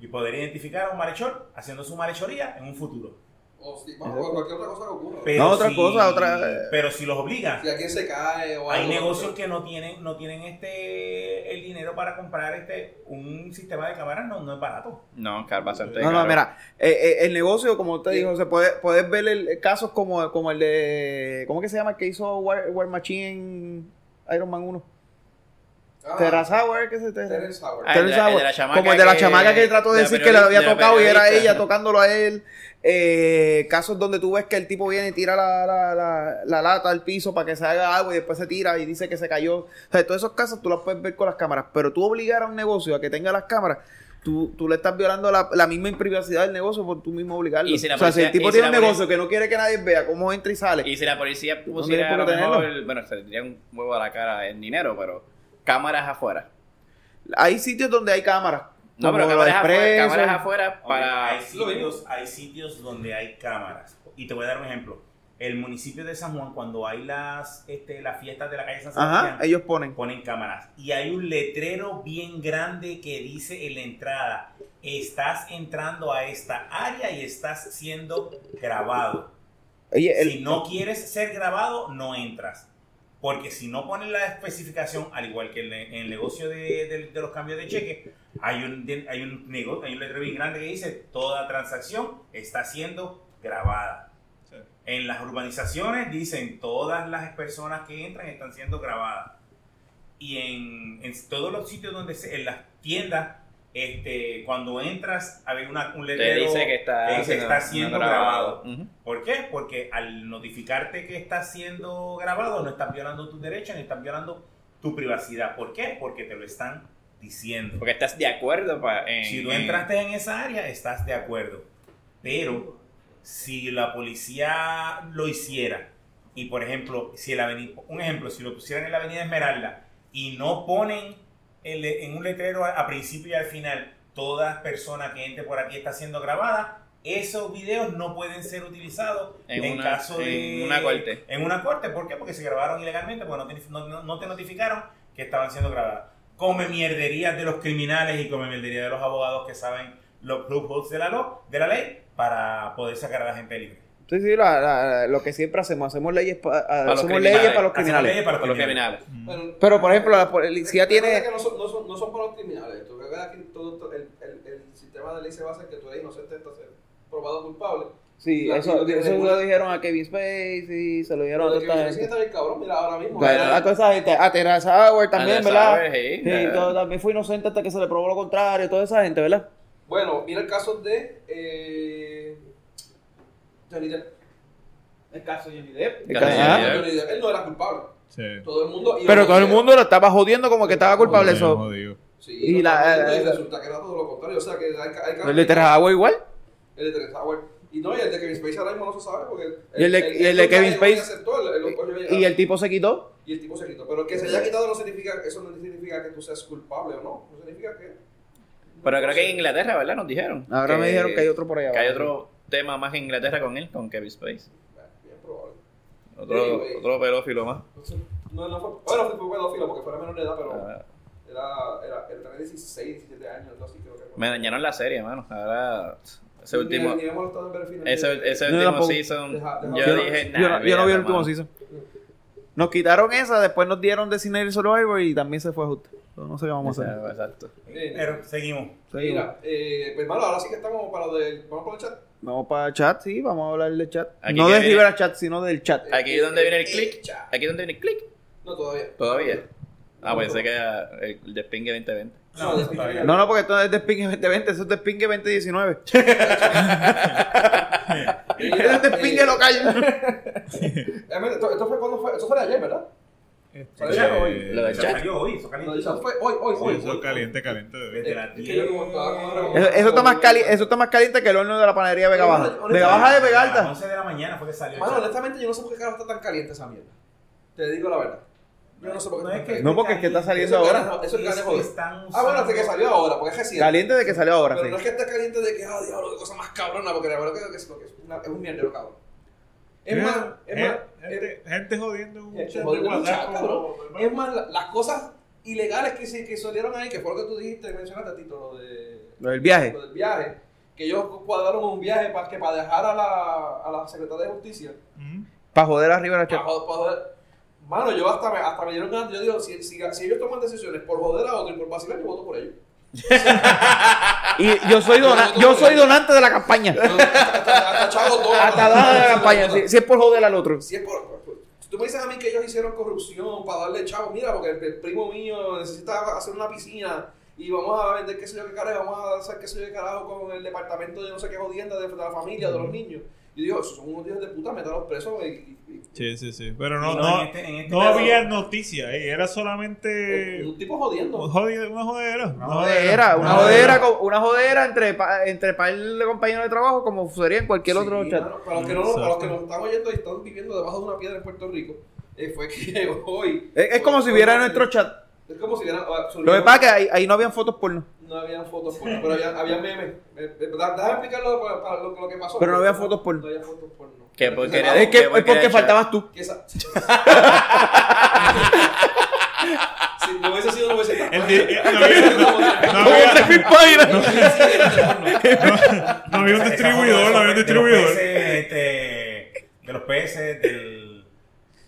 [SPEAKER 6] y poder identificar a un malhechor haciendo su malhechoría en un futuro.
[SPEAKER 2] O si- o cualquier otra cosa que ocurra.
[SPEAKER 6] Pero
[SPEAKER 1] No, otra
[SPEAKER 6] si-
[SPEAKER 1] cosa, otra- eh.
[SPEAKER 6] Pero si los obliga,
[SPEAKER 2] Si alguien se cae o
[SPEAKER 6] hay
[SPEAKER 2] algo.
[SPEAKER 6] negocios que no tienen, no tienen este el dinero para comprar este un sistema de cámaras, no, no es barato.
[SPEAKER 5] No, car- bastante
[SPEAKER 1] No, no,
[SPEAKER 5] caro.
[SPEAKER 1] mira, eh, eh, el negocio, como usted
[SPEAKER 2] Sí.
[SPEAKER 1] dijo, se puede, puedes ver el, casos como, como el de. ¿Cómo que se llama? El que hizo War, War Machine en Iron Man 1.
[SPEAKER 2] Ah,
[SPEAKER 1] Terrace Hauer, que se te.
[SPEAKER 2] Terrence Howard.
[SPEAKER 5] Ah, el
[SPEAKER 1] Terrence
[SPEAKER 5] de- el
[SPEAKER 1] Howard,
[SPEAKER 5] de la chamaca
[SPEAKER 1] como el de la
[SPEAKER 5] que-
[SPEAKER 1] chamaca que trató de
[SPEAKER 5] de la
[SPEAKER 1] decir que le había
[SPEAKER 5] periodista,
[SPEAKER 1] tocado y era
[SPEAKER 5] periodista.
[SPEAKER 1] ella tocándolo a él. Eh, casos donde tú ves que el tipo viene y tira la, la- la- la lata al piso para que se haga agua y después se tira y dice que se cayó. O sea, todos esos casos tú los puedes ver con las cámaras, pero tú obligar a un negocio a que tenga las cámaras, tú, tú le estás violando la, la misma privacidad del negocio por tú mismo obligarlo.
[SPEAKER 5] Y si la
[SPEAKER 1] o sea, si el
[SPEAKER 5] policía-
[SPEAKER 1] tipo
[SPEAKER 5] y si la
[SPEAKER 1] tiene un
[SPEAKER 5] policía-
[SPEAKER 1] negocio que no quiere que nadie vea cómo entra y sale.
[SPEAKER 5] Y si la policía
[SPEAKER 1] tiene
[SPEAKER 5] pusiera
[SPEAKER 1] Este, por
[SPEAKER 5] a lo
[SPEAKER 1] qué tenerlo.
[SPEAKER 5] mejor, bueno, se le tiraría un huevo a la cara en dinero, pero cámaras afuera.
[SPEAKER 1] Hay sitios donde hay cámaras.
[SPEAKER 5] No, pero
[SPEAKER 1] como los
[SPEAKER 5] cámaras afuera,
[SPEAKER 1] expresos.
[SPEAKER 5] cámaras afuera para...
[SPEAKER 6] hay, sitios, hay sitios donde hay cámaras. Y te voy a dar un ejemplo. El municipio de San Juan, cuando hay las, este, las fiestas de la calle San Sebastián,
[SPEAKER 1] Ajá, ellos ponen.
[SPEAKER 6] ponen cámaras. Y hay un letrero bien grande que dice en la entrada, estás entrando a esta área y estás siendo grabado.
[SPEAKER 1] Oye, el-
[SPEAKER 6] Si no quieres ser grabado, no entras. Porque si no ponen la especificación, al igual que en el, en el negocio de, de- de los cambios de cheque, hay un, de- hay un negocio, hay un letrero bien grande que dice toda transacción está siendo grabada.
[SPEAKER 4] Sí.
[SPEAKER 6] En las urbanizaciones dicen todas las personas que entran están siendo grabadas. Y en, en todos los sitios donde se- en las tiendas, este, cuando entras, había una, un
[SPEAKER 5] Te
[SPEAKER 6] letrero
[SPEAKER 5] dice que está,
[SPEAKER 6] que dice que está siendo grabado.
[SPEAKER 5] Ujú.
[SPEAKER 6] ¿Por qué? Porque al notificarte que está siendo grabado, no estás violando tus derechos, ni estás violando tu privacidad. ¿Por qué? Porque te lo están diciendo.
[SPEAKER 5] Porque estás de acuerdo pa- en-
[SPEAKER 6] Si tú
[SPEAKER 5] en-
[SPEAKER 6] entraste en esa área, estás de acuerdo. Pero si la policía lo hiciera, y por ejemplo, si el aveni- un ejemplo, si lo pusieran en la avenida Esmeralda y no ponen el- en un letrero a, a principio y al final, toda persona que entre por aquí está siendo grabada, esos videos no pueden ser utilizados en,
[SPEAKER 5] En una-
[SPEAKER 6] caso de
[SPEAKER 5] en una corte.
[SPEAKER 6] En una corte, ¿por qué? Porque se grabaron ilegalmente, porque no te, no- no- no te notificaron que estaban siendo grabadas come mierderías de los criminales y come mierderías de los abogados que saben los loopholes de la, lo- de la ley para poder sacar a la gente libre.
[SPEAKER 1] Sí, sí, la- la- lo que siempre hacemos, hacemos leyes, pa- ah,
[SPEAKER 5] los
[SPEAKER 1] hacemos
[SPEAKER 5] criminales,
[SPEAKER 1] leyes para los
[SPEAKER 6] Hacemos
[SPEAKER 1] criminales.
[SPEAKER 6] leyes para
[SPEAKER 5] Por los criminales.
[SPEAKER 2] Pero-
[SPEAKER 1] Pero, por ejemplo, la policía
[SPEAKER 2] Recuerda
[SPEAKER 1] tiene...
[SPEAKER 2] que no, son, no, son, no son para los criminales. Esto que aquí todo, todo- el, el, el sistema de ley se basa en que tú eres inocente hasta ser probado culpable.
[SPEAKER 1] Sí,
[SPEAKER 2] la-
[SPEAKER 1] eso,
[SPEAKER 2] la-
[SPEAKER 1] eso
[SPEAKER 2] la-
[SPEAKER 1] lo dijeron a Kevin Spacey, se lo dijeron a
[SPEAKER 2] Pero
[SPEAKER 1] toda
[SPEAKER 2] que
[SPEAKER 1] esta
[SPEAKER 2] viene siendo
[SPEAKER 1] gente. Ah,
[SPEAKER 2] el cabrón, mira, ahora mismo.
[SPEAKER 1] A toda esa gente, a Teresa Sauer también,
[SPEAKER 5] Anda,
[SPEAKER 1] ¿verdad?
[SPEAKER 5] Ah, sabes, sí,
[SPEAKER 1] Sí,
[SPEAKER 5] eh,
[SPEAKER 1] todo- también fue inocente hasta que se le probó lo contrario, toda esa gente, ¿verdad?
[SPEAKER 2] Bueno, mira el caso de eh, Johnny Depp. El caso de Johnny Depp.
[SPEAKER 1] El caso de Johnny
[SPEAKER 5] Depp.
[SPEAKER 2] Johnny Depp, Él no era culpable.
[SPEAKER 4] Sí.
[SPEAKER 2] Todo el mundo. y
[SPEAKER 1] Ah, Pero todo el
[SPEAKER 2] era-
[SPEAKER 1] mundo lo estaba jodiendo como que estaba culpable
[SPEAKER 4] Jodido,
[SPEAKER 1] eso.
[SPEAKER 4] jodido.
[SPEAKER 2] Sí,
[SPEAKER 1] y
[SPEAKER 2] todo el
[SPEAKER 1] la-
[SPEAKER 2] mundo, y
[SPEAKER 1] eh,
[SPEAKER 2] resulta que era todo lo contrario. O sea, que hay, hay casos-
[SPEAKER 1] El de Teresa Sauer igual.
[SPEAKER 2] El de Teresa Howard. Y no, y el de Kevin Spacey ahora mismo no se sabe porque.
[SPEAKER 1] Y el de- y el de
[SPEAKER 2] nunca
[SPEAKER 1] Kevin
[SPEAKER 2] llegó ni
[SPEAKER 1] Spacey.
[SPEAKER 2] aceptó el- el- el-
[SPEAKER 1] Y el tipo se quitó.
[SPEAKER 2] y el tipo se quitó. Pero que se haya quitado no significa, eso no significa que tú seas culpable o no. No significa que.
[SPEAKER 5] Pero creo que en Inglaterra, ¿verdad? Nos dijeron.
[SPEAKER 1] Ahora me dijeron que hay otro por allá.
[SPEAKER 5] que hay
[SPEAKER 1] abajo.
[SPEAKER 5] otro tema más en Inglaterra con él, con Kevin Space.
[SPEAKER 2] Bueno, Bien probable.
[SPEAKER 5] Otro,
[SPEAKER 2] Anyway.
[SPEAKER 5] otro pedófilo más.
[SPEAKER 2] Entonces, no, no fue. Bueno, fue pedófilo porque fuera menor de edad, pero.
[SPEAKER 5] Ah,
[SPEAKER 2] Era, era, era tenía 16, 17 años, algo así creo que. fue.
[SPEAKER 5] me dañaron la serie, mano. Ahora, ese
[SPEAKER 2] Ni-
[SPEAKER 5] último,
[SPEAKER 2] Ni, ni hemos estado en Berfina.
[SPEAKER 5] ese, ese
[SPEAKER 1] Yo
[SPEAKER 5] último
[SPEAKER 1] tampoco.
[SPEAKER 5] season,
[SPEAKER 2] Deja- deja-
[SPEAKER 5] yo
[SPEAKER 2] Yo no-
[SPEAKER 5] dije, nah,
[SPEAKER 1] yo, no, yo no vi el
[SPEAKER 5] olvídate,
[SPEAKER 1] último
[SPEAKER 5] mano.
[SPEAKER 1] season. Nos quitaron esa, después nos dieron Designated Survivor y también se fue justo. No sé qué vamos a hacer.
[SPEAKER 5] Exacto, Exacto.
[SPEAKER 6] Pero seguimos.
[SPEAKER 2] Mira, eh, pues hermano, ahora sí que estamos para lo del. Vamos con el chat.
[SPEAKER 1] Vamos para chat, sí, vamos a hablar del chat.
[SPEAKER 5] Aquí
[SPEAKER 1] no
[SPEAKER 5] que
[SPEAKER 1] de
[SPEAKER 5] viene-
[SPEAKER 1] Rivera Chat, sino del chat.
[SPEAKER 5] Aquí es donde viene el
[SPEAKER 2] Eh,
[SPEAKER 5] click.
[SPEAKER 2] chat.
[SPEAKER 5] Aquí es donde viene el click.
[SPEAKER 2] No, todavía.
[SPEAKER 5] Todavía. Ah, pensé que era eh, el, el despingue 2020.
[SPEAKER 2] No,
[SPEAKER 6] No,
[SPEAKER 2] todavía.
[SPEAKER 6] todavía.
[SPEAKER 1] No, no, porque esto es Despingue 2020, eso es Despingue 2019.
[SPEAKER 2] Mira,
[SPEAKER 1] Eso es Despingue
[SPEAKER 2] eh,
[SPEAKER 1] local.
[SPEAKER 2] eh, mira, Esto esto fue cuando fue. Esto fue de ayer, ¿verdad?
[SPEAKER 4] Este,
[SPEAKER 2] Salió hoy.
[SPEAKER 5] Lo del
[SPEAKER 6] Ya
[SPEAKER 5] chat.
[SPEAKER 6] Salió hoy, eso
[SPEAKER 2] No,
[SPEAKER 6] caliente.
[SPEAKER 2] eso fue hoy, hoy,
[SPEAKER 4] sí,
[SPEAKER 2] hoy.
[SPEAKER 4] eso
[SPEAKER 2] hoy.
[SPEAKER 4] caliente, caliente. de
[SPEAKER 6] Desde
[SPEAKER 4] verdad.
[SPEAKER 6] las
[SPEAKER 2] Es que
[SPEAKER 6] 10.
[SPEAKER 2] yo como estaba con una
[SPEAKER 1] Eso, eso está más cali eso está más caliente que el horno de la panadería Vega Baja. Vega Baja de Vega
[SPEAKER 6] A las
[SPEAKER 1] Alta.
[SPEAKER 6] 11 de la mañana fue que salió. el
[SPEAKER 2] Mano,
[SPEAKER 6] chat.
[SPEAKER 2] honestamente, yo no sé por qué carajo está tan caliente esa mierda. Te digo la verdad. Yo no sé por qué.
[SPEAKER 6] No,
[SPEAKER 2] está
[SPEAKER 6] es
[SPEAKER 2] tan
[SPEAKER 6] que-
[SPEAKER 1] No, porque es que está saliendo
[SPEAKER 2] Eso es
[SPEAKER 1] ahora.
[SPEAKER 2] ganas, eso es ganas,
[SPEAKER 6] Eso
[SPEAKER 2] joder.
[SPEAKER 6] están
[SPEAKER 2] Ah, bueno, hasta que
[SPEAKER 6] usando-
[SPEAKER 2] salió ahora, porque es reciente.
[SPEAKER 1] Caliente de que salió ahora,
[SPEAKER 2] Pero no es
[SPEAKER 1] sí.
[SPEAKER 2] que esté caliente de que, ah, diablo, qué cosa más cabrona, porque la verdad que es, lo que es, una- es un mierdero, cabrón. Es más, es más,
[SPEAKER 4] eh, Gente, gente jodiendo en un
[SPEAKER 2] es-
[SPEAKER 4] chat
[SPEAKER 2] jodiendo
[SPEAKER 4] este, de
[SPEAKER 2] un
[SPEAKER 4] WhatsApp
[SPEAKER 2] chat,
[SPEAKER 4] como-
[SPEAKER 2] cabrón. es más, la- las cosas ilegales que, se- que salieron ahí, que fue lo que tú dijiste, mencionaste, Tito, lo, de,
[SPEAKER 1] Lo del viaje.
[SPEAKER 2] lo del viaje, que ellos cuadraron un viaje para que para dejar a la, a la secretaria de justicia,
[SPEAKER 4] Mm.
[SPEAKER 1] Para joder a Rivera Chat.
[SPEAKER 2] para, joder- para joder. Mano, yo hasta me, hasta me dieron ganas, yo digo, si, si, si ellos toman decisiones por joder a otro y por vacilar, yo voto por ellos.
[SPEAKER 1] Y yo soy, dona- yo soy donante de la campaña.
[SPEAKER 2] hasta, hasta, hasta Chago todo.
[SPEAKER 1] Hasta donante de la campaña. Si, si es por joder al otro.
[SPEAKER 2] Si es por- por- si tú me dices a mí que ellos hicieron corrupción para darle chavo, mira, porque el, el primo mío necesita hacer una piscina y vamos a vender qué sé yo qué carajo, y vamos a hacer qué sé yo qué carajo con el departamento de no sé qué jodienda de, de la familia, de los niños. Y digo, esos son unos hijos de puta, metan a los presos. Y, y- y-
[SPEAKER 4] Sí, sí, sí. Pero no,
[SPEAKER 6] Y
[SPEAKER 4] no,
[SPEAKER 6] en este- en este
[SPEAKER 4] no
[SPEAKER 6] caso-
[SPEAKER 4] había noticia. eh, Era solamente
[SPEAKER 2] un tipo jodiendo.
[SPEAKER 4] jodi- una jodera. Ah. Una
[SPEAKER 1] Jodera, una jodera, co- una jodera entre, pa- entre par de compañeros de trabajo, como sería en cualquier
[SPEAKER 2] Sí,
[SPEAKER 1] otro chat.
[SPEAKER 2] mano, para, los que no, lo- para los que nos están oyendo y están viviendo debajo de una piedra en Puerto Rico, eh, fue que hoy.
[SPEAKER 1] Es, es como si viera nuestro chat.
[SPEAKER 2] Es como si viera. ah,
[SPEAKER 1] Lo que pasa es que ahí, ahí no habían fotos porno.
[SPEAKER 2] No habían fotos porno, pero había, había memes. Eh, eh, da- Déjame explicarlo para, para lo, lo que pasó.
[SPEAKER 1] Pero no había fotos porno.
[SPEAKER 2] No había fotos porno.
[SPEAKER 5] Qué
[SPEAKER 2] Pero
[SPEAKER 5] porquería.
[SPEAKER 2] Ah, que
[SPEAKER 1] Es, que,
[SPEAKER 5] qué
[SPEAKER 1] es
[SPEAKER 5] buen
[SPEAKER 1] porque
[SPEAKER 5] chat.
[SPEAKER 1] faltabas
[SPEAKER 2] se-
[SPEAKER 1] tú.
[SPEAKER 2] que esa- si no hubiese sido, no hubiese estado.
[SPEAKER 4] El di- eh, no había- no
[SPEAKER 1] Como
[SPEAKER 4] había-
[SPEAKER 1] tres mil páginas.
[SPEAKER 4] No había un
[SPEAKER 6] Esa- esa
[SPEAKER 4] distribuidor, no había un
[SPEAKER 6] foto de los
[SPEAKER 4] distribuidor.
[SPEAKER 6] PS, este, De los PS, del.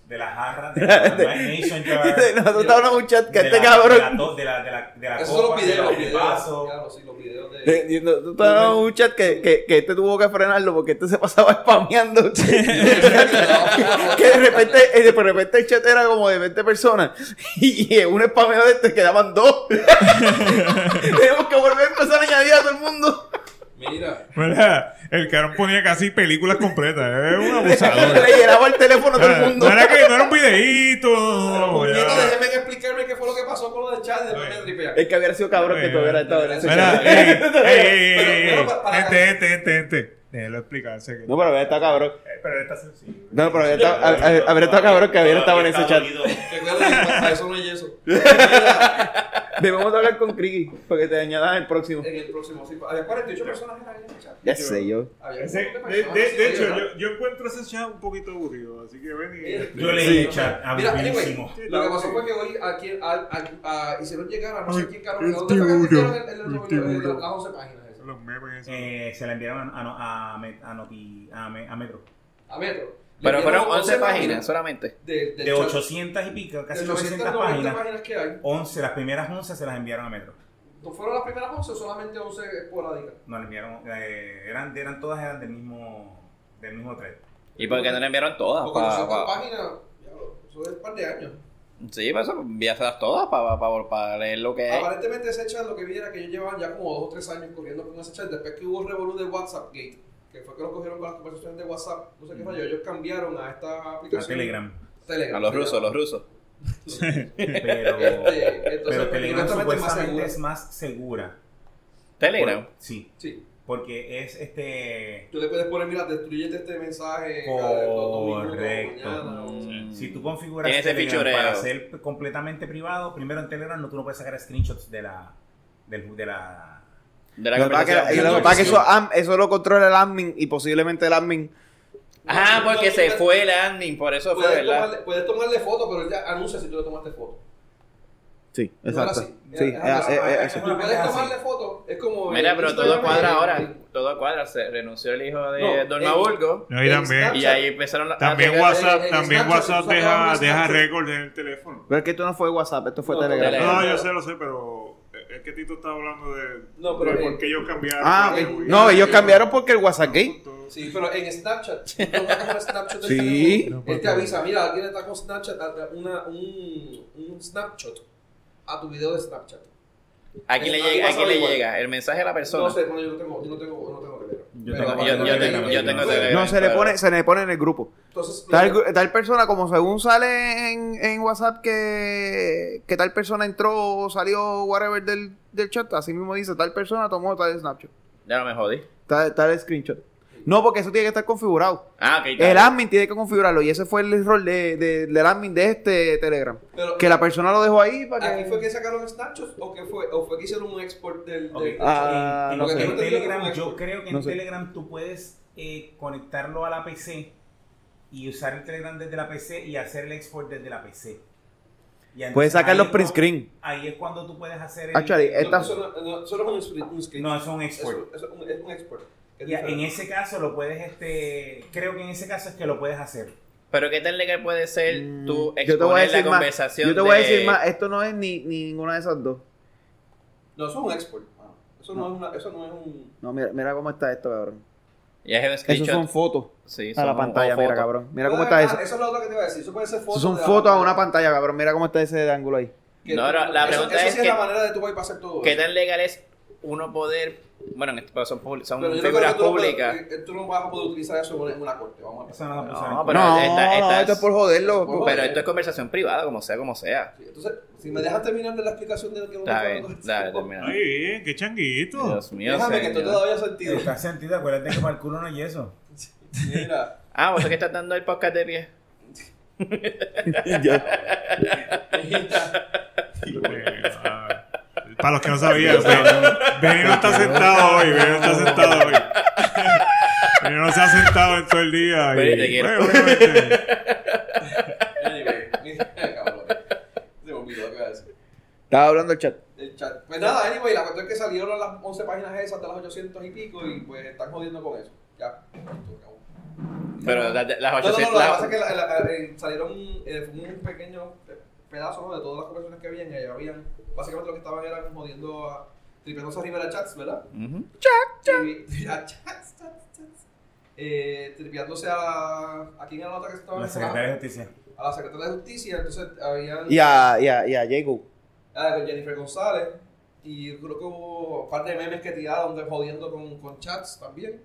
[SPEAKER 6] de la jarra, de la Nation Jar.
[SPEAKER 1] Nosotros estábamos en un chat que
[SPEAKER 6] de
[SPEAKER 1] este
[SPEAKER 6] la- De la,
[SPEAKER 1] cabrón.
[SPEAKER 6] to- de la, de la, de la
[SPEAKER 2] Esos son
[SPEAKER 6] copa,
[SPEAKER 2] los videos,
[SPEAKER 6] del
[SPEAKER 2] los videos.
[SPEAKER 6] vaso.
[SPEAKER 2] Claro, sí, los videos de.
[SPEAKER 1] Eh, Nosotros estábamos en un chat que, que, que este tuvo que frenarlo porque este se pasaba spameando. que de repente, eh, de repente el chat era como de 20 personas y, en un spameo de este quedaban dos. Tenemos que volver a empezar a añadir a todo el mundo.
[SPEAKER 2] Mira,
[SPEAKER 4] ¿Verdad? El carón ponía casi películas completas. Era un abusador.
[SPEAKER 1] Le llenaba el teléfono a todo el
[SPEAKER 4] Ah,
[SPEAKER 1] mundo.
[SPEAKER 4] No era que no era un videíto. no,
[SPEAKER 2] puñeta,
[SPEAKER 4] ya.
[SPEAKER 2] déjenme explicarme qué fue lo que pasó con lo de Chad y después me tripean.
[SPEAKER 1] El que hubiera sido cabrón que
[SPEAKER 4] Bueno,
[SPEAKER 1] todavía estaba en ese
[SPEAKER 4] Mira, eh.
[SPEAKER 1] chat.
[SPEAKER 4] ey, ey, ey,
[SPEAKER 2] Pero,
[SPEAKER 4] ey,
[SPEAKER 2] pero
[SPEAKER 4] ey. este,
[SPEAKER 2] para- para-
[SPEAKER 4] Gente, gente, gente, gente. Déjelo explicarse. que-
[SPEAKER 1] No, pero hubiera estado cabrón.
[SPEAKER 6] Eh, Pero está sencillo.
[SPEAKER 1] No, pero habría estado- a- a- habría estado cabrón que hubiera estado en ese chat.
[SPEAKER 2] Recuerda que para eso no hay eso.
[SPEAKER 1] Debemos hablar con Krigi porque te añadan el próximo.
[SPEAKER 2] En el próximo sí. Había 48 personas en el chat.
[SPEAKER 1] Ya sé yo.
[SPEAKER 2] Había un
[SPEAKER 4] Ese-
[SPEAKER 2] montón
[SPEAKER 4] de,
[SPEAKER 2] personas,
[SPEAKER 4] de-
[SPEAKER 2] sí,
[SPEAKER 4] de hecho,
[SPEAKER 2] ¿verdad? Eh,
[SPEAKER 4] yo, yo encuentro ese chat un poquito aburrido, así que ven y...
[SPEAKER 6] Yo leí
[SPEAKER 1] Sí.
[SPEAKER 6] el chat,
[SPEAKER 2] Mira,
[SPEAKER 6] aburridísimo.
[SPEAKER 2] anyway, lo que pasó fue que hoy aquí a, a, a, hicieron llegar a no sé quién caro.
[SPEAKER 4] El
[SPEAKER 2] ¿Dónde fue que
[SPEAKER 4] tiburón,
[SPEAKER 2] hicieron el, el, el,
[SPEAKER 4] el tiburón.
[SPEAKER 2] las 11 páginas? esas?
[SPEAKER 4] Los memes esos.
[SPEAKER 6] Eh, se la enviaron a, a, no- a, Met- a, Noti- a, Me- a Metro.
[SPEAKER 2] A Metro.
[SPEAKER 5] Pero
[SPEAKER 2] Le
[SPEAKER 5] fueron
[SPEAKER 2] dieron
[SPEAKER 5] 11 páginas solamente.
[SPEAKER 2] De, de,
[SPEAKER 6] De 800 y pico, casi 900
[SPEAKER 2] páginas.
[SPEAKER 6] páginas.
[SPEAKER 2] páginas que hay.
[SPEAKER 6] 11, las primeras 11 se las enviaron a Metro.
[SPEAKER 2] ¿No fueron las primeras 11 o solamente 11 esporádicas?
[SPEAKER 6] No, le enviaron, eh, eran, eran todas eran del mismo, del mismo thread.
[SPEAKER 5] ¿Y por qué no le enviaron todas?
[SPEAKER 2] Porque
[SPEAKER 5] Ah, Pa-
[SPEAKER 2] 200
[SPEAKER 5] pa-
[SPEAKER 2] páginas, diablo, eso es un par de años.
[SPEAKER 5] Sí, pues envíaselas todas para leer lo que es.
[SPEAKER 2] Aparentemente ese chat lo que vi era que ellos llevaban ya como 2 o 3 años corriendo con ese chat. Después que hubo un revolú de WhatsApp Gate, que fue que lo cogieron con las conversaciones de WhatsApp, no sé qué rayo, ellos cambiaron a esta
[SPEAKER 6] A
[SPEAKER 2] aplicación.
[SPEAKER 6] Telegram.
[SPEAKER 2] Telegram.
[SPEAKER 5] A los rusos, los rusos.
[SPEAKER 6] Pero,
[SPEAKER 2] Este, entonces,
[SPEAKER 6] pero
[SPEAKER 2] honestamente,
[SPEAKER 6] Telegram
[SPEAKER 2] más
[SPEAKER 6] supuestamente
[SPEAKER 2] segura.
[SPEAKER 6] es más segura.
[SPEAKER 5] Telegram.
[SPEAKER 6] Por- sí,
[SPEAKER 2] Sí,
[SPEAKER 6] porque es este...
[SPEAKER 2] tú le puedes poner, mira, destruyete este mensaje. cada dos minutos, mañana,
[SPEAKER 6] Correcto.
[SPEAKER 2] o-
[SPEAKER 5] Mm.
[SPEAKER 6] Si tú configuras
[SPEAKER 5] Tiene ese
[SPEAKER 6] Telegram
[SPEAKER 5] fichureo.
[SPEAKER 6] para ser completamente privado, primero en Telegram no, tú no puedes sacar screenshots de la... Del, de la
[SPEAKER 5] De la
[SPEAKER 1] Lo que pasa es que-
[SPEAKER 5] conversación.
[SPEAKER 1] lo que pasa es que eso, am- eso lo controla el admin y posiblemente el admin.
[SPEAKER 5] Ah, porque se fue el admin, por eso fue,
[SPEAKER 2] Puedes
[SPEAKER 5] ¿verdad?
[SPEAKER 2] tomarle, puedes tomarle foto, pero él ya anuncia si tú le tomaste foto.
[SPEAKER 1] Sí,
[SPEAKER 2] No era
[SPEAKER 1] exacto.
[SPEAKER 2] así. Era-
[SPEAKER 1] Sí,
[SPEAKER 2] era
[SPEAKER 6] ah,
[SPEAKER 1] eh, eh,
[SPEAKER 2] así.
[SPEAKER 1] eh, eso.
[SPEAKER 2] Tú puedes tomarle foto, es como.
[SPEAKER 5] Mira,
[SPEAKER 2] el
[SPEAKER 5] pero todo
[SPEAKER 2] Instagram eh,
[SPEAKER 5] cuadra
[SPEAKER 2] y-
[SPEAKER 5] ahora. Todo cuadra. Se renunció el hijo de
[SPEAKER 2] No, eh,
[SPEAKER 5] Dornaburgo.
[SPEAKER 4] No, y también,
[SPEAKER 5] y ahí empezaron las.
[SPEAKER 4] también
[SPEAKER 5] a-
[SPEAKER 4] WhatsApp,
[SPEAKER 2] en- en
[SPEAKER 4] también
[SPEAKER 2] Snapchat,
[SPEAKER 4] WhatsApp
[SPEAKER 2] tú sacabas
[SPEAKER 4] deja,
[SPEAKER 2] un
[SPEAKER 4] deja
[SPEAKER 2] Snapchat. Eh,
[SPEAKER 4] récord en el teléfono.
[SPEAKER 1] Pero es que esto no fue WhatsApp, esto fue
[SPEAKER 2] No,
[SPEAKER 1] Telegram. Ah,
[SPEAKER 5] Telegram.
[SPEAKER 4] No, yo sé, lo sé, pero eh, es que Tito estaba hablando de,
[SPEAKER 2] No, pero,
[SPEAKER 4] de
[SPEAKER 2] eh,
[SPEAKER 4] por qué ellos cambiaron.
[SPEAKER 1] Ah,
[SPEAKER 2] ok.
[SPEAKER 4] Porque-
[SPEAKER 1] no, ellos cambiaron porque el WhatsApp gay.
[SPEAKER 2] Sí, pero en Snapchat, tú tocas un Snapchat del
[SPEAKER 1] Sí.
[SPEAKER 2] teléfono, él te avisa, mira, alguien está con Snapchat, a- a- una, un, un snapshot a tu video de Snapchat.
[SPEAKER 5] ¿A quién le
[SPEAKER 2] Ahí
[SPEAKER 5] llega? ¿A
[SPEAKER 2] pasa
[SPEAKER 5] quién le
[SPEAKER 2] igual.
[SPEAKER 5] llega? ¿El mensaje a la
[SPEAKER 2] No
[SPEAKER 5] persona?
[SPEAKER 2] sé, bueno, yo no tengo, yo no tengo, no tengo Telegram.
[SPEAKER 6] Yo
[SPEAKER 2] Pero-
[SPEAKER 6] tengo-
[SPEAKER 5] yo- yo
[SPEAKER 2] pero-
[SPEAKER 5] tengo- yo tengo
[SPEAKER 2] pero-
[SPEAKER 5] Telegram.
[SPEAKER 1] No, se le pone, se le pone en el grupo.
[SPEAKER 2] Entonces,
[SPEAKER 1] Tal,
[SPEAKER 2] mira,
[SPEAKER 1] tal persona, como según sale en, en WhatsApp que, que tal persona entró o salió, whatever, del, del chat, así mismo dice, tal persona tomó tal snapshot,
[SPEAKER 5] Ya no me jodí.
[SPEAKER 1] tal, tal screenshot. No, porque eso tiene que estar configurado.
[SPEAKER 5] Ah, ok.
[SPEAKER 1] El
[SPEAKER 5] claro.
[SPEAKER 1] admin tiene que configurarlo y ese fue el error de, de- del admin de este Telegram.
[SPEAKER 2] pero-
[SPEAKER 1] Que la persona lo dejó ahí para
[SPEAKER 2] ¿Aquí fue
[SPEAKER 1] que...
[SPEAKER 2] que sacaron Snapchat o, que fue, o fue que hicieron un export del...
[SPEAKER 6] Ok,
[SPEAKER 2] del-
[SPEAKER 1] Ah,
[SPEAKER 6] en,
[SPEAKER 1] no
[SPEAKER 6] en-
[SPEAKER 1] sé.
[SPEAKER 6] en Telegram, yo creo que en
[SPEAKER 1] No sé.
[SPEAKER 6] Telegram tú puedes eh, conectarlo a la PC y usar el Telegram desde la PC y hacer el export desde la PC. Y entonces
[SPEAKER 1] Puedes sacar
[SPEAKER 6] ahí
[SPEAKER 1] los
[SPEAKER 6] es
[SPEAKER 1] print
[SPEAKER 6] cuando-
[SPEAKER 1] screen.
[SPEAKER 6] Ahí es cuando tú puedes hacer el...
[SPEAKER 1] Actually,
[SPEAKER 2] No,
[SPEAKER 1] esta-
[SPEAKER 2] eso no, no, eso no es un, un script.
[SPEAKER 6] no, eso es un
[SPEAKER 2] Eso-
[SPEAKER 6] export.
[SPEAKER 2] eso es un- es un export. Es
[SPEAKER 6] Ya, en
[SPEAKER 2] diferente.
[SPEAKER 6] ese caso lo puedes, este, creo que en ese caso es que lo puedes hacer.
[SPEAKER 5] Pero qué tan legal puede ser tú
[SPEAKER 1] Mm,
[SPEAKER 5] exponer
[SPEAKER 1] yo te voy a decir
[SPEAKER 5] la
[SPEAKER 1] más.
[SPEAKER 5] conversación.
[SPEAKER 1] Yo te voy a
[SPEAKER 5] de-
[SPEAKER 1] decir más. Esto no es ni, ni ninguna de esas dos.
[SPEAKER 2] No, eso es un export. mano. Eso no, es una, eso no es un...
[SPEAKER 1] No, mira, mira cómo está esto, cabrón.
[SPEAKER 5] Y es un
[SPEAKER 1] Esos
[SPEAKER 5] screenshot.
[SPEAKER 1] son fotos
[SPEAKER 5] sí,
[SPEAKER 1] a
[SPEAKER 5] son
[SPEAKER 1] la pantalla,
[SPEAKER 5] fotos.
[SPEAKER 1] mira, cabrón. Mira cómo
[SPEAKER 2] Ah,
[SPEAKER 1] está eso.
[SPEAKER 2] Eso es lo otro que te iba a decir. Eso puede ser fotos.
[SPEAKER 1] Son
[SPEAKER 2] de la
[SPEAKER 1] fotos a
[SPEAKER 2] pantalla.
[SPEAKER 1] una pantalla, cabrón. Mira cómo está ese de ángulo ahí.
[SPEAKER 2] Que-
[SPEAKER 5] No, la- la
[SPEAKER 2] eso-
[SPEAKER 5] pregunta
[SPEAKER 2] eso
[SPEAKER 5] es
[SPEAKER 2] sí
[SPEAKER 5] que-
[SPEAKER 2] es la manera de tú pasar todo.
[SPEAKER 5] ¿Qué
[SPEAKER 2] eso.
[SPEAKER 5] tan legal es uno poder. Bueno, en este caso son, public- son
[SPEAKER 2] Pero yo no creo
[SPEAKER 5] figuras
[SPEAKER 2] que tú no puedes-
[SPEAKER 5] públicas.
[SPEAKER 2] eh, Tú no vas a poder utilizar eso en una corte. Vamos a ver.
[SPEAKER 6] Eso no lo puedes usar.
[SPEAKER 5] No, pero-
[SPEAKER 1] No,
[SPEAKER 5] esta- esta
[SPEAKER 1] no,
[SPEAKER 5] es-
[SPEAKER 1] esto es por joderlo.
[SPEAKER 2] por-
[SPEAKER 5] Pero esto es conversación privada, como sea, como sea.
[SPEAKER 2] Sí, Entonces, si me dejas terminar de la explicación de lo que hemos
[SPEAKER 5] Está
[SPEAKER 2] hablando,
[SPEAKER 5] bien, dale, termina.
[SPEAKER 4] Ay, bien, qué changuito.
[SPEAKER 5] Dios mío,
[SPEAKER 2] Déjame que esto
[SPEAKER 5] señor.
[SPEAKER 2] todavía sentido.
[SPEAKER 6] Está sentido, acuérdate que para el culo no hay eso.
[SPEAKER 2] Mira,
[SPEAKER 5] Ah, vos sos que estás dando el podcast de pie.
[SPEAKER 4] Eh, ah, Para los que no sabían, Benny- Benny no está sentado hoy. Benny no está sentado hoy. Benny no se ha sentado en todo el día. y-
[SPEAKER 5] Benny, te quiero.
[SPEAKER 4] Bueno, obviamente.
[SPEAKER 2] anyway, cabrón. Se me olvidó lo que iba a decir.
[SPEAKER 1] Estaba hablando el chat.
[SPEAKER 2] El chat. Pues nada, anyway, la cuestión es que salieron las 11 páginas esas de las 800 y pico y pues están jodiendo con eso. Ya. Esto acabó.
[SPEAKER 5] Pero la- la- las
[SPEAKER 2] No, no, no,
[SPEAKER 5] 800.
[SPEAKER 2] lo que
[SPEAKER 5] las-
[SPEAKER 2] pasa es que la- la- la- eh, salieron eh, fue un pequeño pedazo ¿no? de todas las conversaciones que habían y ahí habían, básicamente lo que estaban eran jodiendo a tripeándose arriba de chats, ¿verdad?
[SPEAKER 5] Ujú.
[SPEAKER 2] Y- a chats, chats, chats. Eh, tripeándose a, a quién era la otra que se estaba
[SPEAKER 6] La secretaria de justicia.
[SPEAKER 2] a la secretaria de justicia, entonces habían
[SPEAKER 1] Y a, y a, y a Jacob.
[SPEAKER 2] Ah, con Jennifer González. Y creo que hubo un par de memes que tiraron de jodiendo con, con chats también.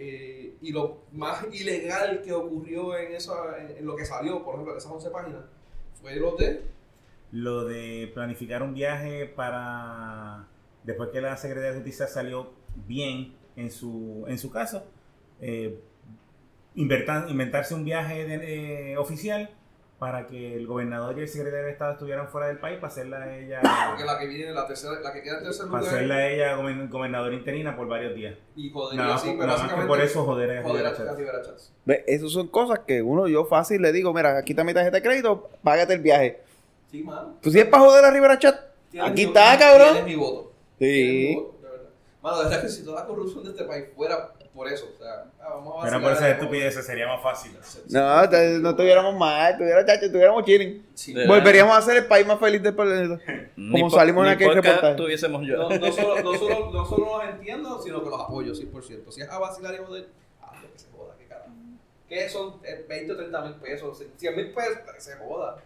[SPEAKER 2] Eh, y lo más ilegal que ocurrió en, esa, en, en lo que salió, por ejemplo, en esas 11 páginas, fue el hotel.
[SPEAKER 6] Lo de planificar un viaje para. Después que la secretaria de justicia salió bien en su, en su caso, eh, invertan- inventarse un viaje de- eh, oficial para que el gobernador y el secretario de Estado estuvieran fuera del país para hacerla a ella.
[SPEAKER 2] Porque la que viene, la, tercera, la que queda en tercer
[SPEAKER 6] Para
[SPEAKER 2] lugar.
[SPEAKER 6] hacerla a ella gober- gobernadora interina por varios días.
[SPEAKER 2] Y joder,
[SPEAKER 6] Nada, más-
[SPEAKER 2] así, pero
[SPEAKER 6] nada más que
[SPEAKER 2] básicamente.
[SPEAKER 6] por eso joder a
[SPEAKER 2] joder
[SPEAKER 6] Rivera
[SPEAKER 2] a, a
[SPEAKER 6] Chat.
[SPEAKER 2] Rivera Chats.
[SPEAKER 1] Ve, Esas son cosas que uno, yo fácil le digo, mira, aquí está mi tarjeta de crédito, págate el viaje.
[SPEAKER 2] Sí, mano.
[SPEAKER 1] Pues si es para joder a Rivera Chat.
[SPEAKER 2] Tienes
[SPEAKER 1] Aquí
[SPEAKER 2] mi-
[SPEAKER 1] está, cabrón.
[SPEAKER 2] Tienes mi voto. Tienes mi
[SPEAKER 1] Sí.
[SPEAKER 2] voto, de verdad. Mano, de verdad que si toda la corrupción de este país fuera por eso, o sea, ah, vamos a
[SPEAKER 6] Pero
[SPEAKER 2] vacilar
[SPEAKER 6] por
[SPEAKER 2] a
[SPEAKER 6] esas
[SPEAKER 2] la-
[SPEAKER 6] estupideces sería más fácil.
[SPEAKER 1] No, te- no estuviéramos mal, estuviéramos chacho, estuviéramos chilling.
[SPEAKER 2] Sí.
[SPEAKER 5] De-
[SPEAKER 1] Volveríamos a ser el país más feliz del planeta.
[SPEAKER 5] Ni po-
[SPEAKER 1] salimos en
[SPEAKER 5] ni
[SPEAKER 1] aquel
[SPEAKER 5] podcast
[SPEAKER 1] reportaje.
[SPEAKER 5] tuviésemos yo.
[SPEAKER 2] No, no, solo, no, solo, no solo los entiendo, sino que los apoyo 100%. Si es a vacilar y joder, ah, que se joda, que carajo. Que son eh, 20 o 30 mil pesos, 100 mil pesos, que se joda.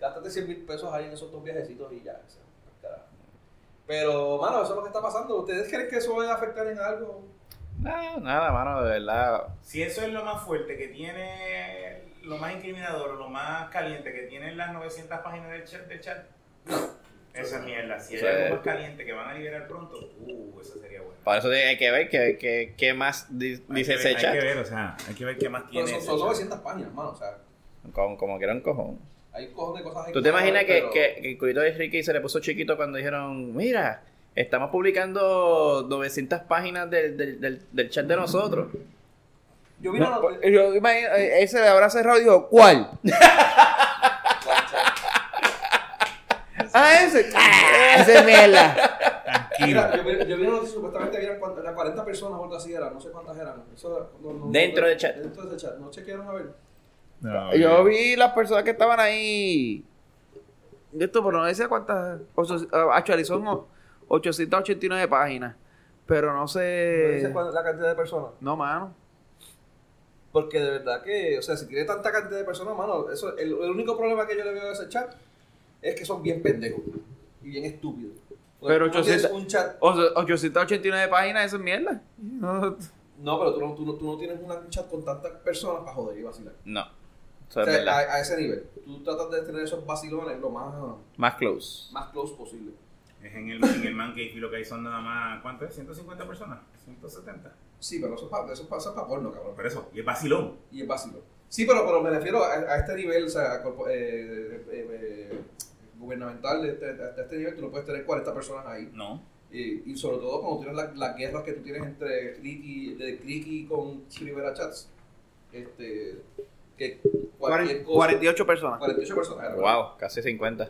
[SPEAKER 2] Gástate 100 mil pesos ahí en esos dos viajecitos y ya, que se joda, que carajo. Pero, mano, eso es lo que está pasando. ¿Ustedes creen que eso va a afectar en algo?
[SPEAKER 5] No, nada, mano, de verdad.
[SPEAKER 6] Si eso es lo más fuerte que tiene, lo más incriminador, lo más caliente que tienen las 900 páginas del chat, del chat esa mierda. Si hay
[SPEAKER 5] Sí.
[SPEAKER 6] algo más caliente que van a liberar pronto, uh, esa sería buena.
[SPEAKER 5] Para eso hay que ver qué, qué, qué más di-
[SPEAKER 6] Hay que
[SPEAKER 5] dice
[SPEAKER 6] ver-
[SPEAKER 5] ese
[SPEAKER 6] Hay que
[SPEAKER 5] chat.
[SPEAKER 6] ver, o sea, hay que ver qué más
[SPEAKER 2] Pero
[SPEAKER 6] tiene.
[SPEAKER 2] son,
[SPEAKER 6] ese
[SPEAKER 2] son
[SPEAKER 6] chat.
[SPEAKER 2] 900 páginas, mano. O sea,
[SPEAKER 5] Como, como que era un cojón.
[SPEAKER 2] hay un cojón de cosas ahí
[SPEAKER 5] ¿Tú te
[SPEAKER 2] que
[SPEAKER 5] imaginas que,
[SPEAKER 2] pero-
[SPEAKER 5] que, que el culito de Ricky se le puso chiquito cuando dijeron, mira, estamos publicando 900 páginas del, del, del, del chat de nosotros?
[SPEAKER 2] Yo vi una
[SPEAKER 1] No,
[SPEAKER 2] noticia.
[SPEAKER 1] yo imagino, eh, ese le habrá cerrado y dijo, ¿cuál? ah, ese. Ah, ese es mierda.
[SPEAKER 6] pues,
[SPEAKER 2] Mira, yo, vi- yo vi una noticia, supuestamente habían cuan- eran 40 personas o algo así eran, no sé cuántas eran. Eso era- no- no-
[SPEAKER 5] Dentro
[SPEAKER 2] no-
[SPEAKER 5] del chat.
[SPEAKER 2] Dentro del chat, no chequearon a ver.
[SPEAKER 4] No,
[SPEAKER 1] Yo vi las personas que estaban ahí. De esto, pero no decía cuántas. ocho- ah, Actually, son o- 889 páginas. Pero no
[SPEAKER 2] No dice
[SPEAKER 1] sé.
[SPEAKER 2] cuál- la cantidad de personas.
[SPEAKER 1] No, mano.
[SPEAKER 2] Porque de verdad que, o sea, si tiene tanta cantidad de personas, mano, eso, el, el único problema que yo le veo a ese chat es que son bien pendejos y bien estúpidos. Porque
[SPEAKER 1] Pero
[SPEAKER 2] tú no tienes
[SPEAKER 1] 800
[SPEAKER 2] un chat.
[SPEAKER 1] O sea, 889 páginas, eso es mierda. No,
[SPEAKER 2] No, pero tú no, tú no, tú no tienes una- un chat con tantas personas para joder y vacilar.
[SPEAKER 5] No, eso
[SPEAKER 2] O
[SPEAKER 5] es
[SPEAKER 2] sea, a,
[SPEAKER 5] Pues verdad.
[SPEAKER 2] a ese nivel. Tú tratas de tener esos vacilones lo más,
[SPEAKER 5] Más close.
[SPEAKER 2] más close posible.
[SPEAKER 6] Es en el, en el man cave y lo que hay son nada más, ¿cuánto es? ¿150 personas? ¿170?
[SPEAKER 2] Sí, pero eso es para, eso es pa- eso es pa' porno, cabrón.
[SPEAKER 6] Por eso, y es vacilón.
[SPEAKER 2] y es vacilo. Sí, pero, pero me refiero a, a este nivel, o sea, corpo- eh, eh, eh, gubernamental, de este- hasta este nivel tú no puedes tener 40 personas ahí. Eh,
[SPEAKER 6] No.
[SPEAKER 2] Y, y sobre todo cuando tienes la- las guerras que tú tienes entre Criqui, de Criqui con Rivera Chats. Este, que cualquier cosa...
[SPEAKER 1] 48 personas.
[SPEAKER 2] 48 personas. era, ¿verdad?
[SPEAKER 5] Wow, casi 50.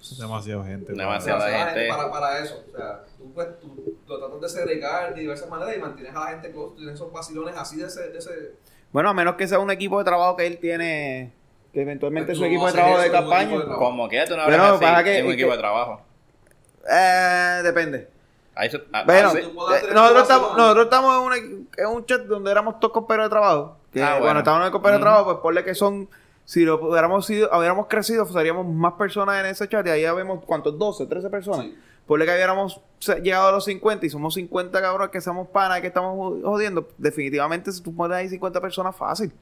[SPEAKER 4] Es demasiada gente.
[SPEAKER 2] O sea,
[SPEAKER 5] Demasiada.
[SPEAKER 2] o sea, la
[SPEAKER 5] gente-
[SPEAKER 2] gente para, para eso. O sea, tú, pues, tú lo tratas de segregar de diversas maneras y mantienes a la gente, close, tú tienes esos vacilones así de ese... De ese
[SPEAKER 1] Bueno, a menos que sea un equipo de trabajo que él tiene. Que eventualmente
[SPEAKER 2] Pues
[SPEAKER 1] es
[SPEAKER 2] tú
[SPEAKER 1] su equipo
[SPEAKER 2] no
[SPEAKER 1] de
[SPEAKER 2] haces
[SPEAKER 1] trabajo de
[SPEAKER 2] eso en un
[SPEAKER 1] campaña.
[SPEAKER 2] equipo de trabajo.
[SPEAKER 5] Como que tú no
[SPEAKER 1] Pero
[SPEAKER 5] hablas
[SPEAKER 1] pasa
[SPEAKER 5] así
[SPEAKER 1] que-
[SPEAKER 5] en un
[SPEAKER 1] es
[SPEAKER 5] equipo
[SPEAKER 1] que-
[SPEAKER 5] de trabajo.
[SPEAKER 1] Eh, depende.
[SPEAKER 5] Ahí se- ah,
[SPEAKER 1] Bueno,
[SPEAKER 5] ah,
[SPEAKER 2] sí.
[SPEAKER 1] eh,
[SPEAKER 2] Tú podrás tener tu
[SPEAKER 1] nosotros, estamos,
[SPEAKER 2] vacilón.
[SPEAKER 1] nosotros estamos en, un- en un chat donde éramos todos compañeros de trabajo. Que
[SPEAKER 5] Ah, bueno.
[SPEAKER 1] Cuando estábamos en el compañero
[SPEAKER 5] Ujú.
[SPEAKER 1] de trabajo, pues ponle que son. Si lo hubiéramos sido, hubiéramos crecido, pues, seríamos más personas en ese chat. Y ahí ya vemos cuántos, 12, 13 personas.
[SPEAKER 2] Sí.
[SPEAKER 1] Ponle que hubiéramos se- llegado a los 50 y somos 50 cabros que somos panas que estamos jod- jodiendo. Definitivamente, si tú pones ahí 50 personas, fácil.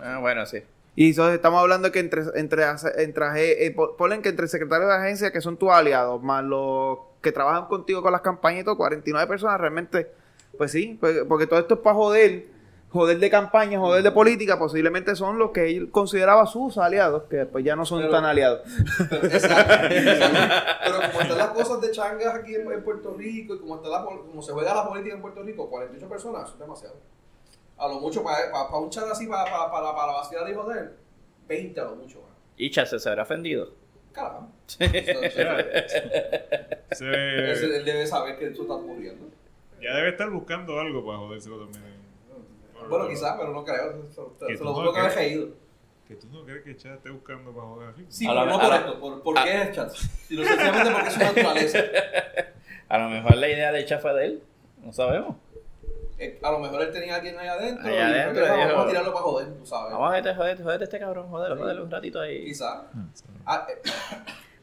[SPEAKER 5] ah, bueno, sí.
[SPEAKER 1] Y eso estamos hablando que entre, entre, ase- entre aje- eh, po- ponle que entre secretarios de agencia que son tus aliados, más los que trabajan contigo con las campañas y todo, 49 personas realmente, pues sí, pues- porque todo esto es para joder, joder de campaña, joder de política, posiblemente son los que él consideraba sus aliados, que después ya no son
[SPEAKER 2] Pero-
[SPEAKER 1] tan aliados.
[SPEAKER 2] Exacto. Pero como están las cosas de changas aquí en, en Puerto Rico y como, está la, pol- como se juega la política en Puerto Rico, 48 personas, eso es demasiado. A lo mucho, para, para, un chat así, para, para, para, para vacilar y joder, 20 a lo mucho. man.
[SPEAKER 5] Y Chad se habrá ofendido.
[SPEAKER 2] Caramba. Entonces,
[SPEAKER 4] Se-
[SPEAKER 2] eh, Él debe saber que esto está ocurriendo.
[SPEAKER 4] ya debe estar buscando algo para jodérselo también.
[SPEAKER 2] Bueno, quizás, pero no creo. Se, se-
[SPEAKER 4] Que
[SPEAKER 2] se
[SPEAKER 4] tú
[SPEAKER 2] lo
[SPEAKER 4] no
[SPEAKER 2] juro que
[SPEAKER 4] crees.
[SPEAKER 2] había ido.
[SPEAKER 4] Que tú no crees que Chad esté buscando para jugar así.
[SPEAKER 2] Sí,
[SPEAKER 5] A la-
[SPEAKER 2] pero no
[SPEAKER 5] a
[SPEAKER 2] por
[SPEAKER 5] la-
[SPEAKER 2] esto. ¿Por, por qué es chat? Sino sencillamente porque es su naturaleza.
[SPEAKER 5] A lo mejor la idea de Chad fue de él. No sabemos.
[SPEAKER 2] Eh, A lo mejor él tenía a alguien ahí adentro.
[SPEAKER 5] Ahí
[SPEAKER 2] y
[SPEAKER 5] adentro,
[SPEAKER 2] fue que,
[SPEAKER 5] dijo.
[SPEAKER 2] vamos a tirarlo para joder, tú
[SPEAKER 5] Vamos
[SPEAKER 2] sabes.
[SPEAKER 5] a joderte, joderte, joderte este cabrón, jodelo, jodelo un ratito ahí.
[SPEAKER 2] Quizás. Ah, eh,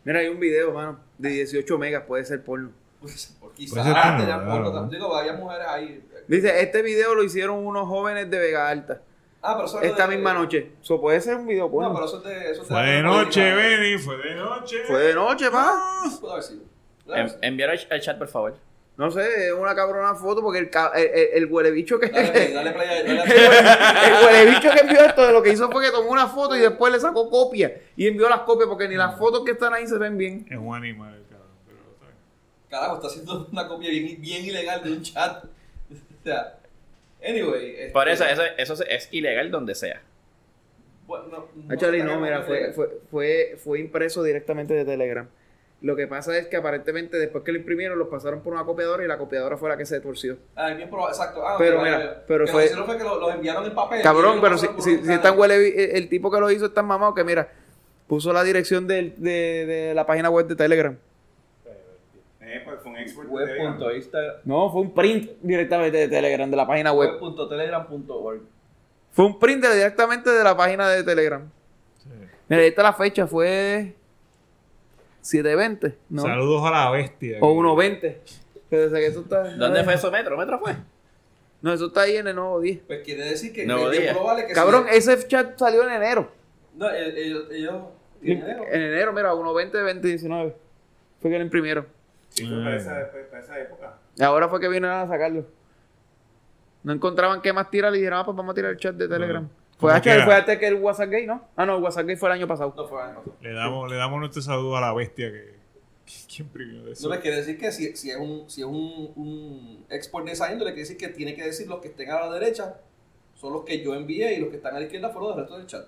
[SPEAKER 1] Mira, hay un video, mano, de 18 megas, puede ser porno.
[SPEAKER 2] pues, por
[SPEAKER 4] Puede
[SPEAKER 2] quizás.
[SPEAKER 4] ser
[SPEAKER 2] Ah,
[SPEAKER 4] tan
[SPEAKER 2] tenían
[SPEAKER 4] raro,
[SPEAKER 2] porno
[SPEAKER 4] ¿no?
[SPEAKER 2] también. Digo, había mujeres ahí.
[SPEAKER 1] Dice, este video lo hicieron unos jóvenes de Vega Alta
[SPEAKER 2] Ah, pero eso es
[SPEAKER 1] esta
[SPEAKER 2] de-
[SPEAKER 1] misma noche. So, puede ser un video porno.
[SPEAKER 2] No, pero eso es de. Eso es
[SPEAKER 4] Fue de noche, Benny, fue de noche.
[SPEAKER 1] Fue de noche, pa.
[SPEAKER 2] Ah, Pudo haber sido. Pudo haber
[SPEAKER 5] Enviar
[SPEAKER 2] sido.
[SPEAKER 5] el chat, por favor.
[SPEAKER 1] No sé, es una cabrona foto porque el, ca- el, el- el huelebicho que...
[SPEAKER 2] Dale play, dale play, dale
[SPEAKER 1] El,
[SPEAKER 2] play.
[SPEAKER 1] hue- el huelebicho que envió esto de lo que hizo fue que tomó una foto y después le sacó copia. Y envió las copias porque ni las fotos que están ahí se ven bien.
[SPEAKER 4] Es un animal, el cabrón. Pero está bien.
[SPEAKER 2] Carajo, está haciendo una copia bien, bien ilegal de un chat. O sea. Anyway. este,
[SPEAKER 5] Por eso, eso, eso es ilegal donde sea.
[SPEAKER 2] Bueno, no, no
[SPEAKER 1] Ah, Charlie,
[SPEAKER 2] está
[SPEAKER 1] no,
[SPEAKER 2] bien,
[SPEAKER 1] mira,
[SPEAKER 2] no
[SPEAKER 1] fue,
[SPEAKER 2] ilegal.
[SPEAKER 1] fue, fue, fue impreso directamente de Telegram. Lo que pasa es que aparentemente después que lo imprimieron, lo pasaron por una copiadora y la copiadora fue la que se torció.
[SPEAKER 2] Ah, bien probable, exacto. Ah,
[SPEAKER 1] Pero
[SPEAKER 2] ok,
[SPEAKER 1] mira,
[SPEAKER 2] vale, vale.
[SPEAKER 1] pero
[SPEAKER 2] Que Lo
[SPEAKER 1] fue-
[SPEAKER 2] que hicieron fue que lo- los enviaron en papel.
[SPEAKER 1] Cabrón, pero si, si, si
[SPEAKER 2] están
[SPEAKER 1] está en huele, el, el tipo que lo hizo está mamado que mira, puso la dirección del- de, de la página web de Telegram.
[SPEAKER 6] Eh, pues fue un export. de Telegram.
[SPEAKER 2] web.instagram
[SPEAKER 1] No, fue un print directamente de Telegram, de la página web.
[SPEAKER 2] web.telegram.org
[SPEAKER 1] Fue un print de- directamente de la página de Telegram.
[SPEAKER 4] Sí.
[SPEAKER 1] Mira, ahí está la fecha, fue 720, ¿no?
[SPEAKER 4] Saludos a la bestia.
[SPEAKER 1] O
[SPEAKER 4] que-
[SPEAKER 1] 120. Que desde que eso está-
[SPEAKER 5] ¿Dónde fue eso, Metro? ¿Metro fue?
[SPEAKER 1] No, eso está ahí en el nuevo 10.
[SPEAKER 2] Pues quiere decir que
[SPEAKER 5] No,
[SPEAKER 2] es
[SPEAKER 5] diga.
[SPEAKER 2] probable que
[SPEAKER 1] Cabrón,
[SPEAKER 2] sí.
[SPEAKER 1] ese chat salió en enero.
[SPEAKER 2] No, el- ellos, ellos
[SPEAKER 1] En
[SPEAKER 2] tienen algo.
[SPEAKER 1] enero, mira, 120 de 2019. Fue que lo imprimieron.
[SPEAKER 6] Sí, fue para esa, fue para esa época.
[SPEAKER 1] Y ahora fue que vinieron a sacarlo. No encontraban qué más tirar y dijeron, ah, pues vamos a tirar el chat de Telegram.
[SPEAKER 4] Bueno,
[SPEAKER 1] Fue,
[SPEAKER 4] como
[SPEAKER 1] antes-
[SPEAKER 4] quiera.
[SPEAKER 1] fue antes que el WhatsApp Gay, ¿no? Ah, no, el WhatsApp Gay fue el año pasado.
[SPEAKER 2] No fue algo.
[SPEAKER 4] Le damos, le damos nuestro saludo a la bestia que. ¿Quién imprimió eso?
[SPEAKER 2] No le quiere decir que si, si es un si es un, un export de esa índole, quiere decir que tiene que decir los que estén a la derecha son los que yo envié y los que están a la izquierda fueron los resto del chat.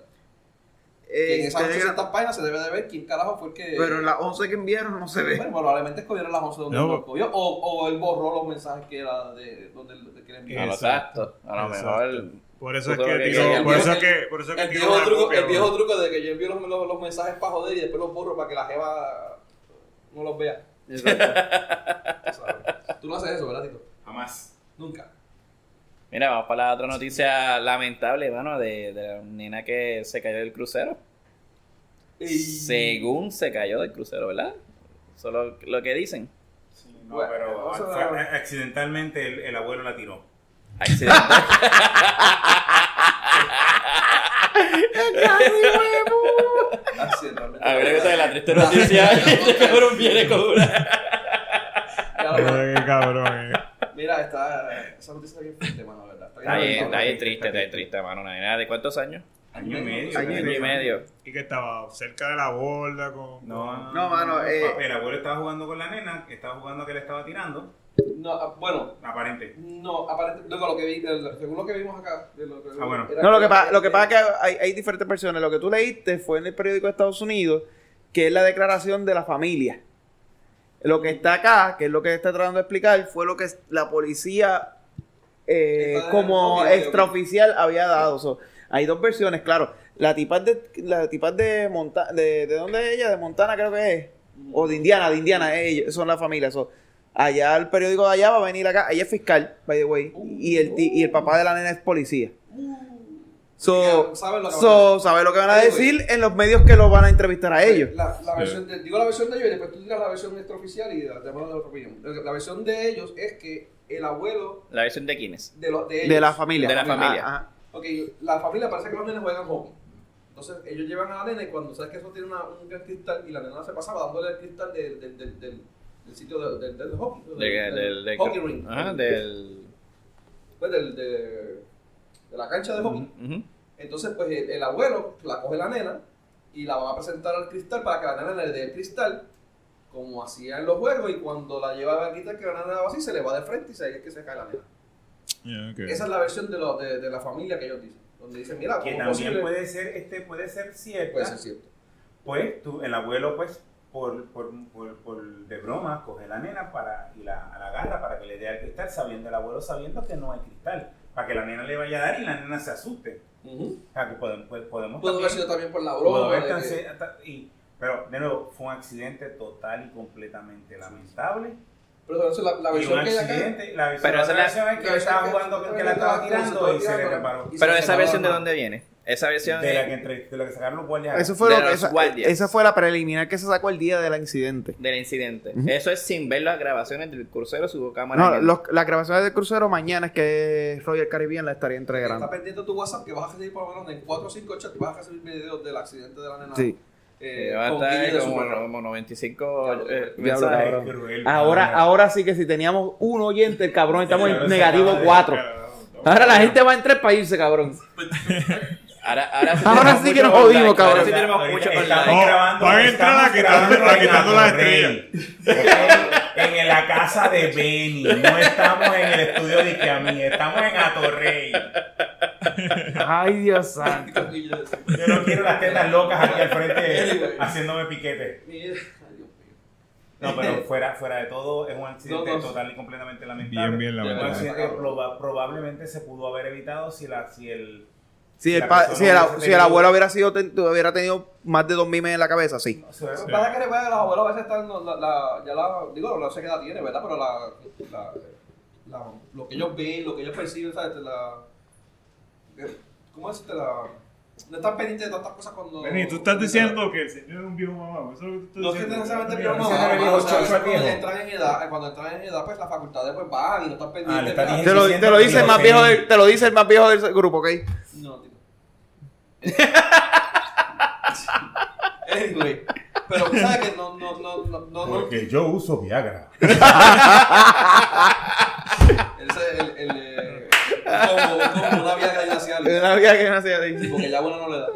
[SPEAKER 1] Eh,
[SPEAKER 2] en esas
[SPEAKER 1] Telegram-
[SPEAKER 2] 800 páginas se debe de ver quién carajo fue el que...
[SPEAKER 1] pero las 11 que enviaron no se ve.
[SPEAKER 2] Bueno, probablemente escogieron las 11 donde
[SPEAKER 4] No.
[SPEAKER 2] no. escogió, o, o él borró los mensajes que era de donde él- de que le envió.
[SPEAKER 5] A lo
[SPEAKER 4] Exacto.
[SPEAKER 5] exacto. A lo
[SPEAKER 4] Exacto.
[SPEAKER 5] mejor.
[SPEAKER 4] Por eso es
[SPEAKER 5] Todo lo
[SPEAKER 4] que
[SPEAKER 5] que
[SPEAKER 4] tiró.
[SPEAKER 5] quería.
[SPEAKER 4] Por eso es que. Por eso es que
[SPEAKER 2] El
[SPEAKER 4] tiró
[SPEAKER 2] viejo,
[SPEAKER 4] una
[SPEAKER 2] truco,
[SPEAKER 4] copia,
[SPEAKER 2] el viejo
[SPEAKER 4] bro.
[SPEAKER 2] truco de que yo envío los, los- los mensajes para joder y después los borro para que la jeva no los vea. Tú sabes. Tú no haces eso, ¿verdad, Tito?
[SPEAKER 6] Jamás.
[SPEAKER 2] Nunca.
[SPEAKER 5] Mira, vamos para la otra noticia lamentable, mano, de, de la nena que se cayó del crucero.
[SPEAKER 2] Y-
[SPEAKER 5] Según se cayó del crucero, ¿verdad? Solo lo que dicen.
[SPEAKER 6] Sí, no,
[SPEAKER 2] Bueno,
[SPEAKER 6] pero
[SPEAKER 2] vamos a-
[SPEAKER 6] fue- accidentalmente el, el abuelo la tiró.
[SPEAKER 5] Accidental.
[SPEAKER 2] Ah, Accidentalmente.
[SPEAKER 5] A ver, de la triste noticia, este cabrón viene con una.
[SPEAKER 2] Ya lo veo.
[SPEAKER 4] Mira qué cabrón, eh.
[SPEAKER 2] Mira, está, esa noticia está bien fuerte, mano, ¿verdad? Está bien
[SPEAKER 5] Está bien,
[SPEAKER 2] fuerte.
[SPEAKER 5] está bien triste, está bien triste, mano. Una nena de cuántos años?
[SPEAKER 6] Año y medio.
[SPEAKER 1] Año
[SPEAKER 5] Año y medio.
[SPEAKER 4] Y que estaba cerca de la borda con.
[SPEAKER 6] No,
[SPEAKER 1] No, mano, eh.
[SPEAKER 6] El abuelo estaba jugando con la nena, estaba jugando que le estaba tirando.
[SPEAKER 2] No, ah, bueno,
[SPEAKER 6] Aparente.
[SPEAKER 2] no, aparentemente, lo que vi, el- según lo que vimos acá. de lo que-
[SPEAKER 6] Ah, bueno.
[SPEAKER 2] era-
[SPEAKER 1] No, lo que, pa- lo que pasa es que hay, hay diferentes versiones. Lo que tú leíste fue en el periódico de Estados Unidos, que es la declaración de la familia. Lo que está acá, que es lo que está tratando de explicar, fue lo que la policía eh,
[SPEAKER 2] Está de-
[SPEAKER 1] como
[SPEAKER 2] ok, ok, ok.
[SPEAKER 1] extraoficial había dado. So, hay dos versiones, claro. La tipa de, la tipa de Montana, de, ¿de dónde es ella? De Montana creo que es. O de Indiana, de Indiana, eh, ellos son la familia. So, allá el periódico de allá va a venir acá. Ella es fiscal, by the way. Y el, ti- y el papá de la nena es policía. So,
[SPEAKER 2] Ya saben lo que van a
[SPEAKER 1] so, ¿sabes lo que van a
[SPEAKER 2] Anyway.
[SPEAKER 1] decir en los medios que los van a entrevistar a ellos?
[SPEAKER 2] La, la versión de- digo la versión de ellos y después tú digas la versión extraoficial y la- damos la otra opinión. La la versión de ellos es que el abuelo
[SPEAKER 5] La versión de Guinness.
[SPEAKER 2] de, los de ellos.
[SPEAKER 1] De la familia.
[SPEAKER 5] De la familia.
[SPEAKER 1] Ah, ajá.
[SPEAKER 2] Ok, la familia parece que los nenes juegan hockey. Entonces ellos llevan a la nena y cuando sabes que eso tiene una- un gran cristal y la nena se pasaba dándole el cristal del, del, del, del- del sitio de- del, del hockey.
[SPEAKER 5] De-
[SPEAKER 2] del,
[SPEAKER 5] del, del-
[SPEAKER 2] hockey ring.
[SPEAKER 5] Ajá, del.
[SPEAKER 2] Pues del- de, de la cancha de hockey.
[SPEAKER 5] Ujú.
[SPEAKER 2] Entonces, pues el, el abuelo la coge la nena y la va a presentar al cristal para que la nena le dé el cristal, como hacía en los juegos, y cuando la lleva a quitar que la nena va así, se le va de frente y se ahí es que se cae la nena.
[SPEAKER 4] Yeah, ok.
[SPEAKER 2] Esa es la versión de, lo- de, de la familia que ellos dicen, donde dicen, mira,
[SPEAKER 6] Que
[SPEAKER 2] como
[SPEAKER 6] también
[SPEAKER 2] posible
[SPEAKER 6] puede ser, este puede ser cierta.
[SPEAKER 2] puede ser cierto.
[SPEAKER 6] Pues tú, el abuelo, pues, por, por, por, por- de broma, coge la nena para, y la, la agarra para que le dé al cristal, sabiendo el abuelo sabiendo que no hay cristal. para que la nena le vaya a dar y la nena se asuste. O sea, que podemos, pues, podemos
[SPEAKER 2] Pudo haber
[SPEAKER 6] también-
[SPEAKER 2] sido también por la
[SPEAKER 6] pudo
[SPEAKER 2] broma.
[SPEAKER 6] haber
[SPEAKER 2] de que-
[SPEAKER 6] canse- hasta- y- pero, de nuevo, fue un accidente total y completamente lamentable.
[SPEAKER 2] Pero entonces la, la
[SPEAKER 6] Y un
[SPEAKER 2] versión que hay acá.
[SPEAKER 6] accidente, la
[SPEAKER 5] Pero
[SPEAKER 6] versión,
[SPEAKER 5] esa
[SPEAKER 6] la otra
[SPEAKER 5] es la-
[SPEAKER 6] versión es que
[SPEAKER 2] la
[SPEAKER 6] él estaba
[SPEAKER 2] versión
[SPEAKER 6] jugando, que,
[SPEAKER 2] que-
[SPEAKER 6] que la estaba tirando y se le reparó.
[SPEAKER 2] Y
[SPEAKER 5] Pero
[SPEAKER 2] se
[SPEAKER 5] esa
[SPEAKER 2] acabó
[SPEAKER 5] versión de
[SPEAKER 2] la-
[SPEAKER 5] dónde viene? Esa versión
[SPEAKER 6] De la que, entre- de la que sacaron los guardias.
[SPEAKER 1] Eso fue
[SPEAKER 5] De
[SPEAKER 1] lo que-
[SPEAKER 5] los
[SPEAKER 1] esa,
[SPEAKER 5] guardias.
[SPEAKER 1] esa fue la preliminar que se sacó el día del incidente.
[SPEAKER 5] del incidente.
[SPEAKER 1] Ujú.
[SPEAKER 5] Eso es sin ver las grabaciones del crucero, su cámara. en
[SPEAKER 1] No,
[SPEAKER 5] el-
[SPEAKER 1] los, las grabaciones del crucero mañana es que Roger Caribbean la estaría
[SPEAKER 2] Está
[SPEAKER 1] entregando.
[SPEAKER 2] pendiente tu WhatsApp que vas a recibir por lo menos en 4 o 5 chats. Vas a recibir videos del accidente de la nena.
[SPEAKER 1] Sí.
[SPEAKER 2] Eh,
[SPEAKER 5] Eh, va a
[SPEAKER 2] con
[SPEAKER 5] estar
[SPEAKER 2] Guille de
[SPEAKER 5] como,
[SPEAKER 2] Superman.
[SPEAKER 5] como 95
[SPEAKER 2] Diablo,
[SPEAKER 5] eh,
[SPEAKER 1] diablo,
[SPEAKER 5] mensajes.
[SPEAKER 1] cabrón.
[SPEAKER 6] Cruel,
[SPEAKER 1] Ahora,
[SPEAKER 6] cabrón.
[SPEAKER 1] ahora sí que si teníamos un oyente, el cabrón, estamos
[SPEAKER 6] Ahora
[SPEAKER 1] en
[SPEAKER 6] se
[SPEAKER 1] negativo Ah,
[SPEAKER 6] acaba de-
[SPEAKER 1] 4.
[SPEAKER 6] cabrón.
[SPEAKER 1] Ahora la gente va en tres para irse, cabrón.
[SPEAKER 5] Ahora, ahora sí,
[SPEAKER 1] Ahora
[SPEAKER 5] tenemos
[SPEAKER 1] sí que
[SPEAKER 5] mucho
[SPEAKER 1] nos
[SPEAKER 5] online.
[SPEAKER 1] jodimos, cabrón.
[SPEAKER 5] Ahora sí tenemos
[SPEAKER 6] Ahorita
[SPEAKER 5] mucho
[SPEAKER 6] estamos
[SPEAKER 5] online.
[SPEAKER 6] grabando-
[SPEAKER 4] van a entrar
[SPEAKER 6] estamos
[SPEAKER 4] a quitar-
[SPEAKER 6] grabando
[SPEAKER 4] a quitarnos las
[SPEAKER 6] Rey. Ok, En la casa de Benny, no estamos en el estudio de Ikeami, estamos en Atorrey.
[SPEAKER 1] Ay, Dios santo.
[SPEAKER 2] Con Guille de Superman.
[SPEAKER 6] Yo no quiero las tetas locas aquí al frente haciéndome piquete.
[SPEAKER 2] Mira, ay, Dios mío.
[SPEAKER 6] No, pero fuera, fuera de todo, es un accidente
[SPEAKER 2] No, no.
[SPEAKER 6] total y completamente lamentable.
[SPEAKER 4] Bien, bien, la
[SPEAKER 2] De
[SPEAKER 6] Un
[SPEAKER 2] verdad.
[SPEAKER 4] verdad.
[SPEAKER 6] accidente que proba- probablemente se pudo haber evitado si, la, si el
[SPEAKER 1] Si el,
[SPEAKER 6] La
[SPEAKER 1] pa-
[SPEAKER 6] persona
[SPEAKER 1] si el,
[SPEAKER 6] hubiese
[SPEAKER 1] si el
[SPEAKER 6] tenido-
[SPEAKER 1] abuelo hubiera, sido, ten- hubiera tenido más de dos mimes en la cabeza, sí.
[SPEAKER 6] se hubiera-
[SPEAKER 2] Lo que pasa es que después los abuelos a veces están, la, la- ya la, digo, no sé qué edad tiene, ¿verdad? Pero la, la, la- lo que ellos ven, lo que ellos perciben, ¿sabes? Te la, eh, ¿Cómo es? Te la, no están pendientes de tantas cosas cuando...
[SPEAKER 4] Benny, tú estás diciendo que el señor es un viejo mamá. Eso es lo que
[SPEAKER 2] No es que
[SPEAKER 4] tú estás diciendo.
[SPEAKER 2] necesariamente
[SPEAKER 4] Mira,
[SPEAKER 2] pero no,
[SPEAKER 6] se le ve viejo,
[SPEAKER 2] o sea,
[SPEAKER 6] chocho al
[SPEAKER 2] cuando
[SPEAKER 6] viejo.
[SPEAKER 2] entran en edad, eh, cuando entran en edad, pues las facultades pues van y no están
[SPEAKER 6] Ah, le
[SPEAKER 2] pendientes.
[SPEAKER 6] está
[SPEAKER 2] ¿verdad?
[SPEAKER 1] Te lo,
[SPEAKER 6] diciendo
[SPEAKER 1] te lo
[SPEAKER 6] que
[SPEAKER 1] dice el
[SPEAKER 6] yo
[SPEAKER 1] más
[SPEAKER 6] sé.
[SPEAKER 1] viejo del, te lo dice el más viejo del grupo, ¿ok?
[SPEAKER 2] No, tío. anyway, pero sabes que no, no, no, no, no, no
[SPEAKER 6] yo uso Viagra.
[SPEAKER 2] Ese es el, el, eh, como, como una viagra glacial.
[SPEAKER 1] Una vida que no se ha dicho.
[SPEAKER 2] Porque ya bueno no le da.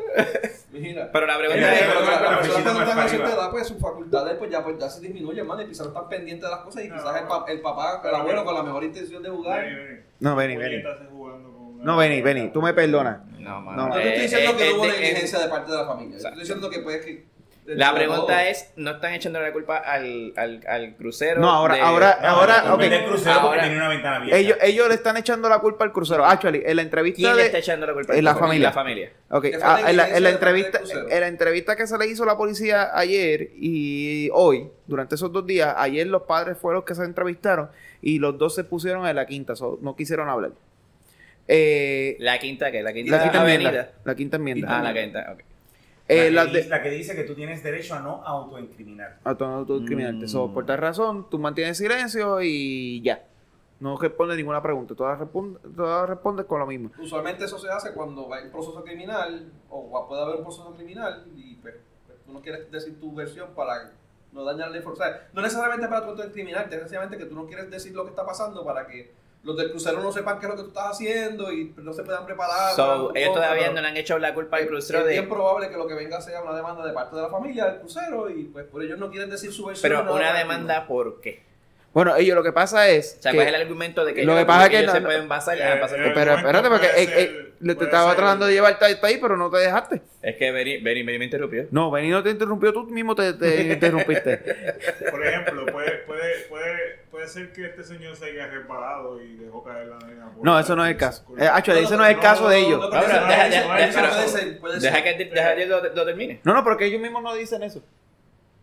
[SPEAKER 2] Mira.
[SPEAKER 5] Pero la
[SPEAKER 2] Pero,
[SPEAKER 5] pregunta
[SPEAKER 6] Eh,
[SPEAKER 5] es...
[SPEAKER 2] pero, pero, la
[SPEAKER 6] la
[SPEAKER 2] persona
[SPEAKER 6] flechita
[SPEAKER 2] cuando está
[SPEAKER 6] más para
[SPEAKER 2] en cierta
[SPEAKER 6] arriba.
[SPEAKER 2] edad, pues sus facultades pues ya, pues, ya se disminuyen, mano, y quizás no están pendientes de las cosas y quizás el, pa- el papá, el abuelo con la mejor intención de
[SPEAKER 4] Benny,
[SPEAKER 2] jugar.
[SPEAKER 4] Benny.
[SPEAKER 1] No, Benny, Benny.
[SPEAKER 4] Puñeta, estás jugando con una-
[SPEAKER 1] No, Benny, Benny. Tú me perdonas.
[SPEAKER 5] No,
[SPEAKER 1] No,
[SPEAKER 5] mano.
[SPEAKER 2] No,
[SPEAKER 1] no
[SPEAKER 2] yo estoy
[SPEAKER 5] eh,
[SPEAKER 2] diciendo que
[SPEAKER 5] eh,
[SPEAKER 2] no hubo
[SPEAKER 5] eh,
[SPEAKER 2] una
[SPEAKER 5] eh,
[SPEAKER 2] negligencia de parte de la familia. Yo
[SPEAKER 5] Exacto.
[SPEAKER 2] estoy diciendo que pues que...
[SPEAKER 5] La pregunta es, ¿no están echándole la culpa al, al, al crucero?
[SPEAKER 1] No, ahora-
[SPEAKER 5] de-
[SPEAKER 1] ahora- ahora,
[SPEAKER 6] no,
[SPEAKER 1] ok.
[SPEAKER 6] El crucero porque
[SPEAKER 5] Ahora-
[SPEAKER 6] tenía una ventana abierta.
[SPEAKER 1] Ellos, eh, ellos le están echando la culpa al crucero. Actually, en la entrevista
[SPEAKER 5] ¿Quién le está
[SPEAKER 1] de.
[SPEAKER 5] echando la culpa? al
[SPEAKER 1] en la
[SPEAKER 5] crucero?
[SPEAKER 1] familia.
[SPEAKER 5] La familia.
[SPEAKER 1] ok,
[SPEAKER 2] ¿Qué fue
[SPEAKER 1] ah,
[SPEAKER 2] la
[SPEAKER 1] en, la, en
[SPEAKER 2] evidencia de
[SPEAKER 1] la
[SPEAKER 2] parte
[SPEAKER 1] entrevista,
[SPEAKER 2] del crucero?
[SPEAKER 1] en la entrevista que se le hizo a la policía ayer y hoy, durante esos dos días, ayer los padres fueron los que se entrevistaron y los dos se pusieron en la quinta, so, no quisieron hablar. Eh,
[SPEAKER 5] La quinta, ¿qué? La quinta,
[SPEAKER 1] la, quinta enmienda,
[SPEAKER 5] avenida.
[SPEAKER 1] la quinta enmienda.
[SPEAKER 5] Ah, la quinta, ok.
[SPEAKER 1] Eh,
[SPEAKER 6] la,
[SPEAKER 1] la
[SPEAKER 6] que
[SPEAKER 1] de-
[SPEAKER 6] dice, la que dice que tú tienes derecho a no autoincriminar.
[SPEAKER 1] a tu autocriminante.
[SPEAKER 5] Mm.
[SPEAKER 1] So, por tal razón, tú mantienes silencio y ya. No respondes ninguna pregunta. Todas respond- todas respondes con lo mismo.
[SPEAKER 2] Usualmente eso se hace cuando hay un proceso criminal o va- puede haber un proceso criminal y pues, pues, tú no quieres decir tu versión para no dañarle la información. O sea, no necesariamente para tu el criminal, necesariamente que tú no quieres decir lo que está pasando para que los del crucero no sepan qué es lo que tú estás haciendo y no se puedan preparar. para
[SPEAKER 5] So,
[SPEAKER 2] tu
[SPEAKER 5] ellos
[SPEAKER 2] compra,
[SPEAKER 5] todavía
[SPEAKER 2] pero
[SPEAKER 5] no le han echado la culpa al crucero
[SPEAKER 2] es bien
[SPEAKER 5] de...
[SPEAKER 2] probable que lo que venga sea una demanda de parte de la familia del crucero y pues por ellos no quieren decir su versión.
[SPEAKER 5] Pero
[SPEAKER 2] no,
[SPEAKER 5] una
[SPEAKER 2] no,
[SPEAKER 5] demanda, ¿por qué?
[SPEAKER 1] Bueno, ellos lo que pasa es.
[SPEAKER 5] O sea,
[SPEAKER 1] que-
[SPEAKER 5] ¿cuál es el argumento de que
[SPEAKER 1] Lo que
[SPEAKER 5] ellos-
[SPEAKER 1] pasa es que
[SPEAKER 5] ellos
[SPEAKER 1] no-
[SPEAKER 5] se
[SPEAKER 1] no-
[SPEAKER 5] pueden basar? Ah,
[SPEAKER 4] Eh,
[SPEAKER 5] basar-
[SPEAKER 4] eh,
[SPEAKER 1] Pero espérate, porque
[SPEAKER 4] Puede
[SPEAKER 1] eh,
[SPEAKER 4] ser-
[SPEAKER 1] eh, le- te
[SPEAKER 4] puede
[SPEAKER 1] estaba
[SPEAKER 4] ser-
[SPEAKER 1] tratando de llevar hasta ahí, pero no te dejaste.
[SPEAKER 5] Es que Benny, Benny, Benny me interrumpió.
[SPEAKER 1] No, Benny no te interrumpió, tú mismo te, te interrumpiste.
[SPEAKER 4] Por ejemplo, puede, puede, puede, puede ser que este señor se haya reparado y dejó caer la nena.
[SPEAKER 1] No, eso no es el caso. Eh, actually, ese no es el caso de ellos.
[SPEAKER 2] No, pero
[SPEAKER 5] deja- deja-
[SPEAKER 4] no,
[SPEAKER 5] deja-
[SPEAKER 4] no,
[SPEAKER 2] Puede ser, puede
[SPEAKER 6] Pues,
[SPEAKER 2] ser.
[SPEAKER 5] Deja que
[SPEAKER 6] eh,
[SPEAKER 5] deja que lo, lo termine.
[SPEAKER 1] No, no, porque ellos mismos no dicen eso.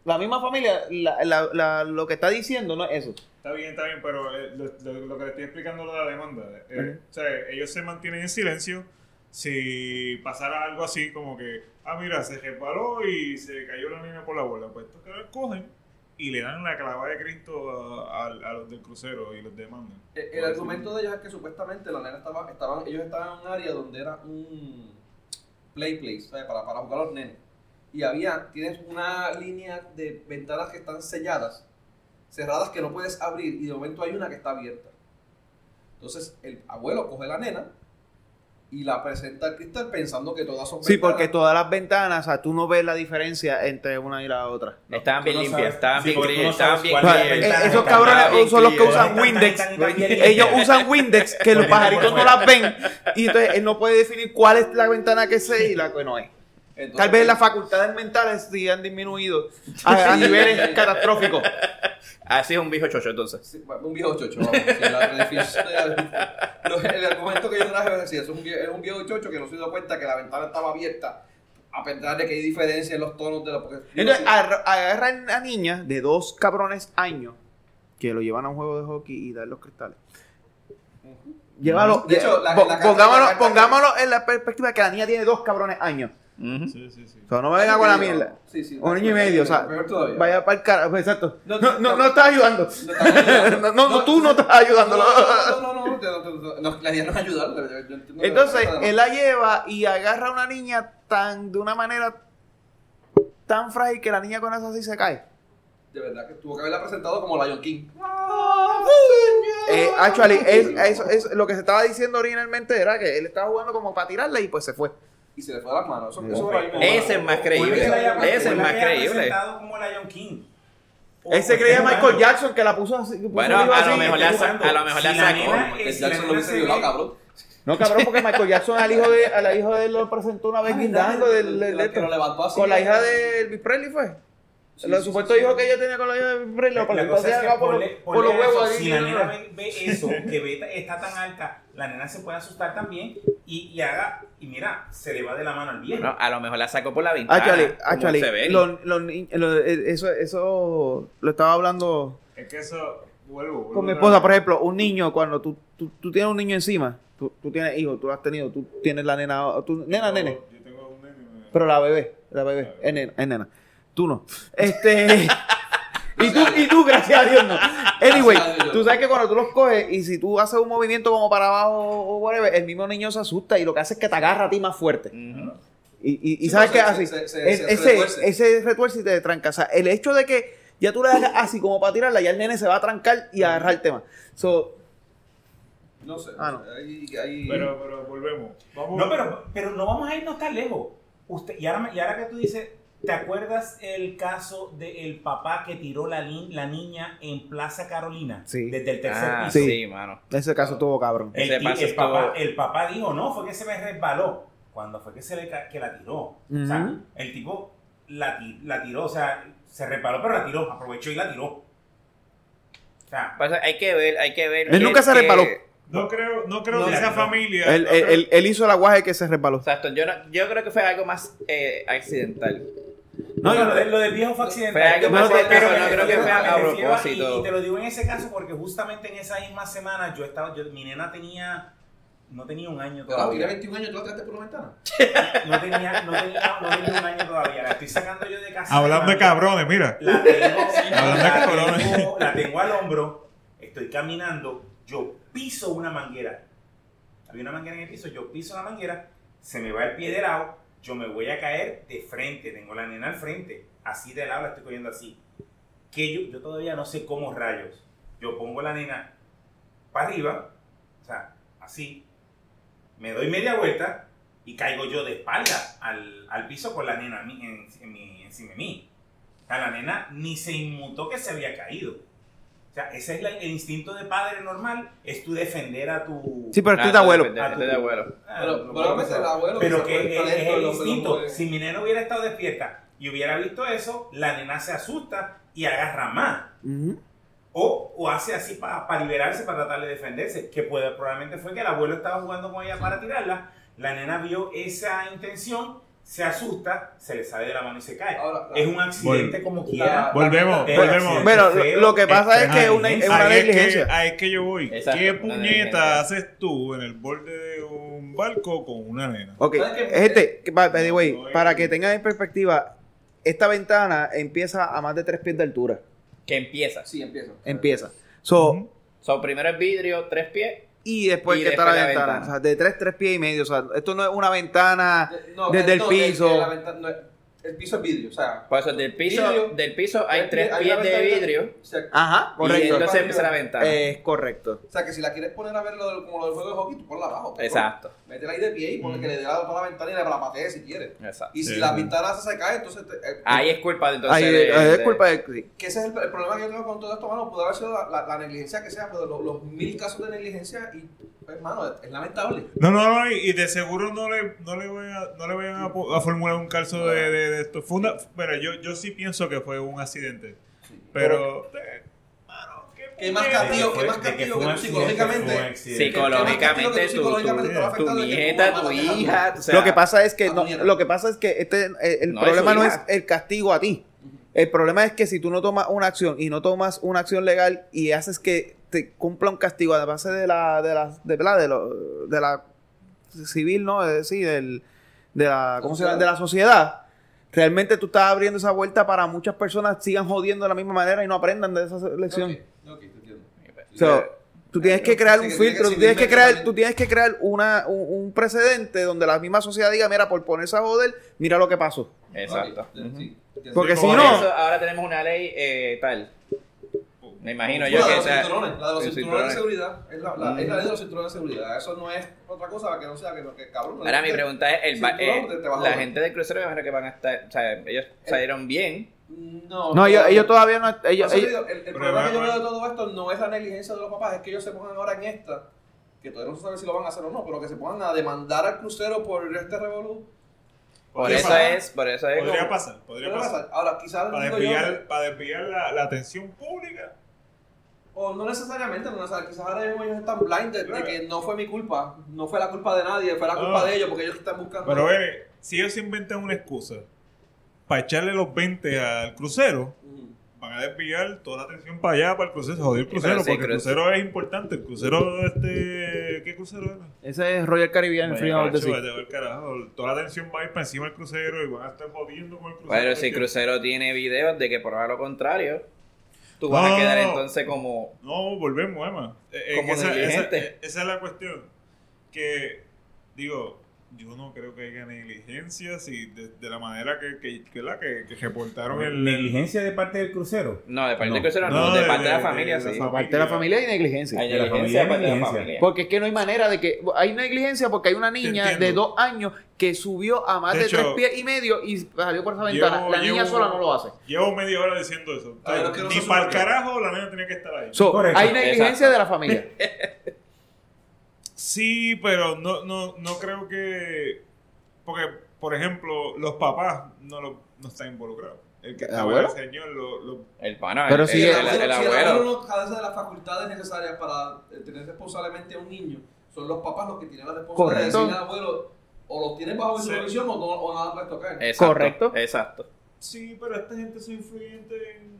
[SPEAKER 1] La misma familia, la- la- la- lo que está diciendo no es eso.
[SPEAKER 4] Está bien, está bien, pero eh, lo, lo- lo que le estoy explicando es la demanda. eh, o sea, ellos se mantienen en silencio. Si pasara algo así como que, ah, mira, se resbaló y se cayó la niña por la bola, pues estos caras cogen y le dan la clava de Cristo a, a- a los del crucero y los demandan.
[SPEAKER 2] Eh, El argumento de ellos es que supuestamente la nena estaba, estaban, ellos estaban en un área donde era un play place, ¿sabes? Para, para jugar a los nenes. Y había, tienes una línea de ventanas que están selladas, cerradas que no puedes abrir, y de momento hay una que está abierta. Entonces el abuelo coge la nena y la presenta al cristal pensando que todas son
[SPEAKER 1] Sí,
[SPEAKER 2] ventanas.
[SPEAKER 1] porque todas las ventanas, o sea, tú no ves la diferencia entre una y la otra.
[SPEAKER 5] Estaban bien
[SPEAKER 6] Tú no
[SPEAKER 5] limpias,
[SPEAKER 6] sabes-
[SPEAKER 5] estaban
[SPEAKER 6] sí,
[SPEAKER 5] bien
[SPEAKER 6] porque tú no
[SPEAKER 5] clean, estaban
[SPEAKER 6] sabes
[SPEAKER 5] bien
[SPEAKER 6] cuál
[SPEAKER 1] O sea,
[SPEAKER 6] es la
[SPEAKER 5] clean.
[SPEAKER 1] eh,
[SPEAKER 6] ventaja,
[SPEAKER 1] esos
[SPEAKER 6] ventaja,
[SPEAKER 5] Estaban
[SPEAKER 1] cabrones
[SPEAKER 5] bien
[SPEAKER 1] son los que
[SPEAKER 5] clean.
[SPEAKER 1] usan
[SPEAKER 6] Tan, tan,
[SPEAKER 1] Windex.
[SPEAKER 6] tan, tan, bien
[SPEAKER 1] Ellos
[SPEAKER 6] limpias.
[SPEAKER 1] usan Windex, que los
[SPEAKER 6] Poniendo por
[SPEAKER 1] pajaritos no
[SPEAKER 6] fuera.
[SPEAKER 1] las ven. Y entonces él no puede definir cuál es la ventana que es y la que no es.
[SPEAKER 2] Entonces,
[SPEAKER 1] Tal vez las facultades mentales sí han disminuido a, a niveles catastróficos.
[SPEAKER 5] Así Ah, es un viejo chocho, entonces.
[SPEAKER 2] Sí, bueno, Un viejo chocho, vamos. sí, la- el, edificio- lo- el argumento que yo traje es decir, es un, vie- es un viejo chocho que no se dio cuenta que la ventana estaba abierta, a pesar de que hay diferencia en los tonos de la... Porque,
[SPEAKER 1] Entonces, ah, agarra- agarran a niñas de dos cabrones años que lo llevan a un juego de hockey y dan los cristales. Llévalo.
[SPEAKER 2] De hecho,
[SPEAKER 1] lle-
[SPEAKER 2] la-
[SPEAKER 1] po-
[SPEAKER 2] la carta-
[SPEAKER 1] pongámoslo,
[SPEAKER 2] la carta-
[SPEAKER 1] pongámoslo en la perspectiva de que la niña tiene dos cabrones años.
[SPEAKER 5] Ujú.
[SPEAKER 4] Sí, sí, sí.
[SPEAKER 1] O sea, no me venga con la mierda.
[SPEAKER 2] Sí, sí.
[SPEAKER 1] Un niño y medio, o sea,
[SPEAKER 2] Peor todavía.
[SPEAKER 1] Vaya para el carajo, pues, exacto.
[SPEAKER 2] No,
[SPEAKER 1] No,
[SPEAKER 2] no,
[SPEAKER 1] no,
[SPEAKER 2] no.
[SPEAKER 1] no estás ayudando.
[SPEAKER 2] No, no,
[SPEAKER 1] No, no, tú no estás ayudando.
[SPEAKER 2] No, no, no, no, no, no, no, no, la idea no es ayudar. yo- yo- yo entiendo-
[SPEAKER 1] Entonces,
[SPEAKER 2] no, no, no.
[SPEAKER 1] él la lleva y agarra a una niña tan, de una manera tan frágil que la niña con eso así se cae.
[SPEAKER 2] De verdad que tuvo que haberla presentado como Lion King.
[SPEAKER 1] Eh, actually, es, eso, es lo que se estaba diciendo originalmente era que él estaba jugando como para tirarla y pues se fue.
[SPEAKER 2] Y se le fue a las manos. Eso, eso para mí me-
[SPEAKER 5] Ese es más creíble.
[SPEAKER 2] Vuelve a llamar-
[SPEAKER 5] Ese es más creíble.
[SPEAKER 6] como Lion King.
[SPEAKER 1] Él se creía Michael Jackson que la puso así. puso
[SPEAKER 5] Bueno,
[SPEAKER 1] arriba
[SPEAKER 5] a lo
[SPEAKER 1] así.
[SPEAKER 5] mejor le hace- a lo mejor le
[SPEAKER 6] Si la
[SPEAKER 5] sacó.
[SPEAKER 6] nena
[SPEAKER 2] Michael
[SPEAKER 6] es- si la
[SPEAKER 2] Jackson lo
[SPEAKER 6] nena
[SPEAKER 2] hubiese
[SPEAKER 6] se
[SPEAKER 2] violado,
[SPEAKER 6] ve-
[SPEAKER 2] cabrón.
[SPEAKER 1] No, cabrón, porque Michael Jackson al hijo de, al hijo de él lo presentó una vez
[SPEAKER 2] Ah,
[SPEAKER 1] guindando
[SPEAKER 2] ¿verdad?
[SPEAKER 1] del, del-
[SPEAKER 2] La
[SPEAKER 1] del-
[SPEAKER 2] que lo levantó así.
[SPEAKER 1] con la hija de Elvis Presley fue.
[SPEAKER 2] Sí,
[SPEAKER 1] Los
[SPEAKER 2] sí,
[SPEAKER 1] supuestos
[SPEAKER 2] sí, sí.
[SPEAKER 1] hijos que ella tenía con la hija de Elvis Presley lo
[SPEAKER 6] La
[SPEAKER 1] presentó
[SPEAKER 6] cosa
[SPEAKER 1] así
[SPEAKER 6] es que
[SPEAKER 1] acá por,
[SPEAKER 6] ponle-
[SPEAKER 1] los- por los
[SPEAKER 6] ponle
[SPEAKER 1] huevos.
[SPEAKER 6] eso.
[SPEAKER 1] ahí,
[SPEAKER 6] Si la
[SPEAKER 1] ¿no?
[SPEAKER 6] nena ve, ve eso, que beta está tan alta, la nena se puede asustar también y, y haga, y mira, se le va de la mano al viejo.
[SPEAKER 5] Bueno, a lo mejor la sacó por la ventana.
[SPEAKER 1] Actually,
[SPEAKER 5] Ah, como
[SPEAKER 1] actually,
[SPEAKER 5] se ve.
[SPEAKER 1] los- los ni- los- eso, eso lo estaba hablando
[SPEAKER 4] Es que eso, vuelvo. vuelvo
[SPEAKER 1] con mi
[SPEAKER 4] otra
[SPEAKER 1] esposa,
[SPEAKER 4] vez.
[SPEAKER 1] por ejemplo, un niño, cuando tú, tú, tú tienes un niño encima, tú, tú tienes hijos, tú lo has tenido, tú tienes la nena, o- tú, nena,
[SPEAKER 4] Yo-
[SPEAKER 1] nene,
[SPEAKER 4] Yo tengo un nene. me-
[SPEAKER 1] pero la bebé, la bebé, es nena, es nena. tú no. Este. Y tú, y tú, gracias a Dios, no. Anyway,
[SPEAKER 2] Gracias a Dios.
[SPEAKER 1] tú sabes que cuando tú los coges y si tú haces un movimiento como para abajo o whatever, el mismo niño se asusta y lo que hace es que te agarra a ti más fuerte.
[SPEAKER 5] Ujú.
[SPEAKER 1] Y, y- y
[SPEAKER 2] Sí,
[SPEAKER 1] sabes
[SPEAKER 2] no,
[SPEAKER 1] que
[SPEAKER 2] se-
[SPEAKER 1] así,
[SPEAKER 2] se- se-
[SPEAKER 1] es-
[SPEAKER 2] se retuerce.
[SPEAKER 1] ese, ese retuerce y te tranca. O sea, el hecho de que ya tú le hagas así como para tirarla, ya el nene se va a trancar y agarrarte más. So,
[SPEAKER 2] No sé.
[SPEAKER 1] Ah, no.
[SPEAKER 2] ahí- ahí-
[SPEAKER 4] Pero, pero volvemos. Vamos.
[SPEAKER 6] No, pero, pero no vamos a irnos tan lejos. Usted, y, ahora, me- y ahora que tú dices, ¿te acuerdas el caso del papá que tiró la, ni- la niña en Plaza Carolina?
[SPEAKER 1] Sí.
[SPEAKER 6] Desde el tercer
[SPEAKER 5] Ah,
[SPEAKER 6] piso.
[SPEAKER 1] Sí.
[SPEAKER 5] sí. mano.
[SPEAKER 1] ese caso estuvo cabrón.
[SPEAKER 6] El,
[SPEAKER 5] Ese
[SPEAKER 6] ti-
[SPEAKER 5] paso
[SPEAKER 6] el papá,
[SPEAKER 5] estuvo-
[SPEAKER 6] el papá dijo, no, fue que se me resbaló. Cuando fue que se le ca- que la tiró. O sea,
[SPEAKER 1] Ujú.
[SPEAKER 6] el tipo la, ti- la tiró, o sea, se resbaló, pero la tiró, aprovechó y la tiró. O sea,
[SPEAKER 5] Pasa, Pues, hay que ver, hay que ver.
[SPEAKER 1] Él
[SPEAKER 5] que-
[SPEAKER 1] nunca se
[SPEAKER 5] que-
[SPEAKER 1] reparó.
[SPEAKER 4] No creo, no creo
[SPEAKER 6] No,
[SPEAKER 4] que esa
[SPEAKER 6] no.
[SPEAKER 4] familia.
[SPEAKER 1] Él,
[SPEAKER 4] no
[SPEAKER 1] él-
[SPEAKER 4] creo-
[SPEAKER 1] él- él hizo el aguaje que se resbaló.
[SPEAKER 5] Exacto, yo, no- yo creo que fue algo más eh, accidental.
[SPEAKER 6] No, no, lo, de- lo del viejo fue accidental.
[SPEAKER 5] Fue algo
[SPEAKER 6] Pero-
[SPEAKER 5] más
[SPEAKER 6] pero-
[SPEAKER 5] cercano,
[SPEAKER 6] pero-
[SPEAKER 5] no creo que
[SPEAKER 6] pero-
[SPEAKER 5] fue a
[SPEAKER 6] me refiero
[SPEAKER 5] propósito.
[SPEAKER 6] Y, y te lo digo en ese caso porque justamente en esa misma semana yo estaba, yo, mi nena tenía, no tenía un año
[SPEAKER 2] Pero la tira
[SPEAKER 6] todavía.
[SPEAKER 2] 21 años, tú la tiraste por la ventana.
[SPEAKER 6] No tenía, no tenía, no tenía un año todavía. La estoy sacando yo de casa.
[SPEAKER 4] Hablando de
[SPEAKER 6] cabrón
[SPEAKER 4] cabrones, mira.
[SPEAKER 6] la tengo,
[SPEAKER 4] Hablando de
[SPEAKER 6] la
[SPEAKER 4] colores.
[SPEAKER 6] tengo- la tengo al hombro, estoy caminando, yo piso una manguera. Había una manguera en el piso, yo piso la manguera, se me va el pie de lado, yo me voy a caer de frente, tengo la nena al frente, así de lado la estoy cogiendo así. Que yo, yo todavía no sé cómo rayos. Yo pongo la nena para arriba, o sea, así, me doy media vuelta y caigo yo de espalda al, al piso con la nena a mí- en- en mi- encima de mí. O sea, la nena ni se inmutó que se había caído. O sea, ese es la- el instinto de padre normal, es tu defender a tu...
[SPEAKER 1] Sí, pero
[SPEAKER 5] Ah,
[SPEAKER 1] estoy de abuelo.
[SPEAKER 5] depende, estoy de abuelo.
[SPEAKER 6] Ah,
[SPEAKER 2] Pero-
[SPEAKER 6] lo-
[SPEAKER 2] pero
[SPEAKER 6] lo-
[SPEAKER 2] a veces el abuelo
[SPEAKER 6] pero
[SPEAKER 2] se
[SPEAKER 6] que
[SPEAKER 2] puede
[SPEAKER 6] es,
[SPEAKER 2] poner
[SPEAKER 6] es
[SPEAKER 2] todo
[SPEAKER 6] el
[SPEAKER 2] lo que lo
[SPEAKER 6] instinto.
[SPEAKER 2] mueve.
[SPEAKER 6] Si mi nena hubiera estado despierta y hubiera visto eso, la nena se asusta y agarra más.
[SPEAKER 1] Ujú.
[SPEAKER 6] O, o hace así para liberarse, para tratar de defenderse. Que puede, probablemente fue que el abuelo estaba jugando con ella para tirarla. La nena vio esa intención, se asusta, se le sale de la mano y se cae.
[SPEAKER 2] Ahora, la-
[SPEAKER 6] es un accidente como quiera.
[SPEAKER 4] Volvemos,
[SPEAKER 6] Pero-
[SPEAKER 4] volvemos.
[SPEAKER 1] Bueno,
[SPEAKER 6] Qué
[SPEAKER 1] lo,
[SPEAKER 6] feo.
[SPEAKER 1] lo que pasa es que es
[SPEAKER 6] Ajá,
[SPEAKER 1] una, es
[SPEAKER 6] es
[SPEAKER 1] una
[SPEAKER 4] Este, Ahí
[SPEAKER 1] negligencia.
[SPEAKER 4] Es que, ahí es que yo voy.
[SPEAKER 5] Exacto,
[SPEAKER 4] ¿Qué
[SPEAKER 5] una
[SPEAKER 4] puñeta
[SPEAKER 5] negligencia.
[SPEAKER 4] haces tú en el borde de un barco con una nena?
[SPEAKER 1] Ok,
[SPEAKER 2] ¿Sabes qué?
[SPEAKER 1] gente, que- by- by the way,
[SPEAKER 4] No, no,
[SPEAKER 1] para
[SPEAKER 4] eh.
[SPEAKER 1] que tengan en perspectiva, esta ventana empieza a más de tres pies de altura.
[SPEAKER 5] Que empieza.
[SPEAKER 2] Sí, empieza.
[SPEAKER 1] Empieza. So,
[SPEAKER 4] Ujú.
[SPEAKER 5] So, primero es vidrio, tres pies.
[SPEAKER 1] Y después
[SPEAKER 5] Y
[SPEAKER 1] que está la,
[SPEAKER 5] después la
[SPEAKER 1] ventana.
[SPEAKER 5] ventana.
[SPEAKER 1] O sea, de tres, tres pies y medio. O sea, esto no es una ventana
[SPEAKER 2] No,
[SPEAKER 1] desde el
[SPEAKER 2] no,
[SPEAKER 1] piso.
[SPEAKER 2] de- de la ventana- no, El piso es vidrio, o sea.
[SPEAKER 5] Por eso, del piso,
[SPEAKER 2] Vidrio.
[SPEAKER 5] del piso hay
[SPEAKER 2] hay-
[SPEAKER 5] tres
[SPEAKER 2] hay
[SPEAKER 5] pies
[SPEAKER 2] una
[SPEAKER 5] de
[SPEAKER 2] ventana-
[SPEAKER 5] vidrio.
[SPEAKER 2] o sea,
[SPEAKER 1] Ajá,
[SPEAKER 5] Y
[SPEAKER 1] correcto. Eh,
[SPEAKER 5] entonces empieza la ventana.
[SPEAKER 1] Es correcto.
[SPEAKER 2] o sea, que si la quieres poner a ver lo del- como lo del juego de hockey, tú ponla abajo. cabrón.
[SPEAKER 5] Exacto,
[SPEAKER 2] Métela ahí de pie y ponle que le dé lado toda la ventana y le la patee si quieres.
[SPEAKER 5] exacto.
[SPEAKER 2] Y si
[SPEAKER 4] Sí.
[SPEAKER 2] la ventana se cae, entonces. te- eh,
[SPEAKER 5] Ahí es culpa de entonces.
[SPEAKER 1] Ahí,
[SPEAKER 5] de-
[SPEAKER 1] ahí es
[SPEAKER 5] de-
[SPEAKER 1] culpa de sí.
[SPEAKER 2] Que ese es el, el problema que yo tengo con todo esto, mano. Pudo haber sido la, la- la negligencia que sea, pero los, los mil casos de negligencia, y, hermano, es, es lamentable.
[SPEAKER 4] No, no, no, y y de seguro no le, no le, voy a, no le vayan a, po- a formular un calzo de, de- de esto. Fue una- pero yo, yo sí pienso que fue un accidente. Pero. eh, mano, qué
[SPEAKER 2] ¿Qué más
[SPEAKER 4] puñeta.
[SPEAKER 2] castigo? ¿Qué más
[SPEAKER 6] De que
[SPEAKER 2] castigo
[SPEAKER 6] fue
[SPEAKER 2] que
[SPEAKER 6] un
[SPEAKER 2] tú
[SPEAKER 6] accidente,
[SPEAKER 2] psicológicamente-
[SPEAKER 6] fue un accidente.
[SPEAKER 5] Psicológicamente,
[SPEAKER 2] Sí,
[SPEAKER 5] tu,
[SPEAKER 2] psicológicamente te
[SPEAKER 5] tu,
[SPEAKER 2] va
[SPEAKER 5] tu
[SPEAKER 2] afectando de que tú
[SPEAKER 5] nieta,
[SPEAKER 2] vas
[SPEAKER 5] tu
[SPEAKER 2] manejando.
[SPEAKER 5] hija. o sea, ah,
[SPEAKER 1] lo que pasa es que
[SPEAKER 2] a tu
[SPEAKER 1] no-
[SPEAKER 2] nieta.
[SPEAKER 1] lo que pasa es que este eh, el
[SPEAKER 5] No,
[SPEAKER 1] problema
[SPEAKER 5] es su
[SPEAKER 1] no es
[SPEAKER 5] hija.
[SPEAKER 1] el castigo a ti. El problema es que si tú no tomas una acción y no tomas una acción legal y haces que te cumpla un castigo a base de la de la de, la- de lo- de la civil, ¿no? Eh, Sí, del de la ¿cómo se llama? de la sociedad. Realmente tú estás abriendo esa vuelta para muchas personas sigan jodiendo de la misma manera y no aprendan de esa lección.
[SPEAKER 2] Ok, ok, te entiendo.
[SPEAKER 1] So, tú tienes que crear un
[SPEAKER 2] Sí, que tiene que
[SPEAKER 1] filtro, tú
[SPEAKER 2] ser
[SPEAKER 1] tienes que crear,
[SPEAKER 2] inmediatamente.
[SPEAKER 1] tú tienes que crear una, un, un precedente donde la misma sociedad diga, mira, por ponerse a joder, mira lo que pasó.
[SPEAKER 5] Exacto.
[SPEAKER 2] Ok, sí, entiendo.
[SPEAKER 1] Porque
[SPEAKER 4] Sí,
[SPEAKER 1] si
[SPEAKER 5] Por
[SPEAKER 1] no,
[SPEAKER 5] eso ahora tenemos una ley eh, tal. Me imagino
[SPEAKER 2] Bueno,
[SPEAKER 5] yo
[SPEAKER 2] la de
[SPEAKER 5] que
[SPEAKER 2] los
[SPEAKER 5] sea-
[SPEAKER 2] cinturones, la de los
[SPEAKER 5] el
[SPEAKER 2] cinturones de
[SPEAKER 5] cinturón.
[SPEAKER 2] seguridad, es la, la- es la ley de los cinturones de seguridad. Eso no es otra cosa que no sea que lo que cabrón. no
[SPEAKER 5] Ahora
[SPEAKER 2] es
[SPEAKER 5] mi
[SPEAKER 2] que-
[SPEAKER 5] pregunta es, el, ba-
[SPEAKER 2] Cinturón,
[SPEAKER 5] eh,
[SPEAKER 2] te- te vas a
[SPEAKER 5] la
[SPEAKER 2] joder.
[SPEAKER 5] gente del crucero me imagino que van a estar, o sea, ellos salieron bien.
[SPEAKER 2] No,
[SPEAKER 1] no, ellos, ellos todavía no, ellos,
[SPEAKER 2] Por eso
[SPEAKER 1] ellos-
[SPEAKER 2] digo, el, el
[SPEAKER 4] Pero
[SPEAKER 2] problema que yo
[SPEAKER 4] va-
[SPEAKER 2] veo de todo esto no es la negligencia de los papás, es que ellos se pongan ahora en esta, que todavía no se sabe si lo van a hacer o no, pero que se pongan a demandar al crucero por este revolú.
[SPEAKER 5] Por
[SPEAKER 4] ¿Qué
[SPEAKER 5] eso
[SPEAKER 4] pasa?
[SPEAKER 5] es, por eso es.
[SPEAKER 4] Podría
[SPEAKER 5] como-
[SPEAKER 4] pasar, podría
[SPEAKER 2] Pero no
[SPEAKER 4] pasar.
[SPEAKER 2] pasa. Ahora, quizás
[SPEAKER 4] Para
[SPEAKER 2] digo
[SPEAKER 4] desviar, para desviar la, la atención pública.
[SPEAKER 2] yo, o no necesariamente, no necesariamente, quizás ahora mismo ellos están blind de, de
[SPEAKER 4] Claro.
[SPEAKER 2] que no fue mi culpa, no fue la culpa de nadie, fue la culpa
[SPEAKER 4] Ah.
[SPEAKER 2] de ellos porque ellos están buscando.
[SPEAKER 4] Pero eh, si ellos inventan una excusa para echarle los 20 al crucero,
[SPEAKER 2] Ujú.
[SPEAKER 4] van a desviar toda la atención para allá, para el crucero, joder el crucero,
[SPEAKER 5] pero sí,
[SPEAKER 4] porque el
[SPEAKER 5] cruce-
[SPEAKER 4] crucero es importante. El crucero, este. ¿Qué crucero era?
[SPEAKER 1] ese es Royal Caribbean en
[SPEAKER 4] Vaya,
[SPEAKER 1] Freedom of the
[SPEAKER 4] cacho,
[SPEAKER 1] Sea.
[SPEAKER 4] vaya, vaya, carajo, Toda la atención va a ir para encima del crucero y van a estar jodiendo con el
[SPEAKER 6] Pues,
[SPEAKER 4] crucero.
[SPEAKER 5] Pero si el
[SPEAKER 4] porque-
[SPEAKER 5] crucero tiene videos de que prueba lo contrario, tú
[SPEAKER 4] No,
[SPEAKER 5] vas a
[SPEAKER 4] no,
[SPEAKER 5] quedar
[SPEAKER 4] no.
[SPEAKER 5] entonces como.
[SPEAKER 4] No, volvemos, Emma. Eh, eh,
[SPEAKER 5] Como
[SPEAKER 4] esa, esa,
[SPEAKER 5] negligente.
[SPEAKER 4] eh, esa es la cuestión. Que, digo, yo no creo que haya negligencia si de, de la manera que, que, que la que, que reportaron el.
[SPEAKER 6] Negligencia de parte del crucero.
[SPEAKER 5] No, de parte
[SPEAKER 6] No.
[SPEAKER 5] del crucero no, de, parte de, la familia
[SPEAKER 4] de
[SPEAKER 5] sí.
[SPEAKER 4] la
[SPEAKER 1] Parte de la familia y negligencia.
[SPEAKER 5] Hay
[SPEAKER 6] de la
[SPEAKER 5] negligencia de
[SPEAKER 6] familia,
[SPEAKER 5] parte de la
[SPEAKER 6] negligencia.
[SPEAKER 5] familia.
[SPEAKER 1] Porque es que no hay manera de que. Hay negligencia porque hay una niña
[SPEAKER 4] entiendo.
[SPEAKER 1] de dos años que subió a más
[SPEAKER 4] De
[SPEAKER 1] de,
[SPEAKER 4] hecho,
[SPEAKER 1] tres pies y medio y salió por esa
[SPEAKER 4] llevo-
[SPEAKER 1] ventana. la niña
[SPEAKER 4] llevo-
[SPEAKER 1] sola no lo hace.
[SPEAKER 4] Llevo media hora diciendo eso.
[SPEAKER 2] Ah, pero que no
[SPEAKER 4] ni
[SPEAKER 2] se
[SPEAKER 4] para el
[SPEAKER 2] supone.
[SPEAKER 4] carajo la nena tenía que estar ahí.
[SPEAKER 1] So,
[SPEAKER 6] Correcto.
[SPEAKER 1] hay negligencia
[SPEAKER 5] Exacto.
[SPEAKER 1] de la familia.
[SPEAKER 4] Sí, pero no, no, no creo que. Porque, por ejemplo, los papás no, lo, no están involucrados. El que
[SPEAKER 1] ¿El
[SPEAKER 4] estaba
[SPEAKER 1] abuelo?
[SPEAKER 4] era el señor, lo, lo-
[SPEAKER 5] El pana,
[SPEAKER 1] Pero
[SPEAKER 5] el,
[SPEAKER 1] si-
[SPEAKER 5] el-
[SPEAKER 2] Si
[SPEAKER 5] el-
[SPEAKER 2] el,
[SPEAKER 5] el
[SPEAKER 2] si el
[SPEAKER 5] abuelo.
[SPEAKER 2] no carece de las facultades necesarias para eh, tener responsablemente a un niño, son los papás los que tienen la responsabilidad
[SPEAKER 1] Correcto.
[SPEAKER 2] de decirle al abuelo, o los tienen bajo
[SPEAKER 4] Sí.
[SPEAKER 2] supervisión o, no, o nada puedes tocar.
[SPEAKER 5] Exacto,
[SPEAKER 1] Correcto.
[SPEAKER 5] Exacto.
[SPEAKER 4] Sí, pero esta gente son influyentes en.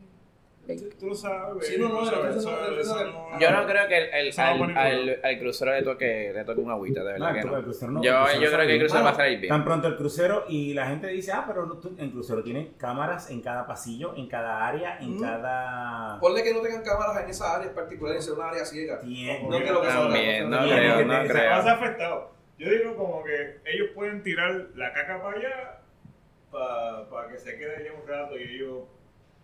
[SPEAKER 4] Tú lo sabes.
[SPEAKER 2] Sí, no, no,
[SPEAKER 4] tú
[SPEAKER 2] no,
[SPEAKER 4] sabes,
[SPEAKER 2] eso no-
[SPEAKER 4] sabes,
[SPEAKER 2] eso
[SPEAKER 4] eso
[SPEAKER 6] Ah,
[SPEAKER 2] no-
[SPEAKER 5] Yo no creo que el, el-
[SPEAKER 4] Eso no
[SPEAKER 5] al,
[SPEAKER 4] pone
[SPEAKER 5] al- al crucero le toque, le toque un agüita, de verdad
[SPEAKER 6] No,
[SPEAKER 5] que
[SPEAKER 6] el
[SPEAKER 5] no.
[SPEAKER 6] crucero no, el
[SPEAKER 5] Yo,
[SPEAKER 6] crucero
[SPEAKER 5] yo creo
[SPEAKER 6] sale
[SPEAKER 5] que el
[SPEAKER 6] bien.
[SPEAKER 5] crucero va a
[SPEAKER 2] Mano,
[SPEAKER 5] salir bien.
[SPEAKER 6] Tan pronto el crucero y la gente dice, ah, pero no, tú- en crucero tienen cámaras en cada pasillo, en cada área, en
[SPEAKER 2] Mm.
[SPEAKER 6] cada...
[SPEAKER 2] Ponle que no tengan cámaras en esa área en particular, en ser una área ciega.
[SPEAKER 6] Tiene-
[SPEAKER 2] No creo que sea una
[SPEAKER 5] También,
[SPEAKER 2] cosa-
[SPEAKER 5] no
[SPEAKER 6] Tiene
[SPEAKER 5] creo,
[SPEAKER 6] que
[SPEAKER 5] no
[SPEAKER 6] tener-
[SPEAKER 4] Se
[SPEAKER 5] creo.
[SPEAKER 4] pasa afectado. Yo digo como que ellos pueden tirar la caca para allá para que se quede allá un rato y ellos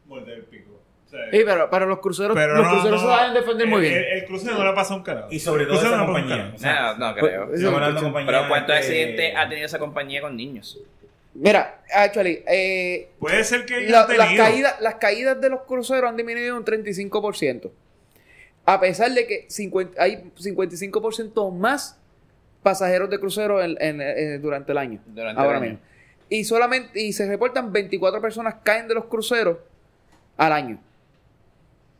[SPEAKER 4] morder el pico. O sea,
[SPEAKER 1] Sí, pero, pero los cruceros, los
[SPEAKER 4] no,
[SPEAKER 1] cruceros
[SPEAKER 4] no, eh,
[SPEAKER 1] se saben defender muy
[SPEAKER 4] el-
[SPEAKER 1] bien.
[SPEAKER 4] El, el crucero no le pasa un carajo.
[SPEAKER 6] Y sobre
[SPEAKER 4] El
[SPEAKER 6] todo
[SPEAKER 4] crucero
[SPEAKER 6] esa
[SPEAKER 4] no le pasa un carajo.
[SPEAKER 6] compañía. o sea,
[SPEAKER 5] No, no creo.
[SPEAKER 1] Pues,
[SPEAKER 6] estamos hablando de compañía
[SPEAKER 5] Pero ¿cuántos
[SPEAKER 6] que-
[SPEAKER 5] accidentes ha tenido esa compañía con niños?
[SPEAKER 1] Mira, actually, eh,
[SPEAKER 4] Puede ser que ellos
[SPEAKER 1] la-
[SPEAKER 4] han
[SPEAKER 1] las,
[SPEAKER 4] tenido.
[SPEAKER 1] caídas, las caídas de los cruceros han disminuido un 35%. A pesar de que 50 hay 55% más pasajeros de crucero en- en- eh, durante el año.
[SPEAKER 5] Durante
[SPEAKER 1] ahora
[SPEAKER 5] el año.
[SPEAKER 1] mismo. Y solamente y se reportan 24 personas caen de los cruceros al año.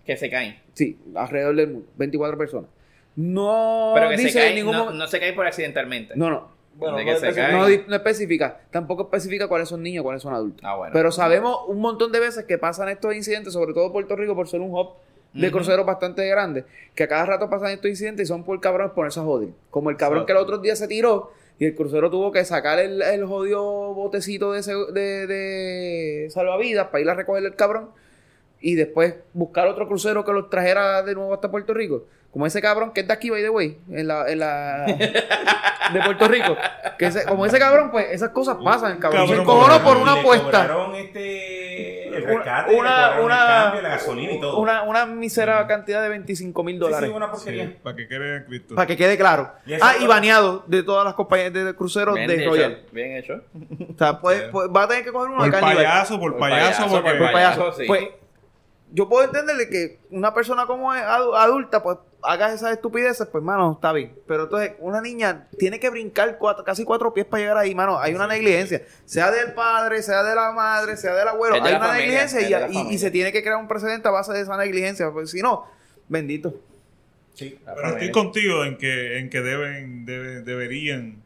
[SPEAKER 5] Que se caen.
[SPEAKER 1] Sí, alrededor del mundo. 24 personas. No
[SPEAKER 5] Pero que
[SPEAKER 1] dice
[SPEAKER 5] se
[SPEAKER 1] en
[SPEAKER 5] caen,
[SPEAKER 1] ningún
[SPEAKER 5] no,
[SPEAKER 1] momento.
[SPEAKER 5] no se caen por accidentalmente.
[SPEAKER 1] No, no.
[SPEAKER 5] de que se caen.
[SPEAKER 1] No, di- no especifica. Tampoco especifica cuáles son niños, cuáles son adultos.
[SPEAKER 5] Ah, bueno.
[SPEAKER 1] Pero sabemos un montón de veces que pasan estos incidentes, sobre todo Puerto Rico, por ser un hub de
[SPEAKER 5] Ujú.
[SPEAKER 1] cruceros bastante grande, que a cada rato pasan estos incidentes y son por cabrones ponerse a joder. Como el cabrón que el otro día se tiró y el crucero tuvo que sacar el, el jodido botecito de, ese- de, de salvavidas para ir a recoger el cabrón. y después buscar otro crucero que los trajera de nuevo hasta Puerto Rico. Como ese cabrón que es de aquí, by the way, en la, en la de Puerto Rico. Que ese- como ese cabrón, pues esas cosas pasan, cabrón. Se
[SPEAKER 4] cabrón
[SPEAKER 1] encojonó
[SPEAKER 4] cobrado,
[SPEAKER 1] por una
[SPEAKER 6] Le
[SPEAKER 1] apuesta.
[SPEAKER 6] cobraron este, el
[SPEAKER 1] Una-
[SPEAKER 6] rescate, le
[SPEAKER 1] una-
[SPEAKER 6] cobraron
[SPEAKER 1] una-
[SPEAKER 6] el cambio, la gasolina y todo.
[SPEAKER 1] Una, una misera cantidad de 25 mil
[SPEAKER 6] Sí, sí,
[SPEAKER 1] dólares.
[SPEAKER 6] una porquería.
[SPEAKER 4] ¿Para qué crean Cristo?
[SPEAKER 1] Para que quede claro.
[SPEAKER 6] Y eso-
[SPEAKER 1] Ah, y baneado de todas las compañías de cruceros
[SPEAKER 5] Bien
[SPEAKER 1] de
[SPEAKER 5] hecho,
[SPEAKER 1] Royal.
[SPEAKER 5] Bien hecho.
[SPEAKER 1] O sea, pues, pues va a tener que coger una
[SPEAKER 4] Por
[SPEAKER 1] Carnival.
[SPEAKER 4] payaso, por
[SPEAKER 5] Por
[SPEAKER 4] payaso,
[SPEAKER 5] payaso,
[SPEAKER 4] porque...
[SPEAKER 5] por
[SPEAKER 1] Pues, payaso,
[SPEAKER 5] payaso, sí.
[SPEAKER 1] pues, yo puedo entenderle que una persona como es adu- adulta, pues hagas esas estupideces, pues mano, está bien. Pero entonces, una niña tiene que brincar cuatro- casi cuatro pies para llegar ahí, mano. Hay una negligencia, sea del padre, sea de la madre, sea del abuelo,
[SPEAKER 5] Es de
[SPEAKER 1] hay
[SPEAKER 5] la
[SPEAKER 1] una
[SPEAKER 5] familia,
[SPEAKER 1] negligencia
[SPEAKER 5] es de la
[SPEAKER 1] y- y, y
[SPEAKER 5] familia.
[SPEAKER 1] se tiene que crear un precedente a base de esa negligencia, porque si no, bendito.
[SPEAKER 6] Sí.
[SPEAKER 4] Pero estoy contigo en que, en que deben, debe- deberían.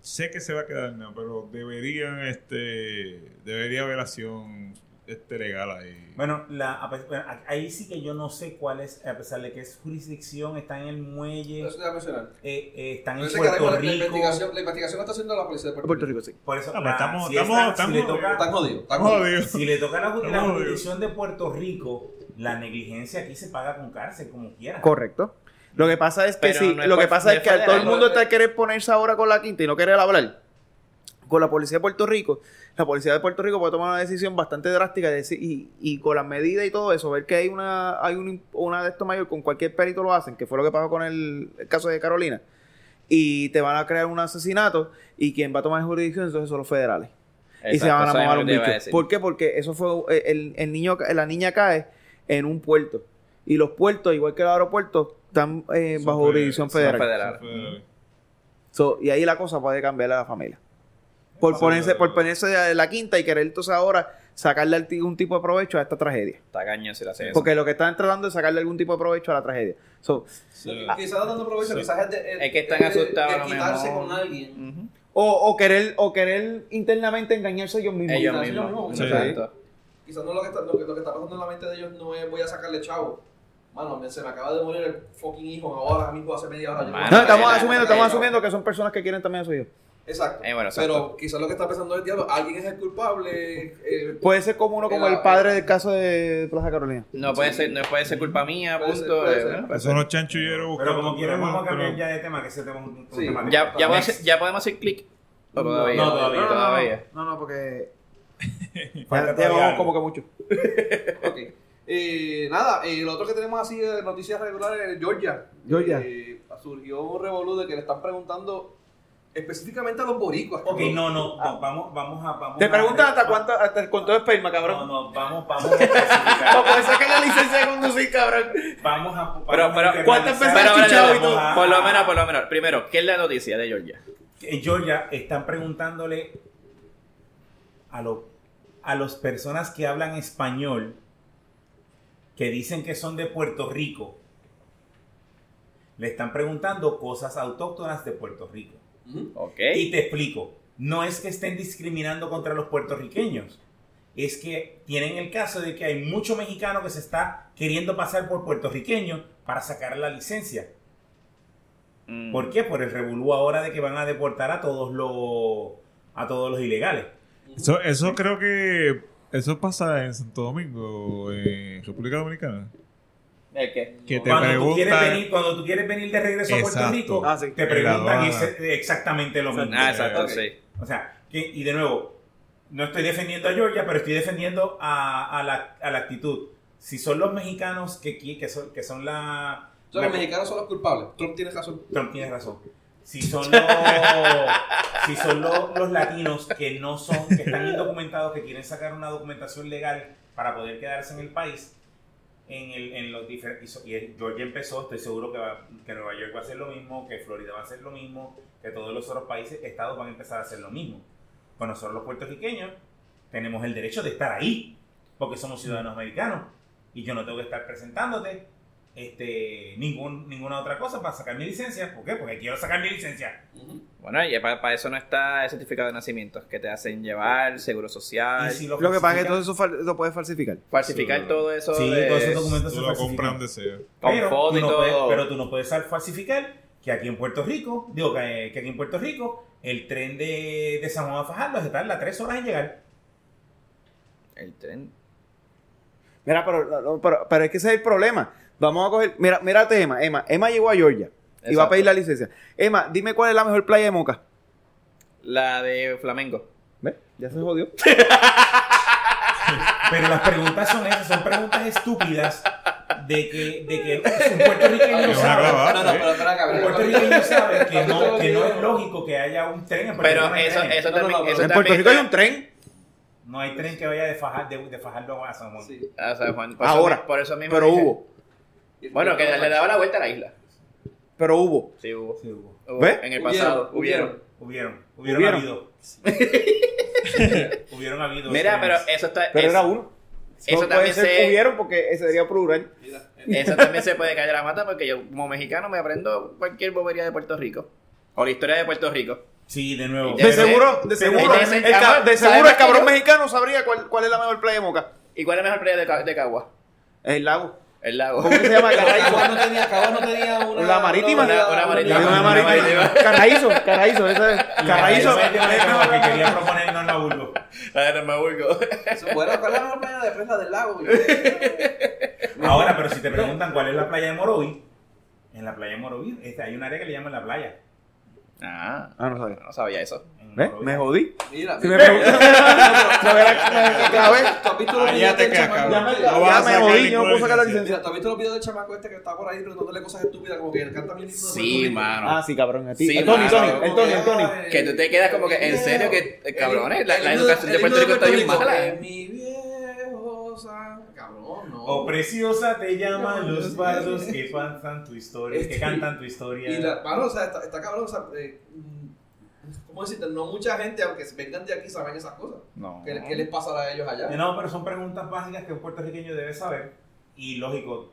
[SPEAKER 4] Sé que se va a quedar, no, pero deberían, este, debería haber acción este, legal ahí.
[SPEAKER 6] Bueno, la, a pe- bueno, a- ahí sí que yo no sé cuál es, a pesar de que es jurisdicción, está en el muelle,
[SPEAKER 2] Eso te voy a mencionar.
[SPEAKER 6] eh, eh, están en
[SPEAKER 2] Ese carajo,
[SPEAKER 6] Puerto
[SPEAKER 2] la, la
[SPEAKER 6] Rico.
[SPEAKER 2] investigación, la investigación la está haciendo la policía de Puerto,
[SPEAKER 1] Puerto
[SPEAKER 2] Rico.
[SPEAKER 1] Rico, sí.
[SPEAKER 6] Por eso,
[SPEAKER 4] Ah, pero
[SPEAKER 6] la-
[SPEAKER 4] estamos-
[SPEAKER 6] si, es
[SPEAKER 4] estamos-
[SPEAKER 6] la-
[SPEAKER 4] estamos-
[SPEAKER 6] si le toca,
[SPEAKER 2] Están jodidos, están jodidos.
[SPEAKER 4] Joder.
[SPEAKER 6] si le toca la, ju- la
[SPEAKER 4] Estamos-
[SPEAKER 6] jurisdicción de Puerto Rico, la negligencia aquí se paga con cárcel, como quiera.
[SPEAKER 1] Correcto. Lo que pasa es que
[SPEAKER 5] Pero
[SPEAKER 1] sí,
[SPEAKER 5] no es
[SPEAKER 1] lo que
[SPEAKER 5] por-
[SPEAKER 1] pasa
[SPEAKER 5] no
[SPEAKER 1] es
[SPEAKER 5] es
[SPEAKER 1] que todo
[SPEAKER 5] federal.
[SPEAKER 1] el mundo está querer ponerse ahora con la quinta y no querer hablar con la policía de Puerto Rico. La policía de Puerto Rico puede tomar una decisión bastante drástica de decir- y, y con las medidas y todo eso, ver que hay una hay un- una de estos mayor con cualquier perito lo hacen, que fue lo que pasó con el, el caso de Carolina. Y te van a crear un asesinato y quien va a tomar jurisdicción entonces son los federales. y se
[SPEAKER 5] Exacto,
[SPEAKER 1] van a
[SPEAKER 5] eso es
[SPEAKER 1] mamar
[SPEAKER 5] lo
[SPEAKER 1] un
[SPEAKER 5] que te iba a
[SPEAKER 1] bicho.
[SPEAKER 5] decir.
[SPEAKER 1] ¿Por qué? Porque eso fue eh, el, el niño, ca- la niña cae en un puerto y los puertos, igual que los aeropuertos, están eh,
[SPEAKER 4] Son
[SPEAKER 1] bajo
[SPEAKER 4] federales,
[SPEAKER 1] jurisdicción
[SPEAKER 5] Son
[SPEAKER 1] federal.
[SPEAKER 5] federales.
[SPEAKER 4] Federal.
[SPEAKER 1] So, y ahí la cosa puede cambiar a la familia. Por
[SPEAKER 5] Ah,
[SPEAKER 4] Sí,
[SPEAKER 1] ponerse,
[SPEAKER 4] claro.
[SPEAKER 1] por ponerse de la quinta y querer entonces ahora sacarle al ti- un tipo de provecho a esta tragedia.
[SPEAKER 5] Tacaño si la hace eso.
[SPEAKER 1] Porque lo que están tratando es sacarle algún tipo de provecho a la tragedia. So,
[SPEAKER 4] Sí.
[SPEAKER 2] Quizás dando provecho,
[SPEAKER 4] Sí.
[SPEAKER 2] quizás es de,
[SPEAKER 5] Es que están asustados a
[SPEAKER 2] de
[SPEAKER 5] lo
[SPEAKER 2] quitarse
[SPEAKER 5] mejor.
[SPEAKER 2] con alguien.
[SPEAKER 5] Ujú.
[SPEAKER 1] o, o querer, o querer internamente engañarse ellos mismos.
[SPEAKER 5] Ellos
[SPEAKER 2] ellos
[SPEAKER 5] mismos.
[SPEAKER 2] mismos.
[SPEAKER 5] Exacto.
[SPEAKER 2] Quizás no lo que, está, lo, que, lo que está pasando en la mente de ellos no es voy a sacarle chavo. Mano, me- se me acaba de morir el fucking hijo ahora mismo hace media hora. Yo
[SPEAKER 5] Mano,
[SPEAKER 1] No,
[SPEAKER 2] voy a-
[SPEAKER 1] estamos
[SPEAKER 5] Exacto.
[SPEAKER 1] asumiendo, estamos asumiendo que son personas que quieren también a su hijo.
[SPEAKER 2] Exacto.
[SPEAKER 5] Eh, bueno, exacto.
[SPEAKER 2] Pero quizás lo que está pensando el diablo, alguien es el culpable. eh,
[SPEAKER 1] Puede ser como uno como
[SPEAKER 2] Era-
[SPEAKER 1] el
[SPEAKER 5] eh,
[SPEAKER 1] padre del caso de Plaza Carolina.
[SPEAKER 5] No puede ser, no puede ser culpa mía,
[SPEAKER 2] Puede ser,
[SPEAKER 5] punto.
[SPEAKER 2] puede
[SPEAKER 5] eh,
[SPEAKER 2] ser.
[SPEAKER 5] ¿no?
[SPEAKER 4] Son los chanchulleros
[SPEAKER 6] Pero
[SPEAKER 4] buscando
[SPEAKER 6] como quiera, vamos a cambiar
[SPEAKER 4] problemas,
[SPEAKER 6] ya de tema, que ese tema es un, un
[SPEAKER 2] Sí.
[SPEAKER 6] tema que-
[SPEAKER 5] Ya, ya, podemos,
[SPEAKER 6] Next.
[SPEAKER 5] hacer- ya podemos hacer clic. ¿O todavía?
[SPEAKER 6] no, todavía.
[SPEAKER 5] No, todavía.
[SPEAKER 1] No, no, porque
[SPEAKER 6] Falta
[SPEAKER 1] ya
[SPEAKER 6] todavía
[SPEAKER 1] llevamos
[SPEAKER 6] algo.
[SPEAKER 1] como que mucho.
[SPEAKER 2] ok. Eh, nada, eh, lo otro que tenemos así de noticias regulares es Georgia.
[SPEAKER 1] Georgia.
[SPEAKER 2] Eh, surgió un revolú de que le están preguntando específicamente a los boricuas.
[SPEAKER 6] Ok, no, no, no, vamos, vamos a... Vamos
[SPEAKER 1] Te
[SPEAKER 6] a-
[SPEAKER 1] preguntan hasta cuánto, hasta el conteo de esperma,
[SPEAKER 6] No,
[SPEAKER 1] cabrón.
[SPEAKER 6] no, vamos, vamos a especificar.
[SPEAKER 1] No, puedes sacar la licencia de conducir, cabrón.
[SPEAKER 6] Vamos a... vamos
[SPEAKER 5] Pero,
[SPEAKER 6] a
[SPEAKER 5] pero,
[SPEAKER 6] internalizar-
[SPEAKER 1] ¿cuántas veces
[SPEAKER 5] pero,
[SPEAKER 1] has
[SPEAKER 5] pero,
[SPEAKER 1] escuchado y
[SPEAKER 5] pero,
[SPEAKER 1] todo?
[SPEAKER 5] Por lo menos, por lo menos. Primero, ¿qué es la noticia de Georgia?
[SPEAKER 6] Eh, Georgia están preguntándole a, lo, a las personas que hablan español, que dicen que son de Puerto Rico, le están preguntando cosas autóctonas de Puerto Rico.
[SPEAKER 2] Ujú.
[SPEAKER 5] Ok.
[SPEAKER 6] Y te explico, no es que estén discriminando contra los puertorriqueños, es que tienen el caso de que hay mucho mexicano que se está queriendo pasar por puertorriqueño para sacar la licencia.
[SPEAKER 5] Mm.
[SPEAKER 6] ¿Por qué? Por el revolú ahora de que van a deportar a todos los a todos los ilegales.
[SPEAKER 4] Eso, eso creo que... Eso pasa en Santo Domingo, en República Dominicana.
[SPEAKER 5] ¿El qué?
[SPEAKER 4] Que te
[SPEAKER 6] Cuando tú, quieres
[SPEAKER 4] preguntan...
[SPEAKER 6] venir, cuando tú quieres venir de regreso a
[SPEAKER 4] Exacto.
[SPEAKER 6] Puerto Rico,
[SPEAKER 1] Ah, sí.
[SPEAKER 6] te
[SPEAKER 4] En la
[SPEAKER 6] preguntan y
[SPEAKER 4] aduana.
[SPEAKER 6] se- exactamente lo mismo.
[SPEAKER 5] Ah, exacto,
[SPEAKER 4] Ok.
[SPEAKER 5] sí.
[SPEAKER 6] O sea, que, y de nuevo, no estoy defendiendo a Georgia, pero estoy defendiendo a, a la, a la actitud. Si son los mexicanos que, qui- que, son, que son la...
[SPEAKER 2] O sea, los
[SPEAKER 6] la-
[SPEAKER 2] mexicanos son los culpables. Trump tiene razón.
[SPEAKER 6] Trump tiene razón. Si son, los, si son los, los latinos que no son, que están indocumentados, que quieren sacar una documentación legal para poder quedarse en el país, en, el, en los diferentes... Y el- Georgia empezó, estoy seguro que, va- que Nueva York va a hacer lo mismo, que Florida va a hacer lo mismo, que todos los otros países, estados van a empezar a hacer lo mismo. Bueno, nosotros los puertorriqueños tenemos el derecho de estar ahí, porque somos ciudadanos americanos. Y yo no tengo que estar presentándote este, ningún, ninguna otra cosa para sacar mi licencia. ¿Por qué? Porque quiero sacar mi licencia.
[SPEAKER 2] Ujú.
[SPEAKER 5] Bueno, y para, para eso no está el certificado de nacimiento, que te hacen llevar, seguro social,
[SPEAKER 6] Y si
[SPEAKER 1] Lo que pasa es que
[SPEAKER 6] falsifican-
[SPEAKER 1] todo eso fal- lo puedes falsificar.
[SPEAKER 5] falsificar
[SPEAKER 4] Sí.
[SPEAKER 5] todo eso
[SPEAKER 6] Sí,
[SPEAKER 5] de-
[SPEAKER 6] todos esos documentos
[SPEAKER 4] Tú
[SPEAKER 6] se
[SPEAKER 4] lo compran
[SPEAKER 6] falsifican.
[SPEAKER 4] deseo.
[SPEAKER 5] con
[SPEAKER 6] Pero
[SPEAKER 5] foto
[SPEAKER 6] tú,
[SPEAKER 5] y
[SPEAKER 6] no
[SPEAKER 5] todo.
[SPEAKER 6] puedes, pero tú no puedes sal- falsificar que aquí en Puerto Rico, digo que, que aquí en Puerto Rico, el tren de, de San Juan a Fajardo se tarda tres horas en llegar.
[SPEAKER 5] El tren.
[SPEAKER 1] Mira, pero, no, pero, pero es que ese es el problema. Vamos a coger. Mira, mírate, Emma. Emma, Emma llegó a Georgia y va a
[SPEAKER 5] Exacto.
[SPEAKER 1] pedir la licencia. Emma, dime cuál es la mejor playa de Moca.
[SPEAKER 5] La de Flamengo.
[SPEAKER 1] ¿Ves? Ya se jodió.
[SPEAKER 6] Pero las preguntas son esas, son preguntas estúpidas de que, de que un puertorriqueño
[SPEAKER 4] Es una clavada.
[SPEAKER 2] No, no,
[SPEAKER 6] sabe,
[SPEAKER 2] pero espera,
[SPEAKER 6] un
[SPEAKER 2] cabrón.
[SPEAKER 6] puertorriqueño sabe que no, que no es lógico que haya un tren en Puerto
[SPEAKER 5] Pero
[SPEAKER 6] Rico no hay
[SPEAKER 5] eso,
[SPEAKER 6] tren.
[SPEAKER 5] eso
[SPEAKER 2] No, no,
[SPEAKER 5] también.
[SPEAKER 2] no,
[SPEAKER 5] eso
[SPEAKER 1] En
[SPEAKER 5] también
[SPEAKER 1] Puerto Rico hay
[SPEAKER 5] está-
[SPEAKER 1] un tren.
[SPEAKER 6] No hay tren que vaya de, Fajar, de, de Fajardo a San Juan.
[SPEAKER 2] Sí.
[SPEAKER 5] a San Juan. Por eso-
[SPEAKER 1] Ahora.
[SPEAKER 5] por eso mismo.
[SPEAKER 1] Pero
[SPEAKER 5] dije-
[SPEAKER 1] hubo.
[SPEAKER 5] Bueno, que le daba la vuelta a la isla.
[SPEAKER 1] Pero hubo.
[SPEAKER 5] Sí, hubo.
[SPEAKER 6] Sí, hubo.
[SPEAKER 5] Hubo.
[SPEAKER 1] ¿Ve?
[SPEAKER 5] En el pasado. Hubieron.
[SPEAKER 6] Hubieron, hubieron,
[SPEAKER 1] Hubieron.
[SPEAKER 6] habido. hubieron habido.
[SPEAKER 5] Mira, pero
[SPEAKER 6] trenes.
[SPEAKER 5] eso está.
[SPEAKER 1] Pero
[SPEAKER 5] es-
[SPEAKER 1] era uno.
[SPEAKER 5] Eso
[SPEAKER 1] no puede
[SPEAKER 5] también
[SPEAKER 1] ser
[SPEAKER 5] se-
[SPEAKER 1] hubieron porque ese sería plural.
[SPEAKER 2] Mira, en-
[SPEAKER 5] Eso también se puede caer a la mata porque yo, como mexicano, me aprendo cualquier bobería de Puerto Rico. O la historia de Puerto Rico.
[SPEAKER 6] Sí, de nuevo.
[SPEAKER 5] De
[SPEAKER 1] De
[SPEAKER 5] Pero-
[SPEAKER 1] seguro, de
[SPEAKER 5] pero-
[SPEAKER 1] seguro,
[SPEAKER 5] pero-
[SPEAKER 1] el, ca- de
[SPEAKER 5] ¿sabes
[SPEAKER 1] seguro el
[SPEAKER 5] que
[SPEAKER 1] cabrón
[SPEAKER 5] yo-
[SPEAKER 1] mexicano sabría cuál, cuál es la mejor playa de Moca.
[SPEAKER 5] ¿Y cuál es la mejor playa de, Ca- de Cagua?
[SPEAKER 1] El lago.
[SPEAKER 5] El lago.
[SPEAKER 1] ¿Cómo que se llama? Carraízo.
[SPEAKER 2] Cagua no tenía, Cagua no tenía una.
[SPEAKER 1] La marítima.
[SPEAKER 5] Una- una marítima.
[SPEAKER 1] Una marítima. Carraízo, Carraízo, esa es.
[SPEAKER 6] La
[SPEAKER 1] Carraízo.
[SPEAKER 6] de Fajardo que quería proponernos la Bulbo.
[SPEAKER 5] La de Tramaburgo.
[SPEAKER 2] Eso, Bueno, ¿cuál era la playa de presa del lago?
[SPEAKER 6] Ahora, pero si te preguntan cuál es la playa de Moroví, en la playa de Moroví este, hay un área que le llaman la playa.
[SPEAKER 5] Ah,
[SPEAKER 1] Ah, no sabía.
[SPEAKER 5] no sabía eso.
[SPEAKER 6] En
[SPEAKER 1] ¿Ves?
[SPEAKER 6] Moroví.
[SPEAKER 1] Me jodí.
[SPEAKER 2] Mira,
[SPEAKER 1] Si me preguntan, saber la- la clave.
[SPEAKER 2] ¿Tú has visto los
[SPEAKER 4] Allá
[SPEAKER 2] videos
[SPEAKER 4] te
[SPEAKER 2] del
[SPEAKER 4] cagas,
[SPEAKER 2] chamaco?
[SPEAKER 4] cabrón.
[SPEAKER 2] Ya me-
[SPEAKER 4] No
[SPEAKER 2] ya
[SPEAKER 4] vas a
[SPEAKER 1] Ya me
[SPEAKER 4] sacar
[SPEAKER 1] jodí, yo
[SPEAKER 4] ninguna
[SPEAKER 1] no puedo sacar la
[SPEAKER 4] licencia.
[SPEAKER 1] licencia.
[SPEAKER 2] Mira, ¿tú has visto los videos del chamaco este que está por ahí preguntándole cosas estúpidas como que le canta bien lindo?
[SPEAKER 5] Sí, mano.
[SPEAKER 1] Ah, sí, cabrón. A ti.
[SPEAKER 5] Sí,
[SPEAKER 1] el Tony,
[SPEAKER 5] mano.
[SPEAKER 1] Tony, el Tony, el Tony.
[SPEAKER 5] Que tú te quedas como que, en serio, que, eh, cabrones, la- la
[SPEAKER 2] El himno-
[SPEAKER 5] educación de
[SPEAKER 2] el
[SPEAKER 5] Puerto
[SPEAKER 2] himno
[SPEAKER 5] Rico está bien
[SPEAKER 2] Puerto Rico,
[SPEAKER 5] mala.
[SPEAKER 2] eh, Mi viejo San... Cabrón, no.
[SPEAKER 6] O Oh, preciosa te llaman los bardos que cantan tu historia, que cantan tu historia.
[SPEAKER 2] Y la, mano, o sea, está, está cabrón, o sea, eh, mm, ¿cómo decirte? No mucha gente, aunque vengan de aquí, saben esas cosas.
[SPEAKER 5] No.
[SPEAKER 2] ¿Qué, qué les pasará a ellos allá?
[SPEAKER 6] No, pero son preguntas básicas que un puertorriqueño debe saber. Y lógico,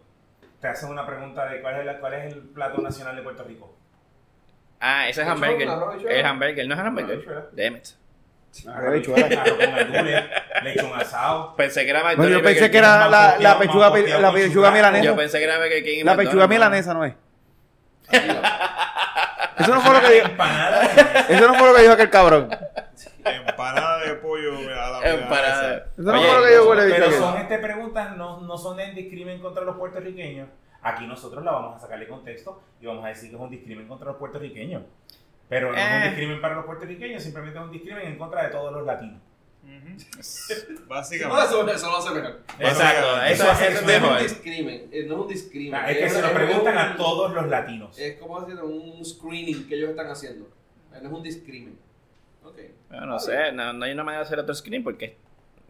[SPEAKER 6] te hacen una pregunta de cuál es, la- cuál es el plato nacional de Puerto Rico.
[SPEAKER 5] Ah, ese es
[SPEAKER 2] Arroz,
[SPEAKER 5] hamburger.
[SPEAKER 2] arroz, arroz.
[SPEAKER 5] Es hamburger, no es
[SPEAKER 6] Arroz,
[SPEAKER 5] hamburger. Damn it.
[SPEAKER 1] Arrebichuela.
[SPEAKER 6] Arroz con verduras, lechón asado.
[SPEAKER 5] Pensé que era
[SPEAKER 1] Bueno, yo
[SPEAKER 5] McDonald's
[SPEAKER 1] pensé
[SPEAKER 5] Burger
[SPEAKER 1] que era la, la pechuga, la pechuga
[SPEAKER 5] King. Yo
[SPEAKER 1] milanesa.
[SPEAKER 5] pensé que era Burger King y
[SPEAKER 1] La
[SPEAKER 5] McDonald's,
[SPEAKER 1] pechuga
[SPEAKER 5] mano.
[SPEAKER 1] milanesa no es.
[SPEAKER 2] Mira,
[SPEAKER 1] Eso no fue lo que dijo.
[SPEAKER 6] Empanada.
[SPEAKER 1] Eso no fue lo que dijo aquel cabrón.
[SPEAKER 4] Empanada de pollo a la
[SPEAKER 5] Empanada.
[SPEAKER 1] Eso no
[SPEAKER 5] Eh, Oye,
[SPEAKER 1] fue lo que dijo huele bicho
[SPEAKER 6] Pero
[SPEAKER 1] aquel.
[SPEAKER 6] son este preguntas, no, no son en discrimen contra los puertorriqueños. Aquí nosotros la vamos a sacarle contexto y vamos a decir que es un discrimen contra los puertorriqueños. Pero no es un
[SPEAKER 5] Eh.
[SPEAKER 6] discrimen para los puertorriqueños, simplemente es un discrimen en contra de todos los latinos.
[SPEAKER 4] Ujú.
[SPEAKER 2] No,
[SPEAKER 4] Básicamente.
[SPEAKER 2] eso, eso lo hace mejor.
[SPEAKER 5] Exacto,
[SPEAKER 6] Eso-
[SPEAKER 5] eso eso
[SPEAKER 6] eso- Ah,
[SPEAKER 5] es
[SPEAKER 2] No es un
[SPEAKER 5] mejor.
[SPEAKER 2] discrimen, eh, no es un discrimen.
[SPEAKER 6] Es que se lo
[SPEAKER 2] es
[SPEAKER 6] preguntan
[SPEAKER 2] un-
[SPEAKER 6] a todos los latinos.
[SPEAKER 2] Es como haciendo un screening que ellos están haciendo. Eh, No es un discrimen. Ok.
[SPEAKER 5] Bueno, no sé, no, no hay una manera de hacer otro screen porque.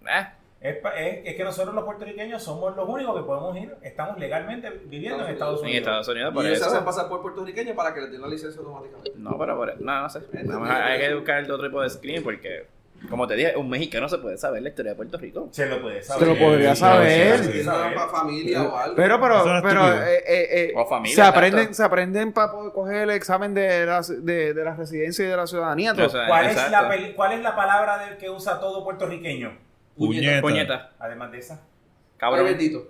[SPEAKER 5] Ah,
[SPEAKER 6] Es, pa- es- es que nosotros los puertorriqueños somos los únicos que podemos ir, estamos legalmente viviendo en Estados
[SPEAKER 5] en
[SPEAKER 6] Unidos.
[SPEAKER 5] Estados Unidos
[SPEAKER 2] Y
[SPEAKER 5] por
[SPEAKER 2] ellos se hacen
[SPEAKER 5] eso.
[SPEAKER 2] pasar por puertorriqueños para que les den la licencia automáticamente.
[SPEAKER 5] No, pero por e- No, no sé. Nada más hay que buscar otro tipo de screen porque, como te dije, un mexicano se puede saber la historia de Puerto Rico.
[SPEAKER 6] Se lo puede
[SPEAKER 1] Se
[SPEAKER 6] saber.
[SPEAKER 1] lo podría
[SPEAKER 6] Sí,
[SPEAKER 1] saber.
[SPEAKER 6] sí, sí,
[SPEAKER 2] Si
[SPEAKER 6] sí,
[SPEAKER 2] tienen
[SPEAKER 6] saber.
[SPEAKER 2] una familia o algo.
[SPEAKER 1] Pero,
[SPEAKER 4] Eso
[SPEAKER 1] pero,
[SPEAKER 4] era
[SPEAKER 1] pero,
[SPEAKER 4] estúpido.
[SPEAKER 1] eh, eh, eh,
[SPEAKER 5] O familia,
[SPEAKER 1] se aprenden,
[SPEAKER 5] exacto.
[SPEAKER 1] se aprenden para poder coger el examen de la, de, de la residencia y de la ciudadanía. todo.
[SPEAKER 5] O sea,
[SPEAKER 6] ¿Cuál es,
[SPEAKER 5] exacto.
[SPEAKER 6] la, pel- ¿Cuál es la palabra del que usa todo puertorriqueño?
[SPEAKER 4] Puñeta.
[SPEAKER 5] Puñeta,
[SPEAKER 6] Además de esa.
[SPEAKER 2] Ay,
[SPEAKER 5] cabrón.
[SPEAKER 2] bendito.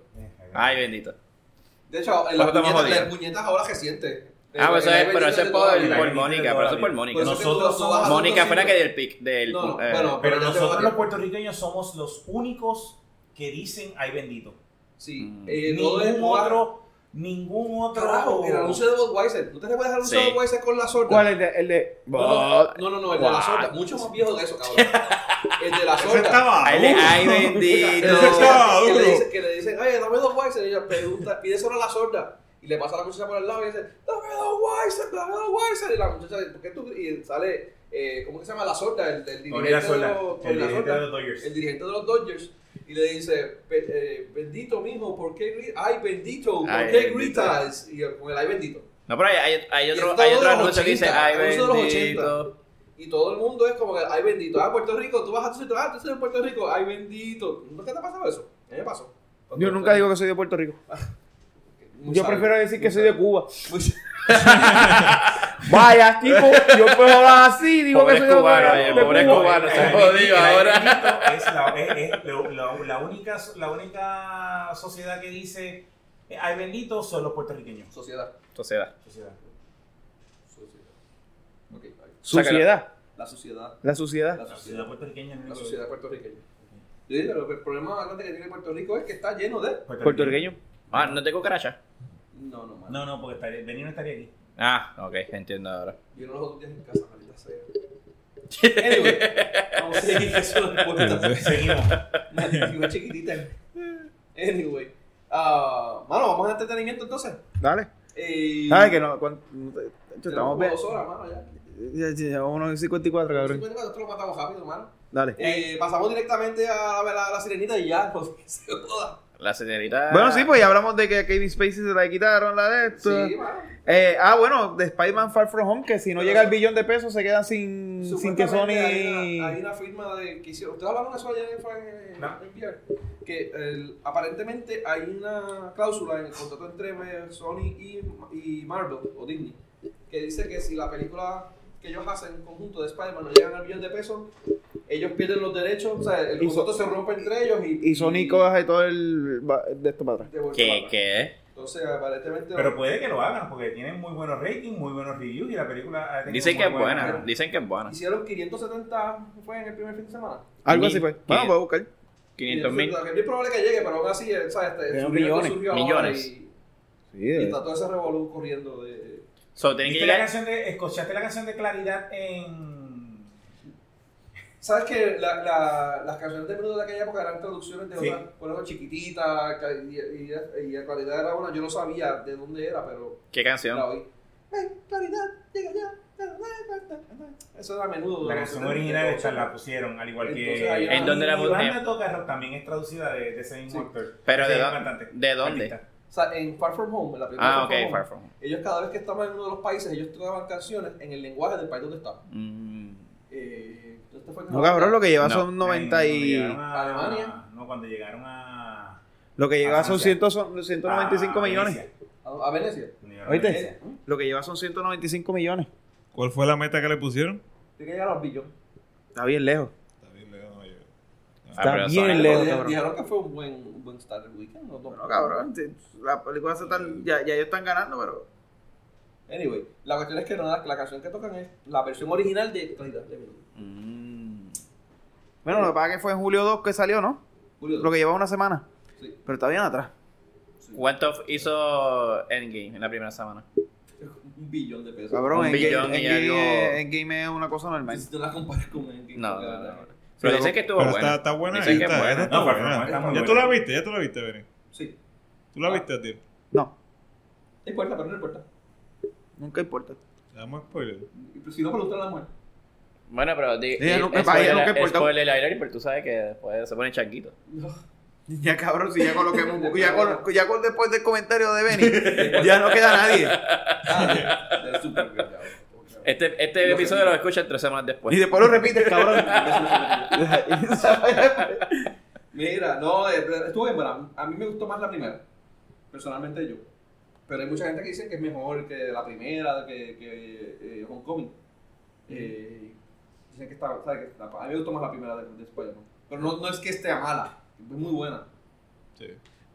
[SPEAKER 5] Ay, bendito.
[SPEAKER 2] De hecho, en
[SPEAKER 5] Pues
[SPEAKER 2] las
[SPEAKER 5] estamos
[SPEAKER 2] puñetas,
[SPEAKER 5] jodidos.
[SPEAKER 2] las puñetas ahora recientes.
[SPEAKER 5] Ah, pues eso es- pero eso es por,
[SPEAKER 6] la
[SPEAKER 5] por
[SPEAKER 6] vida.
[SPEAKER 5] Mónica, pero eso es por Mónica.
[SPEAKER 6] Por eso- Nosotros somos-
[SPEAKER 5] Mónica fuera que del pic, del...
[SPEAKER 2] No, no,
[SPEAKER 5] eh,
[SPEAKER 2] bueno,
[SPEAKER 6] Pero
[SPEAKER 2] Pero ya te
[SPEAKER 6] nosotros
[SPEAKER 2] voy.
[SPEAKER 6] los puertorriqueños somos los únicos que dicen ay bendito.
[SPEAKER 2] Sí.
[SPEAKER 5] Mm.
[SPEAKER 2] Eh, todo es
[SPEAKER 6] Ningún otro, ningún otro.
[SPEAKER 2] Carajo, el anuncio de Budweiser. ¿Tú te recuerdas el anuncio
[SPEAKER 5] Sí.
[SPEAKER 2] de Budweiser con la sorda?
[SPEAKER 1] ¿Cuál es el de, el de-
[SPEAKER 2] No, no, no, no, el de la
[SPEAKER 5] What?
[SPEAKER 2] sorda. Mucho más viejo que eso, cabrón. El de la
[SPEAKER 4] Ese
[SPEAKER 2] sorda.
[SPEAKER 4] estaba
[SPEAKER 5] ay, le-
[SPEAKER 4] duro.
[SPEAKER 5] ay,
[SPEAKER 2] Que
[SPEAKER 5] bendito.
[SPEAKER 2] le
[SPEAKER 4] Ese estaba
[SPEAKER 2] dicen- que, le
[SPEAKER 4] duro.
[SPEAKER 2] dicen, que le dicen, oye, dame dos Weiser. Y ella pregunta, pide solo la sorda. Y le pasa a la muchacha por el lado y dice, dame dos Weiser, dame dos Weiser. Y la muchacha, ¿por qué tú? Y sale, eh, ¿cómo que se llama la sorda? El, el
[SPEAKER 6] Tony La
[SPEAKER 2] dirigente de
[SPEAKER 6] Solda,
[SPEAKER 2] los- Tony
[SPEAKER 6] el
[SPEAKER 2] La
[SPEAKER 6] dirigente
[SPEAKER 2] Sorda,
[SPEAKER 6] de los Dodgers.
[SPEAKER 2] El dirigente de los Dodgers. Y le dice, "Be- eh, bendito mijo, ¿por qué gritas? Ay, bendito, ¿por
[SPEAKER 5] Ay,
[SPEAKER 2] qué
[SPEAKER 5] bendito.
[SPEAKER 2] gritas? Y yo, con el ay, bendito.
[SPEAKER 5] No, pero hay, hay, hay
[SPEAKER 2] Y
[SPEAKER 5] otro,
[SPEAKER 2] está
[SPEAKER 5] hay
[SPEAKER 2] de
[SPEAKER 5] otro
[SPEAKER 2] los
[SPEAKER 5] anuncio que dice,
[SPEAKER 2] 80,
[SPEAKER 5] ay,
[SPEAKER 2] anuncio de los
[SPEAKER 5] bendito.
[SPEAKER 2] Y todo el mundo es como que, ay, bendito. Ah, Puerto Rico, tú vas a tu sitio, ah, tú eres de Puerto Rico, ay, bendito. ¿Nunca te ha pasado eso? A mí me pasó.
[SPEAKER 1] Yo nunca digo que soy de Puerto Rico.
[SPEAKER 2] Muy
[SPEAKER 1] yo
[SPEAKER 2] sabio,
[SPEAKER 1] prefiero decir
[SPEAKER 2] muy
[SPEAKER 1] que soy de
[SPEAKER 2] sabio.
[SPEAKER 1] Cuba.
[SPEAKER 2] Muy
[SPEAKER 3] Pues,
[SPEAKER 1] Vaya, tipo, yo puedo hablar así, digo
[SPEAKER 5] Pobre
[SPEAKER 1] que soy de
[SPEAKER 5] cubano,
[SPEAKER 1] de
[SPEAKER 5] eh, pobre
[SPEAKER 1] Cuba.
[SPEAKER 5] cubano, se
[SPEAKER 6] El
[SPEAKER 5] jodió
[SPEAKER 6] bendito- el
[SPEAKER 5] ahora.
[SPEAKER 6] bendito Es, la, es- es lo- la- la única, la única sociedad que dice ay bendito son los puertorriqueños.
[SPEAKER 2] Sociedad.
[SPEAKER 5] Sociedad.
[SPEAKER 6] Sociedad.
[SPEAKER 2] Sociedad. Ok, ahí. La
[SPEAKER 1] Suciedad,
[SPEAKER 2] sociedad.
[SPEAKER 1] la suciedad.
[SPEAKER 2] La
[SPEAKER 6] La sociedad
[SPEAKER 2] sociedad.
[SPEAKER 6] puertorriqueña es lo
[SPEAKER 2] La
[SPEAKER 6] único que-
[SPEAKER 2] sociedad puertorriqueña. Yo digo, lo que- el problema más grande que tiene Puerto Rico es que está lleno de.
[SPEAKER 5] ¿Puertorriqueño? Ah, ¿no tengo cucaracha?
[SPEAKER 2] No, no, mano.
[SPEAKER 6] No, no, porque estaría, Benny no estaría aquí.
[SPEAKER 5] Ah, ok, entiendo ahora.
[SPEAKER 2] Yo no los otros días en casa, maldita sea. Anyway, vamos a seguir eso después.
[SPEAKER 6] Seguimos.
[SPEAKER 2] Maldita chiquitita. Anyway. ah, mano, vamos a entretenimiento entonces.
[SPEAKER 3] Dale.
[SPEAKER 2] Eh,
[SPEAKER 3] ¿Sabes que no? cuan- no te-
[SPEAKER 2] Tenemos
[SPEAKER 3] Estamos
[SPEAKER 2] como
[SPEAKER 3] bien.
[SPEAKER 2] dos horas, mano, ya.
[SPEAKER 3] Ya- ya Llevamos unos 54, cabrón.
[SPEAKER 2] 54, esto lo matamos rápido, mano.
[SPEAKER 3] Dale.
[SPEAKER 2] Eh, pasamos directamente a la, la- la sirenita y ya, pues, se joda.
[SPEAKER 5] La señorita...
[SPEAKER 3] Bueno, sí, pues ya hablamos de que Kevin Spacey se la quitaron, la de esto.
[SPEAKER 2] ah. Sí, mano.
[SPEAKER 3] Eh, ah, bueno, de Spider-Man Far From Home, que si no
[SPEAKER 2] Pero-
[SPEAKER 3] llega al billón de pesos se quedan sin, sin que Sony.
[SPEAKER 2] Supuestamente Hay una, hay una firma de que hicieron. ¿Ustedes hablaron de eso ayer en, en,
[SPEAKER 6] No.
[SPEAKER 2] en VR? Que el- aparentemente hay una cláusula en el contrato entre eh, Sony y, y Marvel o Disney que dice que si la película que ellos hacen en conjunto de Spider-Man no llegan al billón de pesos, ellos pierden los derechos, o sea, el
[SPEAKER 3] Y so-
[SPEAKER 2] contrato se rompe entre ellos y.
[SPEAKER 3] Y Sony coge todo el. va- de esto para atrás.
[SPEAKER 2] de vuelta para
[SPEAKER 5] ¿Qué,
[SPEAKER 2] atrás.
[SPEAKER 5] qué?
[SPEAKER 2] Entonces, aparentemente.
[SPEAKER 6] Pero puede que lo hagan, porque tienen muy buenos ratings, muy buenos reviews y la película ha tenido
[SPEAKER 5] Dicen
[SPEAKER 6] muy
[SPEAKER 5] que es
[SPEAKER 6] buenas-
[SPEAKER 5] buena, dicen que es
[SPEAKER 3] pues,
[SPEAKER 5] buena.
[SPEAKER 2] Hicieron 570, fue en el primer fin de semana.
[SPEAKER 3] Algo
[SPEAKER 5] Ni-
[SPEAKER 3] así fue.
[SPEAKER 5] ¿Qué?
[SPEAKER 3] Bueno, voy a buscar.
[SPEAKER 5] 500 mil.
[SPEAKER 2] Es bien probable que llegue, pero aún así, eh, ¿sabes? Este,
[SPEAKER 3] Pero
[SPEAKER 2] surgió
[SPEAKER 3] millones,
[SPEAKER 2] surgió ahora
[SPEAKER 5] millones.
[SPEAKER 2] Y,
[SPEAKER 3] Sí,
[SPEAKER 2] y
[SPEAKER 3] de-
[SPEAKER 2] está todo ese revolú corriendo de.
[SPEAKER 5] So, tienen que
[SPEAKER 6] ¿Viste la
[SPEAKER 5] llegar...
[SPEAKER 6] canción de, ¿Escuchaste la canción de Claridad en...?
[SPEAKER 2] ¿Sabes que la, la, las canciones de menudo de aquella época eran traducciones de
[SPEAKER 6] Sí.
[SPEAKER 2] otras, por ejemplo, chiquititas, ca- y, y, y la claridad era una, yo no sabía de dónde era, pero
[SPEAKER 5] ¿Qué
[SPEAKER 2] la
[SPEAKER 5] canción?
[SPEAKER 2] oí. Ven, claridad, llega ya. ta, ta, ta, ta, ta. Eso era a menudo.
[SPEAKER 6] La
[SPEAKER 2] ¿no?
[SPEAKER 6] canción
[SPEAKER 2] De- de-
[SPEAKER 6] original
[SPEAKER 2] de-
[SPEAKER 6] esta la pusieron, al igual
[SPEAKER 2] Entonces, ahí-
[SPEAKER 6] que...
[SPEAKER 2] ¿En
[SPEAKER 5] dónde la
[SPEAKER 6] Mi
[SPEAKER 5] pusieron?
[SPEAKER 6] banda toca rock también es traducida de, de ese mismo
[SPEAKER 2] Sí.
[SPEAKER 6] actor.
[SPEAKER 5] Pero
[SPEAKER 6] Ese
[SPEAKER 5] de,
[SPEAKER 6] mismo
[SPEAKER 5] dó-
[SPEAKER 6] cantante,
[SPEAKER 5] ¿de dónde?
[SPEAKER 6] artista.
[SPEAKER 2] O sea, en Far From Home, en la película
[SPEAKER 5] Ah,
[SPEAKER 2] Far From
[SPEAKER 5] ok,
[SPEAKER 2] Home,
[SPEAKER 5] Far From Home.
[SPEAKER 2] ellos cada vez que estaban en uno de los países, ellos tocaban canciones en el lenguaje del país donde estaban.
[SPEAKER 5] Mm,
[SPEAKER 2] Eh, este fue
[SPEAKER 3] No, cabrón, lo que lleva
[SPEAKER 5] No.
[SPEAKER 3] son
[SPEAKER 6] Cuando
[SPEAKER 3] 90 y.
[SPEAKER 6] llegaron a-
[SPEAKER 2] Alemania.
[SPEAKER 6] No, cuando llegaron a...
[SPEAKER 3] Lo que lleva
[SPEAKER 6] a
[SPEAKER 3] son
[SPEAKER 6] Francia.
[SPEAKER 3] 100 son 195
[SPEAKER 5] Ah,
[SPEAKER 6] a
[SPEAKER 3] millones.
[SPEAKER 6] Venecia.
[SPEAKER 2] A, a Venecia.
[SPEAKER 6] Cuando llegaron a
[SPEAKER 3] ¿Oíste?
[SPEAKER 6] Venecia.
[SPEAKER 3] Lo que lleva son 195 millones.
[SPEAKER 4] ¿Cuál fue la meta que le pusieron?
[SPEAKER 2] Tiene que llegar a los billones.
[SPEAKER 3] Está bien lejos.
[SPEAKER 4] Está bien, Leo, no, yo-
[SPEAKER 3] Está
[SPEAKER 5] pero
[SPEAKER 3] bien
[SPEAKER 5] Sony-
[SPEAKER 3] lejos,
[SPEAKER 2] Pero
[SPEAKER 3] cabrón.
[SPEAKER 2] Dijeron que fue un buen, un buen start el weekend. No,
[SPEAKER 3] Bueno, cabrón, te- la película se están, ya, ya ellos están ganando, pero...
[SPEAKER 2] Anyway, la cuestión es que no, la, la canción que tocan es la versión original de Claridad de Minuto.
[SPEAKER 5] mm.
[SPEAKER 3] Bueno, lo que pasa es que fue en julio 2 que salió, ¿no?
[SPEAKER 2] Julio,
[SPEAKER 3] Lo que llevaba una semana,
[SPEAKER 2] sí.
[SPEAKER 3] pero está bien atrás.
[SPEAKER 5] ¿Cuánto hizo Endgame en la primera semana?
[SPEAKER 2] Un billón de pesos.
[SPEAKER 3] Cabrón,
[SPEAKER 5] Un
[SPEAKER 3] en
[SPEAKER 5] billón
[SPEAKER 3] game,
[SPEAKER 5] y algo.
[SPEAKER 3] es una cosa normal.
[SPEAKER 2] Si tú la comparas con Endgame.
[SPEAKER 5] No,
[SPEAKER 2] porque
[SPEAKER 5] no,
[SPEAKER 2] la
[SPEAKER 5] no,
[SPEAKER 2] verdad
[SPEAKER 5] no.
[SPEAKER 2] que-
[SPEAKER 5] Pero
[SPEAKER 3] Pero-
[SPEAKER 5] dicen que estuvo
[SPEAKER 4] Pero
[SPEAKER 5] buena.
[SPEAKER 4] está, está buena.
[SPEAKER 5] Dicen que
[SPEAKER 4] esta-
[SPEAKER 5] es buena.
[SPEAKER 4] esta está
[SPEAKER 6] No, pero
[SPEAKER 4] buena.
[SPEAKER 6] está muy
[SPEAKER 4] ya tú
[SPEAKER 6] buena.
[SPEAKER 4] la viste, ya tú la viste, Beren.
[SPEAKER 2] Sí,
[SPEAKER 4] Tú la
[SPEAKER 2] Ah.
[SPEAKER 4] viste a ti.
[SPEAKER 3] No,
[SPEAKER 2] no importa, pero no importa.
[SPEAKER 3] nunca importa.
[SPEAKER 4] Te damos spoiler.
[SPEAKER 2] Si no, preguntan a la mujer.
[SPEAKER 5] Bueno, pero di,
[SPEAKER 3] Ella
[SPEAKER 5] di-
[SPEAKER 3] no- papá, ella no que importa.
[SPEAKER 5] spoiler alert, pero tú sabes que después se pone chanquito.
[SPEAKER 2] No.
[SPEAKER 3] Ya cabrón, si ya con lo que... ya, con, ya con después del comentario de Benny, ya no queda nadie.
[SPEAKER 2] Ah, de, de Supergirl, cabrón.
[SPEAKER 5] Este, este
[SPEAKER 2] Lo
[SPEAKER 5] episodio
[SPEAKER 2] repito.
[SPEAKER 5] lo escuchan tres semanas después.
[SPEAKER 3] Y después lo repites, cabrón.
[SPEAKER 2] Mira, no, eh, pero estuvo bien buena. A mí me gustó más la primera. Personalmente yo. Pero hay mucha gente que dice que es mejor que la primera, que, que eh, Homecoming. Eh, dicen que está, ¿sabes? que está- a mí me gustó más la primera de, de Spider-Man. Pero no, no es que esté mala, es muy buena.
[SPEAKER 4] Sí.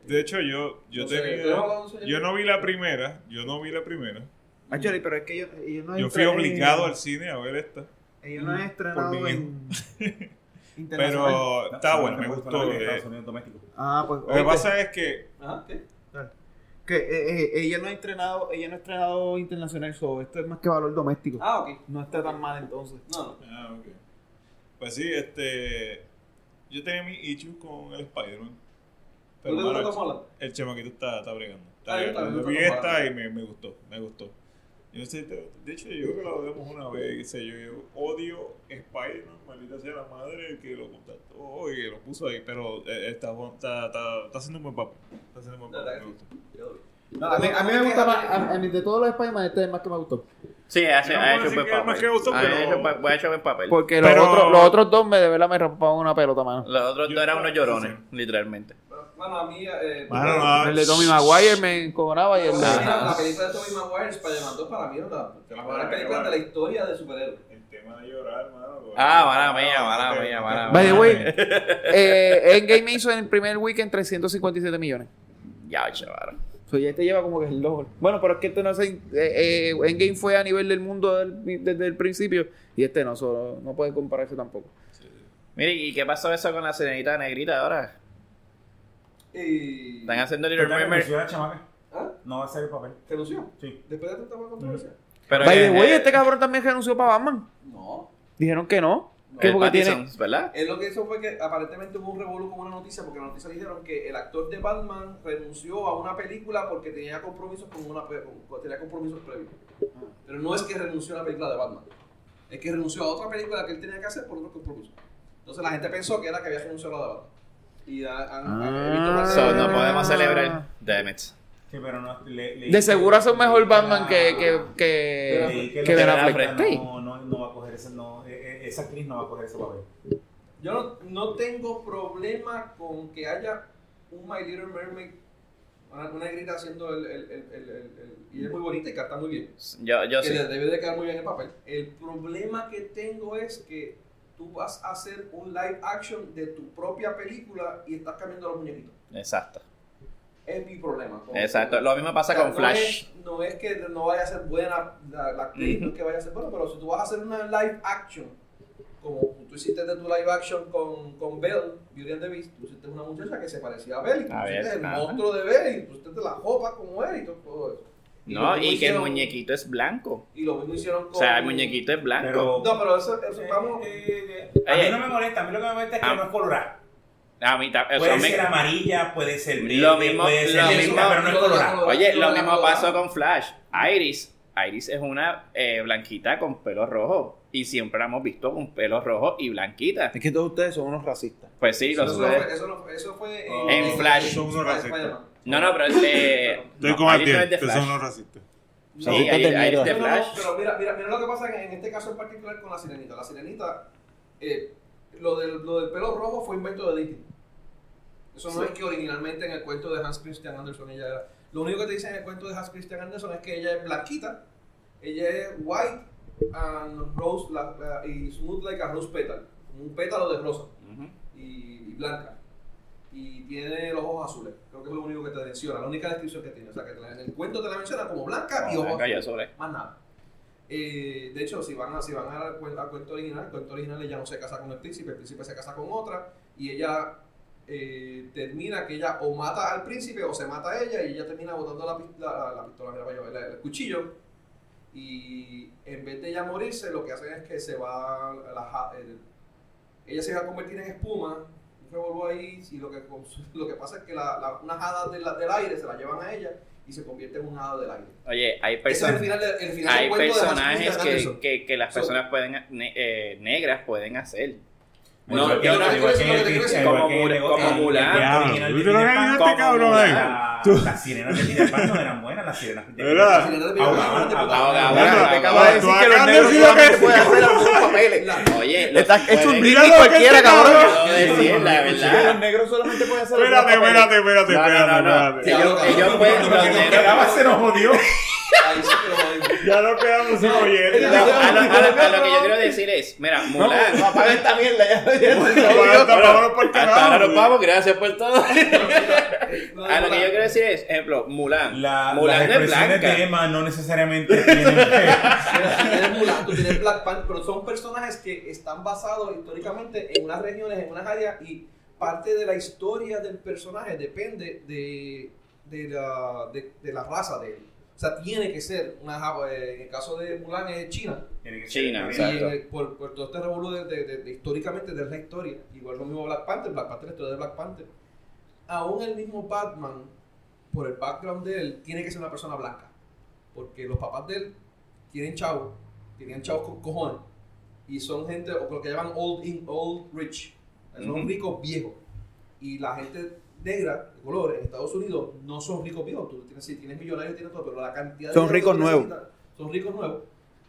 [SPEAKER 4] De hecho, yo, yo
[SPEAKER 2] No sé,
[SPEAKER 4] tenía-
[SPEAKER 2] ¿tú no- no sé?
[SPEAKER 4] Yo no vi la primera. Yo no vi la primera.
[SPEAKER 3] Machori, Ah, pero es que ellos, ellos no
[SPEAKER 4] Yo fui
[SPEAKER 3] estrenan-
[SPEAKER 4] obligado al cine a ver esta.
[SPEAKER 3] Ellos no han
[SPEAKER 4] Por
[SPEAKER 3] estrenado
[SPEAKER 4] mí.
[SPEAKER 3] en... internacional.
[SPEAKER 4] Pero está buena, me gustó. eh.
[SPEAKER 6] Estados Unidos doméstico.
[SPEAKER 3] Ah, pues...
[SPEAKER 4] Lo que
[SPEAKER 3] oíste.
[SPEAKER 4] pasa es que
[SPEAKER 2] Ajá, ¿qué?
[SPEAKER 3] Que eh, eh, ella no ha entrenado, ella no ha entrenado internacional, so esto es más que valor doméstico.
[SPEAKER 2] Ah, ok.
[SPEAKER 3] No está tan mal entonces.
[SPEAKER 2] No, no.
[SPEAKER 4] Ah, ok. Pues sí, este. Yo tenía mi issue con el Spider-Man. Pero
[SPEAKER 2] ¿No te
[SPEAKER 4] mano,
[SPEAKER 2] gustó Tom
[SPEAKER 4] el, el chamaquito está, está bregando.
[SPEAKER 2] Ah, yo
[SPEAKER 4] Está bregando.
[SPEAKER 2] también
[SPEAKER 4] Yo
[SPEAKER 2] me gustó Tom Holland.
[SPEAKER 4] vi esta y me, me gustó, me gustó. Yo sé, de de hecho, yo creo que lo vemos una vez, qué sé yo. Yo odio Spider-Man, maldita sea la madre, el que lo contactó y que lo puso ahí. Pero eh, está, bu- está, está, está haciendo un buen papel. Está haciendo un buen
[SPEAKER 2] La verdad
[SPEAKER 4] papel. Me
[SPEAKER 2] que
[SPEAKER 4] gustó.
[SPEAKER 2] Yo-
[SPEAKER 3] A mí, a mí me gusta más, a, a mí de todos los Spider-Man, este es el más que me gustó.
[SPEAKER 5] Sí, ha, hecho-
[SPEAKER 4] Yo no
[SPEAKER 5] ha
[SPEAKER 4] puedo
[SPEAKER 5] hecho un
[SPEAKER 4] decir
[SPEAKER 5] buen
[SPEAKER 4] que es más
[SPEAKER 5] papel.
[SPEAKER 4] que gusto,
[SPEAKER 5] Ha
[SPEAKER 4] pero-
[SPEAKER 5] hecho un pa- ha hecho un buen papel.
[SPEAKER 3] Porque
[SPEAKER 4] los Pero- otros- los otros
[SPEAKER 3] dos me, de verdad me rapaban una pelota, mano.
[SPEAKER 5] Los otros
[SPEAKER 4] Yo-
[SPEAKER 5] dos eran unos llorones,
[SPEAKER 4] sí,
[SPEAKER 5] literalmente.
[SPEAKER 2] Bueno, a mí... Eh,
[SPEAKER 4] Mano, no,
[SPEAKER 3] Maguire me encojonaba
[SPEAKER 2] Pero mira, la película de Tobey Maguire, Spider-Man 2, para mí es una de las mejores películas de la historia de superhéroes.
[SPEAKER 4] El tema de llorar, mano.
[SPEAKER 5] Ah, mala mía, mala
[SPEAKER 4] te-
[SPEAKER 5] mía,
[SPEAKER 4] te-
[SPEAKER 5] mala
[SPEAKER 3] By the way,
[SPEAKER 5] mía.
[SPEAKER 3] eh, Endgame hizo en el primer weekend 357 millones.
[SPEAKER 5] Ya, chaval.
[SPEAKER 3] O sea, ya te este lleva como que el logro. Bueno, pero es que este no es. en- eh, eh, Endgame fue a nivel del mundo del- desde el principio y este no, solo, no puede compararse tampoco.
[SPEAKER 5] Mire, ¿y qué pasó eso con la sirenita negrita ahora?
[SPEAKER 2] Y...
[SPEAKER 5] Están haciendo Little
[SPEAKER 6] Pero
[SPEAKER 5] Mermaid.
[SPEAKER 6] la chamaca.
[SPEAKER 2] ¿Ah?
[SPEAKER 6] No va a ser el papel.
[SPEAKER 2] ¿Renunció?
[SPEAKER 6] Sí.
[SPEAKER 2] ¿Después de tanta controversia?
[SPEAKER 5] Pero
[SPEAKER 1] By
[SPEAKER 5] que-
[SPEAKER 1] the way,
[SPEAKER 5] eh,
[SPEAKER 1] este cabrón también renunció para Batman.
[SPEAKER 2] No.
[SPEAKER 1] Dijeron que no.
[SPEAKER 2] no.
[SPEAKER 1] ¿Qué?
[SPEAKER 5] el
[SPEAKER 1] porque tiene-
[SPEAKER 5] Pattinson, ¿verdad?
[SPEAKER 2] Él lo que hizo fue que aparentemente hubo un revolú con una noticia, porque en la noticia dijeron que el actor de Batman renunció a una película porque tenía compromisos con una pre- con- tenía compromisos previos. Pero no es que renunció a la película de Batman. Es que renunció a otra película que él tenía que hacer por otros compromisos. Entonces la gente pensó que era que había renunciado a la de Batman. Y ha- han, han- he visto
[SPEAKER 1] Ah.
[SPEAKER 2] más-
[SPEAKER 5] So, no podemos celebrar. Damn it.
[SPEAKER 6] Sí, pero no. Le, le-
[SPEAKER 1] De seguro hace un mejor Batman que, que,
[SPEAKER 6] Ah.
[SPEAKER 1] que,
[SPEAKER 6] Leí
[SPEAKER 1] que,
[SPEAKER 6] la-
[SPEAKER 1] Ben
[SPEAKER 5] la-
[SPEAKER 1] Affleck. Sí.
[SPEAKER 6] No, no, no va a coger ese, no, eh, eh, esa actriz no va a coger ese papel.
[SPEAKER 2] Yo no, no tengo problema con que haya un My Little Mermaid, una, una negrita haciendo el, el, el, el, el- el- Y es muy bonita y canta muy bien.
[SPEAKER 5] Yo, yo
[SPEAKER 2] que
[SPEAKER 5] sí.
[SPEAKER 2] le debe de quedar muy bien el papel. El problema que tengo es que tú vas a hacer un live action de tu propia película y estás cambiando los muñequitos.
[SPEAKER 5] Exacto.
[SPEAKER 2] Es mi problema. con-
[SPEAKER 5] Exacto. Lo mismo pasa
[SPEAKER 2] O sea,
[SPEAKER 5] con
[SPEAKER 2] no
[SPEAKER 5] Flash.
[SPEAKER 2] es- no es que no vaya a ser buena la, la actriz, no es que vaya a ser buena, pero si tú vas a hacer una live action, como tú hiciste de tu live action con, con Belle, Beauty and the Beast, tú hiciste una muchacha que se parecía a Belle, y tú
[SPEAKER 5] A
[SPEAKER 2] hiciste
[SPEAKER 5] ver,
[SPEAKER 2] el
[SPEAKER 5] ajá.
[SPEAKER 2] monstruo de Belle, y tú hiciste la jopa como él, y todo, todo eso.
[SPEAKER 5] No,
[SPEAKER 2] lo
[SPEAKER 5] y que el
[SPEAKER 2] hicieron-
[SPEAKER 5] muñequito es blanco.
[SPEAKER 2] Y lo mismo hicieron con...
[SPEAKER 5] O sea, el muñequito es blanco.
[SPEAKER 6] Pero.
[SPEAKER 2] No, pero eso, eso
[SPEAKER 6] Eh,
[SPEAKER 2] vamos...
[SPEAKER 6] eh, eh, a mí
[SPEAKER 5] Oye.
[SPEAKER 6] no me molesta, a mí lo que me molesta es que
[SPEAKER 5] Ah.
[SPEAKER 6] no es colorada.
[SPEAKER 5] A mí ta- o sea,
[SPEAKER 6] Puede
[SPEAKER 5] me-
[SPEAKER 6] ser amarilla, puede ser verde,
[SPEAKER 5] Lo mismo-
[SPEAKER 6] puede ser
[SPEAKER 5] lo
[SPEAKER 6] negra,
[SPEAKER 5] mismo-
[SPEAKER 6] pero no es colorada.
[SPEAKER 5] Oye, lo mismo pasó con Flash. Iris. Iris es una eh, blanquita con pelo rojo. Y siempre la hemos visto con pelo rojo y blanquita.
[SPEAKER 1] Es que todos ustedes son unos racistas.
[SPEAKER 5] Pues sí,
[SPEAKER 2] Eso,
[SPEAKER 5] los
[SPEAKER 2] no fue-
[SPEAKER 5] ustedes.
[SPEAKER 2] eso, no- eso fue...
[SPEAKER 5] En Flash.
[SPEAKER 4] Son unos racistas.
[SPEAKER 5] No, no, pero es de.
[SPEAKER 4] Estoy
[SPEAKER 5] no, Iris
[SPEAKER 4] con
[SPEAKER 5] no es
[SPEAKER 4] Atiel,
[SPEAKER 5] de
[SPEAKER 4] que son
[SPEAKER 5] Flash.
[SPEAKER 4] unos racistas.
[SPEAKER 5] Sí,
[SPEAKER 2] No.
[SPEAKER 5] Iris-
[SPEAKER 1] Racistas de
[SPEAKER 5] Iris de
[SPEAKER 2] No, no, no,
[SPEAKER 5] Flash.
[SPEAKER 2] pero mira, mira, mira lo que pasa en, en este caso en particular con la sirenita. La sirenita, eh, lo, del, lo del pelo rojo fue invento de Disney. Eso no es que originalmente en el cuento de Hans Christian Andersen ella era. Lo único que te dicen en el cuento de Hans Christian Andersen es que ella es blanquita, ella es white and rose la- la- y smooth like a rose petal, un pétalo de rosa
[SPEAKER 5] Ujú.
[SPEAKER 2] y, y blanca. Y tiene los ojos azules. Creo que es lo único que te menciona, la única descripción que tiene. O sea, que te la- en el cuento te la menciona como blanca y
[SPEAKER 5] No,
[SPEAKER 2] ojos
[SPEAKER 5] venga,
[SPEAKER 2] azules
[SPEAKER 5] ya sobre.
[SPEAKER 2] más nada. Eh, de hecho, si van, a, si van al, cuen- al cuento original, el cuento original ella no se casa con el príncipe, el príncipe se casa con otra y ella eh, termina que ella o mata al príncipe o se mata a ella y ella termina botando la, pis- la, la- la pistola, mira, vaya, la- el cuchillo y en vez de ella morirse, lo que hacen es que se va, a la ja- el- ella se va a convertir en espuma, un revolú ahí y lo que, cons- lo que pasa es que la, la- unas hadas de la- del aire se la llevan a ella y se convierte en un hada del aire.
[SPEAKER 5] Oye, hay
[SPEAKER 2] Ese es el
[SPEAKER 5] personas.
[SPEAKER 2] final de- el final del
[SPEAKER 5] hay
[SPEAKER 2] cuento de Hans
[SPEAKER 5] personajes
[SPEAKER 2] Christian
[SPEAKER 5] que,
[SPEAKER 2] Andersen.
[SPEAKER 5] que, que las
[SPEAKER 2] So-
[SPEAKER 5] personas pueden ne- eh, negras pueden hacer.
[SPEAKER 2] Bueno,
[SPEAKER 5] no,
[SPEAKER 2] pero
[SPEAKER 5] yo
[SPEAKER 2] es lo
[SPEAKER 5] no,
[SPEAKER 2] que
[SPEAKER 5] igual
[SPEAKER 2] te quiero decir, lo que te quiero decir.
[SPEAKER 5] como Mul- como Mulan.
[SPEAKER 4] ¿Viste lo que dijo este cabrón ahí? Tú-
[SPEAKER 6] Las sirenas de Peter Pan no eran buenas, las sirenas de Peter
[SPEAKER 4] ¿Verdad?
[SPEAKER 2] Las sirenas de Peter Pan
[SPEAKER 6] Ahogaban,
[SPEAKER 2] eran de
[SPEAKER 6] ahogaban.
[SPEAKER 2] puta
[SPEAKER 5] Ahogaban.
[SPEAKER 2] madre.
[SPEAKER 1] Te acabo de
[SPEAKER 5] tú
[SPEAKER 1] decir que los
[SPEAKER 4] acabas de
[SPEAKER 1] negros
[SPEAKER 4] decir lo
[SPEAKER 1] solamente
[SPEAKER 4] que decía.
[SPEAKER 1] pueden hacer algunos papeles.
[SPEAKER 5] Oye, los
[SPEAKER 1] Estás hecho un
[SPEAKER 5] pueden-
[SPEAKER 4] Mira
[SPEAKER 1] Disney
[SPEAKER 4] lo que
[SPEAKER 1] cualquiera,
[SPEAKER 4] este
[SPEAKER 1] cabrón.
[SPEAKER 4] cabrón-
[SPEAKER 5] Puedo decir la verdad.
[SPEAKER 1] negros solamente pueden hacer
[SPEAKER 4] Espérate, espérate, espérate,
[SPEAKER 5] No, no, no, no.
[SPEAKER 4] espérate.
[SPEAKER 5] Ellos, ellos pueden,
[SPEAKER 6] Lo
[SPEAKER 5] Pues, los
[SPEAKER 6] que nos
[SPEAKER 5] negros.
[SPEAKER 6] quedaba se nos jodió.
[SPEAKER 2] Ahí sí que lo jodimos.
[SPEAKER 4] Ya nos quedamos sin
[SPEAKER 5] No,
[SPEAKER 4] oyentes.
[SPEAKER 5] a lo, a lo- a ah, lo que yo quiero decir es, mira, Mulan.
[SPEAKER 1] apaga esta mierda.
[SPEAKER 4] Ahora está, vámonos por el
[SPEAKER 5] Hasta
[SPEAKER 4] carajo.
[SPEAKER 5] ahora nos vamos, Ah, gracias por todo.
[SPEAKER 2] No,
[SPEAKER 5] A Ah, lo que
[SPEAKER 2] no,
[SPEAKER 5] yo quiero decir es, ejemplo, Mulan.
[SPEAKER 6] La, las
[SPEAKER 5] Mulan no es
[SPEAKER 6] expresiones de
[SPEAKER 5] blanca.
[SPEAKER 6] Emma no necesariamente tienen que-
[SPEAKER 2] Tú tienes Mulan, tú tienes Black Panther, pero son personajes que están basados históricamente en unas regiones, en unas áreas y parte de la historia del personaje depende de, de, la, de, de la raza de él. O sea, tiene que ser una japa- eh, En el caso de Mulan es China.
[SPEAKER 6] tienen que ser
[SPEAKER 5] China,
[SPEAKER 6] también.
[SPEAKER 2] Y en
[SPEAKER 5] Exacto.
[SPEAKER 2] el- por, por todo este revolú de, de- de- de históricamente de la historia, igual lo mismo Black Panther, Black Panther, la historia de Black Panther. Aún el mismo Batman, por el background de él, tiene que ser una persona blanca. Porque los papás de él tienen chavos, tenían chavos con cojones. Y son gente, o lo que llaman old, in, old rich. Son
[SPEAKER 5] Ujú.
[SPEAKER 2] ricos viejos. Y la gente negra, de color, en Estados Unidos, no son ricos viejos. Tú tienes, si tienes millonarios, tienes todo, pero la cantidad de
[SPEAKER 1] Son
[SPEAKER 2] dinero que
[SPEAKER 1] ricos
[SPEAKER 2] tú
[SPEAKER 1] nuevos.
[SPEAKER 2] necesitas- Son ricos nuevos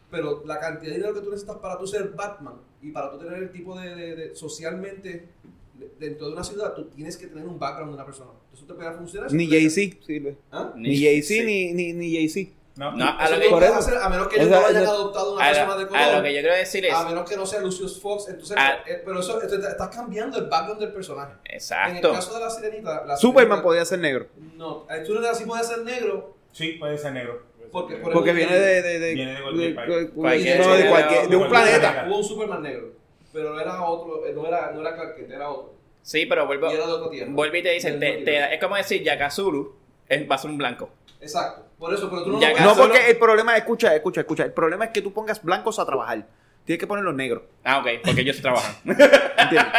[SPEAKER 2] pero la cantidad de dinero que tú necesitas para tú ser Batman y para tú tener el tipo de, de- de- socialmente de- dentro de una ciudad, tú tienes que tener un background de una persona. Eso te puede funcionar.
[SPEAKER 1] Ni Jay-Z sirve.
[SPEAKER 2] ¿Ah?
[SPEAKER 1] Ni Jay-Z ni, ni, ni Jay-Z.
[SPEAKER 6] No,
[SPEAKER 5] No, a
[SPEAKER 2] Eso
[SPEAKER 5] lo
[SPEAKER 2] no
[SPEAKER 5] que,
[SPEAKER 2] lo
[SPEAKER 1] Por
[SPEAKER 2] puedes
[SPEAKER 1] eso.
[SPEAKER 2] hacer a menos que ellos
[SPEAKER 1] Esa-
[SPEAKER 2] no hayan
[SPEAKER 1] esa-
[SPEAKER 2] adoptado una
[SPEAKER 5] a
[SPEAKER 2] persona de
[SPEAKER 5] lo,
[SPEAKER 2] color. Ah,
[SPEAKER 5] a lo que yo quiero decir es, Ah.
[SPEAKER 2] a menos que no sea Lucius Fox, entonces,
[SPEAKER 5] A-
[SPEAKER 2] eh, pero eso, esto- estás cambiando el background del personaje. En el
[SPEAKER 5] exacto.
[SPEAKER 2] caso de la sirenita, la
[SPEAKER 1] Superman
[SPEAKER 2] Sirenita-
[SPEAKER 1] podía ser negro.
[SPEAKER 2] No, eh, tú no sí podías ser negro
[SPEAKER 6] Sí, puede ser negro.
[SPEAKER 2] porque, por
[SPEAKER 1] Porque
[SPEAKER 2] algún-
[SPEAKER 1] viene de. de, de,
[SPEAKER 6] Viene de
[SPEAKER 1] de-
[SPEAKER 6] cualquier país.
[SPEAKER 1] de-
[SPEAKER 5] Cualquier-
[SPEAKER 1] Pues, no, de cualquier- de un
[SPEAKER 6] cualquier
[SPEAKER 1] planeta.
[SPEAKER 6] país.
[SPEAKER 2] Hubo un Superman negro. Pero era otro, eh, no era, no era Clark Kent, era otro.
[SPEAKER 5] Sí, pero vuelvo,
[SPEAKER 2] Y era de otra tierra.
[SPEAKER 5] vuelve y te dicen,
[SPEAKER 2] Del
[SPEAKER 5] te-
[SPEAKER 2] otro
[SPEAKER 5] te-
[SPEAKER 2] tierra.
[SPEAKER 5] es como decir, Yakazuru es- va a ser un blanco.
[SPEAKER 2] Exacto. Por eso, pero tú no
[SPEAKER 5] Ya
[SPEAKER 2] lo
[SPEAKER 5] ganó.
[SPEAKER 2] puedes-
[SPEAKER 1] No,
[SPEAKER 5] solo-
[SPEAKER 1] porque el problema, escucha, escucha, escucha. El problema es que tú pongas blancos a trabajar. Tienes que ponerlos negros.
[SPEAKER 5] Ah, ok, porque ellos trabajan.
[SPEAKER 1] ¿Entiendes?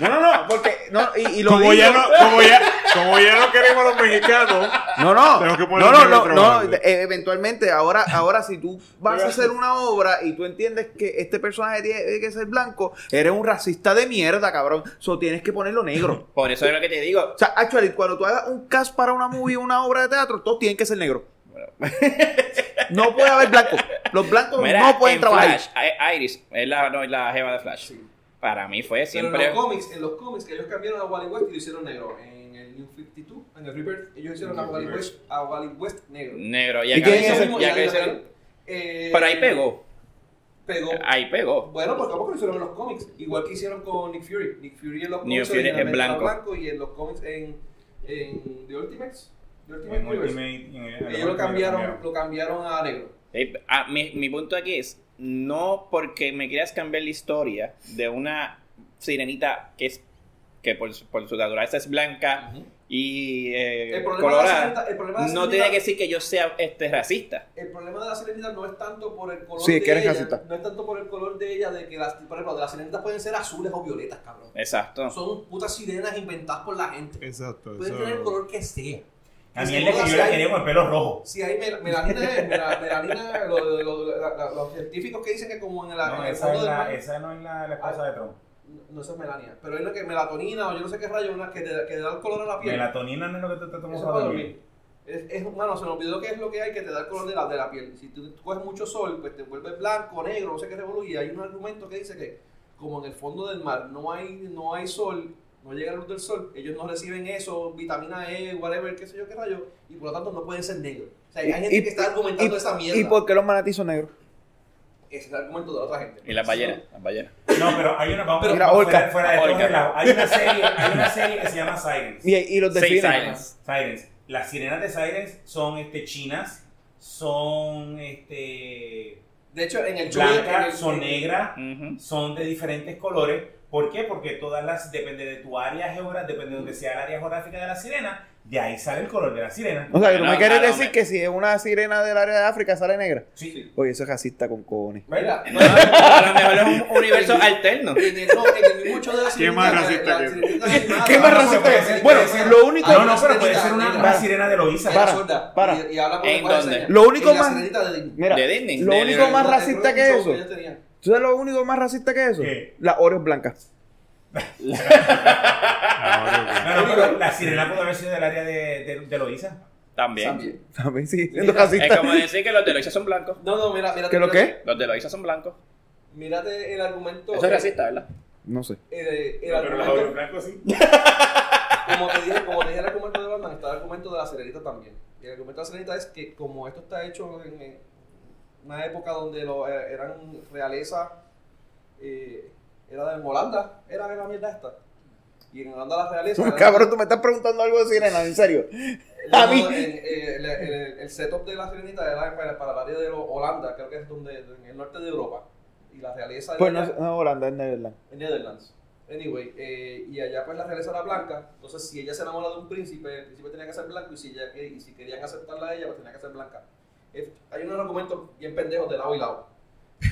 [SPEAKER 1] No, no, no, porque. No, y, y lo
[SPEAKER 4] Como
[SPEAKER 1] digo-
[SPEAKER 4] ya, no, como, ya, como ya no queremos a los mexicanos,
[SPEAKER 1] No, no.
[SPEAKER 4] Tengo que poner
[SPEAKER 1] no, no,
[SPEAKER 4] negro
[SPEAKER 1] no, no,
[SPEAKER 4] trabajando.
[SPEAKER 1] eh, eventualmente, ahora, ahora si tú vas a hacer una obra y tú entiendes que este personaje tiene que ser blanco, eres un racista de mierda, cabrón. So tienes que ponerlo negro.
[SPEAKER 5] Por eso es lo que te digo.
[SPEAKER 1] O sea, actually, cuando tú hagas un cast para una movie, una obra de teatro, todos tienen que ser negros. No puede haber blanco. Los blancos
[SPEAKER 5] Mira,
[SPEAKER 1] no pueden
[SPEAKER 5] en
[SPEAKER 1] trabajar.
[SPEAKER 5] Flash, I- Iris es la, no, es la jeva de Flash.
[SPEAKER 2] Sí.
[SPEAKER 5] Para mí fue
[SPEAKER 2] Pero
[SPEAKER 5] siempre...
[SPEAKER 2] en los cómics, en los cómics que ellos cambiaron a Wally West y lo hicieron negro. En el New 52, en el Rebirth, ellos hicieron a Wally West, a Wally West negro.
[SPEAKER 5] Negro, Mm. ya que
[SPEAKER 1] ¿Y quién es
[SPEAKER 5] hizo-
[SPEAKER 1] ese?
[SPEAKER 5] ya que hizo-
[SPEAKER 2] Eh,
[SPEAKER 5] Pero ahí pegó,
[SPEAKER 2] Pegó.
[SPEAKER 5] ahí pegó.
[SPEAKER 2] Bueno, porque tampoco lo hicieron en los cómics. Igual que hicieron con Nick Fury. Nick Fury en los
[SPEAKER 5] Nick
[SPEAKER 2] cómics
[SPEAKER 5] Fury es
[SPEAKER 2] originalmente era
[SPEAKER 5] blanco.
[SPEAKER 2] y en los cómics en, en The Ultimates. The Ultimate
[SPEAKER 6] En
[SPEAKER 2] Universe.
[SPEAKER 6] Ultimate, en el- en el
[SPEAKER 2] Ellos lo cambiaron,
[SPEAKER 6] cambiaron.
[SPEAKER 2] lo cambiaron a negro.
[SPEAKER 5] Eh, ah, mi, mi punto aquí es, no porque me quieras cambiar la historia de una sirenita que es que por, su- por su naturaleza es blanca y eh,
[SPEAKER 2] El problema de la
[SPEAKER 5] colorada,
[SPEAKER 2] sirenita- el problema de la
[SPEAKER 5] no
[SPEAKER 2] sirenita-
[SPEAKER 5] tiene que decir que yo sea este racista.
[SPEAKER 2] El problema de la sirenita no es tanto por el color
[SPEAKER 1] Sí,
[SPEAKER 2] de
[SPEAKER 1] que eres
[SPEAKER 2] ella,
[SPEAKER 1] racista.
[SPEAKER 2] no es tanto por el color de ella, de que las, por ejemplo, de las sirenitas pueden ser azules o violetas, cabrón.
[SPEAKER 5] Exacto.
[SPEAKER 2] Son putas sirenas inventadas por la gente.
[SPEAKER 4] Exacto.
[SPEAKER 2] Pueden tener el color que sea.
[SPEAKER 6] A mí él le escribió la quería con el pelo rojo.
[SPEAKER 2] Si hay mel- melanina, es, mela- melanina, eh, lo- lo- lo- la- la- los científicos que dicen que como en, la, Ah,
[SPEAKER 6] No,
[SPEAKER 2] en el
[SPEAKER 6] esa,
[SPEAKER 2] fondo
[SPEAKER 6] es
[SPEAKER 2] del
[SPEAKER 6] la,
[SPEAKER 2] mar,
[SPEAKER 6] esa no es la, la esposa de Trump.
[SPEAKER 2] no esa es melanina, pero es la que melatonina o yo no sé qué rayo, una que te, que te da el color a la piel.
[SPEAKER 6] Melatonina no es lo que tú te
[SPEAKER 2] Eso
[SPEAKER 6] tomas
[SPEAKER 2] es
[SPEAKER 6] para
[SPEAKER 2] para
[SPEAKER 6] dormir.
[SPEAKER 2] dormir. Es, es, mano, se me olvidó qué es lo que hay que te da el color de la, de la piel. Si tú, tú coges mucho sol, pues te vuelves blanco, negro, no sé qué revolución. Y hay un argumento que dice que como en el fondo del mar no hay, no hay sol, no llega la luz del sol, ellos no reciben eso, vitamina E, whatever, qué sé yo qué rayo, y por lo tanto no pueden ser negros. O sea, hay gente
[SPEAKER 1] Y-
[SPEAKER 2] que está argumentando esa mierda.
[SPEAKER 1] ¿Y por qué los manatí son negros?
[SPEAKER 2] Ese es el argumento de la otra gente.
[SPEAKER 5] Y las ballenas, las ballenas.
[SPEAKER 6] No, pero hay una. Vamos,
[SPEAKER 1] Mira,
[SPEAKER 6] vamos
[SPEAKER 1] Olca.
[SPEAKER 6] fuera, fuera de todo
[SPEAKER 5] Olca.
[SPEAKER 6] relajo. Hay una serie, hay una serie que se llama Sirens.
[SPEAKER 1] Y, y los
[SPEAKER 5] Six
[SPEAKER 1] delfines.
[SPEAKER 5] Islands.
[SPEAKER 6] Sirens. Las sirenas de Sirens son este chinas, son este
[SPEAKER 2] De hecho, en el show... en el-
[SPEAKER 6] blancas, son negras,
[SPEAKER 5] Ujú.
[SPEAKER 6] son de diferentes colores. ¿Por qué? Porque todas las, depende de tu área geográfica, depende de donde sea el área geográfica de la sirena, de ahí sale el color de la sirena.
[SPEAKER 1] O sea, que tú
[SPEAKER 5] No,
[SPEAKER 1] me quieres
[SPEAKER 5] claro,
[SPEAKER 1] decir
[SPEAKER 5] me-
[SPEAKER 1] que si es una sirena del área de África sale negra.
[SPEAKER 6] Sí.
[SPEAKER 1] Oye, eso es racista con cojones.
[SPEAKER 2] Mira, no,
[SPEAKER 5] A lo mejor es un universo alterno.
[SPEAKER 2] en el, no, en el mismo show de la
[SPEAKER 4] ¿Qué más
[SPEAKER 2] sirenita, la- la
[SPEAKER 4] racista que-
[SPEAKER 2] sirenita animada,
[SPEAKER 1] ¿Qué más
[SPEAKER 6] no,
[SPEAKER 1] racista
[SPEAKER 6] puede
[SPEAKER 1] es?
[SPEAKER 6] ser,
[SPEAKER 1] Bueno,
[SPEAKER 6] puede ser.
[SPEAKER 1] lo único-
[SPEAKER 6] Ah, no, no, pero puede ser una,
[SPEAKER 2] Para.
[SPEAKER 6] una sirena de Loiza.
[SPEAKER 2] Era
[SPEAKER 1] Para,
[SPEAKER 2] sorda.
[SPEAKER 1] para.
[SPEAKER 2] Y, y habla por
[SPEAKER 5] ¿En
[SPEAKER 2] lenguaje de
[SPEAKER 5] dónde?
[SPEAKER 2] señas.
[SPEAKER 1] Lo único
[SPEAKER 2] En la
[SPEAKER 1] más-
[SPEAKER 2] sirenita de Disney.
[SPEAKER 1] Mira,
[SPEAKER 5] De Disney,
[SPEAKER 1] lo
[SPEAKER 5] de-
[SPEAKER 1] único
[SPEAKER 5] de-
[SPEAKER 1] más
[SPEAKER 2] No,
[SPEAKER 1] racista
[SPEAKER 2] el
[SPEAKER 1] que
[SPEAKER 2] show
[SPEAKER 1] eso.
[SPEAKER 2] yo tenía.
[SPEAKER 1] ¿Tú sabes lo único más racista que eso?
[SPEAKER 6] ¿Qué?
[SPEAKER 1] Las Oreos blancas.
[SPEAKER 6] No, no, pero la sirena pudo haber sido del área de, de, de Loiza.
[SPEAKER 5] También.
[SPEAKER 2] También.
[SPEAKER 1] También sigue siendo
[SPEAKER 2] Mira,
[SPEAKER 1] racista.
[SPEAKER 5] Es como decir que los de Loiza son blancos.
[SPEAKER 2] No, no, mira, mira.
[SPEAKER 1] ¿Qué lo qué?
[SPEAKER 5] Los de Loiza son blancos.
[SPEAKER 2] Mírate el argumento.
[SPEAKER 5] Eso es racista, ¿verdad?
[SPEAKER 1] No sé.
[SPEAKER 2] El, el
[SPEAKER 4] Pero los
[SPEAKER 2] argumento,
[SPEAKER 4] aureos blancos sí.
[SPEAKER 2] como te dije, como te dije el argumento de Batman, está el argumento de la sirenita también. Y el argumento de la sirenita es que como esto está hecho en eh, una época donde lo, eh, eran realeza, eh, era en Holanda, era la mierda esta. Y en Holanda la realeza... era-
[SPEAKER 1] Cabrón, tú me estás preguntando algo de sirena, en serio. A mí-
[SPEAKER 2] No, en- eh, el, el- el setup de la sirenita era para, para el área de lo- Holanda, creo que es donde, en el norte de Europa. Y la realeza
[SPEAKER 1] Pues no,
[SPEAKER 2] era
[SPEAKER 1] no Holanda, es Netherlands.
[SPEAKER 2] en Netherlands. Anyway, eh, y allá pues la realeza era blanca. Entonces, si ella se enamora de un príncipe, el príncipe tenía que ser blanco. Y si, ella, que- y si querían aceptarla a ella, pues tenía que ser blanca. Es- hay unos argumentos bien pendejos de lado y lado.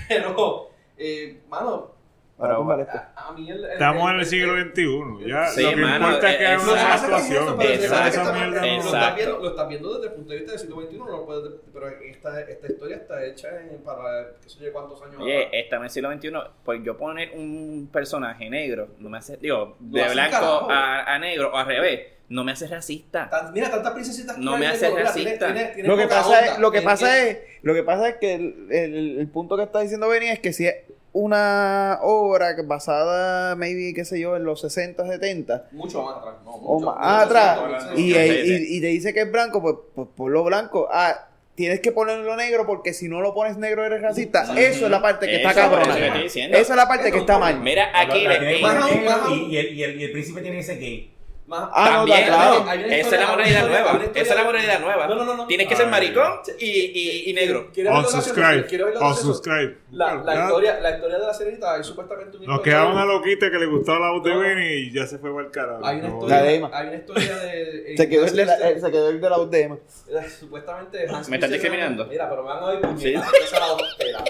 [SPEAKER 2] Pero, eh, mano,
[SPEAKER 1] Para
[SPEAKER 5] Pero,
[SPEAKER 1] tumbar esto.
[SPEAKER 2] a, a mí el, el-
[SPEAKER 4] Estamos
[SPEAKER 2] el-
[SPEAKER 4] en el siglo XXI. Ya
[SPEAKER 5] Sí,
[SPEAKER 4] lo que
[SPEAKER 5] mano,
[SPEAKER 4] importa es que haya
[SPEAKER 5] es-
[SPEAKER 2] No,
[SPEAKER 4] una
[SPEAKER 2] no sé qué es
[SPEAKER 4] actuación.
[SPEAKER 2] esto, pero
[SPEAKER 4] ya
[SPEAKER 5] Exacto.
[SPEAKER 4] esa mierda no-
[SPEAKER 2] Lo
[SPEAKER 5] Exacto.
[SPEAKER 2] estás viendo, lo estás viendo desde el punto de vista del siglo XXI, no lo puedes, pero esta, esta historia está hecha en, para qué sé yo cuántos años.
[SPEAKER 5] Oye,
[SPEAKER 2] atrás.
[SPEAKER 5] esta en el siglo XXI, pues yo poner un personaje negro, no me hace, digo,
[SPEAKER 2] Lo
[SPEAKER 5] de
[SPEAKER 2] hace un
[SPEAKER 5] blanco
[SPEAKER 2] carajo. Ah,
[SPEAKER 5] a, a negro o al revés, no me hace racista.
[SPEAKER 2] Tan- mira, tantas princesitas
[SPEAKER 5] No
[SPEAKER 2] hay,
[SPEAKER 5] me hace
[SPEAKER 2] mira,
[SPEAKER 5] racista.
[SPEAKER 2] tiene- tiene
[SPEAKER 1] Lo que
[SPEAKER 2] poca
[SPEAKER 1] pasa
[SPEAKER 2] onda,
[SPEAKER 1] es, lo que pasa
[SPEAKER 2] ¿entiendes?
[SPEAKER 1] es, lo que pasa es que el, el- el punto que está diciendo Benny es que si es una obra que basada, maybe, qué sé yo, en los 60, 70,
[SPEAKER 2] Mucho más atrás. No,
[SPEAKER 1] o
[SPEAKER 2] mucho,
[SPEAKER 1] más
[SPEAKER 2] mucho,
[SPEAKER 1] atrás,
[SPEAKER 2] mucho,
[SPEAKER 1] y,
[SPEAKER 2] mucho.
[SPEAKER 5] Sí,
[SPEAKER 1] y-
[SPEAKER 5] sí.
[SPEAKER 1] y te dice que es blanco, pues, pues ponlo blanco. Ah, tienes que ponerlo negro porque si no lo pones negro eres racista.
[SPEAKER 2] Ujú.
[SPEAKER 1] Eso es la parte que está
[SPEAKER 5] Eso,
[SPEAKER 1] cabrona.
[SPEAKER 5] eso que estoy
[SPEAKER 1] Esa
[SPEAKER 5] diciendo.
[SPEAKER 1] es la parte que está mal.
[SPEAKER 5] Mira, aquí
[SPEAKER 6] La- la
[SPEAKER 5] le-
[SPEAKER 6] tiene que
[SPEAKER 2] Baja
[SPEAKER 6] poner
[SPEAKER 2] un-
[SPEAKER 6] negro
[SPEAKER 2] baja
[SPEAKER 6] y,
[SPEAKER 2] un-
[SPEAKER 6] y el, y el- y el príncipe tiene que ser gay.
[SPEAKER 2] Más-
[SPEAKER 3] Ah, no,
[SPEAKER 5] También,
[SPEAKER 3] claro.
[SPEAKER 5] no,
[SPEAKER 2] Hay una
[SPEAKER 5] Esa es
[SPEAKER 2] historia-
[SPEAKER 5] la moralidad
[SPEAKER 2] hay una historia-
[SPEAKER 5] nueva.
[SPEAKER 2] hay una
[SPEAKER 5] Esa es la
[SPEAKER 2] historia-
[SPEAKER 5] moralidad nueva.
[SPEAKER 2] No, no, no, no.
[SPEAKER 5] Tienes que ser
[SPEAKER 6] Ay.
[SPEAKER 5] maricón y, y, y negro.
[SPEAKER 2] ¿Quieres ver lo gracioso? ¿Quieres ver
[SPEAKER 4] Unsubscribe.
[SPEAKER 2] lo gracioso?
[SPEAKER 4] Unsubscribe.
[SPEAKER 2] La, la,
[SPEAKER 4] Ya.
[SPEAKER 2] historia, la historia de la sirenita es supuestamente un
[SPEAKER 4] Nos quedaba una loquita que le gustaba la voz de Benny y ya se fue para el carajo.
[SPEAKER 2] Hay una
[SPEAKER 4] No,
[SPEAKER 2] historia,
[SPEAKER 3] La de Emma.
[SPEAKER 2] hay una historia de.
[SPEAKER 3] Se quedó, el de la,
[SPEAKER 2] Hans
[SPEAKER 3] eh, se quedó el de la voz de Emma.
[SPEAKER 2] Christian- Supuestamente. Hans
[SPEAKER 5] ¿Me estás
[SPEAKER 2] Christian-
[SPEAKER 5] discriminando?
[SPEAKER 2] Mira, pero me van a oír
[SPEAKER 5] Sí.
[SPEAKER 2] puñetas. Esa es la botella.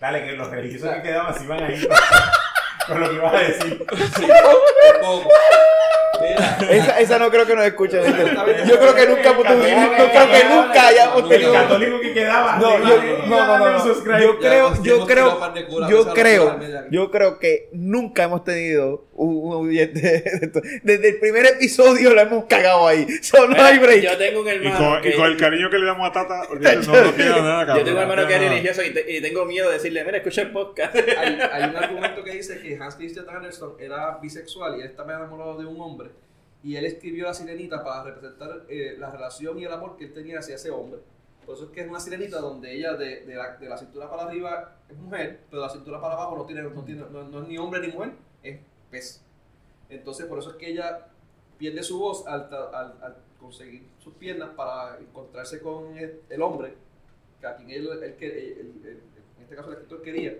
[SPEAKER 6] Dale, que los religiosos que quedaban así van ahí con lo que ibas a decir.
[SPEAKER 2] Poco. Mira.
[SPEAKER 3] Esa, esa no creo que nos escuchen.
[SPEAKER 2] Exactamente.
[SPEAKER 3] Yo creo que nunca, pues, tú- yo creo que nunca hayamos
[SPEAKER 6] El
[SPEAKER 3] tenido.
[SPEAKER 6] católico que quedaba.
[SPEAKER 3] No,
[SPEAKER 6] así,
[SPEAKER 3] yo-
[SPEAKER 6] dale,
[SPEAKER 3] no, no,
[SPEAKER 6] dale
[SPEAKER 3] no, no.
[SPEAKER 6] unsubscribe.
[SPEAKER 3] Yo creo,
[SPEAKER 2] nos
[SPEAKER 3] yo
[SPEAKER 2] hemos
[SPEAKER 3] creo,
[SPEAKER 2] tirado par de curas,
[SPEAKER 3] yo
[SPEAKER 2] esa
[SPEAKER 3] creo,
[SPEAKER 2] locura, mira.
[SPEAKER 3] yo creo que nunca hemos tenido un, un oyente de esto. Desde el primer episodio lo hemos cagado ahí. Solo no hay break.
[SPEAKER 5] Yo tengo un
[SPEAKER 4] Y
[SPEAKER 5] hermano.
[SPEAKER 4] con, y
[SPEAKER 5] que-
[SPEAKER 4] con el cariño que le damos a Tata, olvídate, no, no queda nada, cabrón.
[SPEAKER 5] yo tengo un hermano
[SPEAKER 4] No
[SPEAKER 5] que es
[SPEAKER 4] queda nada.
[SPEAKER 5] religioso y, te- y tengo miedo de decirle, mira, escucha el podcast.
[SPEAKER 2] Hay, hay un argumento que dice que Hans Christian Andersen era bisexual y él estaba enamorado de un hombre. Y él escribió la sirenita para representar eh, la relación y el amor que él tenía hacia ese hombre. Por eso es que es una sirenita donde ella de, de la, de la cintura para arriba es mujer, pero de la cintura para abajo no tiene, no tiene, no, no es ni hombre ni mujer, es pez. Entonces por eso es que ella pierde su voz al, tra- al- al conseguir sus piernas para encontrarse con el, el hombre, que a quien él, él que- él- él- él- en este caso el escritor quería.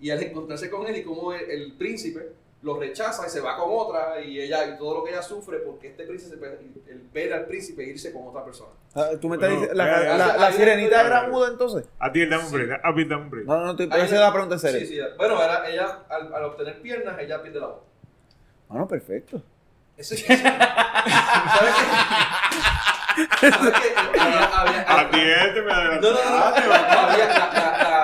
[SPEAKER 2] Y al encontrarse con él y como el, el príncipe lo rechaza y se va con otra y ella y todo lo que ella sufre porque este príncipe, pues, el ver al príncipe irse con otra persona.
[SPEAKER 3] Ah, Tú me estás
[SPEAKER 4] Bueno,
[SPEAKER 3] diciendo, la,
[SPEAKER 4] ya, ya.
[SPEAKER 3] la- la- la
[SPEAKER 2] Ahí-
[SPEAKER 3] sirenita
[SPEAKER 2] ahí-
[SPEAKER 3] era muda entonces.
[SPEAKER 4] eh, A ti el dame un break, a mí dame un break.
[SPEAKER 3] No, no, no, estoy,
[SPEAKER 2] Ahí-
[SPEAKER 3] esa es la pregunta seria.
[SPEAKER 2] Sí, sí, bueno, era- ella al, al obtener piernas, ella pierde la voz.
[SPEAKER 3] Ah, no, perfecto.
[SPEAKER 2] Eso es ¿Sabes qué? ¿Sabes qué? Había- había-
[SPEAKER 4] A ti este me
[SPEAKER 2] No, no,
[SPEAKER 4] adelantaste.
[SPEAKER 2] no, no, había la- la-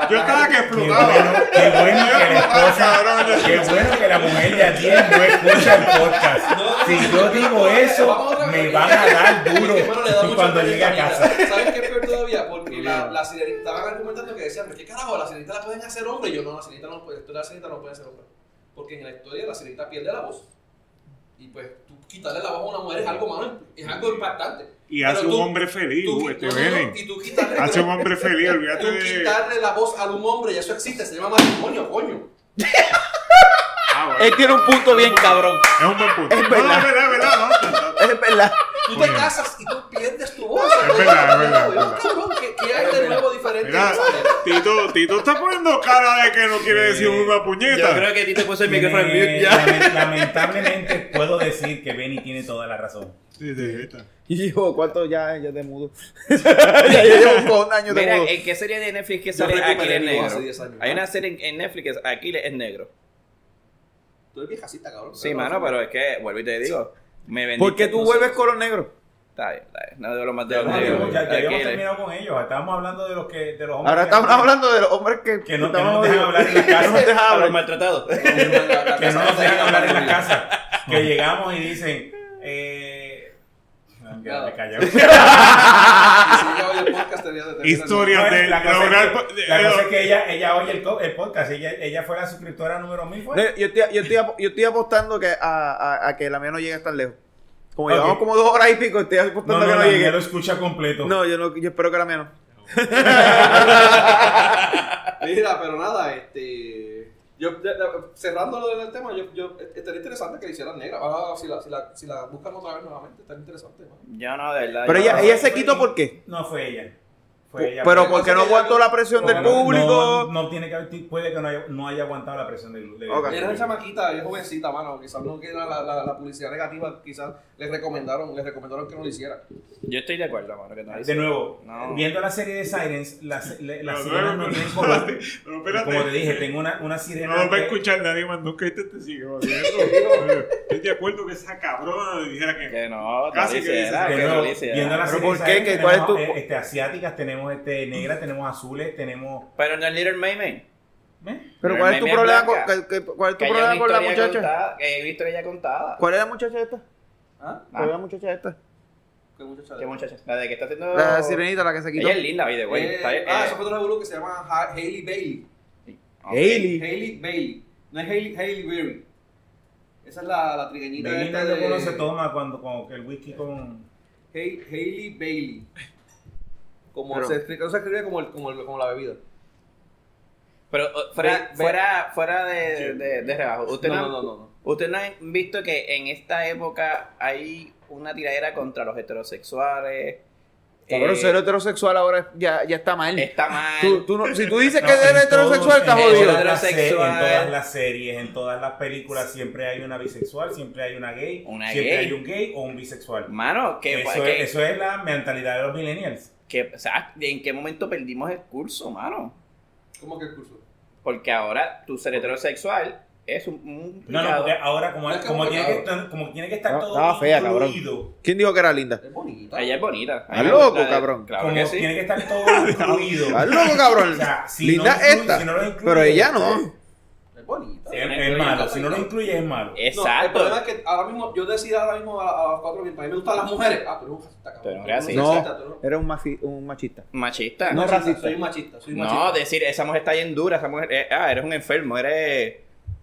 [SPEAKER 2] la-
[SPEAKER 4] Yo estaba que
[SPEAKER 6] Qué
[SPEAKER 4] explotaba.
[SPEAKER 6] bueno, qué bueno
[SPEAKER 4] Yo
[SPEAKER 6] que la
[SPEAKER 4] explotaba,
[SPEAKER 6] esposa.
[SPEAKER 4] cabrón.
[SPEAKER 6] Qué bueno que la mujer de aquí no escucha el podcast. Si yo digo eso, me van a dar duro
[SPEAKER 2] Mi hermano le da mucho
[SPEAKER 6] cuando
[SPEAKER 2] cariño
[SPEAKER 6] llegue a
[SPEAKER 2] ella.
[SPEAKER 6] casa.
[SPEAKER 2] ¿Sabes qué es peor todavía? Porque la, la sirenita estaban argumentando que decían, ¿qué carajo? La sirenita la pueden hacer hombre. Y yo no, la sirenita no puede, la sirenita no puede ser hombre. Porque en la historia la sirenita pierde la voz. Y pues tú quitarle la voz a una mujer es algo malo, es algo impactante.
[SPEAKER 4] Y hace
[SPEAKER 2] Pero
[SPEAKER 4] un
[SPEAKER 2] tú-
[SPEAKER 4] hombre feliz,
[SPEAKER 2] Tú,
[SPEAKER 4] uh,
[SPEAKER 2] qui-
[SPEAKER 4] este
[SPEAKER 2] no, no, no,
[SPEAKER 4] Benny.
[SPEAKER 2] y tú quitarle,
[SPEAKER 4] Hace un hombre feliz,
[SPEAKER 2] tú
[SPEAKER 4] olvídate de.
[SPEAKER 2] quitarle la voz a un hombre, y eso existe, se llama matrimonio, coño.
[SPEAKER 4] Ah, bueno.
[SPEAKER 3] Él tiene un punto bien cabrón.
[SPEAKER 4] Es un buen punto.
[SPEAKER 3] Es
[SPEAKER 4] No,
[SPEAKER 3] verdad.
[SPEAKER 4] no, es verdad, es verdad, no, no, no.
[SPEAKER 3] Es verdad.
[SPEAKER 2] Tú
[SPEAKER 4] Coño.
[SPEAKER 2] te casas y tú pierdes tu voz.
[SPEAKER 4] Es verdad, es verdad, es verdad.
[SPEAKER 2] Cabrón, ¿qué, qué hay de nuevo diferente?
[SPEAKER 4] Mira, Tito, Tito está poniendo cara de que no quiere decir una
[SPEAKER 5] Yo
[SPEAKER 4] puñeta.
[SPEAKER 5] creo que a ti te puso el
[SPEAKER 6] Tiene-
[SPEAKER 5] micrófono en mute ya.
[SPEAKER 6] lame- lamentablemente puedo decir que Benny tiene toda la razón.
[SPEAKER 4] Sí, sí, ahí está.
[SPEAKER 3] Hijo, ¿cuánto ya, ya te mudo? ya yo llevo un montón de años de
[SPEAKER 5] Mira,
[SPEAKER 3] mudo.
[SPEAKER 6] eh,
[SPEAKER 5] ¿en qué serie de Netflix que
[SPEAKER 2] Yo
[SPEAKER 5] sale
[SPEAKER 2] recuperé
[SPEAKER 5] Aquiles
[SPEAKER 2] mi voz hace
[SPEAKER 5] Negro?
[SPEAKER 2] 10 años.
[SPEAKER 5] Hay una serie en- en Netflix que es Aquiles es negro.
[SPEAKER 2] Tú eres viejacita, cabrón.
[SPEAKER 5] Sí, mano, pero es que, vuelvo y te digo, me vendiste.
[SPEAKER 3] ¿Por qué tú
[SPEAKER 5] no
[SPEAKER 3] vuelves
[SPEAKER 5] sé.
[SPEAKER 3] color negro?
[SPEAKER 5] Está bien, está bien. No de lo más de
[SPEAKER 6] Ya,
[SPEAKER 5] los negros.
[SPEAKER 6] ya habíamos
[SPEAKER 5] Aquiles.
[SPEAKER 6] terminado con ellos. Estábamos hablando de los que de los hombres.
[SPEAKER 3] Ahora
[SPEAKER 6] que-
[SPEAKER 3] estamos hablando de los hombres que,
[SPEAKER 6] que no, que no
[SPEAKER 3] estamos
[SPEAKER 6] nos dejan hablar en la
[SPEAKER 3] que no nos
[SPEAKER 6] casa.
[SPEAKER 3] dejan
[SPEAKER 5] A
[SPEAKER 3] hablar.
[SPEAKER 5] los maltratados.
[SPEAKER 6] Que no nos dejan hablar en la casa. Que llegamos y dicen. Eh, no, ya me callé.
[SPEAKER 4] Historia.
[SPEAKER 6] No,
[SPEAKER 4] de
[SPEAKER 6] la cosa
[SPEAKER 4] lograr-
[SPEAKER 6] es
[SPEAKER 3] eh,
[SPEAKER 6] que, la cosa es que ella, ella oye el, co- el podcast. Ella, ella fue la suscriptora número 1000.
[SPEAKER 3] No,
[SPEAKER 6] fue.
[SPEAKER 3] yo, estoy, yo, estoy, ap- yo estoy apostando que a, a, a que la mía no llegue tan lejos. Como
[SPEAKER 6] Ok.
[SPEAKER 3] llevamos como dos horas y pico, estoy
[SPEAKER 6] No,
[SPEAKER 3] apostando
[SPEAKER 6] no,
[SPEAKER 3] que no
[SPEAKER 6] la mía
[SPEAKER 3] llegue.
[SPEAKER 6] lo escucha completo.
[SPEAKER 3] No, yo no, yo espero que la mía no.
[SPEAKER 2] Mira, pero nada, este. Yo, ya- ya, cerrando lo del tema, yo, yo, estaría interesante que le hicieran negra. Ahora, si la, si, la, si la buscan otra vez nuevamente, estaría interesante. mano.
[SPEAKER 5] Yo no, de verdad.
[SPEAKER 3] Pero
[SPEAKER 5] yo
[SPEAKER 3] ella,
[SPEAKER 5] no.
[SPEAKER 3] ella se quitó ¿por qué?
[SPEAKER 6] No fue ella. Fue ella.
[SPEAKER 3] Pero
[SPEAKER 2] porque
[SPEAKER 3] porque no
[SPEAKER 2] ella-
[SPEAKER 3] aguantó la presión del
[SPEAKER 2] Porque no-
[SPEAKER 3] público.
[SPEAKER 6] No, no tiene que haber- puede que no haya, no haya aguantado la presión del. del-
[SPEAKER 3] Ok.
[SPEAKER 2] Ella era chamaquita, ella es jovencita, mano. Quizás no que la, la, la, la publicidad negativa, quizás les recomendaron, les recomendaron que no lo hicieran.
[SPEAKER 5] Yo estoy de acuerdo, mano, que no
[SPEAKER 6] De nuevo,
[SPEAKER 5] No.
[SPEAKER 6] viendo la serie de Sirens, las, le-
[SPEAKER 4] No,
[SPEAKER 6] las sirenas
[SPEAKER 4] no,
[SPEAKER 6] no
[SPEAKER 4] no,
[SPEAKER 6] tienen
[SPEAKER 4] no,
[SPEAKER 6] color.
[SPEAKER 4] espérate, pero espérate.
[SPEAKER 6] Como te dije, tengo una, una sirena.
[SPEAKER 4] No lo va a
[SPEAKER 6] que-
[SPEAKER 4] escuchar nadie más nunca este te sigue jodiendo. Estoy de acuerdo que esa cabrona le dijera que.
[SPEAKER 5] Que no,
[SPEAKER 4] Casi
[SPEAKER 5] Casi
[SPEAKER 4] que
[SPEAKER 5] que
[SPEAKER 4] dices,
[SPEAKER 6] de
[SPEAKER 5] que
[SPEAKER 6] nuevo,
[SPEAKER 5] no dice,
[SPEAKER 6] viendo
[SPEAKER 5] ah.
[SPEAKER 6] la
[SPEAKER 3] ¿Pero
[SPEAKER 6] serie
[SPEAKER 3] por
[SPEAKER 6] de
[SPEAKER 3] qué?
[SPEAKER 6] Sirens,
[SPEAKER 3] ¿Qué- cuál es
[SPEAKER 6] tenemos,
[SPEAKER 3] tu-
[SPEAKER 6] eh, este, asiáticas, tenemos este, negras, tenemos azules, tenemos.
[SPEAKER 5] Pero no es Little Mayman.
[SPEAKER 6] ¿eh?
[SPEAKER 3] Pero
[SPEAKER 5] Pero
[SPEAKER 3] ¿cuál es tu
[SPEAKER 5] Meme es
[SPEAKER 3] problema con,
[SPEAKER 5] blanca.
[SPEAKER 3] que- que- cuál es tu
[SPEAKER 5] Que
[SPEAKER 3] problema
[SPEAKER 5] hay
[SPEAKER 3] con
[SPEAKER 5] una
[SPEAKER 3] la
[SPEAKER 5] historia
[SPEAKER 3] muchacha?
[SPEAKER 5] contada, que hay una historia contada.
[SPEAKER 3] ¿Cuál es la muchacha esta?
[SPEAKER 2] ¿Ah?
[SPEAKER 3] ¿Cuál es la muchacha esta?
[SPEAKER 2] Qué muchacha.
[SPEAKER 5] ¿Qué muchacha? La de que está haciendo...
[SPEAKER 3] La sirenita, la que se quitó.
[SPEAKER 5] Ella es linda, by the way.
[SPEAKER 2] Eh,
[SPEAKER 5] Está bien,
[SPEAKER 2] ah,
[SPEAKER 5] eh,
[SPEAKER 2] eso fue otro revolú que se llama Ha- Hailey Bailey.
[SPEAKER 3] Hailey.
[SPEAKER 1] Eh,
[SPEAKER 2] Hailey Bailey. No es Hailey, Hailey Berry. Esa es la, la trigueñita
[SPEAKER 6] Bailey
[SPEAKER 2] esta
[SPEAKER 6] no
[SPEAKER 2] de...
[SPEAKER 6] uno se toma cuando, con el whisky con.
[SPEAKER 2] Hay- Hailey Bailey. Como
[SPEAKER 3] Pero-
[SPEAKER 2] se, escribe, se escribe como, el- como, el- como la bebida.
[SPEAKER 5] Pero o, fuera,
[SPEAKER 2] Ve- ve-
[SPEAKER 5] fuera, fuera de, de, de rebajo, ¿usted
[SPEAKER 2] No,
[SPEAKER 5] no,
[SPEAKER 2] no, no, no, no.
[SPEAKER 5] ¿Ustedes no han visto que en esta época hay una tiradera contra los heterosexuales?
[SPEAKER 1] Cabrón,
[SPEAKER 5] Eh,
[SPEAKER 1] ser heterosexual ahora ya, ya está mal.
[SPEAKER 5] Está mal.
[SPEAKER 1] Tú- tú no- si tú dices que
[SPEAKER 6] No, en
[SPEAKER 1] eres heterosexual,
[SPEAKER 6] todos-
[SPEAKER 1] estás
[SPEAKER 6] en
[SPEAKER 1] jodido.
[SPEAKER 6] todas las se-
[SPEAKER 5] Heterosexual.
[SPEAKER 6] En todas las series, en todas las películas, siempre hay una bisexual, siempre hay una gay,
[SPEAKER 5] Una
[SPEAKER 6] siempre
[SPEAKER 5] gay.
[SPEAKER 6] hay un gay o un bisexual.
[SPEAKER 5] Mano, que, pues,
[SPEAKER 6] eso,
[SPEAKER 5] que-
[SPEAKER 6] es, eso es la mentalidad de los millennials.
[SPEAKER 5] que- o sea, ¿en qué momento perdimos el curso, mano?
[SPEAKER 2] ¿Cómo que el curso?
[SPEAKER 5] Porque ahora tu ser heterosexual es un... un
[SPEAKER 6] No, no, porque ahora como,
[SPEAKER 2] Es que
[SPEAKER 6] como,
[SPEAKER 2] es
[SPEAKER 6] tiene, que
[SPEAKER 2] complicado.
[SPEAKER 6] estar, como tiene que estar
[SPEAKER 1] No,
[SPEAKER 6] todo
[SPEAKER 1] estaba fea, cabrón.
[SPEAKER 6] incluido,
[SPEAKER 1] ¿Quién dijo que era linda?
[SPEAKER 2] Es bonito.
[SPEAKER 5] Ella es bonita.
[SPEAKER 1] Ah, loco, cabrón.
[SPEAKER 5] Claro
[SPEAKER 6] como
[SPEAKER 5] que sí.
[SPEAKER 6] tiene que estar todo incluido.
[SPEAKER 1] ¿Estás loco, cabrón?
[SPEAKER 6] O sea, si
[SPEAKER 1] linda
[SPEAKER 6] no lo incluye-
[SPEAKER 1] esta.
[SPEAKER 6] si no lo incluye,
[SPEAKER 1] pero ella no.
[SPEAKER 2] Es bonita.
[SPEAKER 6] Es, es malo, si no lo incluye es malo.
[SPEAKER 5] Eh,
[SPEAKER 2] No, el
[SPEAKER 5] Exacto.
[SPEAKER 2] problema es que ahora mismo, yo decía ahora mismo a, a las cuatro que a mí me gustan las mujeres. Ah, pero nunca está
[SPEAKER 5] Pero
[SPEAKER 2] cabrón.
[SPEAKER 5] no eres así.
[SPEAKER 2] Tú eres
[SPEAKER 1] No.
[SPEAKER 2] machista, tú eres-
[SPEAKER 1] Era un, mafi- un machista.
[SPEAKER 5] Machista.
[SPEAKER 1] No,
[SPEAKER 5] No,
[SPEAKER 2] machista,
[SPEAKER 1] racista.
[SPEAKER 2] Soy machista, soy machista.
[SPEAKER 5] decir, esa mujer está bien dura, esa mujer... eh, ah, eres un enfermo, eres...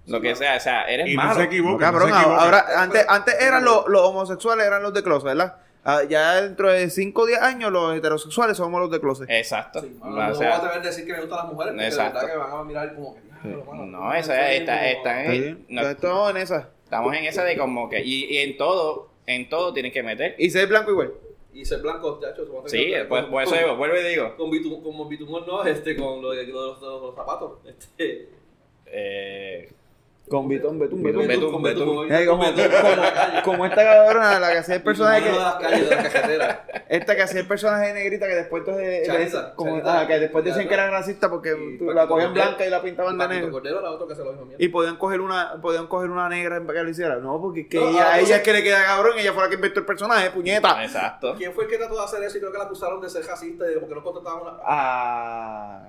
[SPEAKER 5] Lo que sea, o sea, eres
[SPEAKER 4] Y no
[SPEAKER 5] malo.
[SPEAKER 4] se equivoca.
[SPEAKER 1] No, cabrón,
[SPEAKER 4] no se equivoca.
[SPEAKER 1] ahora, antes, antes eran los, los homosexuales, eran los de closet, ¿verdad? Ah, ya dentro de 5 o 10 años los heterosexuales somos los de closet.
[SPEAKER 5] Exacto.
[SPEAKER 2] Sí,
[SPEAKER 5] O
[SPEAKER 2] mano, no
[SPEAKER 5] sea,
[SPEAKER 2] voy a atrever a decir que me gustan las mujeres porque
[SPEAKER 5] Exacto.
[SPEAKER 2] de verdad que me van a mirar como que. "Ah, "Diablo, mano, tú
[SPEAKER 5] No,
[SPEAKER 2] eres
[SPEAKER 5] esa
[SPEAKER 2] bien
[SPEAKER 5] está,
[SPEAKER 2] como-
[SPEAKER 5] está
[SPEAKER 1] ¿Está bien?
[SPEAKER 5] en, no,
[SPEAKER 1] Entonces, Estamos en esa.
[SPEAKER 5] estamos en esa de como que y, y en todo, en todo tienes que meter.
[SPEAKER 1] Y ser blanco igual.
[SPEAKER 2] Y ser blanco, chacho. tú vas a
[SPEAKER 5] Sí,
[SPEAKER 2] tener que-
[SPEAKER 5] pues por eso digo, vuelvo y digo.
[SPEAKER 2] Con, bitum, con bitumor no, este, con lo de, lo de los, de los zapatos. Este,
[SPEAKER 5] Eh,
[SPEAKER 1] Con Bitón, Betún,
[SPEAKER 5] Betún,
[SPEAKER 1] Betún.
[SPEAKER 5] Betún,
[SPEAKER 2] con
[SPEAKER 5] Betún.
[SPEAKER 2] con
[SPEAKER 1] Eh, como,
[SPEAKER 2] Betún, con
[SPEAKER 1] como-
[SPEAKER 2] la calle.
[SPEAKER 1] como esta cabrona, la que hacía el personaje
[SPEAKER 2] Bitumor
[SPEAKER 1] que,
[SPEAKER 2] no de las calles, de las cajeteras.
[SPEAKER 1] Esta que hacía el personaje de negrita que después entonces- eh,
[SPEAKER 2] Chariza,
[SPEAKER 1] como-
[SPEAKER 2] Chariza.
[SPEAKER 1] ah, que después decían
[SPEAKER 2] Chariza.
[SPEAKER 1] que era racista porque
[SPEAKER 2] Y
[SPEAKER 1] tú- la
[SPEAKER 2] Paquito
[SPEAKER 1] cogían
[SPEAKER 2] Cordero.
[SPEAKER 1] blanca y la pintaban de
[SPEAKER 2] Paquito
[SPEAKER 1] negro.
[SPEAKER 2] Cordero la otra que se lo dijo mierda.
[SPEAKER 1] Y podían coger una, podían coger una negra para que lo hiciera. No, porque es que
[SPEAKER 2] No, ah,
[SPEAKER 1] ella,
[SPEAKER 2] ahora
[SPEAKER 1] a
[SPEAKER 2] tú
[SPEAKER 1] ella es
[SPEAKER 2] sabes-
[SPEAKER 1] que le queda cabrón, ella fue la que inventó el personaje, puñeta.
[SPEAKER 5] exacto.
[SPEAKER 2] ¿Quién fue el que trató de hacer eso? Y creo que la acusaron de ser racista y de porque no contrataban una.
[SPEAKER 1] Ah,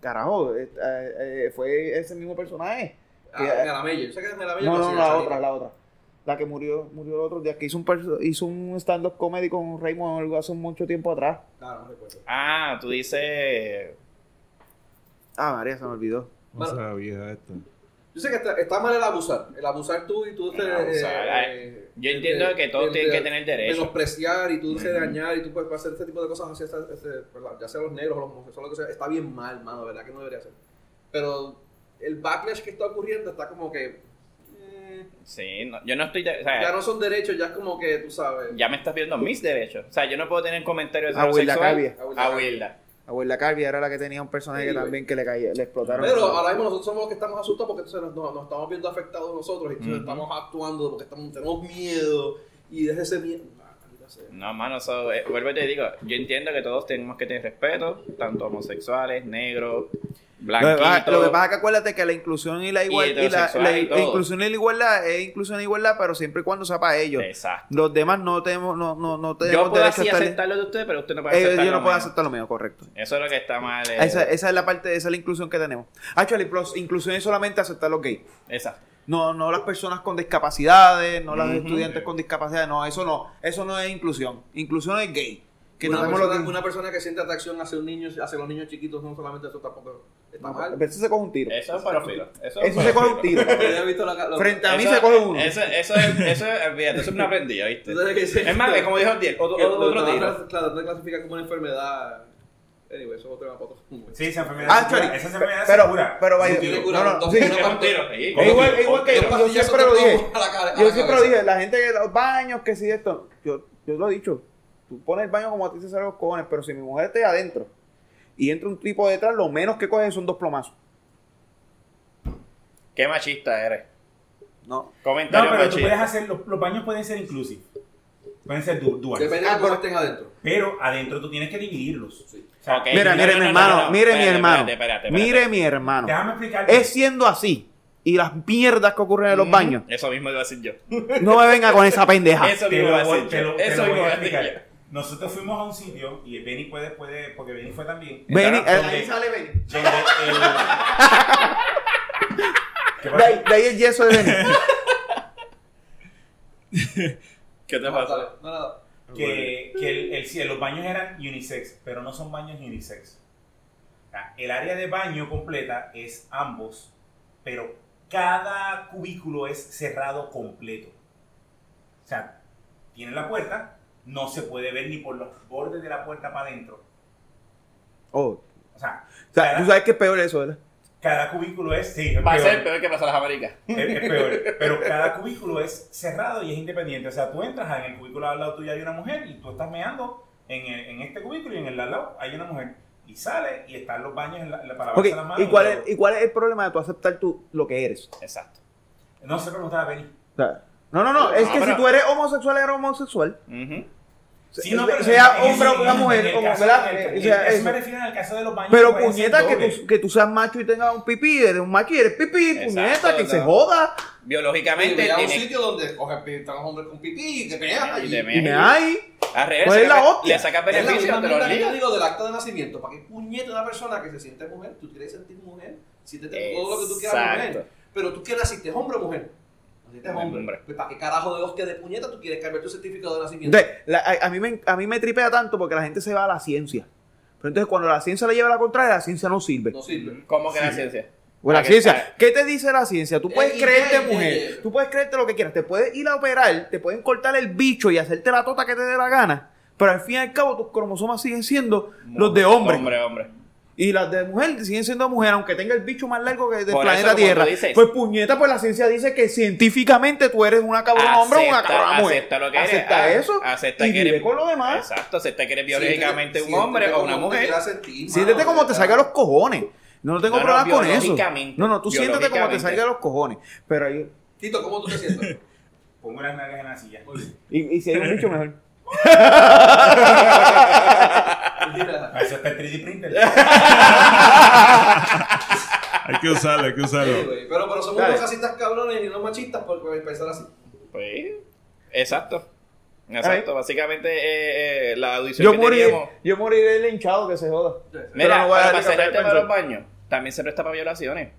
[SPEAKER 1] carajo, eh, eh, eh, fue ese mismo personaje.
[SPEAKER 2] A
[SPEAKER 1] eh,
[SPEAKER 2] la Meyer. ¿Sabes que es la Meyer?
[SPEAKER 1] No,
[SPEAKER 2] que
[SPEAKER 1] no,
[SPEAKER 2] hacía
[SPEAKER 1] la
[SPEAKER 2] esa
[SPEAKER 1] otra,
[SPEAKER 2] línea?
[SPEAKER 1] la otra. La que murió, murió el otro día, que hizo un, perso- hizo un stand-up comedy con Raymond o algo hace mucho tiempo atrás.
[SPEAKER 2] Ah, no recuerdo.
[SPEAKER 5] Ah, tú dices
[SPEAKER 1] Ah, María, se me olvidó.
[SPEAKER 4] No sabía esto.
[SPEAKER 2] Yo sé que está, está mal el abusar. El abusar tú y tú.
[SPEAKER 5] El
[SPEAKER 2] te, eh,
[SPEAKER 5] abusar, yo
[SPEAKER 2] el
[SPEAKER 5] entiendo
[SPEAKER 2] de-
[SPEAKER 5] que todos
[SPEAKER 2] el
[SPEAKER 5] tienen
[SPEAKER 2] de
[SPEAKER 5] que tener derecho.
[SPEAKER 2] Menospreciar y tú te dañar y tú puedes hacer este tipo de cosas así, esta- este, ¿verdad? ya sea los negros o los homosexuales, lo que sea. Está bien mal, mano, ¿verdad? Que no debería ser. Pero el backlash que está ocurriendo está como que. eh,
[SPEAKER 5] Sí, no, yo no estoy, de- o
[SPEAKER 2] ya
[SPEAKER 5] sea,
[SPEAKER 2] no son derechos, ya es como que tú sabes.
[SPEAKER 5] Eh. ya me estás viendo mis derechos. O sea, yo no puedo tener comentarios
[SPEAKER 1] A Wilda
[SPEAKER 5] heterosexual
[SPEAKER 2] Cavia.
[SPEAKER 5] a Wilda.
[SPEAKER 1] Abuela Calvi era la que tenía un personaje
[SPEAKER 2] Sí,
[SPEAKER 1] que
[SPEAKER 2] güey.
[SPEAKER 1] también que le caía, le explotaron.
[SPEAKER 2] Pero ahora mismo nosotros somos los que estamos asustados porque entonces nos, nos- nos estamos viendo afectados nosotros y entonces
[SPEAKER 5] Ujú.
[SPEAKER 2] estamos actuando porque estamos, tenemos miedo y desde ese miedo. Nah, maldita sea.
[SPEAKER 5] No, mano, so, eh, vuelvo y te digo, yo entiendo que todos tenemos que tener respeto, tanto homosexuales, negros,
[SPEAKER 1] lo, que pasa,
[SPEAKER 5] blanquitos.
[SPEAKER 1] lo que pasa es que acuérdate que la inclusión y la igualdad y la,
[SPEAKER 5] heterosexual
[SPEAKER 1] la-
[SPEAKER 5] y
[SPEAKER 1] la
[SPEAKER 5] todo.
[SPEAKER 1] inclusión y la igualdad es inclusión y igualdad, pero siempre y cuando sea para ellos.
[SPEAKER 5] Exacto.
[SPEAKER 1] Los demás no tenemos no no no
[SPEAKER 5] Yo
[SPEAKER 1] tenemos
[SPEAKER 5] puedo
[SPEAKER 1] derecho
[SPEAKER 5] así
[SPEAKER 1] a estar
[SPEAKER 5] aceptar lo de ustedes, pero usted no puede
[SPEAKER 1] Eh,
[SPEAKER 5] aceptar
[SPEAKER 1] yo
[SPEAKER 5] lo
[SPEAKER 1] no puedo
[SPEAKER 5] mío.
[SPEAKER 1] aceptar lo mío, correcto.
[SPEAKER 5] Eso es lo que está mal. eh,
[SPEAKER 1] Esa, esa es la parte, esa es la inclusión que tenemos. Actually, plus, inclusión es solamente aceptar los gays.
[SPEAKER 5] Exacto.
[SPEAKER 1] No, no las personas con discapacidades, no las
[SPEAKER 5] Ujú.
[SPEAKER 1] estudiantes con discapacidades, no, eso no, eso no es inclusión. Inclusión es gay. Que
[SPEAKER 2] una,
[SPEAKER 1] tratemos
[SPEAKER 2] persona,
[SPEAKER 1] lo que-
[SPEAKER 2] una persona que siente atracción hacia, un niño, hacia los niños chiquitos no solamente eso tampoco está mal.
[SPEAKER 1] Pero Eso se coge un tiro.
[SPEAKER 5] Eso es para filo. Eso, es
[SPEAKER 1] Eso se coge un tiro.
[SPEAKER 2] Yo había visto la, la-
[SPEAKER 1] Frente a mí
[SPEAKER 5] Eso-
[SPEAKER 1] se coge uno.
[SPEAKER 5] Eso, eso, es, eso, es, fíjate, eso es una aprendida, ¿viste?
[SPEAKER 2] Tú sabes que sí.
[SPEAKER 5] Es más, que como dijo Diel, otro,
[SPEAKER 2] que
[SPEAKER 5] otro,
[SPEAKER 2] lo
[SPEAKER 5] otro
[SPEAKER 2] tratan de
[SPEAKER 5] tiro.
[SPEAKER 2] clas- Claro, te clasifica como una enfermedad. Anyway, eso es otro tema para otro.
[SPEAKER 6] Sí, esa enfermedad
[SPEAKER 1] Ah,
[SPEAKER 6] se cura,
[SPEAKER 1] sorry.
[SPEAKER 6] esa enfermedad
[SPEAKER 1] pero,
[SPEAKER 6] se cura.
[SPEAKER 1] Pero vaya,
[SPEAKER 2] No tiene cura,
[SPEAKER 1] no, no,
[SPEAKER 2] doctor,
[SPEAKER 1] sí.
[SPEAKER 2] no
[SPEAKER 5] Es un tiro, sí.
[SPEAKER 1] Es igual, es igual que
[SPEAKER 2] Dos
[SPEAKER 1] yo, yo
[SPEAKER 2] pastillas
[SPEAKER 1] siempre lo
[SPEAKER 2] que te
[SPEAKER 1] dije.
[SPEAKER 2] pongo a la cara- a la
[SPEAKER 1] Yo siempre lo
[SPEAKER 2] cabeza.
[SPEAKER 1] dije, la gente que los baños, que si esto. Yo, yo lo he dicho. Tú pones el baño como a ti te salen los cojones, pero si mi mujer está ahí adentro y entra un tipo detrás, lo menos que coge son dos plomazos.
[SPEAKER 5] Qué machista eres.
[SPEAKER 1] No.
[SPEAKER 6] No,
[SPEAKER 5] Comentario
[SPEAKER 6] pero tú puedes
[SPEAKER 5] machista.
[SPEAKER 6] hacer, los, los baños pueden ser inclusive, pueden ser du- duales.
[SPEAKER 1] Ah,
[SPEAKER 2] Depende de cómo estén adentro.
[SPEAKER 6] Pero adentro tú tienes que dividirlos.
[SPEAKER 2] Sí.
[SPEAKER 6] O sea,
[SPEAKER 5] Ok.
[SPEAKER 1] mira,
[SPEAKER 5] Eh, no,
[SPEAKER 1] mire
[SPEAKER 5] no,
[SPEAKER 1] mi
[SPEAKER 5] no,
[SPEAKER 1] hermano,
[SPEAKER 5] no, no.
[SPEAKER 1] mire mi
[SPEAKER 5] Espérate,
[SPEAKER 1] hermano.
[SPEAKER 5] espérate, espérate, espérate.
[SPEAKER 1] Mire mi hermano.
[SPEAKER 6] Déjame explicarte.
[SPEAKER 1] Es siendo así y las mierdas que ocurren en los baños,
[SPEAKER 5] Eso mismo iba a decir yo.
[SPEAKER 1] no me venga con esa pendeja.
[SPEAKER 5] Eso
[SPEAKER 6] te
[SPEAKER 5] mismo
[SPEAKER 6] lo
[SPEAKER 5] iba a
[SPEAKER 6] voy,
[SPEAKER 5] decir
[SPEAKER 6] te
[SPEAKER 5] yo.
[SPEAKER 6] lo- te
[SPEAKER 5] Eso
[SPEAKER 6] lo voy
[SPEAKER 5] mismo iba
[SPEAKER 6] a
[SPEAKER 5] a decir yo.
[SPEAKER 6] explicar. Nosotros fuimos a un sitio y Benny puede, puede porque Benny fue también.
[SPEAKER 1] Benny,
[SPEAKER 6] Donde-
[SPEAKER 1] eh,
[SPEAKER 6] donde-
[SPEAKER 1] ahí sale Benny.
[SPEAKER 6] donde el- ¿Qué
[SPEAKER 1] De
[SPEAKER 6] pasa?
[SPEAKER 1] ahí, de ahí el yeso de Benny.
[SPEAKER 5] ¿Qué te
[SPEAKER 2] No,
[SPEAKER 5] pasa?
[SPEAKER 2] dale, no, nada.
[SPEAKER 6] que, que el, el- sí, los baños eran unisex, pero no son baños unisex. O sea, el área de baño completa es ambos, pero cada cubículo es cerrado completo. O sea, tiene la puerta, no se puede ver ni por los bordes de la puerta para adentro.
[SPEAKER 1] Oh.
[SPEAKER 6] O sea,
[SPEAKER 1] O sea, tú sabes que es peor eso, ¿verdad?
[SPEAKER 6] Cada cubículo es, sí, es
[SPEAKER 5] Va a
[SPEAKER 6] peor.
[SPEAKER 5] ser peor que pasar las Américas.
[SPEAKER 6] Es, es peor. Pero cada cubículo es cerrado y es independiente. O sea, tú entras en el cubículo al lado tuyo hay una mujer y tú estás meando en, el- en este cubículo y en el de al lado hay una mujer. Y sale y están los baños en la, la- para
[SPEAKER 1] Ok,
[SPEAKER 6] lavarse las manos.
[SPEAKER 1] ¿y cuál, es, ¿y cuál es el problema de tú aceptar tú lo que eres?
[SPEAKER 5] Exacto.
[SPEAKER 6] No sé cómo estaba Benny.
[SPEAKER 1] O sea, no, no, no, es
[SPEAKER 2] Ah,
[SPEAKER 5] No,
[SPEAKER 1] que
[SPEAKER 5] pero-
[SPEAKER 1] si tú eres homosexual, eres homosexual.
[SPEAKER 5] Ujú.
[SPEAKER 6] Sí, no,
[SPEAKER 1] sea-
[SPEAKER 6] pero
[SPEAKER 1] sea
[SPEAKER 6] en ese-
[SPEAKER 1] hombre o una
[SPEAKER 6] en
[SPEAKER 1] mujer,
[SPEAKER 6] el
[SPEAKER 1] como,
[SPEAKER 6] caso-
[SPEAKER 1] ¿verdad?
[SPEAKER 6] en el-
[SPEAKER 1] Eh, o sea,
[SPEAKER 6] en- eso
[SPEAKER 1] eso.
[SPEAKER 6] me refiero en el caso de los baños.
[SPEAKER 1] Pero
[SPEAKER 6] puede
[SPEAKER 2] pues,
[SPEAKER 6] ser
[SPEAKER 1] puñeta, que
[SPEAKER 6] doble.
[SPEAKER 1] tú, que tú seas macho y tengas un pipí, eres un macho y eres pipí,
[SPEAKER 5] Exacto,
[SPEAKER 1] puñeta, que
[SPEAKER 5] no.
[SPEAKER 1] se joda.
[SPEAKER 2] Y
[SPEAKER 5] Biológicamente
[SPEAKER 2] llega a un
[SPEAKER 5] tiene
[SPEAKER 2] sitio donde cogen pi- están los hombres con pipí y que pegan.
[SPEAKER 5] Y te
[SPEAKER 1] Y
[SPEAKER 5] mean.
[SPEAKER 1] me hay.
[SPEAKER 5] Al revés,
[SPEAKER 1] ¿Cuál es
[SPEAKER 5] le
[SPEAKER 1] la
[SPEAKER 5] saca-
[SPEAKER 1] hostia?
[SPEAKER 5] Le sacas
[SPEAKER 2] Es la misma
[SPEAKER 5] beneficio, te lo
[SPEAKER 2] mierda que yo
[SPEAKER 5] obligas.
[SPEAKER 2] digo del acto de nacimiento. ¿Para qué puñeta una persona que se siente mujer? Tú quieres sentir mujer, siéntete todo lo que tú quieras mujer.
[SPEAKER 5] Exacto.
[SPEAKER 2] Pero tú que naciste hombre o mujer. Naciste
[SPEAKER 5] Hombre,
[SPEAKER 2] hombre.
[SPEAKER 5] hombre.
[SPEAKER 2] Pues, ¿Para qué carajo de hostia de puñeta tú quieres cambiar tu certificado de nacimiento?
[SPEAKER 1] Entonces, la- a, a mí me, a mí me tripea tanto porque la gente se va a la ciencia. Pero entonces, cuando la ciencia le lleva la contraria, la ciencia no sirve.
[SPEAKER 2] No sirve.
[SPEAKER 5] ¿Cómo que la ciencia?
[SPEAKER 1] O la
[SPEAKER 5] Ah, que-
[SPEAKER 1] ciencia.
[SPEAKER 5] ah.
[SPEAKER 1] ¿Qué te dice la ciencia? Tú puedes
[SPEAKER 2] Eh, y
[SPEAKER 1] creerte
[SPEAKER 2] ya, ya,
[SPEAKER 1] mujer,
[SPEAKER 2] ya.
[SPEAKER 1] tú puedes creerte lo que quieras, te puedes ir a operar, te pueden cortar el bicho y hacerte la tota que te dé la gana, pero al fin y al cabo tus cromosomas siguen siendo los de hombre.
[SPEAKER 5] Hombre, hombre.
[SPEAKER 1] Y las de mujer siguen siendo mujer, aunque tenga el bicho más largo que del
[SPEAKER 5] Por eso,
[SPEAKER 1] planeta
[SPEAKER 5] como tú
[SPEAKER 1] Tierra.
[SPEAKER 5] dices.
[SPEAKER 1] pues puñeta, pues la ciencia dice que científicamente tú eres una cabrona hombre o una
[SPEAKER 5] Acepta-
[SPEAKER 1] cabrona mujer.
[SPEAKER 5] acepta lo que eres.
[SPEAKER 1] eh. acepta
[SPEAKER 5] Ah,
[SPEAKER 1] eso
[SPEAKER 5] acepta
[SPEAKER 1] y
[SPEAKER 5] que
[SPEAKER 1] vive
[SPEAKER 5] eres-
[SPEAKER 1] con lo demás.
[SPEAKER 5] Exacto, acepta que eres
[SPEAKER 2] Siéntete-
[SPEAKER 5] biológicamente un
[SPEAKER 2] siéntete
[SPEAKER 5] hombre o
[SPEAKER 2] como
[SPEAKER 5] una
[SPEAKER 2] tú te
[SPEAKER 5] mujer.
[SPEAKER 2] quieras sentir, mano,
[SPEAKER 1] Siéntete como te
[SPEAKER 2] ¿verdad?
[SPEAKER 1] salga los cojones. No tengo
[SPEAKER 5] No, no,
[SPEAKER 1] problemas con eso.
[SPEAKER 5] biológicamente.
[SPEAKER 1] No, no, tú siéntate como te
[SPEAKER 5] Biológicamente.
[SPEAKER 1] salga los cojones. Pero ahí-
[SPEAKER 2] Tito, ¿cómo tú te sientes?
[SPEAKER 6] Pongo las nalgas en la silla.
[SPEAKER 1] y, y si hay un bicho mejor.
[SPEAKER 6] Para Ah, eso está el 3D printer.
[SPEAKER 4] Hay que usarlo, hay que
[SPEAKER 2] Sí,
[SPEAKER 4] usarlo.
[SPEAKER 2] güey, pero, pero somos
[SPEAKER 1] Dale.
[SPEAKER 2] unos casistas cabrones y unos machistas por, por pensar así.
[SPEAKER 5] Pues, exacto.
[SPEAKER 1] Ahí.
[SPEAKER 5] Exacto, básicamente eh, eh, la audición
[SPEAKER 1] Yo
[SPEAKER 5] que
[SPEAKER 1] moriré,
[SPEAKER 5] teníamos.
[SPEAKER 1] yo moriré linchado que se joda. pero
[SPEAKER 5] Mira,
[SPEAKER 1] no voy a
[SPEAKER 5] para
[SPEAKER 1] darle
[SPEAKER 5] pasar el
[SPEAKER 1] café al
[SPEAKER 5] tema de los
[SPEAKER 1] Benzo.
[SPEAKER 5] baños, también se presta para violaciones.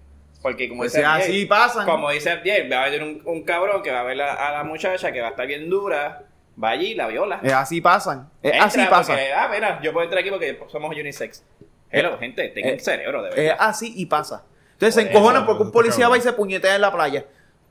[SPEAKER 5] Porque como
[SPEAKER 1] Pues
[SPEAKER 5] dice Abdiel,
[SPEAKER 1] así pasan.
[SPEAKER 5] como dice Abdiel, va a haber un, un cabrón que va a ver la- a la muchacha que va a estar bien dura, va allí y la viola.
[SPEAKER 1] Eh, así pasan. Eh, así
[SPEAKER 5] Entra
[SPEAKER 1] pasa.
[SPEAKER 5] porque, ah, mira, yo puedo entrar aquí porque somos unisex. Hello, gente, tengo
[SPEAKER 1] eh,
[SPEAKER 5] un cerebro, de verdad.
[SPEAKER 1] Es así y pasa. Entonces se
[SPEAKER 5] Por
[SPEAKER 1] encojonan
[SPEAKER 4] eso,
[SPEAKER 1] porque un
[SPEAKER 4] está
[SPEAKER 1] policía
[SPEAKER 4] cabrón.
[SPEAKER 1] va y se puñetea en la playa.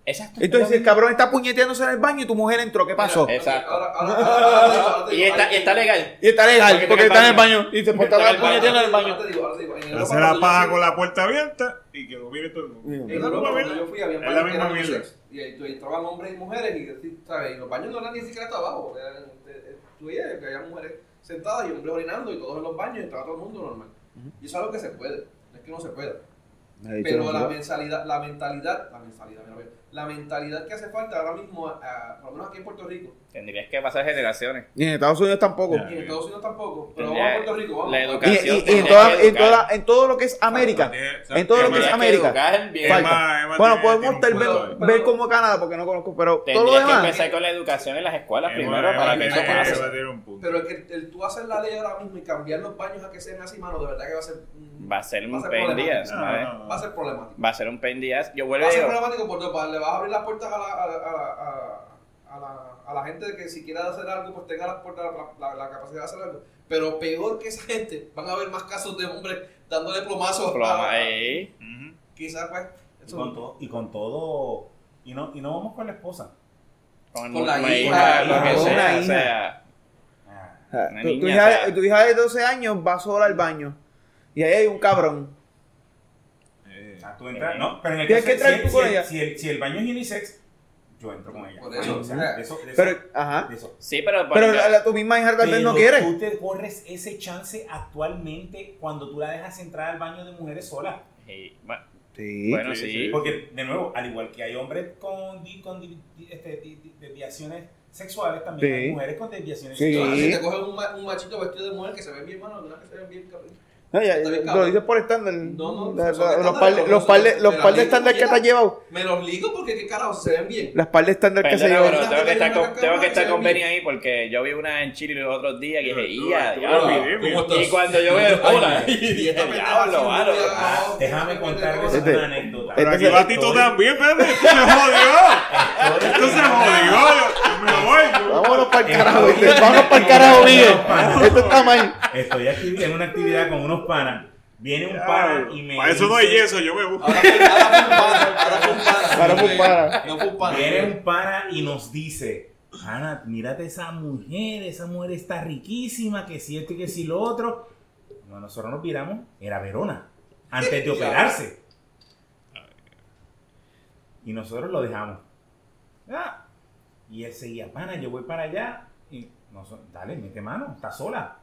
[SPEAKER 5] Exacto.
[SPEAKER 1] Entonces el cabrón está puñeteándose en el baño y tu mujer entró. ¿Qué pasó?
[SPEAKER 5] Eh. Exacto.
[SPEAKER 2] Ahora, ahora, ahora, ahora, ahora, ahora te
[SPEAKER 5] Y
[SPEAKER 2] digo,
[SPEAKER 5] está,
[SPEAKER 2] ahora
[SPEAKER 5] y está
[SPEAKER 2] te digo.
[SPEAKER 5] legal.
[SPEAKER 1] Y está legal
[SPEAKER 5] Porque en
[SPEAKER 1] porque
[SPEAKER 5] el
[SPEAKER 1] está en el baño y se portaba
[SPEAKER 5] Está en
[SPEAKER 1] el
[SPEAKER 5] el
[SPEAKER 1] puñeteando en el
[SPEAKER 2] Ahora
[SPEAKER 1] baño.
[SPEAKER 2] te digo, ahora te digo. En Europa,
[SPEAKER 4] Hacer la
[SPEAKER 2] cuando yo
[SPEAKER 4] paja
[SPEAKER 2] fui-
[SPEAKER 4] con la puerta abierta y que lo mire todo el mundo.
[SPEAKER 2] En Europa, cuando yo fui, había
[SPEAKER 4] Es la
[SPEAKER 2] baños que
[SPEAKER 4] misma
[SPEAKER 2] eran
[SPEAKER 4] mierda.
[SPEAKER 2] unisex. Y ahí tú- entraban hombres y mujeres y, así, ¿sabes? Y los baños no eran ni siquiera hasta abajo. eran- te- te- eh, Tú veías que había mujeres sentadas y hombres orinando y todos en los baños y estaba todo el mundo normal. Y eso es algo que se puede. No es que no se pueda. Pero la mentalidad, la mentalidad, la mentalidad, mira, mira, la mentalidad que hace falta ahora mismo, ah, por lo menos aquí en Puerto Rico,
[SPEAKER 5] Tendrías que pasar generaciones.
[SPEAKER 1] Y en Estados Unidos tampoco.
[SPEAKER 4] Ya.
[SPEAKER 2] y en Estados Unidos tampoco, pero vamos
[SPEAKER 5] Tendría
[SPEAKER 2] a Puerto Rico, vamos.
[SPEAKER 5] la
[SPEAKER 1] Y, y-
[SPEAKER 5] educación.
[SPEAKER 1] y en,
[SPEAKER 5] tendrías
[SPEAKER 1] toda-
[SPEAKER 5] que
[SPEAKER 1] en
[SPEAKER 5] educar.
[SPEAKER 1] toda- en todo lo que es América. En todo lo que es
[SPEAKER 5] Tendrías
[SPEAKER 1] América.
[SPEAKER 5] educar bien.
[SPEAKER 1] Falta.
[SPEAKER 4] Emma- Emma
[SPEAKER 1] Bueno,
[SPEAKER 4] tiene-
[SPEAKER 1] podemos
[SPEAKER 4] tiene
[SPEAKER 1] tal
[SPEAKER 4] un
[SPEAKER 1] vez
[SPEAKER 4] punto
[SPEAKER 2] ahí.
[SPEAKER 1] ver como Canadá porque no conozco, pero todo lo
[SPEAKER 5] Tendrías que
[SPEAKER 1] demás.
[SPEAKER 5] empezar con la educación en las escuelas
[SPEAKER 4] Emma-
[SPEAKER 5] primero
[SPEAKER 4] Emma
[SPEAKER 5] para que eso
[SPEAKER 4] tiene-
[SPEAKER 5] pase.
[SPEAKER 4] Emma tiene un punto.
[SPEAKER 2] Pero el que el, tú haces la ley ahora mismo y cambiar los baños a que sean así, mano, de verdad que va a ser. mm,
[SPEAKER 5] Va a ser
[SPEAKER 2] Va
[SPEAKER 5] un
[SPEAKER 2] a ser
[SPEAKER 5] pendías,
[SPEAKER 4] Ah, No,
[SPEAKER 5] ¿sabes?
[SPEAKER 4] no, no.
[SPEAKER 2] Va a ser problemático.
[SPEAKER 5] Va a ser un pendías. Yo vuelvo y
[SPEAKER 2] Va a ser
[SPEAKER 5] digo,
[SPEAKER 2] problemático porque va- le vas a abrir las puertas a la, a, la- a, la- a la, a la gente de que si quiere hacer algo, pues tenga las puertas, la, la- la capacidad de hacer algo. Pero peor que esa gente, van a haber más casos de hombres dándole plomazos.
[SPEAKER 5] "Ploma,
[SPEAKER 2] a-
[SPEAKER 5] ey".
[SPEAKER 4] Ujú.
[SPEAKER 2] Quizás, pues.
[SPEAKER 6] Y con todo. Y con todo. Y no, y no vamos con la esposa.
[SPEAKER 5] con,
[SPEAKER 2] Con la
[SPEAKER 5] una
[SPEAKER 2] hija,
[SPEAKER 5] hija, lo que
[SPEAKER 1] con
[SPEAKER 5] sea,
[SPEAKER 1] una
[SPEAKER 5] o
[SPEAKER 1] hija.
[SPEAKER 5] sea,
[SPEAKER 6] Ah.
[SPEAKER 1] Ah,
[SPEAKER 5] Una
[SPEAKER 1] tu, tu
[SPEAKER 5] niña,
[SPEAKER 1] hija,
[SPEAKER 5] o sea.
[SPEAKER 1] tu hija de 12 años va sola al baño. Y ahí hay un cabrón.
[SPEAKER 4] Eh,
[SPEAKER 6] Ah, tú entras, no, pero en el
[SPEAKER 1] Tienes que
[SPEAKER 6] caso-
[SPEAKER 1] entrar
[SPEAKER 6] si-
[SPEAKER 1] tú
[SPEAKER 6] si-
[SPEAKER 1] con ella.
[SPEAKER 6] Si el, si el baño es unisex, yo entro con ella.
[SPEAKER 2] Por eso,
[SPEAKER 6] O sea,
[SPEAKER 2] mira.
[SPEAKER 6] de eso, de eso-
[SPEAKER 1] Pero, ajá.
[SPEAKER 6] de eso.
[SPEAKER 5] sí, pero,
[SPEAKER 1] Pero
[SPEAKER 5] porque-
[SPEAKER 1] la, la- tu misma hija tal vez no
[SPEAKER 6] Pero
[SPEAKER 1] quiere.
[SPEAKER 6] Tú te corres ese chance actualmente cuando tú la dejas entrar al baño de mujeres sola.
[SPEAKER 5] Sí, bueno,
[SPEAKER 1] Sí.
[SPEAKER 5] bueno,
[SPEAKER 4] sí,
[SPEAKER 5] sí.
[SPEAKER 4] sí.
[SPEAKER 6] Porque, de nuevo, al igual que hay hombres con, di- con di- di- este, di- di- desviaciones sexuales, también
[SPEAKER 1] Sí.
[SPEAKER 6] hay mujeres con desviaciones
[SPEAKER 1] Sí.
[SPEAKER 2] Ahora,
[SPEAKER 6] sexuales.
[SPEAKER 2] Si te cogen un, ma- un machito vestido de mujer que se ve bien, mano, algunas que se ven bien cabrón.
[SPEAKER 1] No, ya,
[SPEAKER 2] Está bien,
[SPEAKER 1] lo
[SPEAKER 2] cabrón.
[SPEAKER 1] dices por estándar.
[SPEAKER 2] No, no,
[SPEAKER 1] La- la-
[SPEAKER 2] son estándares,
[SPEAKER 1] los par de-
[SPEAKER 2] pero
[SPEAKER 1] los
[SPEAKER 2] no
[SPEAKER 1] par
[SPEAKER 2] son-
[SPEAKER 1] de- los
[SPEAKER 2] pero
[SPEAKER 1] par de
[SPEAKER 2] la misma
[SPEAKER 1] estándar que te has
[SPEAKER 2] mierda.
[SPEAKER 1] llevado.
[SPEAKER 2] Me los ligo porque qué carajo se ven bien.
[SPEAKER 1] Las par de estándar que se
[SPEAKER 5] Perdona,
[SPEAKER 1] llevan.
[SPEAKER 5] pero tengo que estar con,
[SPEAKER 2] Una
[SPEAKER 5] tengo que
[SPEAKER 2] cámara
[SPEAKER 5] estar
[SPEAKER 2] que
[SPEAKER 5] con
[SPEAKER 2] se ve
[SPEAKER 5] Benny ahí porque yo vi una en Chile los otros días que dije,
[SPEAKER 4] Tú-
[SPEAKER 5] ¡ya!
[SPEAKER 4] tú-
[SPEAKER 5] diablo".
[SPEAKER 4] tú- tú-
[SPEAKER 2] ¿Cómo estás?
[SPEAKER 5] Y cuando yo veo, ¡hola!
[SPEAKER 6] Ay,
[SPEAKER 5] Y
[SPEAKER 2] Y
[SPEAKER 5] dije,
[SPEAKER 2] esta pendeja
[SPEAKER 5] ¡diablo,
[SPEAKER 2] sin
[SPEAKER 5] mano!
[SPEAKER 2] novia,
[SPEAKER 5] Ah,
[SPEAKER 2] no,
[SPEAKER 6] Déjame contarles
[SPEAKER 2] Este-
[SPEAKER 6] una anécdota.
[SPEAKER 1] este-
[SPEAKER 4] Pero aquí va Tito
[SPEAKER 6] Estoy-
[SPEAKER 4] también, Pepe. ¡Se jodió!
[SPEAKER 6] estoy-
[SPEAKER 4] ¡Esto se jodió! Yo ¡Me voy! yo-
[SPEAKER 1] Vámonos para el
[SPEAKER 6] Eh,
[SPEAKER 1] carajo,
[SPEAKER 6] no,
[SPEAKER 1] ¿viste?
[SPEAKER 6] no,
[SPEAKER 1] Vámonos para el carajo,
[SPEAKER 6] no,
[SPEAKER 1] Miguel.
[SPEAKER 6] no, no.
[SPEAKER 1] Esto está mal.
[SPEAKER 6] Estoy aquí en una actividad con unos panas. Viene un pana y me.
[SPEAKER 4] Para eso no hay
[SPEAKER 6] dice-
[SPEAKER 4] yeso, yo me busco.
[SPEAKER 2] Ahora fue un pana, ahora fue un pana.
[SPEAKER 1] Ahora fue un pana.
[SPEAKER 2] No fue un pana.
[SPEAKER 6] Viene un pana y nos dice: Ana, mírate esa mujer, esa mujer está riquísima, que si este, que si lo otro. No, nosotros nos miramos, era Verona. antes de operarse. Y nosotros lo dejamos. Ah, y él seguía, pana, yo voy para allá. Y nosotros, dale, mete mano, está sola.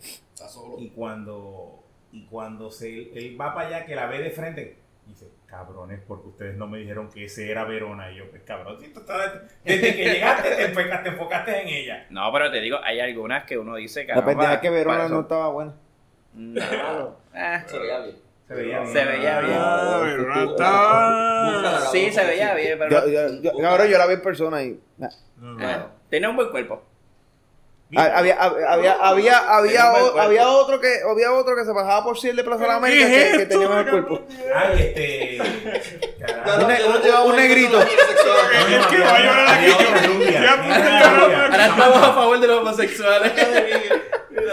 [SPEAKER 2] Está solo.
[SPEAKER 6] Y cuando, y cuando se, él va para allá, que la ve de frente, dice, cabrones, porque ustedes no me dijeron que ese era Verona. Y yo, pues cabrón, si tú estabas- desde que llegaste te enfocaste, te enfocaste en ella.
[SPEAKER 5] No, pero te digo, hay algunas que uno dice que.
[SPEAKER 3] La pendeja es que Verona no estaba buena.
[SPEAKER 5] Ah.
[SPEAKER 2] Se veía bien.
[SPEAKER 6] Se veía bien.
[SPEAKER 5] Se veía bien.
[SPEAKER 4] Ah, pero no
[SPEAKER 2] Tú-
[SPEAKER 4] está.
[SPEAKER 2] Búscala.
[SPEAKER 5] sí, se veía bien, pero.
[SPEAKER 3] Yo, yo- yo- cabrón, yo la vi en persona y. nah.
[SPEAKER 4] No,
[SPEAKER 5] no.
[SPEAKER 4] no.
[SPEAKER 5] Ah, tenía un buen cuerpo.
[SPEAKER 3] Ah, Había, había, había, había, había,
[SPEAKER 5] Tenía mal
[SPEAKER 3] o-
[SPEAKER 5] cuerpo.
[SPEAKER 3] había otro que había otro que se bajaba por Ciel de Plaza de la América
[SPEAKER 4] ¿Qué es
[SPEAKER 3] que, que
[SPEAKER 4] esto,
[SPEAKER 3] tenía mejor
[SPEAKER 4] cabrón?
[SPEAKER 3] cuerpo.
[SPEAKER 6] Ay, este. carajo.
[SPEAKER 3] Un- un- un negrito.
[SPEAKER 4] Es que va a llorar
[SPEAKER 6] Había
[SPEAKER 4] aquí.
[SPEAKER 6] otra rubia.
[SPEAKER 4] Ya puse
[SPEAKER 6] Había
[SPEAKER 4] a llorar
[SPEAKER 6] otra
[SPEAKER 4] aquí.
[SPEAKER 6] rubia.
[SPEAKER 5] favor de los homosexuales.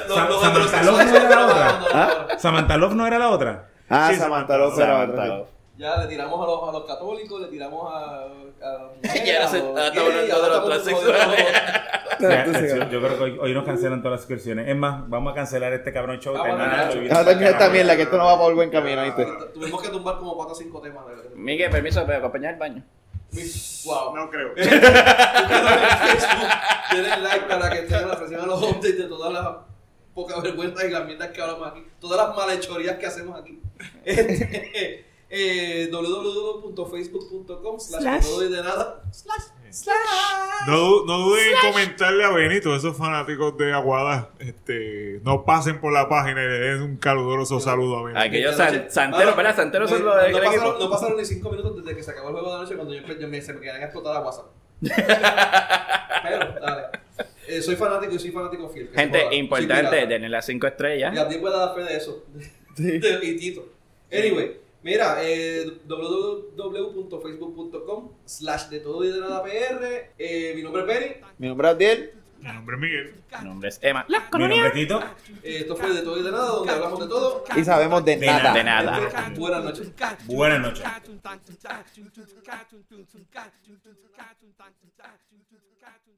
[SPEAKER 6] Sam- Samantha Love no era la otra.
[SPEAKER 5] ¿Ah?
[SPEAKER 6] Samantha Love no era la otra.
[SPEAKER 3] Ah,
[SPEAKER 4] Sí,
[SPEAKER 3] Samantha Love era otra. sí.
[SPEAKER 2] Ya le tiramos a los, a los católicos, le tiramos a. a
[SPEAKER 5] Ya no se- ahora estamos hablando de los transexuales.
[SPEAKER 6] Ya,
[SPEAKER 3] Tú sí,
[SPEAKER 6] Yo creo que hoy, hoy nos cancelan todas las excursiones. Es más, vamos a cancelar este cabrón show.
[SPEAKER 2] Ah, bueno,
[SPEAKER 6] terminar
[SPEAKER 2] ya.
[SPEAKER 6] el show.
[SPEAKER 3] Vamos a terminar también la que esto no va por buen camino, ¿viste?
[SPEAKER 2] Tuvimos que tumbar como 4 o 5 temas. ¿verdad?
[SPEAKER 5] Miguel, permiso, ¿me acompañas al baño?
[SPEAKER 2] Wow.
[SPEAKER 4] No creo.
[SPEAKER 2] Denle like para que tengan la sesión de los updates de todas las pocas vergüenzas y las mierdas que hablamos aquí. Todas las malhechorías que hacemos aquí. Este, eh, www.facebook.com slash todo y de nada.
[SPEAKER 4] No, no duden en comentarle a Benito, esos fanáticos de Aguada, este, no pasen por la página y le den un caluroso saludo a Benito.
[SPEAKER 5] Aquellos
[SPEAKER 2] Desde
[SPEAKER 5] san-
[SPEAKER 2] anoche.
[SPEAKER 5] santeros,
[SPEAKER 2] Ah,
[SPEAKER 5] ¿verdad? Santeros son
[SPEAKER 2] no,
[SPEAKER 5] los
[SPEAKER 2] no
[SPEAKER 5] del equipo.
[SPEAKER 2] pasaron, no pasaron ni 5 minutos desde que se acabó el juego de la noche cuando yo, yo me, se me querían explotar a WhatsApp. Pero, dale. Eh, soy fanático y soy fanático fiel. que se joda.
[SPEAKER 5] Gente,
[SPEAKER 2] Soy
[SPEAKER 5] importante,
[SPEAKER 2] pirata.
[SPEAKER 5] denle las 5
[SPEAKER 2] Y a
[SPEAKER 5] estrellas.
[SPEAKER 2] ti puede dar fe de eso. De Pitito. Anyway, mira, eh, www.facebook.com slash de todo y de nada PR. Eh, mi nombre es Benny.
[SPEAKER 3] Mi nombre es Abdiel.
[SPEAKER 4] Mi nombre es Miguel.
[SPEAKER 5] Mi nombre es Emma.
[SPEAKER 6] Mi nombre es Tito.
[SPEAKER 2] Eh, esto fue de todo y de nada, donde hablamos de todo.
[SPEAKER 3] Y sabemos de
[SPEAKER 6] De
[SPEAKER 3] nada.
[SPEAKER 5] De nada.
[SPEAKER 2] Buenas noches.
[SPEAKER 6] Buenas noches.
[SPEAKER 7] Buenas noches.